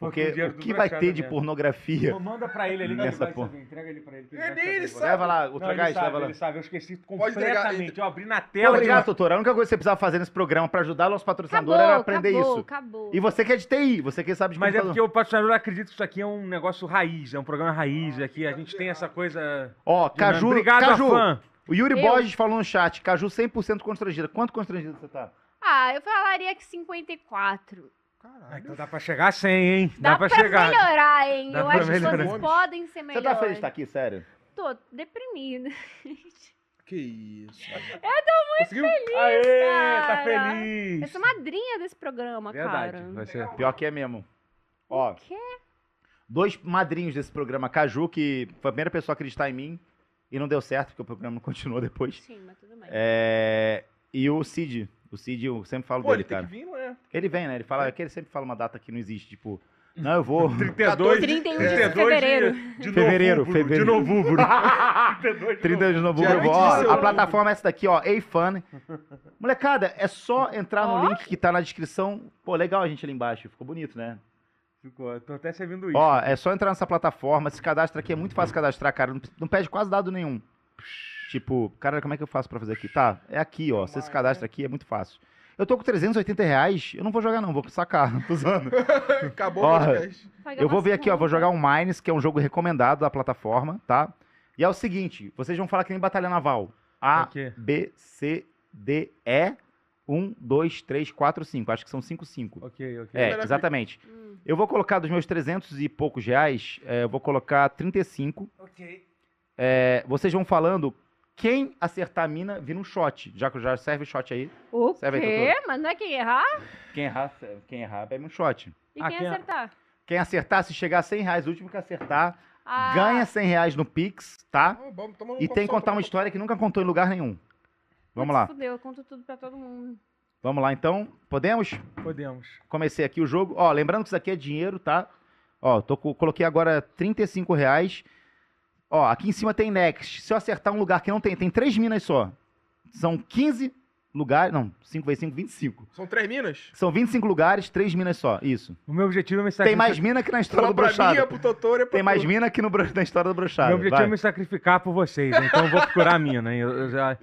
Speaker 3: Foi
Speaker 1: Porque
Speaker 3: com dinheiro
Speaker 1: o
Speaker 3: do
Speaker 1: que vai
Speaker 3: brochado
Speaker 1: ter de
Speaker 3: mesmo.
Speaker 1: pornografia?
Speaker 3: Pô, Manda pra ele ali que ele
Speaker 1: Nessa
Speaker 3: vai
Speaker 1: porra.
Speaker 3: saber. Entrega ele pra ele. que
Speaker 4: É, nem
Speaker 3: vai
Speaker 4: ele
Speaker 3: saber agora.
Speaker 1: Leva lá,
Speaker 3: Não,
Speaker 1: outra
Speaker 3: ele
Speaker 1: gás,
Speaker 3: sabe,
Speaker 1: leva lá.
Speaker 3: ele sabe. um Eu esqueci
Speaker 4: Pode entregar,
Speaker 3: completamente. Eu abri na
Speaker 1: Pô,
Speaker 3: tela.
Speaker 1: Obrigado, doutor. A única coisa que você precisava fazer nesse programa pra ajudar o nosso patrocinador
Speaker 2: Acabou,
Speaker 1: era aprender
Speaker 2: acabou,
Speaker 1: isso.
Speaker 2: acabou.
Speaker 1: E você que é de TI, você que sabe de
Speaker 3: Mas é
Speaker 1: computador.
Speaker 3: porque o patrocinador acredita que isso aqui é um negócio raiz, é um programa raiz aqui. A gente tem essa coisa.
Speaker 1: Ó,
Speaker 3: de-
Speaker 1: Caju,
Speaker 3: Obrigado,
Speaker 1: Caju.
Speaker 3: Afan.
Speaker 1: O Yuri
Speaker 2: Eu?
Speaker 1: Borges falou no chat, Caju 100% constrangida. Quanto constrangido você tá?
Speaker 2: Ah, eu falaria que 54.
Speaker 3: Ah,
Speaker 4: Caralho.
Speaker 3: então dá pra chegar a 100, hein?
Speaker 2: Dá, pra,
Speaker 3: chegar.
Speaker 2: melhorar, hein?
Speaker 3: Dá
Speaker 2: eu
Speaker 3: pra
Speaker 2: acho que
Speaker 3: melhorar.
Speaker 2: vocês podem ser
Speaker 1: Você
Speaker 2: melhores.
Speaker 1: tá feliz de estar aqui, sério?
Speaker 2: Tô deprimida.
Speaker 4: Que isso.
Speaker 3: Conseguiu? Aê, tá
Speaker 2: cara.
Speaker 3: feliz.
Speaker 2: Eu sou madrinha desse programa,
Speaker 3: Verdade,
Speaker 2: cara.
Speaker 3: vai ser.
Speaker 1: Pior que é mesmo. Ó,
Speaker 2: O quê?
Speaker 1: dois madrinhos desse programa, Caju, que foi a primeira pessoa a acreditar em mim e não deu certo, porque o programa não continuou depois.
Speaker 2: Sim, mas tudo bem.
Speaker 1: É, E o Cid. O Cid, eu sempre falo
Speaker 4: Pô, ele
Speaker 1: dele,
Speaker 4: tem que
Speaker 1: cara.
Speaker 4: vir, não é?
Speaker 1: Ele vem, né? Ele fala, é que ele sempre fala uma data que não existe, tipo, não, eu vou.
Speaker 3: 32,
Speaker 2: 31 de
Speaker 3: 32
Speaker 2: fevereiro.
Speaker 3: De, de
Speaker 1: um Fevereiro,
Speaker 3: novembro,
Speaker 1: fevereiro.
Speaker 3: De novembro.
Speaker 1: 30 de novembro,
Speaker 4: Dia
Speaker 1: eu vou. Ó,
Speaker 4: 26.
Speaker 1: a plataforma é essa daqui, ó, A-Fun. Molecada, é só entrar no
Speaker 2: Ó.
Speaker 1: link que tá na descrição. Pô, legal a gente ali embaixo, ficou bonito, né?
Speaker 3: Ficou, tô até servindo isso.
Speaker 1: Ó, é só entrar nessa plataforma, se cadastra aqui, é muito fácil cadastrar, cara. Não, não pede quase dado nenhum. Tipo, cara, como é que eu faço pra fazer aqui? Tá, é aqui, ó. Você se cadastra aqui, é muito fácil. Eu tô com 380 reais, eu não vou jogar não, vou sacar, tô usando.
Speaker 4: Acabou
Speaker 1: Ó,
Speaker 4: o podcast.
Speaker 2: Pagar
Speaker 1: Eu vou
Speaker 2: uma
Speaker 1: ver aqui, ó, vou
Speaker 2: segunda.
Speaker 1: jogar um Mines, que é um jogo recomendado da plataforma, tá? E é o seguinte, vocês vão falar que nem Batalha Naval. A,
Speaker 3: Aqui.
Speaker 1: B, C, D, E, 1, 2, 3, 4, 5. Acho que são 5, 5.
Speaker 3: Ok, ok.
Speaker 1: É, exatamente.
Speaker 2: Hum.
Speaker 1: Eu vou colocar dos meus 300 e poucos reais, é, eu vou colocar 35.
Speaker 3: Ok.
Speaker 1: É, vocês vão falando, quem acertar a mina vira um shot. Já que já serve o shot aí.
Speaker 2: O
Speaker 1: Serve aí,
Speaker 2: quê? Mas não é quem errar?
Speaker 1: Quem errar, quem errar bebe um shot.
Speaker 2: E
Speaker 3: Ah,
Speaker 2: quem
Speaker 3: quem erra-
Speaker 2: acertar?
Speaker 1: Quem acertar, se chegar a 100 reais, o último que acertar,
Speaker 2: Ah,
Speaker 1: ganha 100 reais no Pix, tá?
Speaker 4: Ah, vamos, toma um
Speaker 1: E
Speaker 4: copo
Speaker 1: tem que
Speaker 4: só,
Speaker 1: contar
Speaker 4: toma
Speaker 1: uma
Speaker 4: um
Speaker 1: história que nunca contou em lugar nenhum. Vamos
Speaker 2: putz,
Speaker 1: lá,
Speaker 2: Fudeu, eu conto tudo pra todo mundo.
Speaker 1: vamos lá então. Podemos?
Speaker 3: Podemos.
Speaker 1: Comecei aqui o jogo. Ó, lembrando que isso aqui é dinheiro, tá? Ó, tô, co- coloquei agora 35 reais. Ó, aqui em cima tem next. Se eu acertar um lugar que não tem, tem três minas só. São 15 lugares. Não, 5 vezes 5, 25.
Speaker 4: copo. São três minas?
Speaker 1: São 25 lugares, três minas só. Isso.
Speaker 3: O meu objetivo é me
Speaker 1: Tem
Speaker 3: sacrificar.
Speaker 1: mais mina que na história
Speaker 4: Fala
Speaker 1: do
Speaker 4: pra mim, é
Speaker 1: brochado.
Speaker 4: pro Totoro, é pro
Speaker 1: Tem mais
Speaker 4: tu.
Speaker 1: mina que no, bro- na história do
Speaker 3: Meu
Speaker 1: brochado.
Speaker 3: objetivo é me né? sacrificar por vocês, então eu vou procurar a mina, hein? Eu- eu já-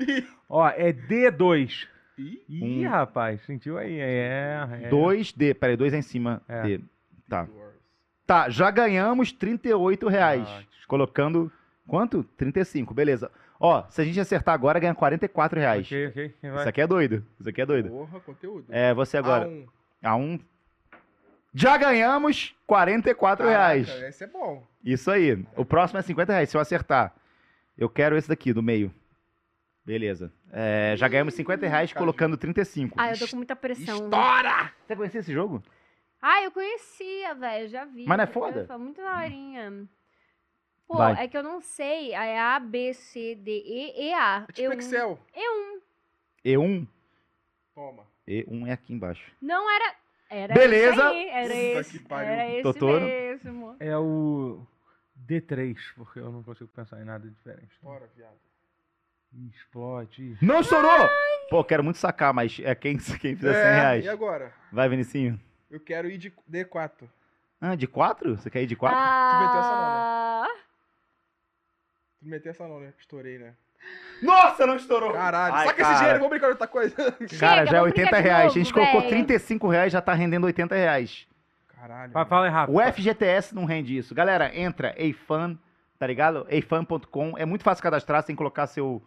Speaker 3: Ó, é D2.
Speaker 4: Ih,
Speaker 3: Ih,
Speaker 1: Um.
Speaker 3: rapaz, sentiu aí. É, é.
Speaker 1: 2D, peraí, 2 é em cima
Speaker 3: É.
Speaker 1: D. Tá.
Speaker 4: Doors.
Speaker 1: Tá, já ganhamos 38 reais.
Speaker 3: Ah,
Speaker 1: colocando quanto? 35, beleza. Ó, se a gente acertar agora, ganha 44 reais.
Speaker 3: Ok, ok. Vai.
Speaker 1: Isso aqui é doido. Isso aqui é doido.
Speaker 4: Porra, conteúdo. Ah,
Speaker 1: É, você agora.
Speaker 4: A1.
Speaker 1: A um. Já ganhamos 44 reais.
Speaker 4: Caraca, Esse é bom.
Speaker 1: Isso aí. O próximo é 50 reais, se eu acertar. Eu quero esse daqui, do meio. Beleza. É, já ganhamos 50 reais
Speaker 4: Cara,
Speaker 1: colocando 35.
Speaker 2: Ah, eu tô com muita pressão.
Speaker 4: Estoura!
Speaker 1: Você conhecia esse jogo?
Speaker 2: Ah, eu conhecia, velho, já vi.
Speaker 1: Mas não é
Speaker 2: Eu
Speaker 1: foda?
Speaker 2: falo, Muito daorinha. Pô,
Speaker 1: Vai.
Speaker 2: é que eu não sei. É A, B, C, D, E, E, A.
Speaker 4: É tipo
Speaker 2: Eu-
Speaker 4: Excel.
Speaker 1: E1?
Speaker 4: Toma.
Speaker 1: E1 é aqui embaixo.
Speaker 2: Não era. Era
Speaker 1: Beleza.
Speaker 2: esse aí, Era
Speaker 4: Puta
Speaker 2: esse.
Speaker 4: que pariu.
Speaker 2: Era esse
Speaker 1: Totoro.
Speaker 2: mesmo.
Speaker 3: É o D3, porque eu não consigo pensar em nada diferente.
Speaker 4: Bora, viado.
Speaker 3: Ih, Explode. ih.
Speaker 1: Não estourou! Pô, quero muito sacar, mas é quem, quem fizer 100 reais.
Speaker 4: E agora?
Speaker 1: Vai, Vinicinho.
Speaker 4: Eu quero ir de D4.
Speaker 1: Ah, de 4? Você quer ir de 4?
Speaker 4: meteu essa não,
Speaker 2: Ah,
Speaker 4: Tu me meteu essa não, né? Estourei, né?
Speaker 2: Ah.
Speaker 1: Nossa, não estourou!
Speaker 4: Caralho,
Speaker 1: Ai,
Speaker 4: saca
Speaker 1: cara.
Speaker 4: esse dinheiro, vamos brincar de outra coisa.
Speaker 1: Cara,
Speaker 2: Chega,
Speaker 1: já é
Speaker 2: vamos brincar
Speaker 1: 80
Speaker 2: de
Speaker 1: reais.
Speaker 2: novo,
Speaker 1: a gente colocou
Speaker 2: véi.
Speaker 1: 35 reais, já tá rendendo 80 reais.
Speaker 4: Caralho.
Speaker 3: Vai,
Speaker 4: mano.
Speaker 3: fala aí rápido.
Speaker 1: O FGTS não rende isso. Galera, entra Eifan, tá ligado? Eifan.com. É muito fácil cadastrar, você tem que colocar seu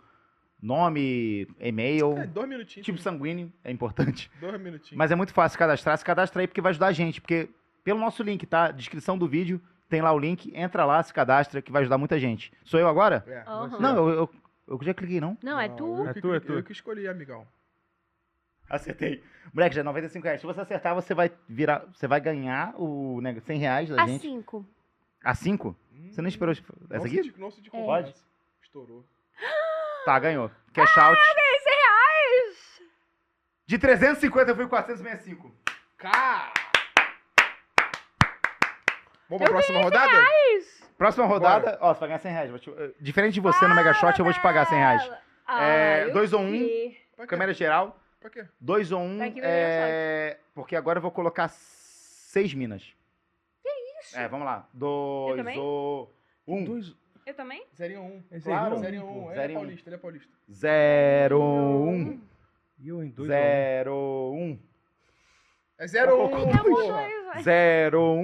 Speaker 1: nome, e-mail,
Speaker 3: um.
Speaker 4: É, dois minutinhos.
Speaker 1: tipo sanguíneo, é importante.
Speaker 4: Dois minutinhos.
Speaker 1: Mas é muito fácil cadastrar. Se cadastra aí porque vai ajudar a gente. Porque pelo nosso link, tá? Descrição do vídeo, tem lá o link. Entra lá, se cadastra, que vai ajudar muita gente. Sou eu agora?
Speaker 4: É,
Speaker 2: Aham.
Speaker 4: você.
Speaker 1: Não, eu, eu, eu já cliquei, não?
Speaker 2: não, é tu.
Speaker 4: eu
Speaker 3: É
Speaker 4: que-
Speaker 3: tu, é tu.
Speaker 4: Eu que escolhi, amigão.
Speaker 1: Acertei. Moleque, já é 95 reais. Se você acertar, você vai virar. Você vai ganhar o né, 100 reais da
Speaker 2: A
Speaker 1: gente.
Speaker 2: 5.
Speaker 1: A 5? Você não esperou. essa
Speaker 4: Hum. Não
Speaker 1: aqui?
Speaker 4: senti- não senti
Speaker 2: É.
Speaker 4: confiança. Estourou.
Speaker 1: Tá, ganhou. Cash out. De 350 eu fui 465.
Speaker 4: Cara! Vamos pra próxima rodada?
Speaker 2: Isso.
Speaker 1: Próxima rodada. Ó, você vai ganhar 100 reais. Vou te- eh, Diferente de você no Mega Shot, eu vou te pagar 100 reais.
Speaker 2: Ah,
Speaker 1: É,
Speaker 2: eu
Speaker 1: dois ou um.
Speaker 2: vi.
Speaker 4: Pra quê?
Speaker 1: Câmera geral,
Speaker 4: Pra quê?
Speaker 1: 2 ou 1. Um,
Speaker 2: Tá aqui no
Speaker 1: é... Porque agora eu vou colocar 6 minas. Que
Speaker 2: isso?
Speaker 1: É, vamos lá.
Speaker 2: Eu
Speaker 1: 2
Speaker 2: também?
Speaker 1: ou 1.
Speaker 3: Dois-
Speaker 2: Eu também?
Speaker 4: Zerinho 1.
Speaker 3: É zero
Speaker 1: Claro.
Speaker 3: um,
Speaker 4: Zerinho
Speaker 3: pô.
Speaker 4: 1. Ele
Speaker 1: Zero
Speaker 4: é
Speaker 1: e um.
Speaker 4: paulista, ele é paulista.
Speaker 1: 0 1.
Speaker 3: E eu em dois. um. eu-
Speaker 1: 0 1.
Speaker 4: É 0 1.
Speaker 1: Cocô.
Speaker 2: Eu vou dois, um vai.
Speaker 1: 0 1.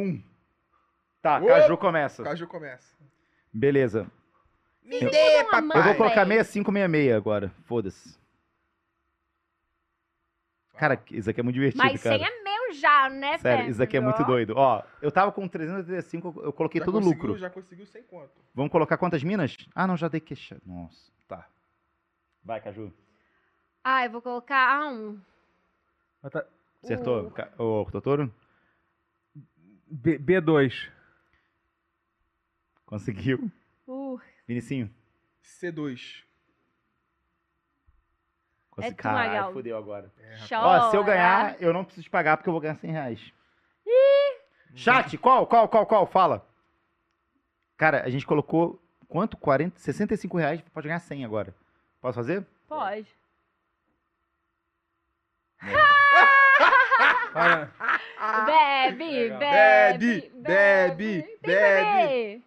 Speaker 1: Tá,
Speaker 4: Ô!
Speaker 1: Caju começa.
Speaker 4: Caju começa.
Speaker 1: Beleza.
Speaker 4: Me
Speaker 2: Eu-
Speaker 4: dê,
Speaker 2: Eu
Speaker 1: Eu vou
Speaker 2: Vai.
Speaker 1: colocar 6566 agora. Foda-se. Cara, isso aqui é muito divertido,
Speaker 2: Mas 100
Speaker 1: cara.
Speaker 2: é meu já, né,
Speaker 1: Sério, isso aqui é muito
Speaker 2: Pedro?
Speaker 1: doido. Ó, eu tava com 335, eu coloquei
Speaker 4: Já
Speaker 1: é todo o
Speaker 4: conseguiu-
Speaker 1: lucro.
Speaker 4: Já conseguiu sem quanto?
Speaker 1: Vamos colocar quantas minas? Ah, não, já dei queixa. Nossa, tá. Vai, Caju.
Speaker 2: Ah, eu vou colocar A1.
Speaker 3: Mas tá-
Speaker 2: Uh.
Speaker 1: Acertou? Ca- Ô, Totoro?
Speaker 3: B, B2.
Speaker 1: Conseguiu.
Speaker 2: Uh, uh,
Speaker 1: Vinicinho?
Speaker 4: C2.
Speaker 1: Consegui.
Speaker 2: tu,
Speaker 1: Caralho,
Speaker 2: Magal.
Speaker 1: fodeu agora.
Speaker 2: chora.
Speaker 1: Ó, se eu ganhar, eu não preciso pagar porque eu vou ganhar 100 reais. Chat, qual, qual, qual, qual? Fala. Cara, a gente colocou quanto? 40, 65 reais, pode ganhar 100 agora. Posso fazer?
Speaker 2: Pode.
Speaker 3: Olha,
Speaker 4: Ah.
Speaker 2: Ah. Bebe,
Speaker 3: Legal.
Speaker 2: bebe,
Speaker 4: Bebe, bebe,
Speaker 2: Tem que beber.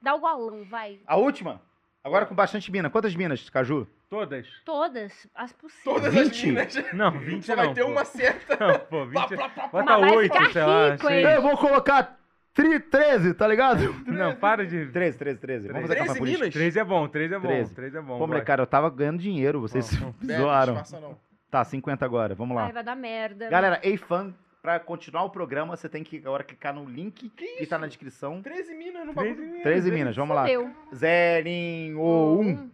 Speaker 2: Dá o golão, vai.
Speaker 1: A última? Agora com bastante mina. Quantas minas, Caju?
Speaker 3: todas.
Speaker 2: Todas as possíveis.
Speaker 4: Todas as
Speaker 1: 20?
Speaker 4: minas.
Speaker 3: Não, 20
Speaker 4: Só
Speaker 3: não.
Speaker 4: vai ter
Speaker 3: pô.
Speaker 4: uma certa.
Speaker 3: Não, pô, 20.
Speaker 4: Plá, plá, plá.
Speaker 3: Bota
Speaker 2: Mas vai
Speaker 3: 8,
Speaker 2: ficar
Speaker 3: sei lá.
Speaker 2: rico,
Speaker 3: 6.
Speaker 2: hein?
Speaker 1: Eu vou colocar tri, 13, tá ligado?
Speaker 3: Não, para de.
Speaker 1: 13, 13, 13. Vamos fazer
Speaker 4: 13
Speaker 1: campanha política.
Speaker 4: minas?
Speaker 3: 3 é bom, 3 é bom.
Speaker 1: Treze.
Speaker 3: 3 é bom.
Speaker 1: Pô,
Speaker 3: vai.
Speaker 1: molecada, eu tava ganhando dinheiro, vocês
Speaker 3: Bom,
Speaker 4: Bebe,
Speaker 1: zoaram.
Speaker 4: disfarça não.
Speaker 1: Tá, 50 agora, vamos lá.
Speaker 2: Ai, vai dar merda.
Speaker 1: Galera, Eifan, pra continuar o programa, você tem que agora clicar no link que, tá na descrição.
Speaker 4: 13 minas
Speaker 3: 13
Speaker 4: no bagulho.
Speaker 3: minas.
Speaker 1: 13 minas, vamos lá.
Speaker 2: Fudeu.
Speaker 1: Zerinho, um.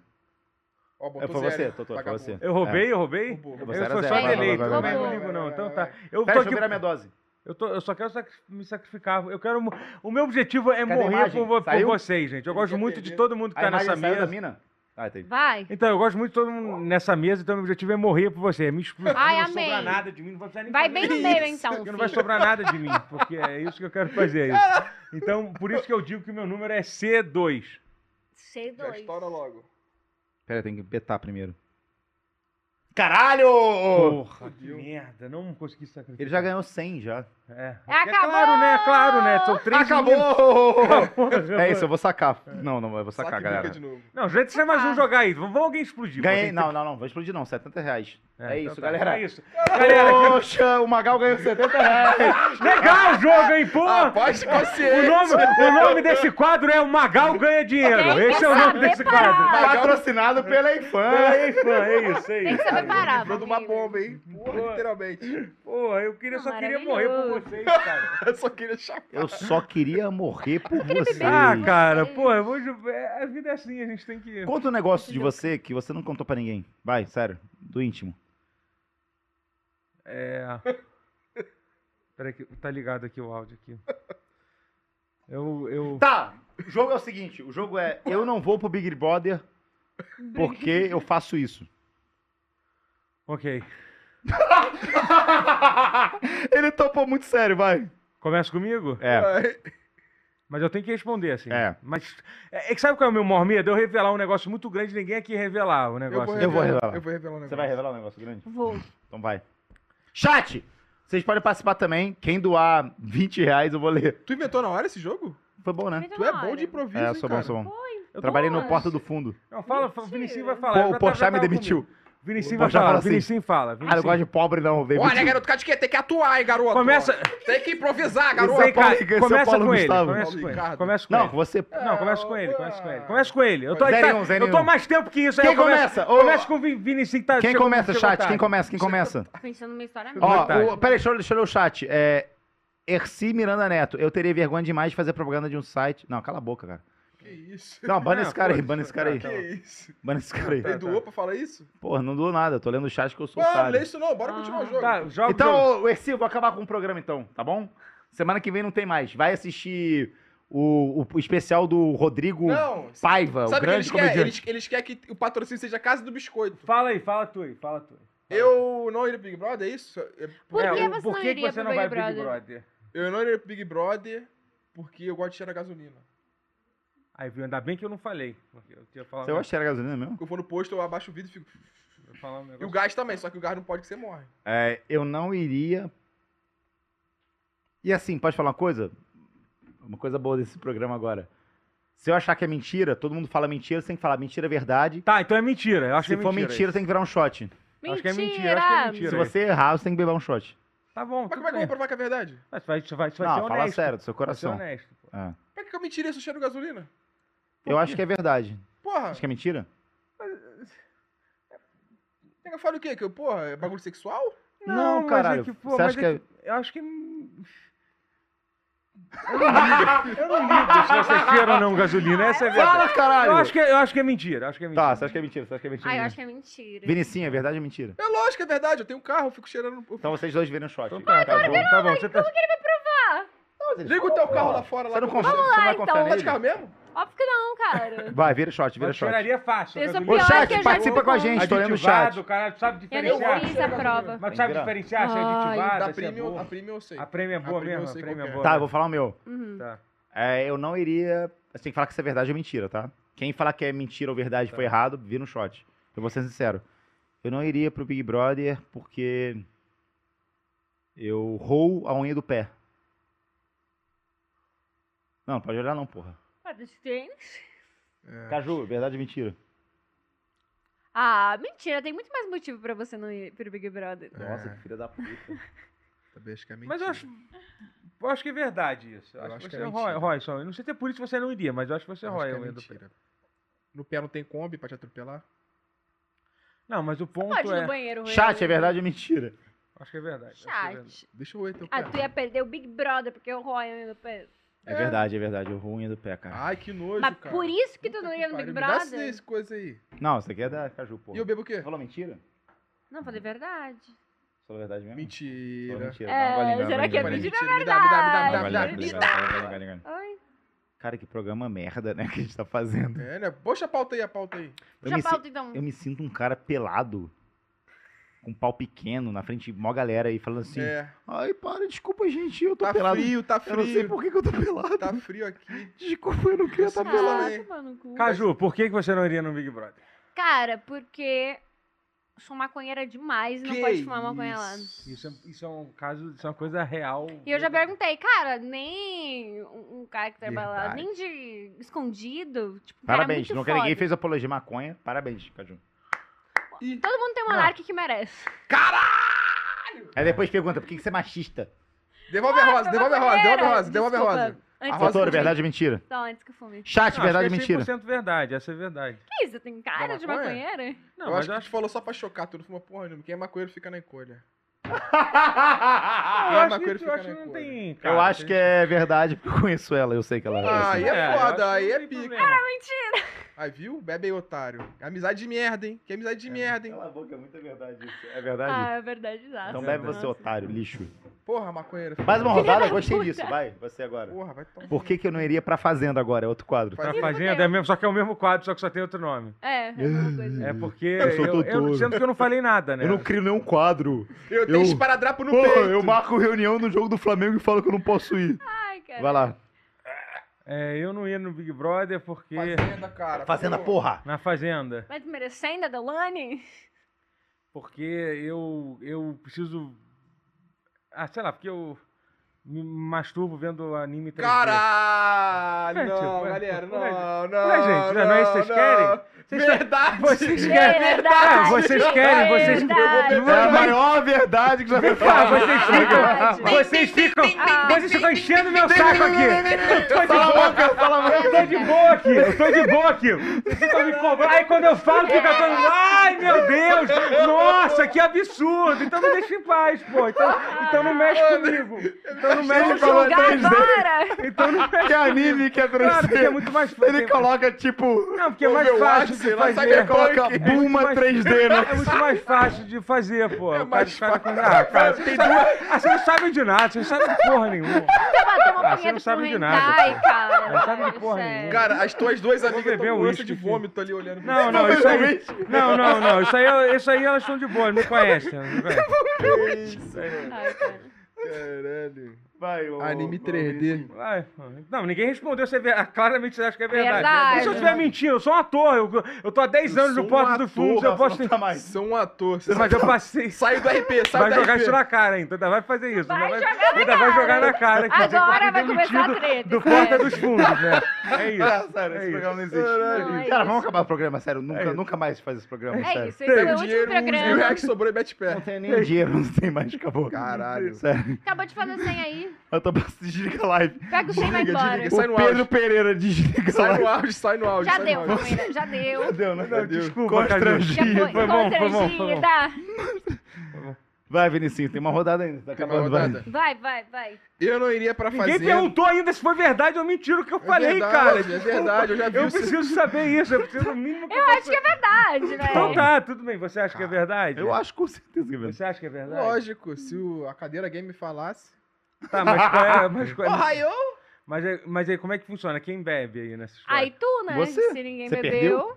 Speaker 4: Ó,
Speaker 1: É, foi você, Totoro, foi você.
Speaker 4: vagabundo.
Speaker 3: Eu roubei, eu roubei?
Speaker 4: Roubou,
Speaker 1: Eu
Speaker 4: roubou.
Speaker 1: Você
Speaker 3: eu
Speaker 1: era
Speaker 3: sou
Speaker 1: zero,
Speaker 3: só
Speaker 1: vai, vai,
Speaker 3: eleito,
Speaker 1: vai, É.
Speaker 3: eu não
Speaker 2: vai,
Speaker 3: me
Speaker 2: vai,
Speaker 3: ligo
Speaker 4: vai,
Speaker 3: não.
Speaker 4: vai,
Speaker 3: Então
Speaker 4: vai,
Speaker 3: tá. Eu
Speaker 1: Pera,
Speaker 3: tô
Speaker 1: deixa eu virar minha
Speaker 3: aqui.
Speaker 1: dose.
Speaker 3: Eu, tô, eu só quero sac- me sacrificar. Eu quero. mo- O meu objetivo é
Speaker 1: Cadê a
Speaker 3: morrer
Speaker 1: imagem?
Speaker 3: por, vo- por
Speaker 1: Saiu?
Speaker 3: vocês, gente. Eu
Speaker 4: Ele
Speaker 3: gosto
Speaker 4: quer
Speaker 3: muito de
Speaker 4: perder.
Speaker 3: todo mundo que
Speaker 1: A
Speaker 3: tá
Speaker 1: imagem
Speaker 3: nessa
Speaker 1: saiu da
Speaker 3: mesa.
Speaker 1: mina? Ah, tem.
Speaker 2: Vai.
Speaker 3: Então, eu gosto muito de todo mundo nessa mesa, então meu objetivo é morrer por você. Me explodir,
Speaker 2: Ai,
Speaker 3: não sobrar
Speaker 2: amei.
Speaker 3: nada de mim, não vai precisar nem
Speaker 2: Vai
Speaker 3: fazer
Speaker 2: bem no
Speaker 3: isso,
Speaker 2: meio, então.
Speaker 3: porque não vai
Speaker 2: filho.
Speaker 3: sobrar nada de mim, porque é isso que eu quero fazer. é Isso. Então, por isso que eu digo que o meu número é C2.
Speaker 4: Já
Speaker 2: C2.
Speaker 4: estoura logo.
Speaker 1: Pera, tem que betar primeiro. Caralho!
Speaker 3: Porra, que
Speaker 4: Fudeu.
Speaker 3: merda, não consegui sacrificar.
Speaker 1: Ele já ganhou 100 já.
Speaker 3: É.
Speaker 2: Acabou!
Speaker 3: É claro, né? É claro, né? São três meninos.
Speaker 1: Acabou!
Speaker 3: Acabou!
Speaker 1: É isso, eu vou sacar. Não, não, eu vou
Speaker 4: Saque
Speaker 1: sacar,
Speaker 4: bica
Speaker 1: galera.
Speaker 4: de novo.
Speaker 3: Não, gente, você mais um
Speaker 2: Ah.
Speaker 3: jogar aí. Vamos alguém explodir. pô.
Speaker 1: Ganhei.
Speaker 3: Tem-
Speaker 1: Não, não, não, vou explodir não, R$ 70 reais. É
Speaker 3: então
Speaker 1: isso,
Speaker 3: tá.
Speaker 1: galera.
Speaker 3: É isso. Galera,
Speaker 1: Poxa, o Magal ganhou 70 reais.
Speaker 3: legal o jogo, hein? Pô!
Speaker 1: Ah,
Speaker 4: Rapaz,
Speaker 3: O
Speaker 1: é
Speaker 4: consciente.
Speaker 3: nome, o nome desse quadro é O Magal Ganha Dinheiro.
Speaker 2: Tem que
Speaker 3: Esse é o nome
Speaker 2: saber
Speaker 3: desse
Speaker 2: parar.
Speaker 3: quadro.
Speaker 1: Patrocinado pela infância.
Speaker 3: É isso, é isso, é
Speaker 2: Tem que
Speaker 3: isso.
Speaker 2: saber parar,
Speaker 4: Lembrou de uma
Speaker 2: amigo.
Speaker 4: bomba, hein? Porra, literalmente.
Speaker 3: Pô, eu queria,
Speaker 2: Não,
Speaker 3: só queria morrer por
Speaker 2: maravilhoso.
Speaker 3: vocês, cara.
Speaker 4: Eu só queria chapar.
Speaker 1: Eu só queria morrer por você.
Speaker 3: Ah,
Speaker 2: Sim.
Speaker 3: cara, pô, eu vou, ju- é, a vida é assim, a gente tem que...
Speaker 1: Conta um negócio de você que você não contou pra ninguém. Vai, sério, do íntimo.
Speaker 3: É. Peraí, que tá ligado aqui o áudio aqui. Eu. eu...
Speaker 1: Tá, o jogo é o seguinte, o jogo é eu não vou pro Big Brother porque eu faço isso.
Speaker 3: Ok.
Speaker 1: Ele topou muito sério, vai.
Speaker 3: Começa comigo?
Speaker 1: É.
Speaker 3: Mas eu tenho que responder, assim.
Speaker 1: É.
Speaker 3: Mas. É, é que sabe qual é o meu maior medo? Eu revelar um negócio muito grande e ninguém aqui revelar o
Speaker 4: Eu vou,
Speaker 3: negócio.
Speaker 1: Eu vou
Speaker 4: revelar.
Speaker 1: revelar.
Speaker 4: Eu vou revelar um negócio.
Speaker 1: Você vai revelar um negócio grande?
Speaker 2: Vou.
Speaker 1: Então vai. Chat! Vocês podem participar também. Quem doar 20 reais, eu vou ler.
Speaker 4: Tu inventou na hora esse jogo?
Speaker 1: Foi bom, né?
Speaker 2: Mas
Speaker 4: Tu
Speaker 2: na
Speaker 4: é bom
Speaker 2: hora.
Speaker 4: de improviso,
Speaker 1: É,
Speaker 4: hein,
Speaker 1: sou bom,
Speaker 4: cara?
Speaker 1: sou bom.
Speaker 3: Eu tô-
Speaker 1: Trabalhei no
Speaker 2: bom.
Speaker 1: Porta do Fundo.
Speaker 3: Não, fala, fala, o Vinicinho vai falar.
Speaker 1: Pô,
Speaker 3: ele
Speaker 1: o
Speaker 3: vai-
Speaker 1: Porchat
Speaker 3: vai
Speaker 1: me
Speaker 3: falar
Speaker 1: demitiu.
Speaker 3: comigo. Vinicinho
Speaker 1: O
Speaker 3: vai
Speaker 1: Porchat
Speaker 3: falar,
Speaker 1: fala assim.
Speaker 3: Vinicinho fala.
Speaker 1: Ah, eu
Speaker 3: Vinicinho.
Speaker 1: gosto de pobre, não. Vem
Speaker 4: Olha,
Speaker 1: muito-
Speaker 4: garoto, catiqueiro, tem que atuar, hein, garoto.
Speaker 3: Começa.
Speaker 4: Tem que improvisar,
Speaker 1: Esse
Speaker 4: garoto.
Speaker 1: aí,
Speaker 3: Vem cá,
Speaker 1: Paulo- esse é o
Speaker 3: Começa
Speaker 1: Paulo
Speaker 3: com ele.
Speaker 1: Gustavo.
Speaker 3: Começa com
Speaker 4: Paulo
Speaker 3: ele.
Speaker 4: Ricardo.
Speaker 3: Começa com
Speaker 1: Não, um,
Speaker 3: ele.
Speaker 1: você.
Speaker 3: Não, começa com ele, começa com ele. Começa com ele. Eu tô,
Speaker 1: Zé
Speaker 3: tá-
Speaker 1: nenhum, Zé
Speaker 3: eu tô
Speaker 1: nenhum.
Speaker 3: mais tempo que isso aí.
Speaker 1: Quem
Speaker 3: eu começo-
Speaker 1: começa? Ô,
Speaker 3: Começa com o Vin- Vinicinho que tá
Speaker 1: Quem
Speaker 3: chegou-
Speaker 1: começa,
Speaker 3: chegou
Speaker 1: chat?
Speaker 3: tarde.
Speaker 1: Quem começa? Quem começa?
Speaker 2: Pensando numa história.
Speaker 3: Ó,
Speaker 2: agora.
Speaker 3: tarde.
Speaker 1: Ó, o- peraí, deixa eu, deixa eu ler o chat. É. Erci Miranda Neto, eu teria vergonha demais de fazer propaganda de um site. Não, cala a boca, cara.
Speaker 4: Que isso?
Speaker 1: Não, bana
Speaker 3: Não,
Speaker 1: esse cara aí,
Speaker 3: foda-se,
Speaker 1: bana esse cara aí.
Speaker 4: Ah, Que isso?
Speaker 1: Bana esse cara aí.
Speaker 4: Ele doou pra falar isso?
Speaker 1: Porra, não doou nada, eu tô lendo o chat que eu tá. sou
Speaker 4: Mano,
Speaker 1: otário.
Speaker 4: lê isso não,
Speaker 2: Ah.
Speaker 4: bora continuar o jogo.
Speaker 3: Tá, joga o jogo.
Speaker 1: Então, ô, Erci, eu vou acabar com o programa então, tá bom? Semana que vem não tem mais. Vai assistir o, o- o especial do Rodrigo
Speaker 4: Não,
Speaker 1: Paiva, o
Speaker 4: sabe o que é?
Speaker 1: grande
Speaker 4: eles querem?
Speaker 1: comediante.
Speaker 4: Eles, eles querem que o patrocínio seja a Casa do Biscoito.
Speaker 3: Fala aí, fala tu aí, fala tu aí.
Speaker 4: Eu não iria pro Big Brother, é isso?
Speaker 2: Por que
Speaker 3: É, o-
Speaker 2: você
Speaker 3: por
Speaker 2: não
Speaker 3: que que
Speaker 2: iria
Speaker 3: você
Speaker 2: pro
Speaker 3: não
Speaker 2: Big
Speaker 3: vai pro Big
Speaker 2: Brother?
Speaker 3: Brother?
Speaker 4: Eu não iria pro Big Brother porque eu gosto de cheirar gasolina.
Speaker 3: Aí, viu, ainda bem que eu não falei. porque Eu tinha falado.
Speaker 1: Você gosta de tirar gasolina mesmo?
Speaker 4: Porque eu vou no posto, eu abaixo o vidro e fico.
Speaker 3: eu ia falar um
Speaker 4: E o
Speaker 3: negócio.
Speaker 4: gás também, só que o gás não pode que você morre.
Speaker 1: É, eu não iria. E assim, pode falar uma coisa? Uma coisa boa desse programa agora. Se eu achar que é mentira, todo mundo fala mentira, você tem que falar mentira é verdade.
Speaker 3: Tá, então é mentira. Eu acho
Speaker 1: Se
Speaker 3: que é
Speaker 1: for
Speaker 3: mentira.
Speaker 1: mentira, tem que virar um shot.
Speaker 3: Acho que é mentira,
Speaker 2: Mentira!
Speaker 3: acho que é mentira.
Speaker 1: Se
Speaker 3: aí.
Speaker 1: você errar, você tem que beber um shot.
Speaker 3: Tá bom,
Speaker 4: Mas
Speaker 3: tudo
Speaker 4: como é que eu vou
Speaker 3: bem.
Speaker 4: provar que é verdade?
Speaker 3: Mas vai, vai, vai ser
Speaker 1: não,
Speaker 3: honesto.
Speaker 1: fala sério, do seu
Speaker 3: Vai ser
Speaker 1: coração.
Speaker 3: honesto. pô.
Speaker 1: É.
Speaker 4: Como é que eu mentiria se eu cheiro gasolina?
Speaker 1: Eu acho que é verdade.
Speaker 4: Porra,
Speaker 1: Acho que é mentira?
Speaker 4: nega fala o quê? Que eu, porra, é bagulho sexual?
Speaker 3: mas
Speaker 1: caralho.
Speaker 3: é que, pô,
Speaker 1: você
Speaker 3: mas
Speaker 1: acha que é...
Speaker 3: que- Eu acho que... hum, Eu não ligo se você cheira ou não gasolina. Essa é a verdade.
Speaker 1: Fala, caralho!
Speaker 3: Eu acho que, eu acho que é mentira. eu Acho que é mentira.
Speaker 1: Tá, você acha que é mentira? Você acha que é mentira?
Speaker 2: Ah, eu
Speaker 1: mesmo?
Speaker 2: acho que é mentira.
Speaker 1: Vinicinho, é verdade ou mentira?
Speaker 4: É lógico, que é verdade. Eu tenho um carro, eu fico cheirando. eu-
Speaker 1: Então vocês dois viram um shot.
Speaker 3: Então tá, tá bom, tá bom. Você tá...
Speaker 4: Liga o teu carro lá fora, lá
Speaker 1: Você não,
Speaker 4: no-
Speaker 1: confia,
Speaker 4: Vamos
Speaker 1: você não vai
Speaker 2: lá,
Speaker 1: confiar
Speaker 2: então.
Speaker 4: Tá de carro
Speaker 1: nele?
Speaker 4: mesmo?
Speaker 2: Óbvio que não, cara.
Speaker 1: Vai, vira shot, vira
Speaker 3: Mas
Speaker 1: shot.
Speaker 3: cheiraria fácil.
Speaker 2: Eu sou
Speaker 1: Ô,
Speaker 3: gasolina.
Speaker 2: pior que eu
Speaker 1: chat,
Speaker 2: já
Speaker 1: participa
Speaker 2: fui
Speaker 1: com a
Speaker 2: com-
Speaker 1: gente, tô lendo o chat.
Speaker 3: Aditivado, caralho, tu sabe
Speaker 2: Eu não
Speaker 4: Eu
Speaker 3: diferenciar.
Speaker 4: acho
Speaker 2: fiz
Speaker 4: que é
Speaker 2: a
Speaker 4: gasolina.
Speaker 2: prova.
Speaker 3: Mas tu sabe
Speaker 1: Tem grana.
Speaker 3: diferenciar se é
Speaker 2: Ai.
Speaker 3: aditivada,
Speaker 4: Da
Speaker 3: se é
Speaker 4: premium,
Speaker 3: boa.
Speaker 4: a premium eu sei.
Speaker 3: A prêmio é boa
Speaker 4: premium eu
Speaker 3: mesmo, a
Speaker 4: sei
Speaker 3: prêmio é
Speaker 4: qual que é.
Speaker 3: boa.
Speaker 1: Tá,
Speaker 3: né?
Speaker 1: eu vou falar o meu.
Speaker 2: Uhum.
Speaker 3: Tá.
Speaker 1: É, eu não iria. Você tem que falar que isso é verdade ou mentira, tá? Quem falar que é mentira ou verdade
Speaker 4: Tá.
Speaker 1: foi errado, vira um shot. Eu vou ser sincero. Eu não iria pro Big Brother porque. Eu roo a unha do pé. Não, pode olhar não, porra.
Speaker 2: Ah, deixa eu ver.
Speaker 4: É.
Speaker 1: Caju, verdade ou mentira?
Speaker 2: Ah, mentira, tem muito mais motivo pra você não ir pro Big Brother.
Speaker 1: Nossa,
Speaker 4: É.
Speaker 1: que filha da puta.
Speaker 4: Também acho que é mentira.
Speaker 3: Mas eu acho. Eu acho que é verdade isso. Eu acho, que, você
Speaker 4: é
Speaker 3: rói,
Speaker 4: mentira.
Speaker 3: rói só. Eu não sei se é por isso que você não iria, mas eu acho que você
Speaker 4: Eu acho
Speaker 3: rói.
Speaker 4: que é
Speaker 3: eu indo-
Speaker 4: mentira. No pé não tem Kombi pra te atropelar?
Speaker 3: Não, mas o ponto
Speaker 2: Pode ir
Speaker 3: é.
Speaker 2: no banheiro, Roel.
Speaker 1: Chat, é verdade ou mentira?
Speaker 3: Acho que é verdade. acho que é verdade.
Speaker 2: Chat.
Speaker 4: Deixa eu ver teu pé.
Speaker 2: Ah, tu ia perder o Big Brother, porque o Roy ainda pé.
Speaker 1: É verdade, é verdade. Eu roo a unha do pé, cara.
Speaker 4: Ai, que nojo,
Speaker 2: Mas
Speaker 4: cara.
Speaker 2: por isso que tu
Speaker 4: Puta
Speaker 2: não ia no
Speaker 4: pariu,
Speaker 2: Big
Speaker 4: me dá esse-
Speaker 2: Brother?
Speaker 4: esse coisa aí.
Speaker 1: Não, isso aqui é da Caju, porra.
Speaker 4: E eu bebo o quê?
Speaker 1: Falou mentira?
Speaker 2: Não, falei verdade.
Speaker 1: Falou verdade mesmo? Falou
Speaker 4: Mentira.
Speaker 1: mentira.
Speaker 2: É,
Speaker 1: Não, vai ligar,
Speaker 2: será
Speaker 1: vai
Speaker 2: que é né?
Speaker 1: ligar, vai ligar.
Speaker 2: mentira?
Speaker 4: Me dá, me dá, me dá, me dá,
Speaker 1: Vai
Speaker 4: me
Speaker 1: ligar,
Speaker 4: dá,
Speaker 1: vai
Speaker 4: me
Speaker 1: ligar,
Speaker 4: dá.
Speaker 1: vai ligar, vai ligar.
Speaker 2: Ai.
Speaker 1: Cara, que programa merda, né, que a gente tá fazendo.
Speaker 4: É, né? Poxa a pauta aí, a pauta aí.
Speaker 1: Eu
Speaker 2: Já
Speaker 1: me, si-
Speaker 2: pauta então.
Speaker 1: eu me sinto um cara pelado, com um pau pequeno, na frente de mó galera aí, falando assim,
Speaker 4: É.
Speaker 1: ai, para, desculpa, gente, eu tô
Speaker 4: Tá
Speaker 1: pelado.
Speaker 4: frio, tá
Speaker 1: Eu não sei
Speaker 4: frio.
Speaker 1: por que, que eu tô pelado.
Speaker 4: Tá frio aqui.
Speaker 1: Desculpa, eu não queria estar
Speaker 4: Ah.
Speaker 1: pelado.
Speaker 4: lá,
Speaker 2: Ah,
Speaker 4: hein?
Speaker 2: tomar no cu.
Speaker 3: Caju, por que que você não iria no Big Brother?
Speaker 2: Cara, porque sou maconheira demais e não
Speaker 4: Que
Speaker 2: pode fumar maconha lá.
Speaker 4: isso?
Speaker 3: Isso é, isso é um caso, isso é uma coisa real.
Speaker 2: E eu já perguntei, cara, nem um um cara que trabalha lá,
Speaker 4: Verdade.
Speaker 2: nem de escondido. Tipo, um cara
Speaker 1: Parabéns,
Speaker 2: muito
Speaker 1: nunca
Speaker 2: foda.
Speaker 1: ninguém fez apologia de maconha. Parabéns, Caju.
Speaker 4: Ih,
Speaker 2: Todo mundo tem uma
Speaker 3: Ah.
Speaker 2: narc que merece.
Speaker 1: Aí depois pergunta, por que, que você é machista?
Speaker 4: devolve a rosa,
Speaker 2: Foi
Speaker 4: devolve a rosa,
Speaker 2: Ah, tá maconheira.
Speaker 4: devolve a rosa, devolve a
Speaker 2: Desculpa.
Speaker 4: rosa.
Speaker 2: Antes
Speaker 4: rosa
Speaker 1: Doutor,
Speaker 4: fudido.
Speaker 1: é verdade ou mentira?
Speaker 2: Não, antes que eu fume.
Speaker 1: Chat,
Speaker 3: Não,
Speaker 1: verdade ou
Speaker 3: acho que é
Speaker 1: mentira?
Speaker 3: 100% verdade, essa é verdade.
Speaker 2: Que isso? Tem cara
Speaker 4: Da
Speaker 2: de
Speaker 4: maconha?
Speaker 2: maconheira?
Speaker 3: Não,
Speaker 4: eu
Speaker 3: mas
Speaker 4: acho que a gente falou só pra chocar, tudo fuma porra nenhuma. Quem é maconheiro fica na encolha.
Speaker 3: eu
Speaker 4: Ah,
Speaker 3: acho
Speaker 4: mas
Speaker 3: que,
Speaker 4: coisa
Speaker 3: eu
Speaker 4: fica
Speaker 3: acho que
Speaker 4: na
Speaker 3: não
Speaker 4: cor,
Speaker 3: tem.
Speaker 1: Eu acho que é verdade, porque eu conheço ela, eu sei que ela é
Speaker 4: Ah,
Speaker 1: assim.
Speaker 4: aí é foda, aí é pica.
Speaker 3: pica.
Speaker 4: Aí viu? Bebe aí, otário. É Amizade de merda, hein? Que amizade de merda, hein?
Speaker 1: Cala a boca, é muita verdade isso. É verdade?
Speaker 2: Ah, é verdade, exato.
Speaker 1: então bebe
Speaker 3: verdade.
Speaker 1: você, otário, lixo.
Speaker 4: Porra, maconheiro.
Speaker 1: Mais uma
Speaker 2: Filha
Speaker 1: rodada,
Speaker 2: da
Speaker 1: eu gostei
Speaker 2: puta.
Speaker 1: disso. Vai, você agora.
Speaker 4: Porra, vai tomar.
Speaker 1: Por que, que eu não iria pra fazenda agora? É outro quadro.
Speaker 4: Faz-
Speaker 3: Pra
Speaker 4: Ih,
Speaker 3: fazenda
Speaker 2: fudeu.
Speaker 3: é mesmo, só que é o mesmo quadro, só que só tem outro nome.
Speaker 2: É, é uma coisa.
Speaker 3: É porque
Speaker 1: Eu
Speaker 3: eu,
Speaker 1: sou
Speaker 3: eu,
Speaker 1: doutor.
Speaker 3: sendo que eu não falei nada, né?
Speaker 1: Eu não crio nenhum quadro.
Speaker 4: Eu tenho
Speaker 1: Eu-
Speaker 4: esparadrapo no
Speaker 1: Pô,
Speaker 4: peito.
Speaker 1: eu marco reunião no jogo do Flamengo e falo que eu não posso ir.
Speaker 2: Ai, cara.
Speaker 1: Vai lá.
Speaker 3: É, eu não ia no Big Brother porque
Speaker 4: Fazenda, cara.
Speaker 1: Fazenda,
Speaker 4: pô.
Speaker 1: porra.
Speaker 3: na fazenda,
Speaker 2: Mas merecendo a Delane?
Speaker 3: porque eu eu preciso ah, sei lá, porque eu me masturbo vendo anime 3D.
Speaker 4: Caralho!
Speaker 3: É, tipo,
Speaker 4: Não,
Speaker 3: é,
Speaker 4: galera,
Speaker 3: não é,
Speaker 4: não, não.
Speaker 3: não é, gente, não é isso que vocês querem? Vocês querem-
Speaker 4: Verdade!
Speaker 3: Vocês querem, Ah, vocês querem, É vocês
Speaker 2: é Verdade.
Speaker 1: É a maior verdade que já foi
Speaker 3: Ah,
Speaker 1: falada.
Speaker 3: vocês ficam,
Speaker 2: Verdade.
Speaker 3: vocês ficam, vocês ficam enchendo meu saco aqui. Eu tô de
Speaker 1: Cala a
Speaker 3: boa,
Speaker 1: boca, cala a boca.
Speaker 3: eu tô de boa aqui, eu tô de boa aqui. Vocês ficam me cobrando. Aí quando eu falo, fica todo mundo, ai meu Deus, nossa, que absurdo. Então me deixa em paz, pô. Então, então não mexe comigo. Então não mexe
Speaker 2: Vamos
Speaker 1: falou
Speaker 3: comigo.
Speaker 2: julgar
Speaker 1: três
Speaker 2: agora!
Speaker 3: Então não mexe
Speaker 1: Que anime que é
Speaker 3: Claro, porque é
Speaker 1: 3D.
Speaker 3: muito mais
Speaker 1: Ele
Speaker 3: fácil.
Speaker 1: coloca tipo.
Speaker 3: Não, porque é mais
Speaker 4: Overwatch,
Speaker 3: fácil
Speaker 4: sei
Speaker 3: de
Speaker 4: lá,
Speaker 1: Ele
Speaker 3: fazer. É
Speaker 4: Cyberpunk.
Speaker 1: coloca Buma
Speaker 3: mais-
Speaker 1: 3D, né?
Speaker 3: É muito mais fácil de fazer, pô. O cara
Speaker 4: É mais
Speaker 3: fica com... Ah, cara, vocês sabem- ah, vocês não sabem de nada, vocês não sabem de porra nenhuma.
Speaker 2: Vai bater Tá uma
Speaker 3: Ah,
Speaker 2: punheta
Speaker 3: você não sabe
Speaker 2: pro
Speaker 3: de nada.
Speaker 2: hentai, cara.
Speaker 3: Não sabe de porra
Speaker 2: Sério.
Speaker 3: nenhuma.
Speaker 4: Cara, as tuas duas amigas
Speaker 3: beber
Speaker 4: estão com
Speaker 3: um
Speaker 4: ânsia de
Speaker 3: uísque aqui.
Speaker 4: vômito ali olhando. pra
Speaker 3: Não,
Speaker 4: você.
Speaker 3: não, isso aí. Não, não, não. Isso aí, isso aí elas estão de boa, não conhecem. Não conhecem.
Speaker 1: É
Speaker 2: Ai, cara.
Speaker 4: Caralho.
Speaker 1: Vai, ô,
Speaker 4: Anime
Speaker 1: ô,
Speaker 4: 3D.
Speaker 3: Vai. Não, ninguém respondeu se é verdade. Claramente você acha que é verdade.
Speaker 2: Verdade.
Speaker 3: E se eu estiver mentindo, eu sou um ator. Eu, eu tô há 10
Speaker 4: Eu
Speaker 3: anos
Speaker 4: sou
Speaker 3: no
Speaker 4: um
Speaker 3: Porta do
Speaker 4: ator,
Speaker 3: Fundo, eu
Speaker 1: Nossa,
Speaker 3: posso.
Speaker 1: não tá mais.
Speaker 4: São um ator. você
Speaker 3: Mas eu
Speaker 4: sabe-
Speaker 3: passei.
Speaker 4: Sai do RP, sai
Speaker 3: Vai
Speaker 4: do
Speaker 3: jogar
Speaker 4: RP.
Speaker 3: isso na cara, hein? então ainda vai fazer isso.
Speaker 2: Vai
Speaker 3: ainda
Speaker 2: jogar na
Speaker 3: ainda vai
Speaker 2: cara.
Speaker 3: jogar na cara. que você
Speaker 2: Agora
Speaker 3: foi
Speaker 2: vai começar a
Speaker 3: demitido
Speaker 2: treta.
Speaker 3: Do
Speaker 2: sério.
Speaker 3: Porta dos Fundos, né? É
Speaker 1: Ah,
Speaker 3: isso.
Speaker 1: sério,
Speaker 3: É
Speaker 1: esse
Speaker 3: isso.
Speaker 1: programa não
Speaker 2: Não, é
Speaker 1: existe. Cara,
Speaker 2: isso.
Speaker 1: vamos acabar o programa, sério. Nunca,
Speaker 3: isso.
Speaker 1: nunca mais faz esse programa,
Speaker 2: É
Speaker 1: sério.
Speaker 2: isso, esse é
Speaker 4: Tem
Speaker 2: o último
Speaker 4: dinheiro, uns mil reais
Speaker 2: programa.
Speaker 4: que sobrou e mete
Speaker 1: Não
Speaker 4: pé.
Speaker 1: tem nem dinheiro, não tem mais, acabou.
Speaker 4: Caralho.
Speaker 1: Sério,
Speaker 2: Acabou de fazer 100 aí.
Speaker 1: eu tô pra desligar a live.
Speaker 2: Pega o 100 e vai
Speaker 4: Desliga,
Speaker 2: embora.
Speaker 4: desliga. Sai
Speaker 1: O
Speaker 4: no
Speaker 1: Pedro
Speaker 4: áudio.
Speaker 1: Pereira desliga a
Speaker 4: Sai
Speaker 1: live.
Speaker 4: no áudio, sai no áudio.
Speaker 2: Já
Speaker 4: sai
Speaker 2: deu,
Speaker 4: No áudio.
Speaker 2: Palmeira. Já deu.
Speaker 1: Deu, né?
Speaker 3: Não, desculpa,
Speaker 2: Já
Speaker 1: Constrangido.
Speaker 2: foi.
Speaker 3: Foi bom, foi bom, foi bom.
Speaker 2: Constrangida.
Speaker 1: Vai, Vinicinho, tem uma rodada ainda. Tá
Speaker 4: Tem uma
Speaker 1: acabando, vai.
Speaker 4: rodada.
Speaker 2: Vai, vai, vai.
Speaker 4: Eu não iria pra
Speaker 3: Ninguém
Speaker 4: fazenda.
Speaker 3: perguntou ainda se foi verdade ou mentira o que eu
Speaker 4: É
Speaker 3: falei,
Speaker 4: verdade,
Speaker 3: cara.
Speaker 4: É verdade, eu já vi
Speaker 3: Eu
Speaker 4: isso.
Speaker 3: preciso saber isso, eu preciso no mínimo que
Speaker 2: Eu acho que é verdade, né?
Speaker 3: Então tá, tudo bem. Você acha que é verdade?
Speaker 1: Eu acho com certeza que é verdade.
Speaker 3: Você acha que é verdade?
Speaker 4: Lógico, se o- a cadeira game falasse.
Speaker 3: Tá, mas qual é. Mas, qual é-
Speaker 4: Ohio!
Speaker 3: mas, é- mas aí como é que funciona? Quem bebe aí nessa história?
Speaker 2: Aí tu, né?
Speaker 1: Você.
Speaker 2: Se ninguém
Speaker 1: Você
Speaker 2: bebeu.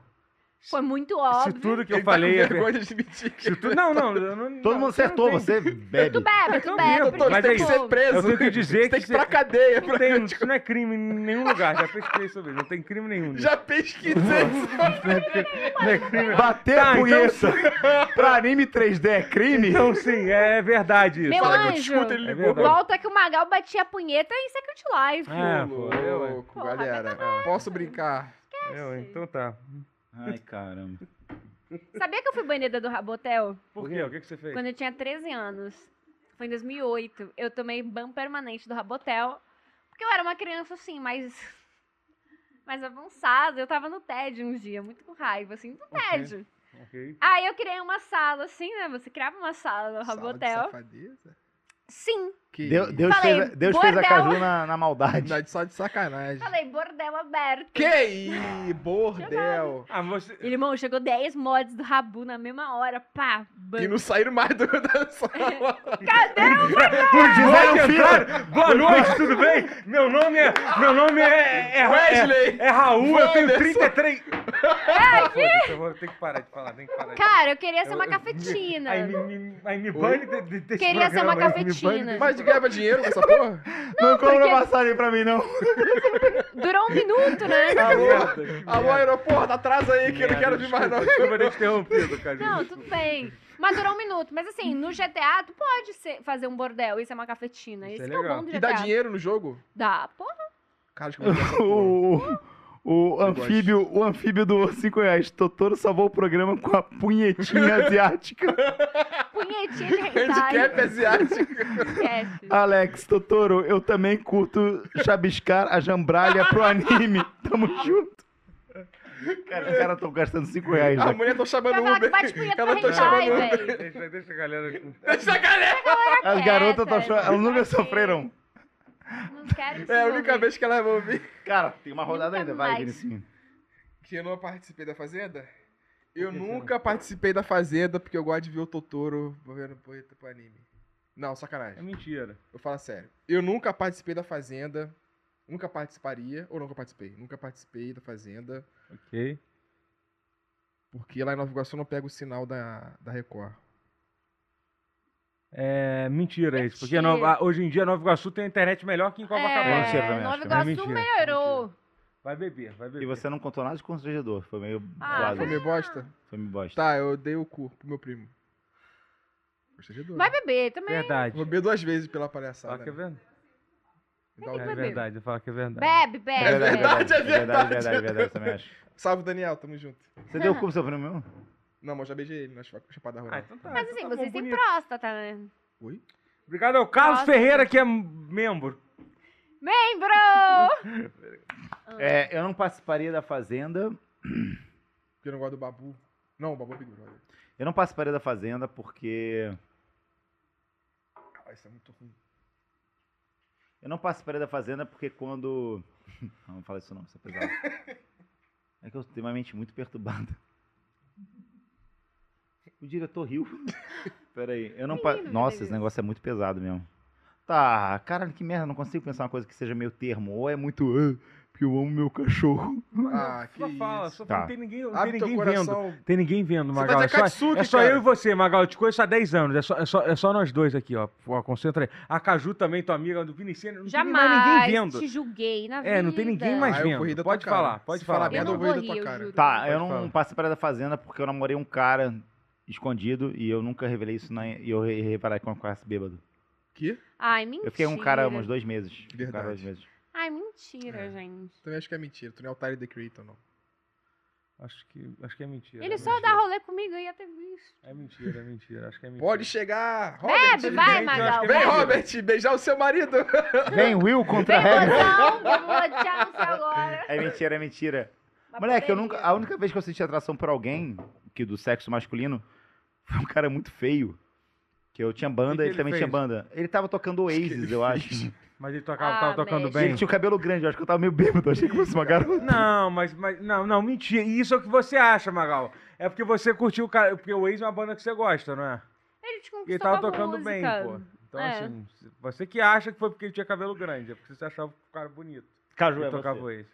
Speaker 2: Foi muito
Speaker 3: se
Speaker 2: óbvio.
Speaker 3: tudo que eu
Speaker 4: Ele tá
Speaker 3: falei
Speaker 4: com
Speaker 3: é ver-
Speaker 4: vergonha de admitir.
Speaker 3: se tu... Não, não, eu não.
Speaker 1: Todo mundo acertou, você bebe.
Speaker 2: Tu bebe, tu
Speaker 3: Então
Speaker 2: bebe.
Speaker 3: bebo,
Speaker 2: porque
Speaker 3: mas
Speaker 2: tipo, tu
Speaker 3: é
Speaker 4: tem que
Speaker 3: isso.
Speaker 4: ser
Speaker 2: come.
Speaker 4: preso.
Speaker 3: Eu tenho que dizer
Speaker 4: Você tem
Speaker 3: que
Speaker 4: que ir pra
Speaker 3: você-
Speaker 4: cadeia.
Speaker 3: Não
Speaker 4: Pra...
Speaker 3: tem, isso não é crime em nenhum lugar, já pesquisei sobre isso, não tem crime nenhum. nisso.
Speaker 4: Já pesquisei.
Speaker 3: Não é crime.
Speaker 1: Bater
Speaker 3: Tá,
Speaker 1: a
Speaker 3: então-
Speaker 1: punheta pra anime 3D é crime?
Speaker 3: Então sim, é verdade isso.
Speaker 2: Meu
Speaker 4: Fala que eu te
Speaker 2: anjo,
Speaker 4: escuto, ele
Speaker 3: É
Speaker 4: ligou.
Speaker 3: verdade.
Speaker 2: volta que o Magal batia a punheta em Second Life.
Speaker 3: Ah,
Speaker 4: Ô,
Speaker 3: pô, eu, hein.
Speaker 4: louco,
Speaker 2: Porra,
Speaker 4: galera. Posso brincar?
Speaker 3: eu, hein. então tá.
Speaker 1: Ai, caramba.
Speaker 2: Sabia que eu fui banida do Rabotel?
Speaker 3: Por quê? O que, que você fez?
Speaker 2: Quando eu tinha 13 anos. Foi em 2008. Eu tomei ban permanente do Rabotel. Porque eu era uma criança, assim, mais... Mais avançada. Eu tava no TED um dia, muito com raiva, assim, do TED.
Speaker 3: Ok.
Speaker 2: Aí eu criei uma sala, assim, né? Você criava uma sala no
Speaker 4: Sala de
Speaker 2: Rabotel.
Speaker 4: safadeza?
Speaker 2: Sim.
Speaker 4: Que
Speaker 1: Deu-
Speaker 4: isso?
Speaker 1: Deus,
Speaker 2: Falei,
Speaker 1: fez, a- Deus fez a
Speaker 2: bordel.
Speaker 1: Caju na, na maldade.
Speaker 4: Não, Só de sacanagem.
Speaker 2: Falei, bordel aberto.
Speaker 4: Que isso, bordel.
Speaker 3: Ah, você.
Speaker 2: Ele, irmão, chegou 10 mods do Rabu na mesma hora. Pá, ban.
Speaker 4: E não saíram mais do, da sala.
Speaker 1: Fizeram
Speaker 3: Boa
Speaker 1: fila.
Speaker 3: entrada, Boa noite, tudo bem? Meu nome é. Meu nome é. é
Speaker 4: Wesley.
Speaker 3: É, é Raul, eu tenho
Speaker 4: Wanderson.
Speaker 3: 33. É aqui? Eu vou ter que parar de falar, tem que parar. de falar.
Speaker 2: Cara, eu queria ser é uma
Speaker 3: Eu- eu-
Speaker 2: cafetina.
Speaker 3: Aí me, me, aí me bane de, de, desse
Speaker 2: Queria ser uma
Speaker 3: programa, aí me bane
Speaker 2: cafetina.
Speaker 3: desse
Speaker 4: Mas de ganhava dinheiro com essa porra?
Speaker 1: Não, compra
Speaker 2: porque-
Speaker 1: passagem pra mim, não.
Speaker 2: Durou um minuto, né?
Speaker 4: Alô, aeroporto, atrasa aí que eu não quero vir mais não.
Speaker 3: Desculpa ter te interrompido, cara.
Speaker 2: Não, tudo bem. Mas durou um minuto. Mas assim, no GTA, tu pode ser- fazer um bordel. Isso é uma cafetina.
Speaker 3: Isso
Speaker 2: Isso,
Speaker 3: é
Speaker 2: que é o
Speaker 3: legal.
Speaker 2: bom do GTA.
Speaker 4: E dá dinheiro no jogo?
Speaker 2: Dá, porra.
Speaker 4: Cara, acho que eu vou essa porra.
Speaker 1: O, o, anfíbio, o anfíbio do 5 reais. Totoro salvou o programa com a punhetinha asiática.
Speaker 2: Punhetinha de
Speaker 4: Handicap é
Speaker 3: é
Speaker 2: hentai.
Speaker 4: asiático.
Speaker 2: Esquece.
Speaker 1: Alex, Totoro, eu também curto chabiscar a jambralha pro anime. Tamo junto. Cara, os caras tão gastando 5 reais.
Speaker 4: A
Speaker 1: Né?
Speaker 4: mulher tô chamando
Speaker 2: Vai tipo,
Speaker 4: o
Speaker 2: falar que
Speaker 4: Uber.
Speaker 2: bate punheta pra
Speaker 4: Ela tá
Speaker 2: hentai,
Speaker 4: chamando Uber.
Speaker 2: velho.
Speaker 3: Deixa, deixa a galera.
Speaker 4: Essa galera!
Speaker 1: As
Speaker 2: Tá
Speaker 1: garotas tão chorando. Elas nunca
Speaker 2: Ok.
Speaker 1: sofreram.
Speaker 2: Não quero isso
Speaker 4: É a
Speaker 2: não,
Speaker 4: única
Speaker 2: velho.
Speaker 4: vez que ela vai ouvir.
Speaker 1: Cara, tem uma rodada
Speaker 2: Nunca
Speaker 1: ainda. Vai,
Speaker 2: tá mais.
Speaker 1: Vinicinho.
Speaker 4: Que eu não participei da Fazenda? Eu
Speaker 3: que você
Speaker 4: nunca participei da Fazenda porque eu gosto de ver o Totoro vendo poeta pro anime. Não,
Speaker 3: É
Speaker 4: sacanagem.
Speaker 3: mentira.
Speaker 4: Eu falo sério. Eu nunca participei da Fazenda. Nunca participaria. Ou nunca participei? Nunca participei da Fazenda.
Speaker 3: Ok.
Speaker 4: Porque lá em Nova Iguaçu não pega o sinal da, da Record.
Speaker 3: É mentira isso. Porque
Speaker 2: Mentira.
Speaker 3: Nova- hoje em dia Nova Iguaçu tem a internet melhor que em
Speaker 1: É
Speaker 3: Copacabana.
Speaker 1: mentira também,
Speaker 2: É,
Speaker 1: acho
Speaker 2: Nova
Speaker 1: que
Speaker 3: não é
Speaker 2: Iguaçu
Speaker 3: mentira.
Speaker 2: melhorou.
Speaker 3: Vai beber, vai beber.
Speaker 1: E você não contou nada de constrangedor. Foi meio
Speaker 2: Ah,
Speaker 1: zoado.
Speaker 4: Foi meio bosta?
Speaker 1: Foi meio bosta.
Speaker 4: Tá, eu dei o cu pro meu primo. Gostei de dois.
Speaker 2: Vai beber também.
Speaker 3: É Verdade.
Speaker 4: Roubei duas vezes pela
Speaker 3: Fala
Speaker 4: palhaçada.
Speaker 3: que é
Speaker 4: né?
Speaker 3: verdade.
Speaker 4: Me dá
Speaker 2: Tem
Speaker 4: o
Speaker 3: É
Speaker 2: que
Speaker 4: cu.
Speaker 2: beber.
Speaker 3: verdade, fala que é verdade.
Speaker 2: Bebe,
Speaker 1: É
Speaker 2: bebe.
Speaker 1: verdade,
Speaker 2: bebe.
Speaker 1: verdade, é verdade, verdade, verdade, também acho.
Speaker 4: Salve, Daniel, tamo junto.
Speaker 1: Você deu o cu pro seu primo mesmo?
Speaker 4: Não, mas já beijei ele na chupa- Chapada
Speaker 3: Ah,
Speaker 4: Rural.
Speaker 3: então tá.
Speaker 2: Mas
Speaker 3: então
Speaker 2: assim,
Speaker 3: tá bom,
Speaker 2: vocês têm
Speaker 3: bonito.
Speaker 2: próstata, né?
Speaker 4: Oi?
Speaker 3: Obrigado ao Carlos
Speaker 2: Nossa.
Speaker 3: Ferreira, que é membro.
Speaker 2: Lembro!
Speaker 1: É, eu não participaria da Fazenda.
Speaker 4: Porque eu não gosto do Babu. Não, o Babu é Big Brother.
Speaker 1: Eu não participaria da Fazenda porque.
Speaker 4: Ah, isso é muito ruim.
Speaker 1: Eu não participaria da Fazenda porque quando. Não, não fala isso não, isso é pesado. É que eu tenho uma mente muito perturbada. O diretor riu. Peraí, eu não. Pa...
Speaker 2: Menino,
Speaker 1: Nossa,
Speaker 2: meu
Speaker 1: esse
Speaker 2: Deus.
Speaker 1: negócio é muito pesado mesmo. Tá, caralho, que merda, não consigo pensar uma coisa que seja meio termo. Ou é muito. "Ah, Porque eu amo meu cachorro.
Speaker 4: Ah,
Speaker 3: só
Speaker 4: que
Speaker 3: fala,
Speaker 4: isso.
Speaker 3: só fala.
Speaker 1: Tá.
Speaker 3: Não tem ninguém, não tem
Speaker 4: Abre teu
Speaker 3: ninguém vendo.
Speaker 4: coração.
Speaker 3: Tem ninguém vendo,
Speaker 4: Você vai
Speaker 3: Magal. É
Speaker 4: dizer
Speaker 3: só,
Speaker 4: Katsuki,
Speaker 3: é só
Speaker 4: cara.
Speaker 3: eu e você, Magal. Eu te conheço há 10 anos. É só, é só, é só nós dois aqui, ó. Pô, concentra aí. A Caju também, tua amiga, do Viniciano. Não tem mais
Speaker 2: Jamais
Speaker 3: ninguém vendo.
Speaker 2: te julguei na vida.
Speaker 3: É, não tem ninguém mais
Speaker 4: Ah, eu corri da
Speaker 3: vendo.
Speaker 4: tua
Speaker 3: Pode
Speaker 4: cara.
Speaker 3: falar, pode
Speaker 4: Se
Speaker 3: falar.
Speaker 4: falar
Speaker 2: Eu
Speaker 4: merda,
Speaker 2: não
Speaker 4: eu vou ir da
Speaker 2: corri,
Speaker 4: tua
Speaker 2: eu
Speaker 4: cara.
Speaker 2: juro.
Speaker 1: Tá,
Speaker 3: Pode
Speaker 1: eu não
Speaker 3: falar.
Speaker 1: participaria da Fazenda porque eu namorei um cara escondido e eu nunca revelei isso na- e eu re- reparei com a classe bêbado.
Speaker 4: Que?
Speaker 2: Ai, mentira.
Speaker 1: Eu fiquei com um cara uns dois meses. Um
Speaker 4: Verdade.
Speaker 1: cara, dois meses.
Speaker 2: Ai, mentira,
Speaker 4: É.
Speaker 2: gente.
Speaker 4: Também acho que é mentira. Tu não é otário de Creator, não.
Speaker 3: Acho que, acho que é mentira.
Speaker 2: Ele
Speaker 3: é
Speaker 2: só
Speaker 3: mentira.
Speaker 2: dá rolê comigo, eu ia ter visto.
Speaker 3: É mentira, é mentira. Acho que é mentira.
Speaker 4: Pode chegar! Robert!
Speaker 2: Bebe, vai,
Speaker 3: Gente, eu acho que
Speaker 2: Magal.
Speaker 3: é
Speaker 4: Vem,
Speaker 2: bebe.
Speaker 3: mentira.
Speaker 4: Robert! Beijar o seu marido!
Speaker 1: Vem, Will contra
Speaker 2: Vem,
Speaker 1: Harry.
Speaker 2: mozão, que eu vou tchau você agora.
Speaker 1: É mentira, é mentira.
Speaker 2: Mas
Speaker 1: Moleque, eu
Speaker 2: poderia.
Speaker 1: nunca, a única vez que eu senti atração por alguém que do sexo masculino foi um cara muito feio. Que eu tinha
Speaker 3: Que que
Speaker 1: banda, ele,
Speaker 3: ele
Speaker 1: também
Speaker 3: fez?
Speaker 1: tinha banda. Ele tava tocando Oasis, eu acho.
Speaker 3: Mas ele tocava,
Speaker 2: Ah,
Speaker 3: tava tocando
Speaker 2: mestre.
Speaker 3: bem.
Speaker 1: Ele tinha o cabelo grande, eu acho que eu tava meio bêbado, eu achei que fosse uma garota.
Speaker 3: Não, mas, mas não, não, mentira. E Isso é o que você acha, Magal. É porque você curtiu o cara. Porque o ex é uma banda que você gosta, não é?
Speaker 2: Ele te
Speaker 3: E
Speaker 2: conquistou
Speaker 3: ele tava
Speaker 2: com a
Speaker 3: tocando
Speaker 2: música.
Speaker 3: bem, pô. Então,
Speaker 2: É.
Speaker 3: assim, você que acha que foi porque ele tinha cabelo grande, é porque você achava o cara bonito.
Speaker 1: Caju
Speaker 3: Ele
Speaker 1: é
Speaker 3: tocava
Speaker 1: você.
Speaker 3: o ex.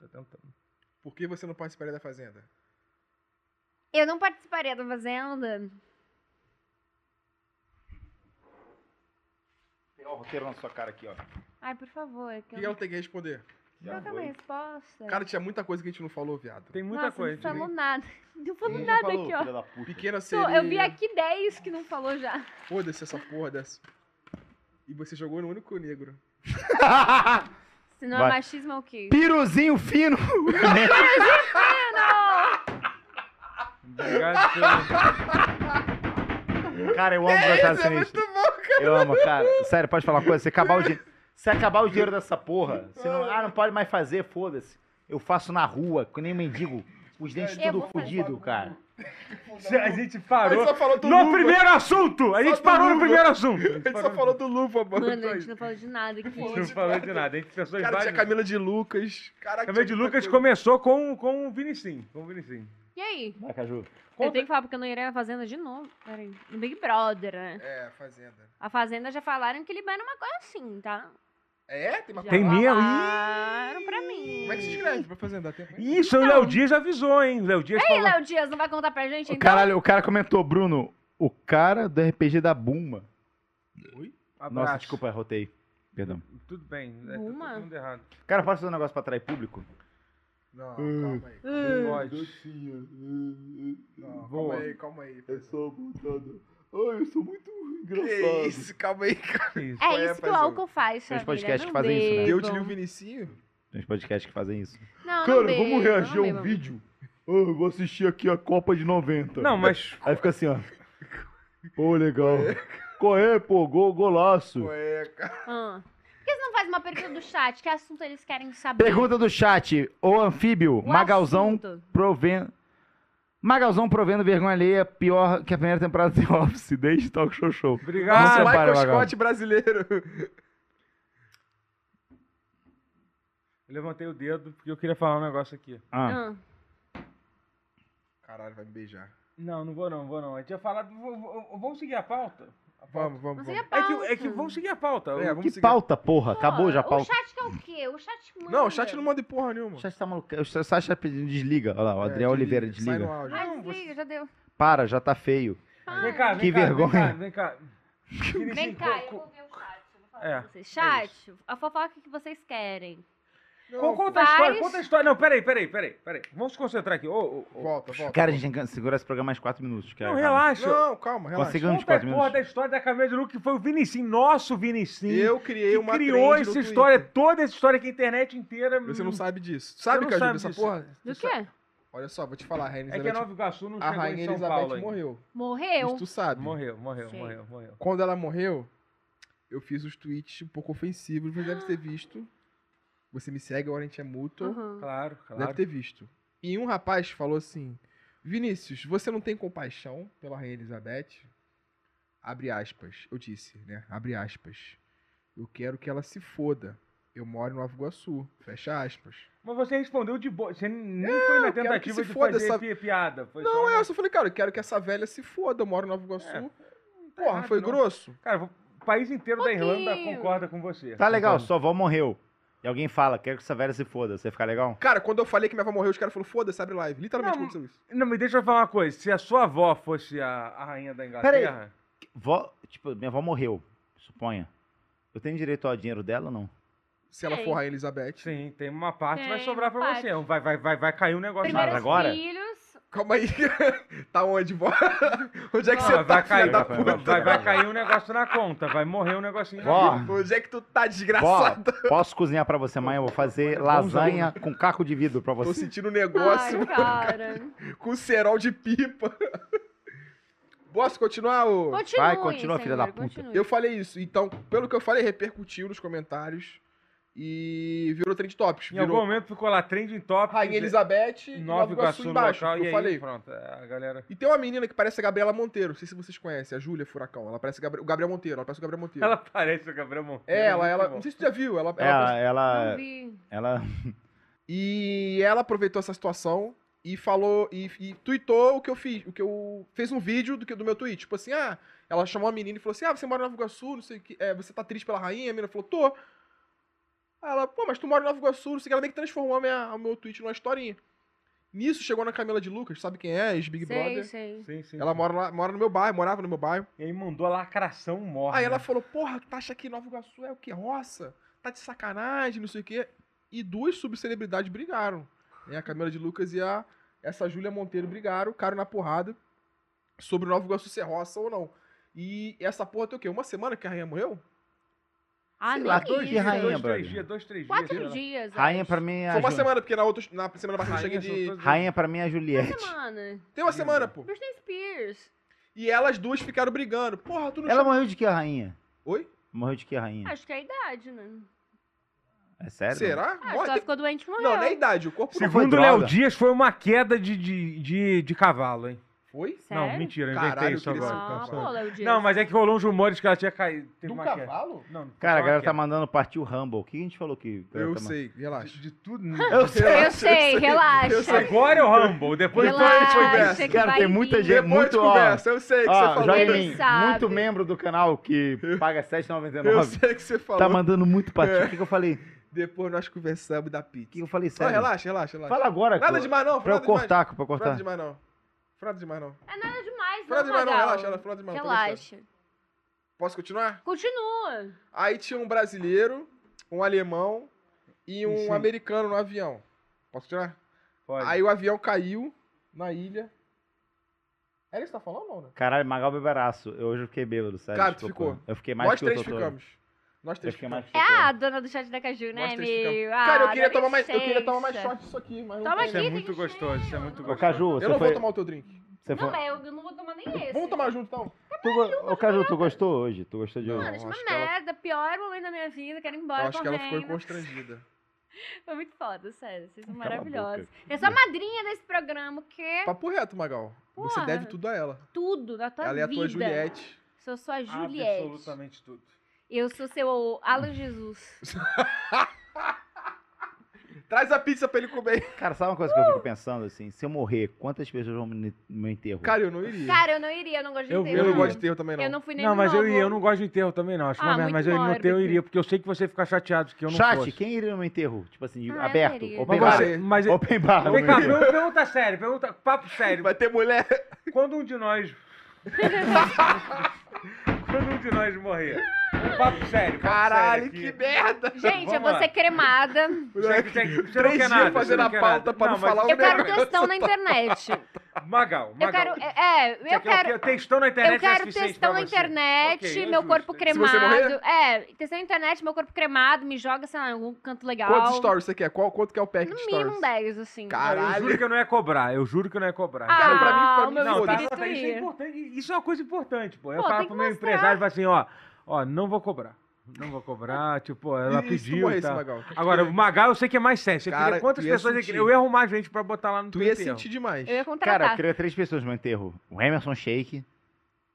Speaker 3: Tô tentando.
Speaker 4: Por que você não participaria da Fazenda?
Speaker 2: Eu não participaria da Fazenda.
Speaker 1: Tem o roteiro na sua cara aqui, ó.
Speaker 2: Ai, por favor. é Que
Speaker 4: O que
Speaker 2: eu
Speaker 4: ela tem que responder?
Speaker 2: não troca minha resposta.
Speaker 4: Cara, tinha muita coisa que a gente não falou, viado.
Speaker 3: Tem muita
Speaker 2: Nossa,
Speaker 3: coisa.
Speaker 2: não falou nada. Não falou nada aqui, ó.
Speaker 4: Pequena
Speaker 2: Tô-
Speaker 4: sereia.
Speaker 2: eu vi aqui 10 que não falou já.
Speaker 4: Foda-se essa porra dessa. E você jogou no único negro.
Speaker 2: Se não é
Speaker 1: Vai.
Speaker 2: machismo, é o quê?
Speaker 1: Piruzinho fino.
Speaker 3: Obrigado pelo.
Speaker 1: Cara, eu amo o
Speaker 4: é
Speaker 1: Casa Sinistra. Eu amo, cara. Sério, pode falar uma coisa? Se acabar o, din- se acabar o dinheiro dessa porra, se não, ah, não pode mais fazer, foda-se. Eu faço na rua, que nem mendigo. Os dentes
Speaker 2: Eu
Speaker 1: tudo
Speaker 2: vou fazer.
Speaker 1: fudido, cara.
Speaker 3: A gente
Speaker 4: A gente
Speaker 3: parou.
Speaker 4: só falou do
Speaker 3: No
Speaker 4: Luva.
Speaker 3: primeiro assunto! A gente
Speaker 4: do
Speaker 3: parou no
Speaker 4: Luva.
Speaker 3: primeiro assunto!
Speaker 4: A gente só falou do Luva, mano.
Speaker 2: Mano, a
Speaker 4: Só
Speaker 2: gente
Speaker 4: isso.
Speaker 2: não falou de nada aqui.
Speaker 3: Não falou de nada, a gente pensou em
Speaker 4: Cara, tinha
Speaker 3: vários.
Speaker 4: Camila de Lucas. Caraca,
Speaker 3: Camila de
Speaker 4: tinha muita
Speaker 3: Lucas
Speaker 4: coisa.
Speaker 3: começou com, com o Vinicinho. Com o Vinicinho.
Speaker 2: E aí?
Speaker 1: Vai, Caju.
Speaker 2: Eu tenho que falar porque eu não irei na Fazenda de novo. Peraí. No Big Brother, né?
Speaker 4: É, Fazenda.
Speaker 2: A Fazenda já falaram que libera uma coisa assim, tá?
Speaker 4: É? Tem uma
Speaker 2: Já
Speaker 3: Tem
Speaker 4: parada?
Speaker 3: mesmo? Ih!
Speaker 2: Falaram pra mim.
Speaker 4: Como é que se escreve pra Fazenda? Tem...
Speaker 3: Isso, o Léo Dias avisou, hein? O Léo Dias
Speaker 2: E aí,
Speaker 3: falou.
Speaker 2: Léo Dias, não vai contar pra gente, então?
Speaker 1: Caralho, o cara comentou, Bruno, o cara do RPG da Buma.
Speaker 3: Abraço.
Speaker 1: Nossa, desculpa, rotei. Perdão.
Speaker 3: Tudo bem. É, tá
Speaker 2: Uma?
Speaker 3: todo mundo errado.
Speaker 1: Cara, posso fazer um negócio pra atrair público?
Speaker 4: Não, calma aí.
Speaker 3: Hum.
Speaker 2: Hum.
Speaker 3: Pode.
Speaker 4: Não,
Speaker 3: Boa.
Speaker 4: calma aí, calma aí.
Speaker 1: é, só botando. Ai, eu sou muito
Speaker 4: Que isso, calma aí. cara.
Speaker 3: Que isso?
Speaker 2: É
Speaker 4: é,
Speaker 2: isso que o
Speaker 4: faz um-
Speaker 2: álcool faz,
Speaker 1: Tem uns
Speaker 2: família.
Speaker 1: podcasts
Speaker 2: não
Speaker 1: que fazem isso, né?
Speaker 2: bebam.
Speaker 4: Deu
Speaker 3: Então.
Speaker 4: de o Vinicinho?
Speaker 1: Tem uns podcasts que fazem isso.
Speaker 2: Ah, Não, não bebam, não bebam.
Speaker 1: um vídeo. Ah, eu vou assistir aqui a Copa de 90.
Speaker 3: Não, mas.
Speaker 1: Aí fica assim, ó. Pô, legal. Qual é, pô? Gol,
Speaker 3: Hum.
Speaker 1: golaço.
Speaker 4: Ué, cara.
Speaker 2: Ah. Por que você não faz uma pergunta do chat? Que assunto eles querem saber?
Speaker 1: Pergunta do chat. O anfíbio,
Speaker 2: O
Speaker 1: Magalzão
Speaker 2: assunto.
Speaker 1: provendo... Magalzão provendo vergonha alheia pior que a primeira temporada de The Office, desde Talk Show Show.
Speaker 4: Nossa,
Speaker 1: Não
Speaker 3: Obrigado.
Speaker 1: Nossa, para,
Speaker 4: Michael
Speaker 1: Magal.
Speaker 4: Scott brasileiro.
Speaker 3: Eu Levantei o dedo porque eu queria falar um negócio aqui.
Speaker 1: Ah,
Speaker 2: Ah.
Speaker 4: Caralho, vai me beijar.
Speaker 3: Não, não vou não, vou não. Eu tinha falado. vou- vou- Vamos seguir a pauta? A pauta.
Speaker 4: Vamos, vamos,
Speaker 2: Não seria
Speaker 4: vamos.
Speaker 3: É
Speaker 2: pauta.
Speaker 3: que, é que vamos seguir a pauta.
Speaker 4: É, vamos
Speaker 1: que
Speaker 4: seguir.
Speaker 1: pauta, porra. Acabou já a
Speaker 2: Pô,
Speaker 1: pauta.
Speaker 2: O chat que é o quê? O chat manda.
Speaker 4: Não, o chat não manda porra nenhuma. É,
Speaker 1: O chat tá maluco. O chat tá pedindo desliga. Olha lá, o Adriel Oliveira
Speaker 4: Sai
Speaker 1: desliga.
Speaker 4: no áudio.
Speaker 2: Ah,
Speaker 3: Não,
Speaker 2: desliga, já deu.
Speaker 1: Para, já tá feio.
Speaker 2: Ah,
Speaker 3: Vem cá, vem
Speaker 1: Que
Speaker 3: cá,
Speaker 1: vergonha.
Speaker 3: Vem cá, vem cá.
Speaker 2: Vem cá, eu
Speaker 3: Co-
Speaker 2: vou
Speaker 3: co-
Speaker 2: ver o chat. eu vou
Speaker 3: É,
Speaker 2: falar pra vocês. Chat, a fofoca que vocês querem.
Speaker 4: Não,
Speaker 3: co- Conta a
Speaker 2: Faz-
Speaker 3: história, conta a história. Não, peraí, peraí, peraí. peraí. Vamos se concentrar aqui. Ô, ô, ô.
Speaker 4: Volta, volta.
Speaker 1: Cara, a gente tem que segurar esse programa mais 4 minutos. Cara.
Speaker 3: Não, relaxa.
Speaker 4: tá Não, calma, relaxa.
Speaker 1: Consegui- Digamos
Speaker 3: Conta a
Speaker 1: quatro
Speaker 3: porra
Speaker 1: minutos.
Speaker 3: da história da caveira de Luke, que foi o Vinicinho, nosso Vinicinho,
Speaker 4: Eu criei um
Speaker 3: que
Speaker 4: uma
Speaker 3: criou
Speaker 4: trend no
Speaker 3: essa história,
Speaker 4: Twitter.
Speaker 3: toda essa história que a internet inteira...
Speaker 4: Você não sabe disso. Sabe
Speaker 3: não
Speaker 4: que eu
Speaker 3: sabe
Speaker 4: essa
Speaker 3: disso.
Speaker 4: porra?
Speaker 2: Do quê?
Speaker 4: Olha só, vou te falar, a Rainha
Speaker 3: É que a
Speaker 4: Elizabeth,
Speaker 3: Nova Iguaçu não
Speaker 4: a
Speaker 3: chegou
Speaker 4: Rainha
Speaker 3: em São
Speaker 4: Elizabeth
Speaker 3: Paulo ainda.
Speaker 4: morreu. Isso
Speaker 2: Morreu?
Speaker 4: tu sabe.
Speaker 3: Morreu, morreu,
Speaker 2: Sei.
Speaker 3: morreu, morreu.
Speaker 4: Quando ela morreu, eu fiz os tweets um pouco ofensivos, você deve ter visto. Você me segue, agora a gente é mútuo.
Speaker 2: Uhum.
Speaker 3: Claro, claro.
Speaker 4: Deve ter visto. E um rapaz falou assim: Vinícius, você não tem compaixão pela Rainha Elizabeth? Abre aspas. Eu disse, né? Abre aspas. Eu quero que ela se foda. Eu moro em Nova Iguaçu. Fecha aspas.
Speaker 3: Mas você respondeu de boa, você nem foi na
Speaker 4: quero que
Speaker 3: tentativa
Speaker 4: se
Speaker 3: de
Speaker 4: foda
Speaker 3: fazer
Speaker 4: essa-
Speaker 3: pi- piada. Foi
Speaker 4: Não,
Speaker 3: só
Speaker 4: é,
Speaker 3: uma-
Speaker 4: eu só falei, cara, eu quero que essa velha se foda. Eu moro em Nova Iguaçu.
Speaker 3: É, tá
Speaker 4: Porra,
Speaker 3: errado,
Speaker 4: foi
Speaker 3: não.
Speaker 4: grosso.
Speaker 3: Cara, o país inteiro da Irlanda
Speaker 2: Pouquinho.
Speaker 3: concorda com você.
Speaker 1: Tá legal,
Speaker 3: Concorda.
Speaker 1: sua avó morreu. E alguém fala, quero que essa velha se foda. Você fica legal?
Speaker 4: Cara, quando eu falei que minha avó morreu, os caras falaram, foda-se, abre live. Literalmente
Speaker 3: Não,
Speaker 4: aconteceu isso.
Speaker 3: Não, me deixa eu falar uma coisa, se a sua avó fosse a, a rainha da Inglaterra...
Speaker 1: Vó, tipo, minha avó morreu, suponha. Eu tenho direito ao dinheiro dela ou não?
Speaker 4: Se ela
Speaker 2: Ei.
Speaker 4: for Rainha Elizabeth.
Speaker 3: É Sim, tem uma parte que vai
Speaker 2: Tem
Speaker 3: sobrar pra
Speaker 2: uma
Speaker 3: você. Vai, vai, vai, vai cair um negócio.
Speaker 1: Mas
Speaker 2: Primeiros
Speaker 1: agora?
Speaker 2: filhos.
Speaker 4: Calma aí. tá onde, vó? onde é que
Speaker 2: Não,
Speaker 4: você
Speaker 3: Ah, vai,
Speaker 4: tá,
Speaker 3: cair,
Speaker 4: filha da
Speaker 1: vai,
Speaker 4: puta?
Speaker 3: vai- vai cair um negócio na conta, vai morrer um negocinho na
Speaker 1: Vó,
Speaker 3: conta.
Speaker 4: Onde é que tu tá,
Speaker 1: Vó,
Speaker 4: desgraçada?
Speaker 1: posso cozinhar pra você amanhã? Eu vou fazer lasanha com caco de vidro pra
Speaker 4: Tô
Speaker 1: você.
Speaker 4: sentindo um
Speaker 2: Ai,
Speaker 4: negócio
Speaker 2: cara.
Speaker 4: com cerol de pipa. Posso continuar? ô?
Speaker 2: Continue,
Speaker 1: continua, filha da puta.
Speaker 2: continue.
Speaker 4: Eu falei isso. Então, pelo que eu falei, repercutiu nos comentários e virou trend topics.
Speaker 3: Em algum
Speaker 4: Virou
Speaker 3: momento ficou lá trending top.
Speaker 4: Rainha Elizabeth e Nova Iguaçu embaixo.
Speaker 3: local, e
Speaker 4: que eu
Speaker 3: aí,
Speaker 4: falei.
Speaker 3: pronto, é, a galera...
Speaker 4: E tem uma menina que parece a Gabriela Monteiro. Não sei se vocês conhecem, a Júlia Furacão. Ela parece a Gabri- o Gabriel Monteiro. Ela parece o Gabriel Monteiro.
Speaker 3: Ela parece o Gabriel Monteiro.
Speaker 4: É, ela,
Speaker 3: muito
Speaker 4: ela.
Speaker 3: bom.
Speaker 4: Não sei se você já viu. Ela, ela
Speaker 1: É, Ela,
Speaker 2: Não
Speaker 1: ela,
Speaker 2: vi.
Speaker 1: ela.
Speaker 4: E ela aproveitou essa situação e falou e, e tweetou o que eu fiz, o que eu fez um vídeo do que do meu tweet, tipo assim, ah, ela chamou a menina e falou assim: "Ah, você mora em Nova Iguaçu, não sei o que, é, você tá triste pela rainha?" A menina falou: "Tô". Aí ela: "Pô, mas tu mora em Nova Iguaçu, não sei o que, ela meio que transformou a minha, o meu tweet numa historinha. Nisso chegou na Camila de Lucas, sabe quem é? Ex Big
Speaker 2: Sei,
Speaker 4: Brother.
Speaker 2: sei.
Speaker 3: Sim, sim.
Speaker 4: Ela
Speaker 3: sim.
Speaker 4: mora lá, mora no meu bairro, morava no meu bairro.
Speaker 3: E aí mandou a lacração né? morta.
Speaker 4: Aí Ah, ela falou, porra, tu acha que Nova Iguaçu é o que? Roça? Tá de sacanagem, não sei o quê. E duas subcelebridades brigaram. né? A Camila de Lucas e a essa Júlia Monteiro brigaram, caram na porrada sobre Nova Iguaçu ser roça ou não. E essa porra tem o quê? Uma semana que a rainha morreu?
Speaker 2: Ah,
Speaker 1: Sei
Speaker 2: nem
Speaker 1: lá, dois dias,
Speaker 2: isso.
Speaker 1: rainha,
Speaker 3: Dois,
Speaker 1: brother.
Speaker 3: três dias, dois, três dias. sei
Speaker 2: Quatro
Speaker 3: lá.
Speaker 2: dias.
Speaker 1: Rainha
Speaker 2: acho.
Speaker 1: pra mim é
Speaker 4: Foi
Speaker 1: a
Speaker 4: uma
Speaker 1: Ju-
Speaker 4: semana, porque na outra na semana passada eu cheguei
Speaker 3: Rainha,
Speaker 4: de...
Speaker 3: são todas-
Speaker 1: Rainha pra mim é a
Speaker 2: Uma
Speaker 1: Juliette.
Speaker 2: semana.
Speaker 4: Tem uma semana, pô.
Speaker 2: Britney Spears.
Speaker 4: E elas duas ficaram brigando. Porra, tu não
Speaker 1: Ela
Speaker 4: chama-
Speaker 1: morreu de que a rainha?
Speaker 4: Oi?
Speaker 1: Morreu de que a rainha?
Speaker 2: Acho que é a idade, né?
Speaker 1: É sério?
Speaker 2: Ah,
Speaker 4: Será?
Speaker 2: acho
Speaker 4: Morre-
Speaker 2: que ela ficou doente e morreu.
Speaker 4: Não, nem a idade, o corpo não
Speaker 1: foi
Speaker 3: Segundo o
Speaker 1: droga.
Speaker 3: Léo Dias, foi uma queda de, de, de, de cavalo, hein?
Speaker 4: foi.
Speaker 2: Sério?
Speaker 3: Não, mentira, tá eu inventei
Speaker 4: Caralho, eu
Speaker 3: isso
Speaker 4: queria
Speaker 3: agora.
Speaker 4: ser um
Speaker 2: Ah,
Speaker 4: cavalo.
Speaker 2: pô, Léo Dias.
Speaker 3: Não, mas é que rolou uns rumores que ela tinha caído. teve
Speaker 4: Do
Speaker 3: uma queda.
Speaker 4: cavalo?
Speaker 3: Não, não foi
Speaker 1: Cara,
Speaker 3: só uma
Speaker 1: a galera tá
Speaker 3: queda.
Speaker 1: mandando partir o Rumble. O que a gente falou que.
Speaker 4: Eu
Speaker 1: tá-
Speaker 4: sei, relaxa.
Speaker 3: De, de tudo. né?
Speaker 1: Eu sei.
Speaker 2: Eu sei, relaxa.
Speaker 3: Agora é o Rumble, depois foi
Speaker 2: Relaxa,
Speaker 4: conversa.
Speaker 2: que
Speaker 1: Cara,
Speaker 2: vai
Speaker 1: tem muita
Speaker 2: vir.
Speaker 1: gente- É
Speaker 4: Depois
Speaker 1: muito,
Speaker 4: de
Speaker 1: ó, Ah,
Speaker 4: conversa, eu sei É que
Speaker 1: Ó,
Speaker 4: você falou.
Speaker 1: joga em
Speaker 2: Ele
Speaker 1: mim.
Speaker 2: sabe.
Speaker 1: Muito membro do canal que paga
Speaker 4: Eu
Speaker 1: 7,99
Speaker 4: sei É. que você falou.
Speaker 1: tá mandando muito partir. O que, que eu falei? O
Speaker 4: Depois nós conversamos da pizza.
Speaker 1: que, que eu falei
Speaker 4: Não,
Speaker 1: sério?
Speaker 4: relaxa, relaxa, relaxa.
Speaker 1: Fala agora,
Speaker 4: nada
Speaker 1: cara.
Speaker 4: demais não,
Speaker 1: Pra eu
Speaker 4: nada demais.
Speaker 1: cortar, pra eu
Speaker 4: Nada
Speaker 1: cortar.
Speaker 4: demais não. Nada demais não.
Speaker 2: É nada demais,
Speaker 4: Nada
Speaker 2: não,
Speaker 4: demais não,
Speaker 2: Magal.
Speaker 4: relaxa, relaxa, nada demais não. tá
Speaker 2: Relaxa.
Speaker 4: Posso continuar?
Speaker 2: Continua.
Speaker 4: Aí tinha um brasileiro, um alemão e um
Speaker 3: Sim.
Speaker 4: americano no avião. Posso continuar?
Speaker 3: Pode.
Speaker 4: Aí o avião caiu na ilha. Era isso que tá falando, ou não?
Speaker 1: Caralho, Magal beberaço. Eu hoje fiquei bêbado, sério.
Speaker 4: Cara, tu
Speaker 1: desculpa.
Speaker 4: ficou.
Speaker 1: Eu fiquei mais
Speaker 4: Nós
Speaker 1: que o
Speaker 4: três
Speaker 1: doutor.
Speaker 4: ficamos. Nós
Speaker 1: Eu
Speaker 4: três
Speaker 1: fiquei mais
Speaker 4: ficamos.
Speaker 1: que o
Speaker 2: É
Speaker 1: doutor.
Speaker 2: a dona do chat da Caju, né,
Speaker 4: Nós três ficamos.
Speaker 2: meu?
Speaker 4: Cara, eu
Speaker 2: Ah,
Speaker 4: queria,
Speaker 2: dá
Speaker 4: tomar mais, eu queria
Speaker 2: licença.
Speaker 4: tomar mais shot disso aqui, mas não
Speaker 2: Toma
Speaker 4: tem.
Speaker 3: Isso é
Speaker 2: aqui,
Speaker 3: muito
Speaker 2: tem
Speaker 3: gostoso, isso é muito
Speaker 1: Ô,
Speaker 3: gostoso.
Speaker 1: Caju, você
Speaker 4: Eu não
Speaker 1: foi...
Speaker 4: vou tomar o teu drink.
Speaker 1: Você
Speaker 2: Não,
Speaker 1: foi...
Speaker 2: é, eu não vou tomar nem esse.
Speaker 4: Vamos tomar junto, então?
Speaker 1: Tu go- Ô, Caju, tu gostou hoje? Tu gostou de
Speaker 4: Não,
Speaker 1: hoje?
Speaker 2: Mano, isso é
Speaker 4: acho
Speaker 2: uma
Speaker 4: que ela-
Speaker 2: merda, pior momento da minha vida, quero ir embora
Speaker 4: eu acho que ela
Speaker 2: correndo.
Speaker 4: ficou constrangida.
Speaker 2: Foi muito foda, sério, vocês são
Speaker 1: Cala a
Speaker 2: maravilhosos.
Speaker 1: boca.
Speaker 2: Eu sou a madrinha desse programa, que
Speaker 4: Papo reto, Magal. Você
Speaker 2: Porra.
Speaker 4: deve tudo a ela.
Speaker 2: tudo na tua
Speaker 4: ela
Speaker 2: vida.
Speaker 4: é a tua Juliette.
Speaker 2: Sou sua Juliette.
Speaker 3: Absolutamente tudo.
Speaker 2: Eu sou seu Alan Jesus.
Speaker 4: Traz a pizza pra ele comer.
Speaker 1: Cara, sabe uma coisa que eu fico pensando, assim? Se eu morrer, quantas pessoas vão me- no meu enterro?
Speaker 4: Cara, eu não iria.
Speaker 2: Cara, eu não iria, eu não gosto de
Speaker 3: Eu
Speaker 2: enterro.
Speaker 4: eu não
Speaker 3: eu-
Speaker 4: gosto de terror também, não.
Speaker 2: Eu não fui nem
Speaker 3: Não,
Speaker 2: no
Speaker 3: mas eu
Speaker 2: novo.
Speaker 3: ia, eu não gosto de enterro também, não. Acho
Speaker 2: Ah,
Speaker 3: uma merda,
Speaker 2: muito
Speaker 3: mas eu no teu eu
Speaker 2: mórbido.
Speaker 3: iria, porque eu sei que você fica chateado que eu não
Speaker 1: Chat,
Speaker 3: fosse.
Speaker 1: quem iria no meu enterro? Tipo assim, de-
Speaker 2: Ah, eu
Speaker 1: aberto.
Speaker 2: iria.
Speaker 1: Open
Speaker 3: Mas
Speaker 1: bar.
Speaker 3: você- mas-
Speaker 1: Open
Speaker 3: Vem cá,
Speaker 1: bar. no meu enterro.
Speaker 3: pergunta, pergunta séria, pergunta, papo sério.
Speaker 4: Vai ter mulher.
Speaker 3: Quando um de nós. Quando um de nós morrer. Papo sério. Papo
Speaker 4: Caralho,
Speaker 3: sério
Speaker 4: que
Speaker 3: aqui.
Speaker 4: merda.
Speaker 2: Gente, eu
Speaker 3: Vamos
Speaker 2: vou
Speaker 3: lá.
Speaker 2: ser cremada.
Speaker 3: Jack, Jack, você não
Speaker 4: Três
Speaker 3: quer
Speaker 4: dias
Speaker 3: nada, você
Speaker 4: fazendo
Speaker 3: não
Speaker 4: a
Speaker 3: quer
Speaker 4: pauta
Speaker 3: nada.
Speaker 4: pra não
Speaker 3: mas-
Speaker 4: falar o
Speaker 2: Eu quero
Speaker 4: negócio.
Speaker 2: textão na internet.
Speaker 3: Magal,
Speaker 2: Eu
Speaker 3: Magal.
Speaker 2: quero. É, eu
Speaker 3: Jack,
Speaker 2: quero.
Speaker 3: Textão na internet
Speaker 2: Eu
Speaker 3: é
Speaker 2: quero
Speaker 3: suficiente
Speaker 2: textão
Speaker 3: pra
Speaker 2: na
Speaker 3: você.
Speaker 2: internet,
Speaker 3: Ok, é
Speaker 2: meu
Speaker 3: justo.
Speaker 2: corpo
Speaker 3: Se
Speaker 4: você
Speaker 2: cremado. É, textão na internet, meu corpo cremado, me joga, sei lá, em algum canto legal.
Speaker 4: Quantos stories você quer? Qual, quanto que é o pack de
Speaker 2: No
Speaker 4: stories?
Speaker 2: mínimo 10, assim.
Speaker 3: Eu
Speaker 4: Caralho.
Speaker 3: juro que eu não ia cobrar, eu juro que eu não ia cobrar.
Speaker 2: Ah,
Speaker 4: Cara, pra mim- pra
Speaker 2: o
Speaker 4: mim,
Speaker 2: meu
Speaker 3: não, tá,
Speaker 2: espírito
Speaker 3: tá, isso é
Speaker 2: ia.
Speaker 3: importante. Isso é uma coisa importante, pô. Eu
Speaker 2: Pô,
Speaker 3: falo
Speaker 2: tem
Speaker 3: pro
Speaker 2: que
Speaker 3: meu
Speaker 2: mostrar.
Speaker 3: empresário, falo assim, ó, ó, não vou cobrar. Não vou cobrar, tipo, ela
Speaker 4: E se tu
Speaker 3: pediu. e
Speaker 4: morresse,
Speaker 3: tal.
Speaker 4: Magal? O que tu
Speaker 3: Agora, o
Speaker 4: queria?
Speaker 3: Magal eu sei que é mais sério. Você
Speaker 4: Cara,
Speaker 3: queria quantas
Speaker 4: tu ia
Speaker 3: pessoas
Speaker 4: sentir.
Speaker 3: ele Eu ia arrumar gente pra botar lá no
Speaker 4: tu
Speaker 3: teu
Speaker 4: ia
Speaker 3: enterro.
Speaker 4: sentir demais.
Speaker 2: Eu ia
Speaker 1: Cara, eu
Speaker 2: contratar.
Speaker 1: queria três pessoas no meu enterro. O Emerson Shake.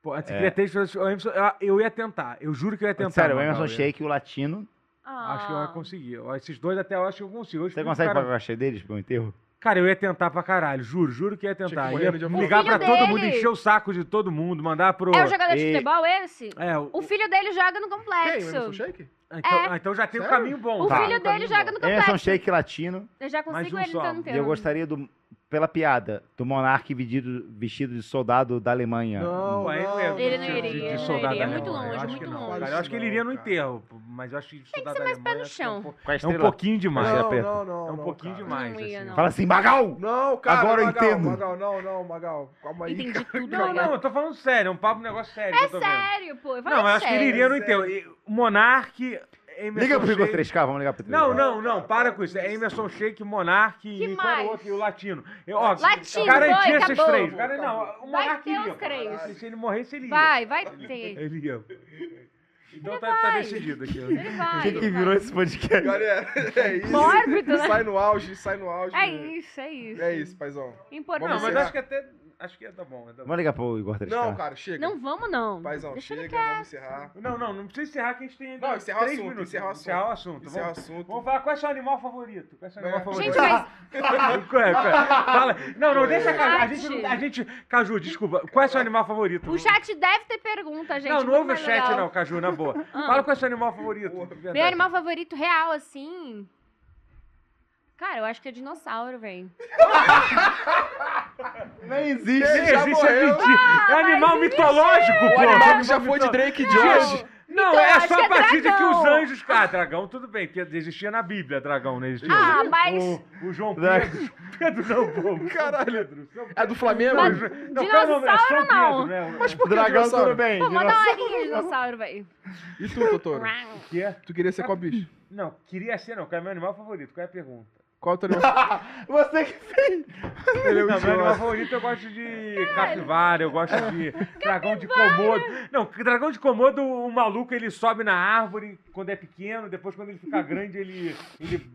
Speaker 3: Pô,
Speaker 1: É.
Speaker 3: você queria ter- eu- eu ia tentar. Eu juro que eu ia tentar.
Speaker 1: Sério, o
Speaker 3: Magal,
Speaker 1: Emerson
Speaker 3: eu-
Speaker 1: Shake e o Latino.
Speaker 2: Ah.
Speaker 3: Acho que é eu ia conseguir. Ó, Esses dois até eu acho que eu consigo. Eu
Speaker 1: Você
Speaker 3: explico,
Speaker 1: consegue
Speaker 3: Hum, cara,
Speaker 1: pagar o cachê deles pro meu enterro?
Speaker 3: Cara, eu ia tentar pra caralho, juro, juro que ia
Speaker 4: Tinha que
Speaker 3: tentar.
Speaker 4: morrer
Speaker 3: Ia
Speaker 4: no dia
Speaker 3: ligar pra
Speaker 2: morrer.
Speaker 3: todo mundo,
Speaker 2: Dele.
Speaker 3: encher o saco de todo mundo, mandar pro.
Speaker 2: É o jogador de
Speaker 1: E-
Speaker 2: futebol esse?
Speaker 3: É, o-
Speaker 2: O filho dele joga no
Speaker 4: Quem? O Emerson
Speaker 2: complexo.
Speaker 4: Shake?
Speaker 3: ah, então,
Speaker 2: é.
Speaker 3: ah, então já tem um
Speaker 4: Sério?
Speaker 3: caminho bom.
Speaker 2: O
Speaker 3: tá?
Speaker 2: filho
Speaker 3: Um
Speaker 2: dele
Speaker 3: caminho
Speaker 2: joga
Speaker 3: bom.
Speaker 2: no
Speaker 1: Emerson
Speaker 2: complexo.
Speaker 1: Shake e Latino.
Speaker 2: Eu já
Speaker 3: Mais
Speaker 2: consigo
Speaker 3: um
Speaker 2: ele
Speaker 3: só.
Speaker 2: tá
Speaker 1: E
Speaker 2: no
Speaker 1: eu
Speaker 2: termo.
Speaker 1: gostaria do. Pela piada, do monarca vestido, vestido de soldado da Alemanha.
Speaker 3: Pô, aí não ia de-
Speaker 2: Ele não
Speaker 3: de-
Speaker 2: iria,
Speaker 3: de
Speaker 2: ele não
Speaker 3: soldado
Speaker 2: iria. É
Speaker 3: alemão,
Speaker 2: muito
Speaker 3: eu
Speaker 2: longe,
Speaker 3: acho
Speaker 2: muito
Speaker 3: que não,
Speaker 2: longe.
Speaker 3: Cara, eu acho que ele iria no
Speaker 4: Cara.
Speaker 3: enterro, pô, mas eu acho que soldado alemão... Tem que ser mais pé no
Speaker 2: chão.
Speaker 1: Com a
Speaker 3: É um
Speaker 1: estrela.
Speaker 3: pouquinho demais.
Speaker 1: Mas é
Speaker 4: Não,
Speaker 1: perto.
Speaker 4: não, não.
Speaker 3: é um
Speaker 4: não,
Speaker 3: pouquinho
Speaker 4: cara.
Speaker 3: demais.
Speaker 2: Não ia,
Speaker 3: assim.
Speaker 2: não.
Speaker 1: Fala assim, Magal!
Speaker 4: Não, cara,
Speaker 1: Agora eu
Speaker 4: Magal,
Speaker 1: entendo.
Speaker 4: Magal, não, não, Magal. Calma aí.
Speaker 2: Entendi tudo.
Speaker 3: Não,
Speaker 2: olha.
Speaker 3: não, eu tô falando sério, é um papo um negócio sério. que eu
Speaker 2: É
Speaker 3: tô vendo.
Speaker 2: sério, pô. eu falo é
Speaker 3: Não, mas eu acho que ele
Speaker 2: sério.
Speaker 3: iria no enterro. E- Monark, Emerson
Speaker 1: Liga pro Igor
Speaker 3: Sheik-
Speaker 1: 3K, vamos ligar pro 3K.
Speaker 3: Não, não, não, para com isso. É Emerson Sheik, Monark e qual era o
Speaker 2: mais?
Speaker 3: outro? E o Latino. Eu, ó,
Speaker 2: Latino,
Speaker 3: garanti
Speaker 2: foi,
Speaker 3: esses
Speaker 2: acabou.
Speaker 3: três. Cara, não, o
Speaker 2: Vai
Speaker 3: Monark
Speaker 2: ter os
Speaker 3: iria, pô.
Speaker 2: três.
Speaker 3: Se- Se ele morresse, ele ia.
Speaker 2: Vai, vai ter.
Speaker 3: Ele ia. Então tá, tá
Speaker 2: vai.
Speaker 3: decidido aqui.
Speaker 2: Ele vai.
Speaker 1: O que, que
Speaker 2: ele
Speaker 1: virou esse podcast?
Speaker 4: Galera, é isso.
Speaker 2: Mórbido, né?
Speaker 4: Sai no auge, sai no auge.
Speaker 2: vai. É isso, é isso.
Speaker 4: É isso, paizão.
Speaker 2: Importante.
Speaker 3: Não,
Speaker 4: Vamos
Speaker 3: mas
Speaker 4: encerrar.
Speaker 3: acho que até. Acho que ia dar bom. ia dar bom.
Speaker 1: Vamos ligar pro Igor 3K.
Speaker 4: Não, cara, chega.
Speaker 2: Não vamos, não.
Speaker 4: Paizão,
Speaker 2: Deixa ele
Speaker 4: chega,
Speaker 2: quieto.
Speaker 4: vamos encerrar.
Speaker 3: Não, não, não precisa encerrar que a gente tem. ainda
Speaker 4: Não, encerra o
Speaker 3: três
Speaker 4: assunto,
Speaker 3: minutos.
Speaker 4: encerra o assunto.
Speaker 3: Encerrar o assunto.
Speaker 4: Encerra o
Speaker 3: Vamos, vamos
Speaker 4: assunto.
Speaker 3: falar qual é o seu animal favorito. Qual é o seu animal
Speaker 4: Não.
Speaker 3: favorito?
Speaker 2: Gente, mas
Speaker 3: Qual é, qual é? Fala. Não, não, deixa a Caju. A
Speaker 2: Chat.
Speaker 3: gente, não- a gente. Caju, desculpa. Qual é o seu animal favorito?
Speaker 2: o chat deve ter pergunta, gente.
Speaker 3: não, não
Speaker 2: muito
Speaker 3: ouve o
Speaker 2: mais
Speaker 3: chat,
Speaker 2: legal.
Speaker 3: não, Caju, na boa.
Speaker 2: Ah.
Speaker 3: Fala qual é o seu animal favorito.
Speaker 4: Porra.
Speaker 3: de verdade.
Speaker 2: Meu animal favorito real, assim. Cara, eu acho que é dinossauro, velho.
Speaker 1: Não existe.
Speaker 3: Sim,
Speaker 4: Ele já
Speaker 3: existe, é
Speaker 4: morreu.
Speaker 3: mentira.
Speaker 2: Ah,
Speaker 3: É animal mitológico, pô.
Speaker 4: Animal que já foi de Drake e Josh.
Speaker 3: Não,
Speaker 2: Então,
Speaker 3: é
Speaker 2: acho
Speaker 3: só
Speaker 2: que
Speaker 3: a
Speaker 2: é
Speaker 3: partir de que
Speaker 2: dragão.
Speaker 3: os anjos. Ah, dragão, tudo bem, porque existia na Bíblia, dragão, não existia.
Speaker 2: Ah, mas-
Speaker 3: O, o João
Speaker 1: Dra-
Speaker 3: Pedro. Pedro não, pô.
Speaker 4: Caralho.
Speaker 3: Pedro. São Pedro.
Speaker 4: É do Flamengo?
Speaker 3: Não, Pedro é São
Speaker 2: dinossauro,
Speaker 3: Pedro,
Speaker 2: não.
Speaker 3: né?
Speaker 4: Mas por que
Speaker 1: Dragão,
Speaker 4: dinossauro?
Speaker 1: tudo bem.
Speaker 2: Pô, manda
Speaker 1: Dinossauro.
Speaker 2: uma horinha de dinossauro, velho.
Speaker 4: E tu, doutor?
Speaker 3: O quê?
Speaker 4: Tu queria ser qual bicho?
Speaker 3: Não, queria ser, não. Qual é meu animal favorito? Qual é a pergunta?
Speaker 4: Qual é o teu animal?
Speaker 1: Você que fez.
Speaker 4: Ele é
Speaker 3: Não,
Speaker 4: um
Speaker 3: meu animal
Speaker 4: idiota.
Speaker 3: favorito eu gosto de capivara, eu gosto de dragão de Komodo. Não, dragão de Komodo, o maluco ele sobe na árvore quando é pequeno, depois quando ele fica grande ele, ele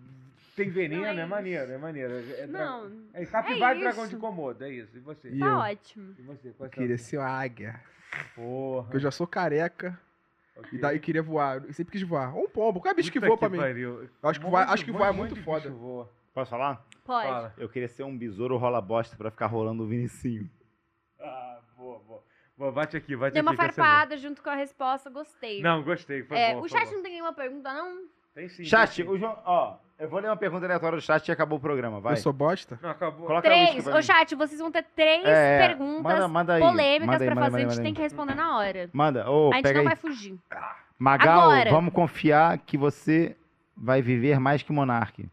Speaker 3: tem veneno,
Speaker 2: Não, é
Speaker 3: é,
Speaker 2: isso.
Speaker 3: maneiro, é maneiro. É, é dra-
Speaker 2: Não,
Speaker 3: é capivara e
Speaker 2: é
Speaker 3: dragão
Speaker 2: isso.
Speaker 3: de Komodo, é isso. E você?
Speaker 4: E- eu?
Speaker 2: tá ótimo.
Speaker 3: E você? Qual é
Speaker 4: Eu
Speaker 3: a
Speaker 4: Queria
Speaker 3: sua-
Speaker 4: ser uma águia. Porque
Speaker 3: Porra.
Speaker 4: eu já sou careca
Speaker 3: ok.
Speaker 4: e daí queria voar. Eu sempre quis voar. Ou um pombo. Qual é bicho que
Speaker 3: Puta
Speaker 4: voa pra mim?
Speaker 3: pariu.
Speaker 4: Eu acho que
Speaker 3: Um
Speaker 4: voar-
Speaker 3: monte-
Speaker 4: acho que voar é
Speaker 3: monte
Speaker 4: muito
Speaker 3: de
Speaker 4: foda.
Speaker 3: bicho voa.
Speaker 1: Posso falar?
Speaker 2: Pode.
Speaker 3: Fala.
Speaker 1: Eu queria ser um besouro rola bosta pra ficar rolando o Vinicinho.
Speaker 3: Ah, boa, boa. Boa, bate aqui, bate
Speaker 2: Dei
Speaker 3: aqui.
Speaker 2: uma
Speaker 3: que essa é
Speaker 2: farpada junto com a resposta, gostei.
Speaker 3: boa. Não, gostei, foi
Speaker 2: É,
Speaker 3: bom.
Speaker 2: o
Speaker 3: foi
Speaker 2: chat
Speaker 3: bom.
Speaker 2: não tem nenhuma pergunta, não?
Speaker 3: Tem sim. tem
Speaker 1: Chat,
Speaker 3: sim.
Speaker 1: o João, ó, Eu vou ler uma pergunta aleatória do chat e acabou o programa, vai.
Speaker 4: Eu sou bosta?
Speaker 3: Não, acabou.
Speaker 1: Coloca a
Speaker 2: Três.
Speaker 1: música
Speaker 2: Ô,
Speaker 1: pra mim.
Speaker 2: chat, vocês vão ter três
Speaker 1: É, é.
Speaker 2: perguntas
Speaker 1: Manda, manda aí.
Speaker 2: polêmicas
Speaker 1: manda aí,
Speaker 2: pra
Speaker 1: manda aí,
Speaker 2: fazer. a
Speaker 1: manda
Speaker 2: gente
Speaker 1: aí.
Speaker 2: tem que responder na hora.
Speaker 1: Manda, ô,
Speaker 2: a gente
Speaker 1: pega
Speaker 2: não
Speaker 1: aí.
Speaker 2: vai fugir.
Speaker 1: Magal,
Speaker 2: Agora.
Speaker 1: vamos confiar que você vai viver mais que Monark.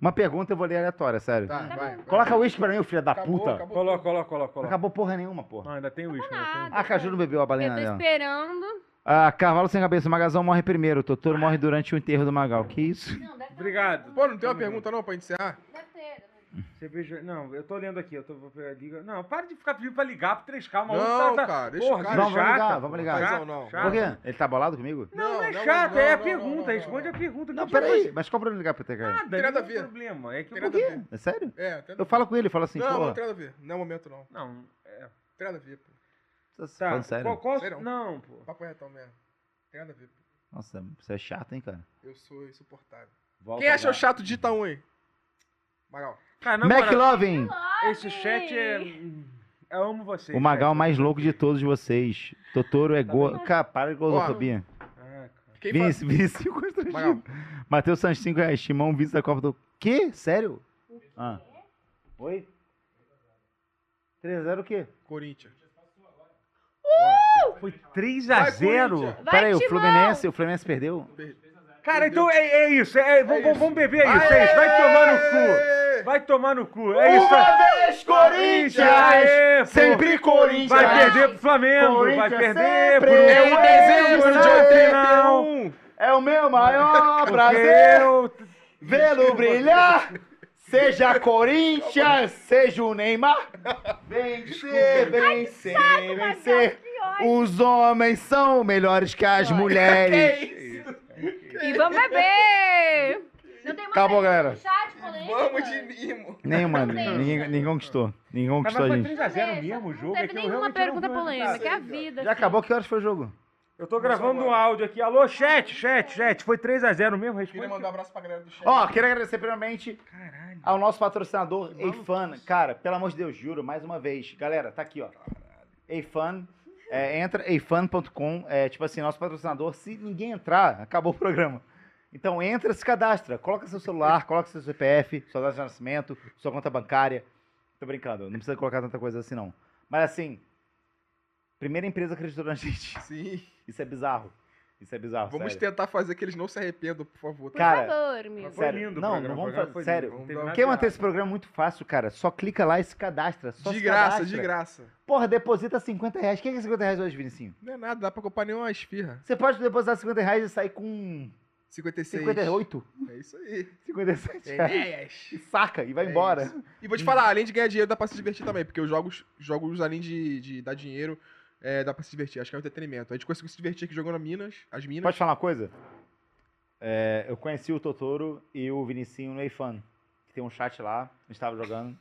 Speaker 1: Uma pergunta eu vou ler aleatória, sério.
Speaker 4: Tá,
Speaker 2: Tá
Speaker 4: vai.
Speaker 2: bom.
Speaker 4: vai.
Speaker 1: Coloca o uísque pra mim, ô filho da
Speaker 4: Acabou,
Speaker 1: puta.
Speaker 4: acabou.
Speaker 3: Coloca, coloca, coloca,
Speaker 1: Não
Speaker 3: coloca.
Speaker 1: acabou porra nenhuma, porra.
Speaker 3: Ah, ainda tem o uísque. ainda tem.
Speaker 2: nada.
Speaker 1: Ah, A Caju não bebeu a
Speaker 2: Eu
Speaker 1: balena
Speaker 2: tô
Speaker 1: dela.
Speaker 2: esperando.
Speaker 1: Ah, Carvalho sem cabeça, Magalzão morre primeiro. Totoro morre durante o enterro do Magal. Que isso?
Speaker 2: Não, deve ter.
Speaker 3: Obrigado.
Speaker 4: Pô, não tem uma pergunta não pra encerrar?
Speaker 3: Tá
Speaker 2: Deve ter.
Speaker 3: Cerveja... Não, eu tô lendo aqui, eu tô vou pegar a liga. Não, para de ficar pedindo pra ligar pro 3K, maluco.
Speaker 4: Não,
Speaker 3: tá- tá-
Speaker 4: cara, deixa
Speaker 3: Porra,
Speaker 4: o cara.
Speaker 3: que
Speaker 1: Vamos, vamos
Speaker 3: chata,
Speaker 1: ligar,
Speaker 3: pô.
Speaker 1: vamos ligar.
Speaker 3: Chata,
Speaker 4: Não, não.
Speaker 3: chata.
Speaker 1: Por quê? Ele tá bolado comigo?
Speaker 3: Não, não é
Speaker 4: Não,
Speaker 3: chato,
Speaker 4: não,
Speaker 3: é a
Speaker 4: não,
Speaker 3: pergunta.
Speaker 4: não, não,
Speaker 3: responde
Speaker 4: não.
Speaker 3: a pergunta.
Speaker 1: Não,
Speaker 3: que eu
Speaker 1: peraí. Mas qual o problema de ligar pro TK?
Speaker 3: Nada,
Speaker 4: Tem nada a
Speaker 3: nenhum
Speaker 4: ver.
Speaker 3: problema. É que
Speaker 4: Tem
Speaker 3: eu...
Speaker 4: nada a ver.
Speaker 1: É sério?
Speaker 4: É, tem nada
Speaker 1: Eu
Speaker 4: a
Speaker 1: falo com ele, eu falo
Speaker 4: ver.
Speaker 1: assim,
Speaker 4: Não, não
Speaker 1: pô.
Speaker 4: tem nada a ver. Não é momento, não.
Speaker 3: Não, é...
Speaker 4: Tem nada a ver, pô.
Speaker 1: Tá, tá
Speaker 3: Tá,
Speaker 1: falando sério.
Speaker 3: qual- qual-
Speaker 4: Sério?
Speaker 3: Não, pô.
Speaker 4: Papo retão mesmo. Tem nada a ver, pô.
Speaker 1: Nossa, você é chato, hein, cara?
Speaker 4: Eu sou insuportável.
Speaker 1: Volta
Speaker 4: Quem acha
Speaker 1: lá.
Speaker 4: o chato digita um aí? Magal.
Speaker 3: Cara, na moral,
Speaker 1: McLovin!
Speaker 3: esse chat é... Eu amo vocês.
Speaker 1: O Magal
Speaker 3: chat.
Speaker 1: mais louco de todos vocês. Totoro é go... Cara, para de gordofobia.
Speaker 3: Ah, cara.
Speaker 4: Quem faz?
Speaker 1: Vince, Vince, eu constrangido.
Speaker 4: Magal.
Speaker 1: Matheus Santos, 5 reais. Timão, vice da Copa do... Quê? Sério? Ah. Oi? 3x0 o quê?
Speaker 4: Corinthians.
Speaker 3: Foi
Speaker 1: Tá
Speaker 3: 3x0?
Speaker 2: Vai,
Speaker 1: Peraí, o
Speaker 2: Timão!
Speaker 1: Fluminense, o Fluminense perdeu?
Speaker 3: Cara, então é, é isso. É, vamos,
Speaker 4: isso.
Speaker 3: vamos beber isso. É isso. Vai tomar no cu. Vai tomar no cu. É isso. aí.
Speaker 1: vez,
Speaker 3: Aê, pô.
Speaker 1: Corinthians!
Speaker 3: Vai perder pro Flamengo. Vai
Speaker 1: Corinthians
Speaker 3: perder pro...
Speaker 1: sempre
Speaker 3: É
Speaker 1: em dezembro de
Speaker 3: 81.
Speaker 1: É o meu maior
Speaker 3: Eu...
Speaker 1: Vê-lo brilhar! Seja Corinthians, seja o Neymar! Vencer, vencer, vencer! Os homens são melhores que as
Speaker 2: Olha.
Speaker 1: mulheres!
Speaker 2: E vamos beber! Não tem mais
Speaker 1: Acabou,
Speaker 2: pergunta
Speaker 1: galera.
Speaker 2: no Chat, polêmica.
Speaker 4: Vamos de mimo.
Speaker 1: Nenhuma,
Speaker 2: Não
Speaker 1: ninguém, ninguém conquistou. Ninguém
Speaker 3: Mas
Speaker 1: conquistou a
Speaker 3: foi 3x0
Speaker 1: gente.
Speaker 2: Não
Speaker 3: mesmo o
Speaker 2: teve
Speaker 3: jogo. É que eu
Speaker 2: nenhuma
Speaker 3: realmente não
Speaker 2: pergunta
Speaker 3: vi o resultado.
Speaker 2: polêmica, é a
Speaker 4: Sim,
Speaker 2: vida.
Speaker 1: Já acabou? Que horas foi o jogo?
Speaker 3: Eu tô gravando um áudio aqui. Alô, chat, chat, chat. Foi 3x0 mesmo?
Speaker 4: Queria
Speaker 3: Responde.
Speaker 4: mandar um abraço pra galera do chat.
Speaker 1: Ó, quero agradecer primeiramente
Speaker 3: um- Caralho.
Speaker 1: ao nosso patrocinador Eifan. Cara, pelo amor de Deus, juro, mais uma vez. Galera, tá aqui, ó. Eifan. É, entra eifan.com. É, tipo assim, nosso patrocinador. Se ninguém entrar, acabou o programa. Então entra, se cadastra. Coloca seu celular, coloca seu CPF, sua data de nascimento, sua conta bancária. Tô brincando, não precisa colocar tanta coisa assim, não. Mas assim, primeira empresa que acreditou na gente.
Speaker 4: Sim.
Speaker 1: Isso é bizarro. Isso é bizarro,
Speaker 4: Vamos
Speaker 1: sério.
Speaker 4: tentar fazer que eles não se arrependam, por favor. tá?
Speaker 2: Por
Speaker 1: Cara,
Speaker 2: favor, amigo.
Speaker 1: sério,
Speaker 3: o
Speaker 1: não,
Speaker 3: programa,
Speaker 1: não
Speaker 3: o
Speaker 1: vamos
Speaker 3: programa
Speaker 1: fa-
Speaker 3: foi
Speaker 1: sério,
Speaker 3: lindo, não
Speaker 4: não
Speaker 3: teve
Speaker 4: dá-
Speaker 3: nada
Speaker 1: Quer
Speaker 3: de
Speaker 1: manter
Speaker 3: errado.
Speaker 1: esse programa é muito fácil, cara. Só clica lá e se cadastra. Só
Speaker 4: de
Speaker 1: se
Speaker 4: graça,
Speaker 1: cadastra.
Speaker 4: de graça.
Speaker 1: Porra, deposita 50 reais. O que é que é 50 reais hoje, Vinicinho?
Speaker 4: Não é nada, dá pra comprar nenhuma esfirra.
Speaker 1: Você pode depositar 50 reais e sair com
Speaker 4: 56.
Speaker 1: 58,
Speaker 4: É isso aí.
Speaker 1: 57
Speaker 4: Tem
Speaker 1: reais.
Speaker 4: ideias.
Speaker 1: E saca e vai
Speaker 4: É
Speaker 1: embora.
Speaker 4: isso. E vou te falar, além de ganhar dinheiro, dá pra se divertir também. Porque os jogos, jogos além de, de dar dinheiro, é, dá pra se divertir. Acho que é um entretenimento. A gente conseguiu se divertir aqui jogando Minas, as Minas.
Speaker 1: Pode falar uma coisa? É, eu conheci o Totoro e o Vinicinho no Eifan. Que tem um chat lá, a gente tava jogando.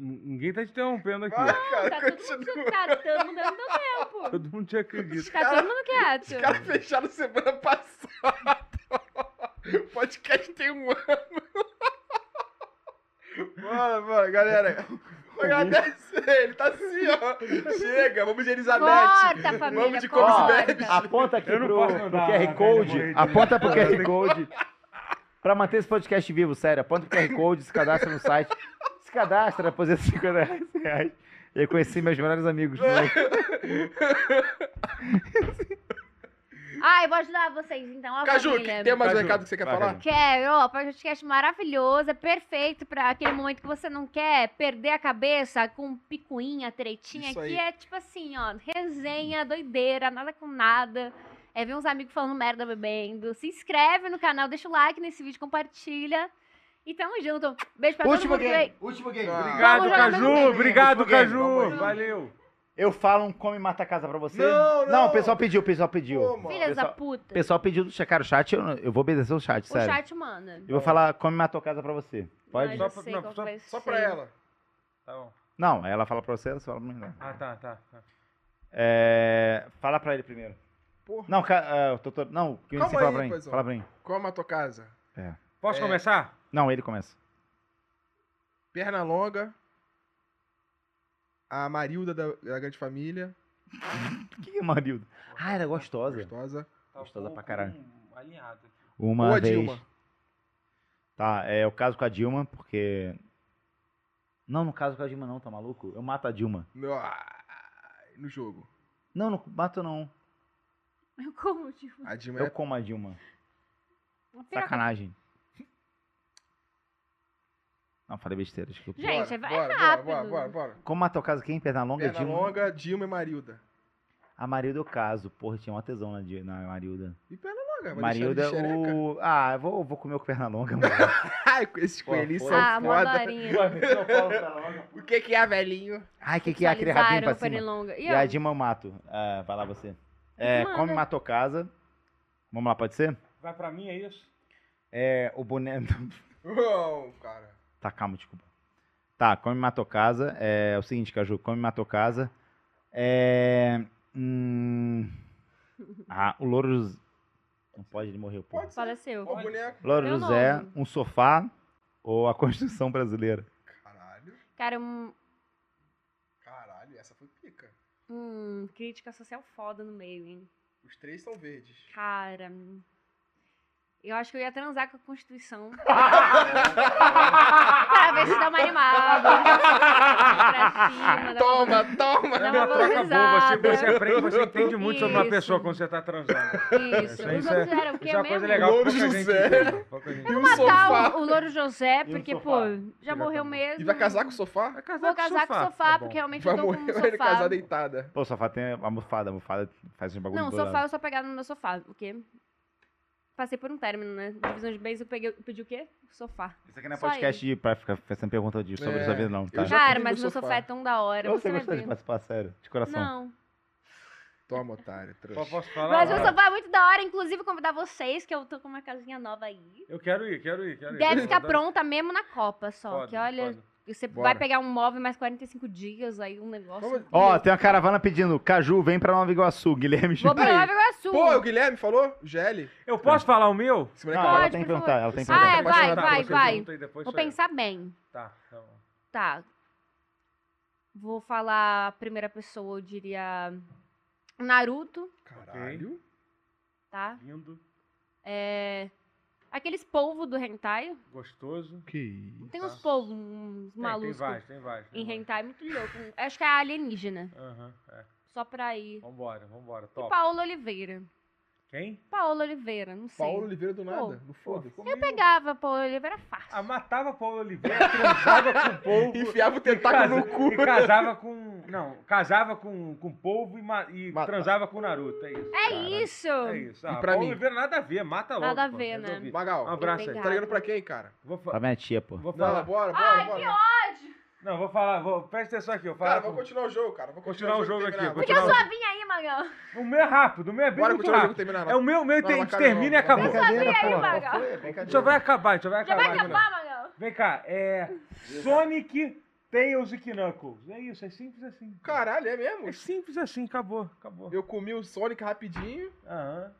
Speaker 3: N- Ninguém tá te interrompendo aqui.
Speaker 4: Vai,
Speaker 2: Não,
Speaker 4: cara,
Speaker 2: tá todo mundo
Speaker 4: continua.
Speaker 2: sentado, estamos dando tempo.
Speaker 3: Todo mundo te acredita.
Speaker 2: Tá todo mundo
Speaker 4: Os
Speaker 2: quieto.
Speaker 4: caras fecharam semana passada. O podcast tem um ano. Bora, bora, galera. Agradece ele, tá assim, ó. Chega, vamos de Elizabeth.
Speaker 2: Corta, família,
Speaker 4: Vamos de
Speaker 1: Ó,
Speaker 4: Comes
Speaker 2: corta.
Speaker 4: Bad.
Speaker 1: aponta aqui
Speaker 3: Eu não
Speaker 1: pro,
Speaker 3: posso
Speaker 1: pro
Speaker 3: andar,
Speaker 1: QR
Speaker 3: velho,
Speaker 1: Code.
Speaker 3: eu morri de
Speaker 1: Aponta
Speaker 3: medo.
Speaker 1: pro QR Code. Pra manter esse podcast vivo, sério. Aponta pro QR Code, se cadastra no site. Se cadastra, deposita 50 reais. Eu conheci meus melhores amigos. moleque.
Speaker 2: Ai, vou ajudar vocês então. ó,
Speaker 4: Caju,
Speaker 2: família.
Speaker 4: tem mais um
Speaker 3: Caju,
Speaker 4: recado que você quer
Speaker 1: vai,
Speaker 4: falar?
Speaker 1: Caju.
Speaker 2: Quero, ó, podcast maravilhoso, é perfeito pra aquele momento que você não quer perder a cabeça com picuinha, tretinha,
Speaker 4: Isso
Speaker 2: que
Speaker 4: aí.
Speaker 2: é tipo assim, ó, resenha, doideira, nada com nada. É ver uns amigos falando merda bebendo. Se inscreve no canal, deixa o like nesse vídeo, compartilha. E tamo junto. Beijo pra todo mundo. aí.
Speaker 1: Último game.
Speaker 4: Ah.
Speaker 3: Obrigado,
Speaker 2: Vamos jogar mais um
Speaker 3: Caju.
Speaker 2: game.
Speaker 3: Obrigado,
Speaker 1: Último game,
Speaker 3: Caju.
Speaker 1: vamos aí.
Speaker 3: Valeu.
Speaker 1: Eu falo um come e mata a casa pra você.
Speaker 4: Não, não.
Speaker 1: o pessoal pediu, o pessoal pediu.
Speaker 4: Pô, mano.
Speaker 2: Filhas da
Speaker 1: Pessoal-
Speaker 2: puta.
Speaker 1: O pessoal pediu do checar o chat, eu, eu vou obedecer o chat,
Speaker 2: O
Speaker 1: sério.
Speaker 2: chat manda.
Speaker 1: Eu vou falar come e mata a casa pra você. Pode?
Speaker 2: Ai,
Speaker 3: Só
Speaker 2: já
Speaker 3: pra-
Speaker 2: sei
Speaker 3: não,
Speaker 2: qual
Speaker 3: só-
Speaker 2: vai
Speaker 4: Só
Speaker 2: ser.
Speaker 4: pra ela.
Speaker 3: Tá bom.
Speaker 1: Não, ela fala pra você, ela fala pra mim. não.
Speaker 3: Ah, tá, tá. tá.
Speaker 1: É, fala pra ele primeiro.
Speaker 4: Porra.
Speaker 1: Não, ca- ah, o doutor, não, o que
Speaker 4: Calma
Speaker 1: você fala
Speaker 4: aí, é.
Speaker 1: pra mim?
Speaker 4: paizão.
Speaker 1: Fala pra mim.
Speaker 4: Coma a tua casa.
Speaker 3: Posso
Speaker 4: É.
Speaker 3: começar?
Speaker 1: Não, ele começa.
Speaker 4: Perna longa. a Marilda da, da Grande Família,
Speaker 1: O que é Marilda? Ah, era gostosa.
Speaker 4: gostosa.
Speaker 1: Gostosa pra caralho.
Speaker 3: Tá um Alinhado.
Speaker 1: Uma
Speaker 4: Ou a
Speaker 1: vez.
Speaker 4: Dilma.
Speaker 1: Tá, é o caso com a Dilma, porque. Não, no caso com a Dilma não, tá maluco? Eu mato a Dilma.
Speaker 4: No, ai, no jogo.
Speaker 1: Não, não mato não.
Speaker 2: Eu como, tipo.
Speaker 4: A Dilma
Speaker 1: Eu
Speaker 4: é.
Speaker 1: como a Dilma.
Speaker 2: uma piroca.
Speaker 1: Sacanagem. Não, falei besteira, desculpa.
Speaker 2: Gente, é- é
Speaker 4: bora, bora,
Speaker 2: rápido.
Speaker 4: bora, bora.
Speaker 1: Como matou o caso quem? Pernalonga,
Speaker 4: Perna
Speaker 1: Dilma?
Speaker 4: longa, Dilma e Marilda.
Speaker 1: A Marilda é o caso. Porra, tinha uma tesão na, Di- na Marilda.
Speaker 4: E perna longa, vai
Speaker 1: Marilda, é
Speaker 4: deixar ele de é xereca.
Speaker 1: o. Ah, eu vou, vou comer o Pernalonga, mano.
Speaker 4: Ai, esses
Speaker 1: Pô,
Speaker 4: coelhinhos
Speaker 1: foi.
Speaker 4: são
Speaker 2: Ah,
Speaker 4: foda.
Speaker 2: modarinha.
Speaker 3: né?
Speaker 4: O que que é, velhinho?
Speaker 1: Ai, que que é aquele rabinho pra cima?
Speaker 2: Pernilonga. E,
Speaker 1: E a Dilma eu mato. Ah, vai lá você. É,
Speaker 2: Manda.
Speaker 1: come, matou casa. Vamos lá, pode ser?
Speaker 3: Vai pra mim, é isso?
Speaker 1: É, o boneco.
Speaker 4: Uou, cara.
Speaker 1: Tá, calma, desculpa. Tá, Come Matou Casa. É, é o seguinte, Caju, Come Matou Casa. É. Hum, ah, o Louro José. Não pode, ele morreu, pô.
Speaker 4: Pode ser.
Speaker 2: faleceu.
Speaker 4: Ô, boneco.
Speaker 1: Louro
Speaker 2: Meu
Speaker 1: José,
Speaker 2: nome.
Speaker 1: um sofá ou a Constituição Brasileira?
Speaker 4: Caralho,
Speaker 2: Cara, um,
Speaker 4: caralho, essa foi pica.
Speaker 2: hum, crítica social foda no meio, hein?
Speaker 4: Os três são verdes.
Speaker 2: Cara. Eu acho que eu ia transar com a Constituição. pra ver se dá uma animada. Pra cima, dá uma-
Speaker 4: Toma, toma!
Speaker 2: Dá
Speaker 3: É uma
Speaker 2: uma
Speaker 3: troca boa. Você,
Speaker 2: valorizada.
Speaker 3: você aprende, você entende muito sobre uma
Speaker 2: Isso.
Speaker 3: pessoa quando você tá transando.
Speaker 2: Isso.
Speaker 3: Isso aí,
Speaker 2: Os
Speaker 3: isso é-
Speaker 2: outros eram o quê
Speaker 3: Isso é uma
Speaker 2: mesmo?
Speaker 3: coisa legal.
Speaker 4: Louro
Speaker 3: pouca gente
Speaker 4: José.
Speaker 3: entende, pouca gente
Speaker 4: E o
Speaker 3: entende.
Speaker 2: Tá,
Speaker 4: sofá?
Speaker 2: o, o Louro José,
Speaker 1: E um
Speaker 2: porque,
Speaker 1: sofá.
Speaker 2: pô, já
Speaker 3: Já
Speaker 2: morreu
Speaker 3: tá bom.
Speaker 2: mesmo.
Speaker 4: E vai casar com o sofá?
Speaker 3: Vai casar
Speaker 2: Vou
Speaker 3: com o
Speaker 2: casar com o sofá,
Speaker 3: Tá bom.
Speaker 2: porque realmente
Speaker 4: Vai
Speaker 2: eu tô com um
Speaker 4: morrer ele é
Speaker 2: sofá.
Speaker 4: casar deitada.
Speaker 1: Pô, o sofá tem a almofada, a almofada faz um bagulho
Speaker 2: Não, o
Speaker 1: do
Speaker 2: sofá
Speaker 1: lado.
Speaker 2: eu só pegava no meu sofá, porque passei por um término, né? Divisão de bens, eu peguei, eu pedi o quê? O sofá.
Speaker 1: Isso aqui não é
Speaker 2: só
Speaker 1: podcast de, pra ficar fazendo pergunta de, sobre
Speaker 4: É,
Speaker 1: sua vida, não, tá?
Speaker 4: eu já-
Speaker 2: Cara,
Speaker 4: comi
Speaker 2: mas
Speaker 4: no
Speaker 2: meu
Speaker 4: sofá.
Speaker 2: sofá é tão da hora,
Speaker 1: Você
Speaker 2: você vai
Speaker 1: gostou de
Speaker 2: ver.
Speaker 1: participar, sério, de coração.
Speaker 2: Não.
Speaker 4: Toma, otário, trouxa.
Speaker 3: Só posso falar?
Speaker 2: Mas meu
Speaker 3: Vai.
Speaker 2: sofá é muito da hora, inclusive convidar vocês, que eu tô com uma casinha nova aí.
Speaker 3: Eu quero ir, quero ir, quero ir.
Speaker 2: Deve ficar
Speaker 3: Foda,
Speaker 2: pronta mesmo na Copa, só.
Speaker 3: foda,
Speaker 2: que olha,
Speaker 3: foda.
Speaker 2: você
Speaker 4: Bora.
Speaker 2: vai pegar um móvel mais 45 dias, aí um negócio.
Speaker 4: Vamos-
Speaker 1: Ó, tem uma caravana pedindo, Caju, vem pra Nova Iguaçu, Guilherme.
Speaker 2: Vou pra
Speaker 4: Aí.
Speaker 2: Nova Iguaçu.
Speaker 4: Pô, o Guilherme falou? GL.
Speaker 3: Eu posso falar o meu?
Speaker 4: Esse
Speaker 1: Não,
Speaker 4: moleque
Speaker 1: ela
Speaker 2: Pode,
Speaker 1: tem que
Speaker 2: por favor.
Speaker 1: perguntar, ela tem que
Speaker 2: Ah,
Speaker 1: perguntar.
Speaker 2: é, vai,
Speaker 3: Tá,
Speaker 2: vai,
Speaker 3: você
Speaker 2: vai.
Speaker 3: junta e depois
Speaker 2: Vou
Speaker 3: sou eu.
Speaker 2: pensar bem.
Speaker 3: Tá, tá bom.
Speaker 2: Tá. Vou falar a primeira pessoa, eu diria Naruto,
Speaker 4: Caralho.
Speaker 2: tá?
Speaker 3: Lindo,
Speaker 2: É... Aqueles polvo do hentai.
Speaker 3: gostoso.
Speaker 4: Que isso?
Speaker 2: Tem
Speaker 3: Tá.
Speaker 2: uns polvos,
Speaker 3: Tem,
Speaker 2: uns
Speaker 3: Tem
Speaker 2: malucos
Speaker 3: vários, tem vários. tem
Speaker 2: em
Speaker 3: vários.
Speaker 2: hentai, muito louco. Acho que é alienígena,
Speaker 3: Aham, é.
Speaker 2: só pra ir.
Speaker 3: Vambora, vambora.
Speaker 2: E
Speaker 3: Top.
Speaker 2: Paola Oliveira.
Speaker 3: Quem?
Speaker 2: Paola Oliveira, não sei.
Speaker 4: Paulo Oliveira do nada.
Speaker 2: Pô.
Speaker 4: Não foda.
Speaker 3: Pô,
Speaker 2: Eu
Speaker 3: comigo.
Speaker 2: pegava a Paola Oliveira fácil.
Speaker 3: Ah, matava Paulo Oliveira, transava com o povo.
Speaker 4: Enfiava o
Speaker 3: e
Speaker 4: tentáculo
Speaker 3: casa-
Speaker 4: no cu.
Speaker 3: E casava com. Não, casava com, com polvo e, ma- e
Speaker 4: Mata.
Speaker 3: transava com o Naruto. É isso.
Speaker 2: é
Speaker 3: Caralho.
Speaker 2: isso!
Speaker 3: É isso. Ah,
Speaker 4: E pra
Speaker 3: Paulo
Speaker 4: mim?
Speaker 3: Oliveira nada a ver, mata logo.
Speaker 2: Nada a
Speaker 3: pô,
Speaker 2: ver, né?
Speaker 3: resolvi.
Speaker 4: Magal,
Speaker 3: Um abraço aí.
Speaker 2: Obrigada.
Speaker 4: tá ligando pra quem, cara?
Speaker 3: Vou,
Speaker 1: Pra
Speaker 3: fa
Speaker 1: minha tia, pô.
Speaker 3: vou
Speaker 4: Bora,
Speaker 3: falar.
Speaker 4: bora, bora,
Speaker 2: Ai,
Speaker 4: bora.
Speaker 2: que ódio!
Speaker 3: Não, vou falar. Vou... Presta atenção aqui, eu falo.
Speaker 4: Cara, vamos continuar o jogo, cara. Vamos
Speaker 3: Continuar o jogo
Speaker 4: e
Speaker 3: aqui,
Speaker 4: terminar.
Speaker 3: vou
Speaker 2: Porque
Speaker 3: continuar
Speaker 2: eu
Speaker 3: o
Speaker 2: sou a vinha aí, Magal.
Speaker 3: O meu é rápido, o meu é bem
Speaker 4: Bora
Speaker 3: muito
Speaker 4: continuar o jogo e
Speaker 3: rápido.
Speaker 4: terminar.
Speaker 3: É o meu, o meu
Speaker 4: Não,
Speaker 3: tem,
Speaker 4: mas cara,
Speaker 3: termina e
Speaker 4: não,
Speaker 3: acabou.
Speaker 2: não. Brincadeira, pô. Magal.
Speaker 1: A
Speaker 3: A gente só vai acabar, a gente só vai
Speaker 2: Já
Speaker 3: acabar.
Speaker 2: vai
Speaker 3: né?
Speaker 2: acabar, Magal?
Speaker 3: Vem cá, é. Sonic, Tails e Knuckles. É isso, é simples assim.
Speaker 4: Caralho, é mesmo?
Speaker 3: É simples assim, acabou, acabou.
Speaker 4: Eu comi o Sonic rapidinho,
Speaker 3: Aham.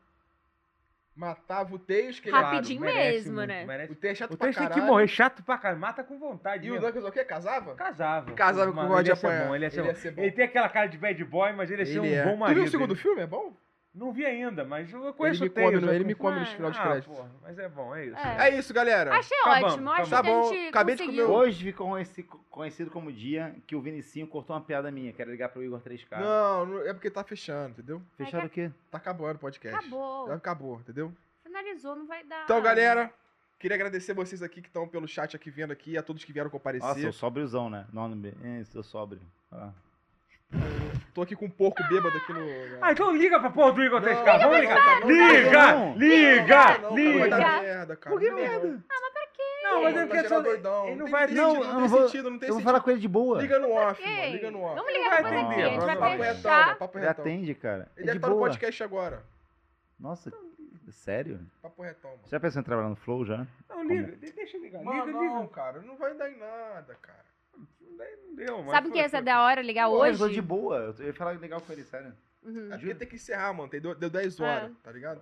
Speaker 4: matava o Tails, que ele...
Speaker 2: Rapidinho.
Speaker 3: merece
Speaker 2: mesmo,
Speaker 3: muito,
Speaker 2: né?
Speaker 4: O
Speaker 3: merece.
Speaker 4: Tails é chato
Speaker 3: O
Speaker 4: pra
Speaker 3: Tails tem
Speaker 4: caralho.
Speaker 3: que morrer, chato pra caralho. Mata com vontade.
Speaker 4: E o
Speaker 3: mesmo.
Speaker 4: Douglas é o quê? Casava?
Speaker 3: Casava.
Speaker 4: Casava com
Speaker 3: Mano,
Speaker 4: o God
Speaker 3: ele ia ser
Speaker 4: apanhar.
Speaker 3: bom, ele ia ser
Speaker 4: Ele
Speaker 3: bom.
Speaker 4: ia ser bom.
Speaker 3: Ele tem aquela cara de bad boy, mas ele ia ser um
Speaker 4: é.
Speaker 3: bom
Speaker 4: Tu
Speaker 3: marido.
Speaker 4: viu o segundo
Speaker 3: Ele-
Speaker 4: filme? É bom?
Speaker 3: Não vi ainda, mas eu
Speaker 4: Ele
Speaker 3: conheço
Speaker 4: me
Speaker 3: o Tails.
Speaker 4: come, no,
Speaker 3: eu
Speaker 4: ele me
Speaker 3: confundo.
Speaker 4: come nos final de
Speaker 3: Ah,
Speaker 4: créditos.
Speaker 3: porra, mas é bom, é isso.
Speaker 2: É.
Speaker 4: É isso, galera.
Speaker 2: Achei
Speaker 3: Acabamos,
Speaker 2: ótimo, acho que a
Speaker 4: acabamos. Tá bom,
Speaker 2: gente
Speaker 4: acabei de
Speaker 2: conseguiu.
Speaker 4: comer o-
Speaker 1: Hoje ficou esse- conhecido como o dia que o Vinicinho cortou uma piada minha. Quero ligar pro Igor 3K.
Speaker 4: Não, não- é porque tá fechando, entendeu?
Speaker 1: Fecharam o quê?
Speaker 4: Tá acabando o podcast.
Speaker 2: Acabou. Ah.
Speaker 4: Já acabou, entendeu?
Speaker 2: Finalizou, não vai dar.
Speaker 4: Tá. Então, galera, queria agradecer vocês aqui que estão pelo chat aqui vendo aqui, a todos que é- vieram
Speaker 1: Nossa, eu
Speaker 4: comparecer.
Speaker 1: sóbriozão, né? Não, não, é, eu sóbrio. Ah.
Speaker 4: Tô aqui com um porco bêbado aqui no.
Speaker 3: Ah, então liga pra porra do Igor 3K.
Speaker 4: Não,
Speaker 3: Vamos
Speaker 4: liga
Speaker 3: ligar.
Speaker 4: pra
Speaker 1: cá,
Speaker 3: Liga!
Speaker 1: não.
Speaker 3: Liga!
Speaker 4: Não, cara, vai
Speaker 3: Liga!
Speaker 4: dar merda, cara.
Speaker 1: Por que
Speaker 4: Não,
Speaker 1: merda?
Speaker 4: não.
Speaker 3: Não, mas é
Speaker 4: Vai
Speaker 3: porque
Speaker 4: gerar
Speaker 3: só-
Speaker 4: doidão.
Speaker 3: ele não
Speaker 4: Tem-
Speaker 3: vai-
Speaker 4: tem
Speaker 1: Não,
Speaker 4: sentido,
Speaker 1: eu
Speaker 4: não
Speaker 1: não
Speaker 4: tem
Speaker 1: vou-
Speaker 4: sentido, não tem
Speaker 1: Eu vou
Speaker 4: sentido.
Speaker 1: falar com ele de boa.
Speaker 4: Liga no off, mano.
Speaker 2: Ok.
Speaker 4: Liga no off.
Speaker 2: Vamos ligar
Speaker 3: Vai
Speaker 2: depois aqui, a gente
Speaker 1: entender,
Speaker 2: vai
Speaker 4: Papo
Speaker 1: provavelmente.
Speaker 4: retão, mano,
Speaker 2: fechar.
Speaker 4: papo
Speaker 1: Ele
Speaker 4: retão.
Speaker 1: atende, cara.
Speaker 4: Ele
Speaker 1: é
Speaker 4: deve
Speaker 1: de
Speaker 4: estar no
Speaker 1: boa.
Speaker 4: podcast agora.
Speaker 1: Nossa, sério?
Speaker 4: Papo retão, mano.
Speaker 1: Você já pensou em trabalhar no Flow já?
Speaker 3: Não, liga. de- Deixa eu ligar.
Speaker 4: Mano,
Speaker 3: Liga,
Speaker 4: não,
Speaker 3: liga.
Speaker 4: cara, não vai dar em nada, cara.
Speaker 3: Não deu, Não deu, mas
Speaker 2: Sabe o que
Speaker 3: foi-
Speaker 2: essa é
Speaker 3: foi-
Speaker 2: da hora ligar
Speaker 1: Pô, Eu sou
Speaker 2: hoje?
Speaker 1: de boa. Eu tô- eu ia falar legal com ele, sério.
Speaker 2: Uhum.
Speaker 4: É porque tem que encerrar, mano. Tem, deu, deu
Speaker 2: É.
Speaker 4: 10 horas, tá ligado?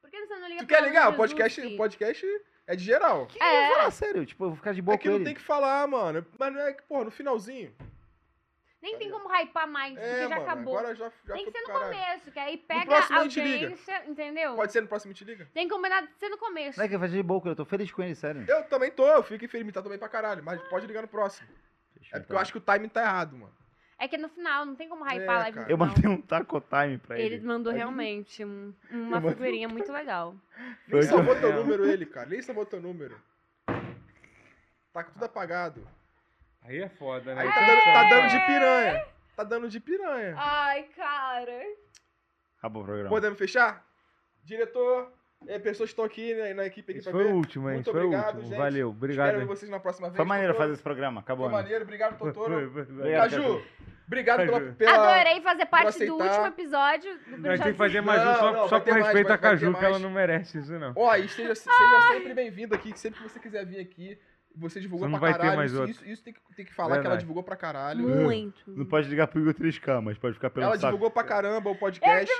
Speaker 2: Por que você não liga pra
Speaker 4: Tu quer
Speaker 2: Ana
Speaker 4: ligar? O
Speaker 2: Jesus,
Speaker 4: podcast,
Speaker 2: filho?
Speaker 4: o podcast é de geral.
Speaker 1: Eu ia falar sério, tipo, eu vou ficar de boa
Speaker 4: é que
Speaker 1: com
Speaker 4: não
Speaker 1: ele.
Speaker 4: tem que falar, mano. Mas não é que, porra, no finalzinho.
Speaker 2: Nem tem como hypar mais,
Speaker 4: É,
Speaker 2: porque já
Speaker 4: mano,
Speaker 2: acabou.
Speaker 4: agora já, já
Speaker 2: tem que
Speaker 4: foi
Speaker 2: ser no
Speaker 4: pro caralho.
Speaker 2: começo, que aí pega
Speaker 4: próximo
Speaker 2: a
Speaker 4: a gente liga.
Speaker 2: audiência, entendeu?
Speaker 4: Pode ser no próximo Te Liga?
Speaker 2: Tem que combinar de ser no começo.
Speaker 1: Não é que eu faço de boca, eu tô feliz com ele, sério.
Speaker 4: Eu também tô, eu fico infeliz, tá também pra caralho, mas pode ligar no próximo. É
Speaker 1: Então.
Speaker 4: porque eu acho que o timing tá errado, mano.
Speaker 2: É que é no final, não tem como hypar
Speaker 4: É,
Speaker 2: a live. no
Speaker 4: cara.
Speaker 1: Eu
Speaker 2: final.
Speaker 1: mandei um taco time pra
Speaker 2: Ele
Speaker 1: ele.
Speaker 2: mandou
Speaker 1: Aí-
Speaker 2: realmente um-
Speaker 1: Eu
Speaker 2: uma
Speaker 1: mandei-
Speaker 2: figurinha muito legal.
Speaker 4: Nem
Speaker 1: Foi que eu-
Speaker 4: salvou teu
Speaker 3: É.
Speaker 4: número ele, cara. Nem salvou teu número. Tá
Speaker 1: Ah.
Speaker 4: com tudo apagado.
Speaker 3: Aí é foda, né?
Speaker 4: Aí tá dando, tá dando de piranha. Tá dando de piranha.
Speaker 2: Ai, cara.
Speaker 1: Acabou o programa.
Speaker 4: Podemos fechar? Diretor, eh, pessoas que estão aqui né, na equipe aqui
Speaker 3: Esse
Speaker 4: pra
Speaker 3: foi
Speaker 4: ver.
Speaker 3: o último, hein?
Speaker 4: Muito
Speaker 3: Esse foi
Speaker 4: obrigado,
Speaker 3: o último.
Speaker 4: gente.
Speaker 3: Valeu,
Speaker 4: Espero ver
Speaker 3: obrigado.
Speaker 4: vocês na próxima vez.
Speaker 1: Foi maneiro
Speaker 4: doutor.
Speaker 1: fazer esse programa, acabou.
Speaker 4: Foi
Speaker 1: né?
Speaker 4: maneiro, obrigado, Totoro.
Speaker 1: Obrigado,
Speaker 4: Caju, obrigado pela.
Speaker 3: Caju.
Speaker 4: pela...
Speaker 2: Adorei fazer parte do
Speaker 4: aceitar.
Speaker 2: último episódio do
Speaker 3: Nós
Speaker 2: projeto.
Speaker 3: temos que fazer mais
Speaker 4: Não,
Speaker 3: um só,
Speaker 4: não,
Speaker 3: só
Speaker 4: vai
Speaker 3: com
Speaker 4: ter mais,
Speaker 3: respeito
Speaker 4: vai-
Speaker 3: à
Speaker 4: vai ter
Speaker 3: Caju, que ela
Speaker 4: mais.
Speaker 3: não merece isso, não.
Speaker 4: Ó, e seja, seja sempre bem-vindo aqui, que sempre que você quiser vir aqui, você divulgou
Speaker 3: Só não
Speaker 4: pra
Speaker 3: vai ter
Speaker 4: caralho.
Speaker 3: mais
Speaker 4: isso,
Speaker 3: outro.
Speaker 4: isso, isso tem, que, tem que falar que ela
Speaker 3: Verdade.
Speaker 4: divulgou pra caralho.
Speaker 2: Muito.
Speaker 1: Não pode ligar pro Igor Triscam, mas pode ficar pelo
Speaker 4: Ela
Speaker 1: saco.
Speaker 4: divulgou pra caramba o podcast.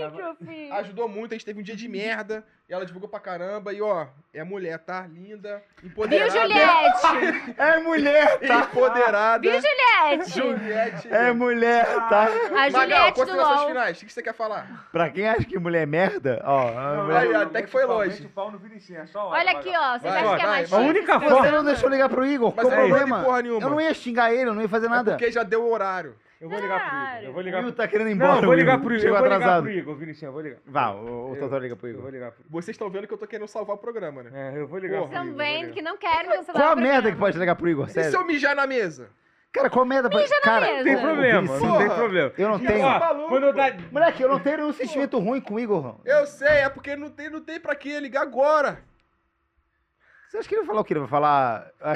Speaker 2: Que eu fiz.
Speaker 4: Ajudou muito, a gente teve um dia de merda. E ela divulgou pra caramba. E ó, é mulher, tá? Linda,
Speaker 2: Viu,
Speaker 4: empoderada.
Speaker 2: Juliette?
Speaker 1: É mulher, tá?
Speaker 4: Empoderada.
Speaker 2: Viu, Juliette?
Speaker 4: Juliette. né?
Speaker 1: É mulher, tá?
Speaker 2: A
Speaker 4: Magal,
Speaker 2: Juliette do
Speaker 4: considerações
Speaker 2: LOL.
Speaker 4: finais. O que você quer falar?
Speaker 1: Pra quem acha que mulher é merda, ó. a mulher-
Speaker 4: Aí, até que foi longe.
Speaker 3: é
Speaker 2: Olha aqui, ó. Vocês
Speaker 4: Vai,
Speaker 2: acham que é
Speaker 4: vai,
Speaker 2: mais
Speaker 4: vai.
Speaker 3: A única
Speaker 2: vocês
Speaker 3: forma-
Speaker 1: Ah, Você
Speaker 2: estão
Speaker 1: não deixou
Speaker 2: usando?
Speaker 1: ligar pro Igor?
Speaker 4: Mas
Speaker 1: Qual o
Speaker 4: aí, não
Speaker 1: problema?
Speaker 4: é porra nenhuma.
Speaker 1: Eu não ia xingar ele, eu não ia fazer
Speaker 4: É
Speaker 1: nada.
Speaker 4: porque já deu o horário.
Speaker 3: Eu vou ligar pro Igor. Eu vou
Speaker 1: O
Speaker 3: ligar
Speaker 1: Igor
Speaker 3: pro
Speaker 1: tá querendo ir embora.
Speaker 3: Não, eu vou
Speaker 1: o
Speaker 3: ligar
Speaker 1: Igor.
Speaker 3: pro Igor. Eu
Speaker 1: Chegou
Speaker 3: vou ligar
Speaker 1: atrasado.
Speaker 3: pro Igor, Vinicius, eu vou ligar.
Speaker 1: Vá, o, o Totó liga pro
Speaker 3: Eu vou
Speaker 1: Igor.
Speaker 3: ligar pro Igor.
Speaker 4: Vocês estão vendo que eu tô querendo salvar o programa, né?
Speaker 3: É, eu vou ligar pro
Speaker 4: Porra.
Speaker 3: Igor.
Speaker 2: Estão
Speaker 3: vou
Speaker 2: vendo
Speaker 3: ligar.
Speaker 2: que não quero cancelar
Speaker 1: Qual
Speaker 2: o
Speaker 1: a merda que
Speaker 2: programa.
Speaker 1: pode ligar pro Igor?
Speaker 4: E se
Speaker 1: Sério?
Speaker 4: eu mijar na mesa?
Speaker 1: Cara, qual a merda pode. Cara,
Speaker 2: mesa.
Speaker 3: Não
Speaker 1: o
Speaker 3: tem problema,
Speaker 1: Vinicius-
Speaker 3: não tem
Speaker 4: Porra.
Speaker 3: problema.
Speaker 1: Eu não
Speaker 4: Que
Speaker 1: tenho.
Speaker 4: ó.
Speaker 3: Ó,
Speaker 4: maluco.
Speaker 3: quando eu dar...
Speaker 1: Moleque, eu não tenho um sentimento ruim com o Igor.
Speaker 4: Eu sei, é porque não tem, não tem pra que ligar agora.
Speaker 1: Você acha que ele vai falar o que? Ele vai falar. Ah,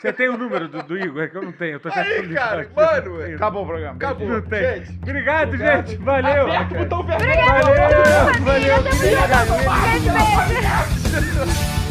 Speaker 3: Você tem o número do, do Igor? É que eu não tenho. Eu tô tentando
Speaker 4: Aí,
Speaker 3: ligar
Speaker 4: cara,
Speaker 3: aqui.
Speaker 4: mano, velho.
Speaker 1: Acabou o programa.
Speaker 4: acabou.
Speaker 3: Não tem.
Speaker 4: Gente,
Speaker 3: Obrigado, gente. Valeu.
Speaker 4: aperta o botão vermelho.
Speaker 3: Valeu.
Speaker 2: Família, tamo junto. Beijo, beijo.
Speaker 4: Valeu.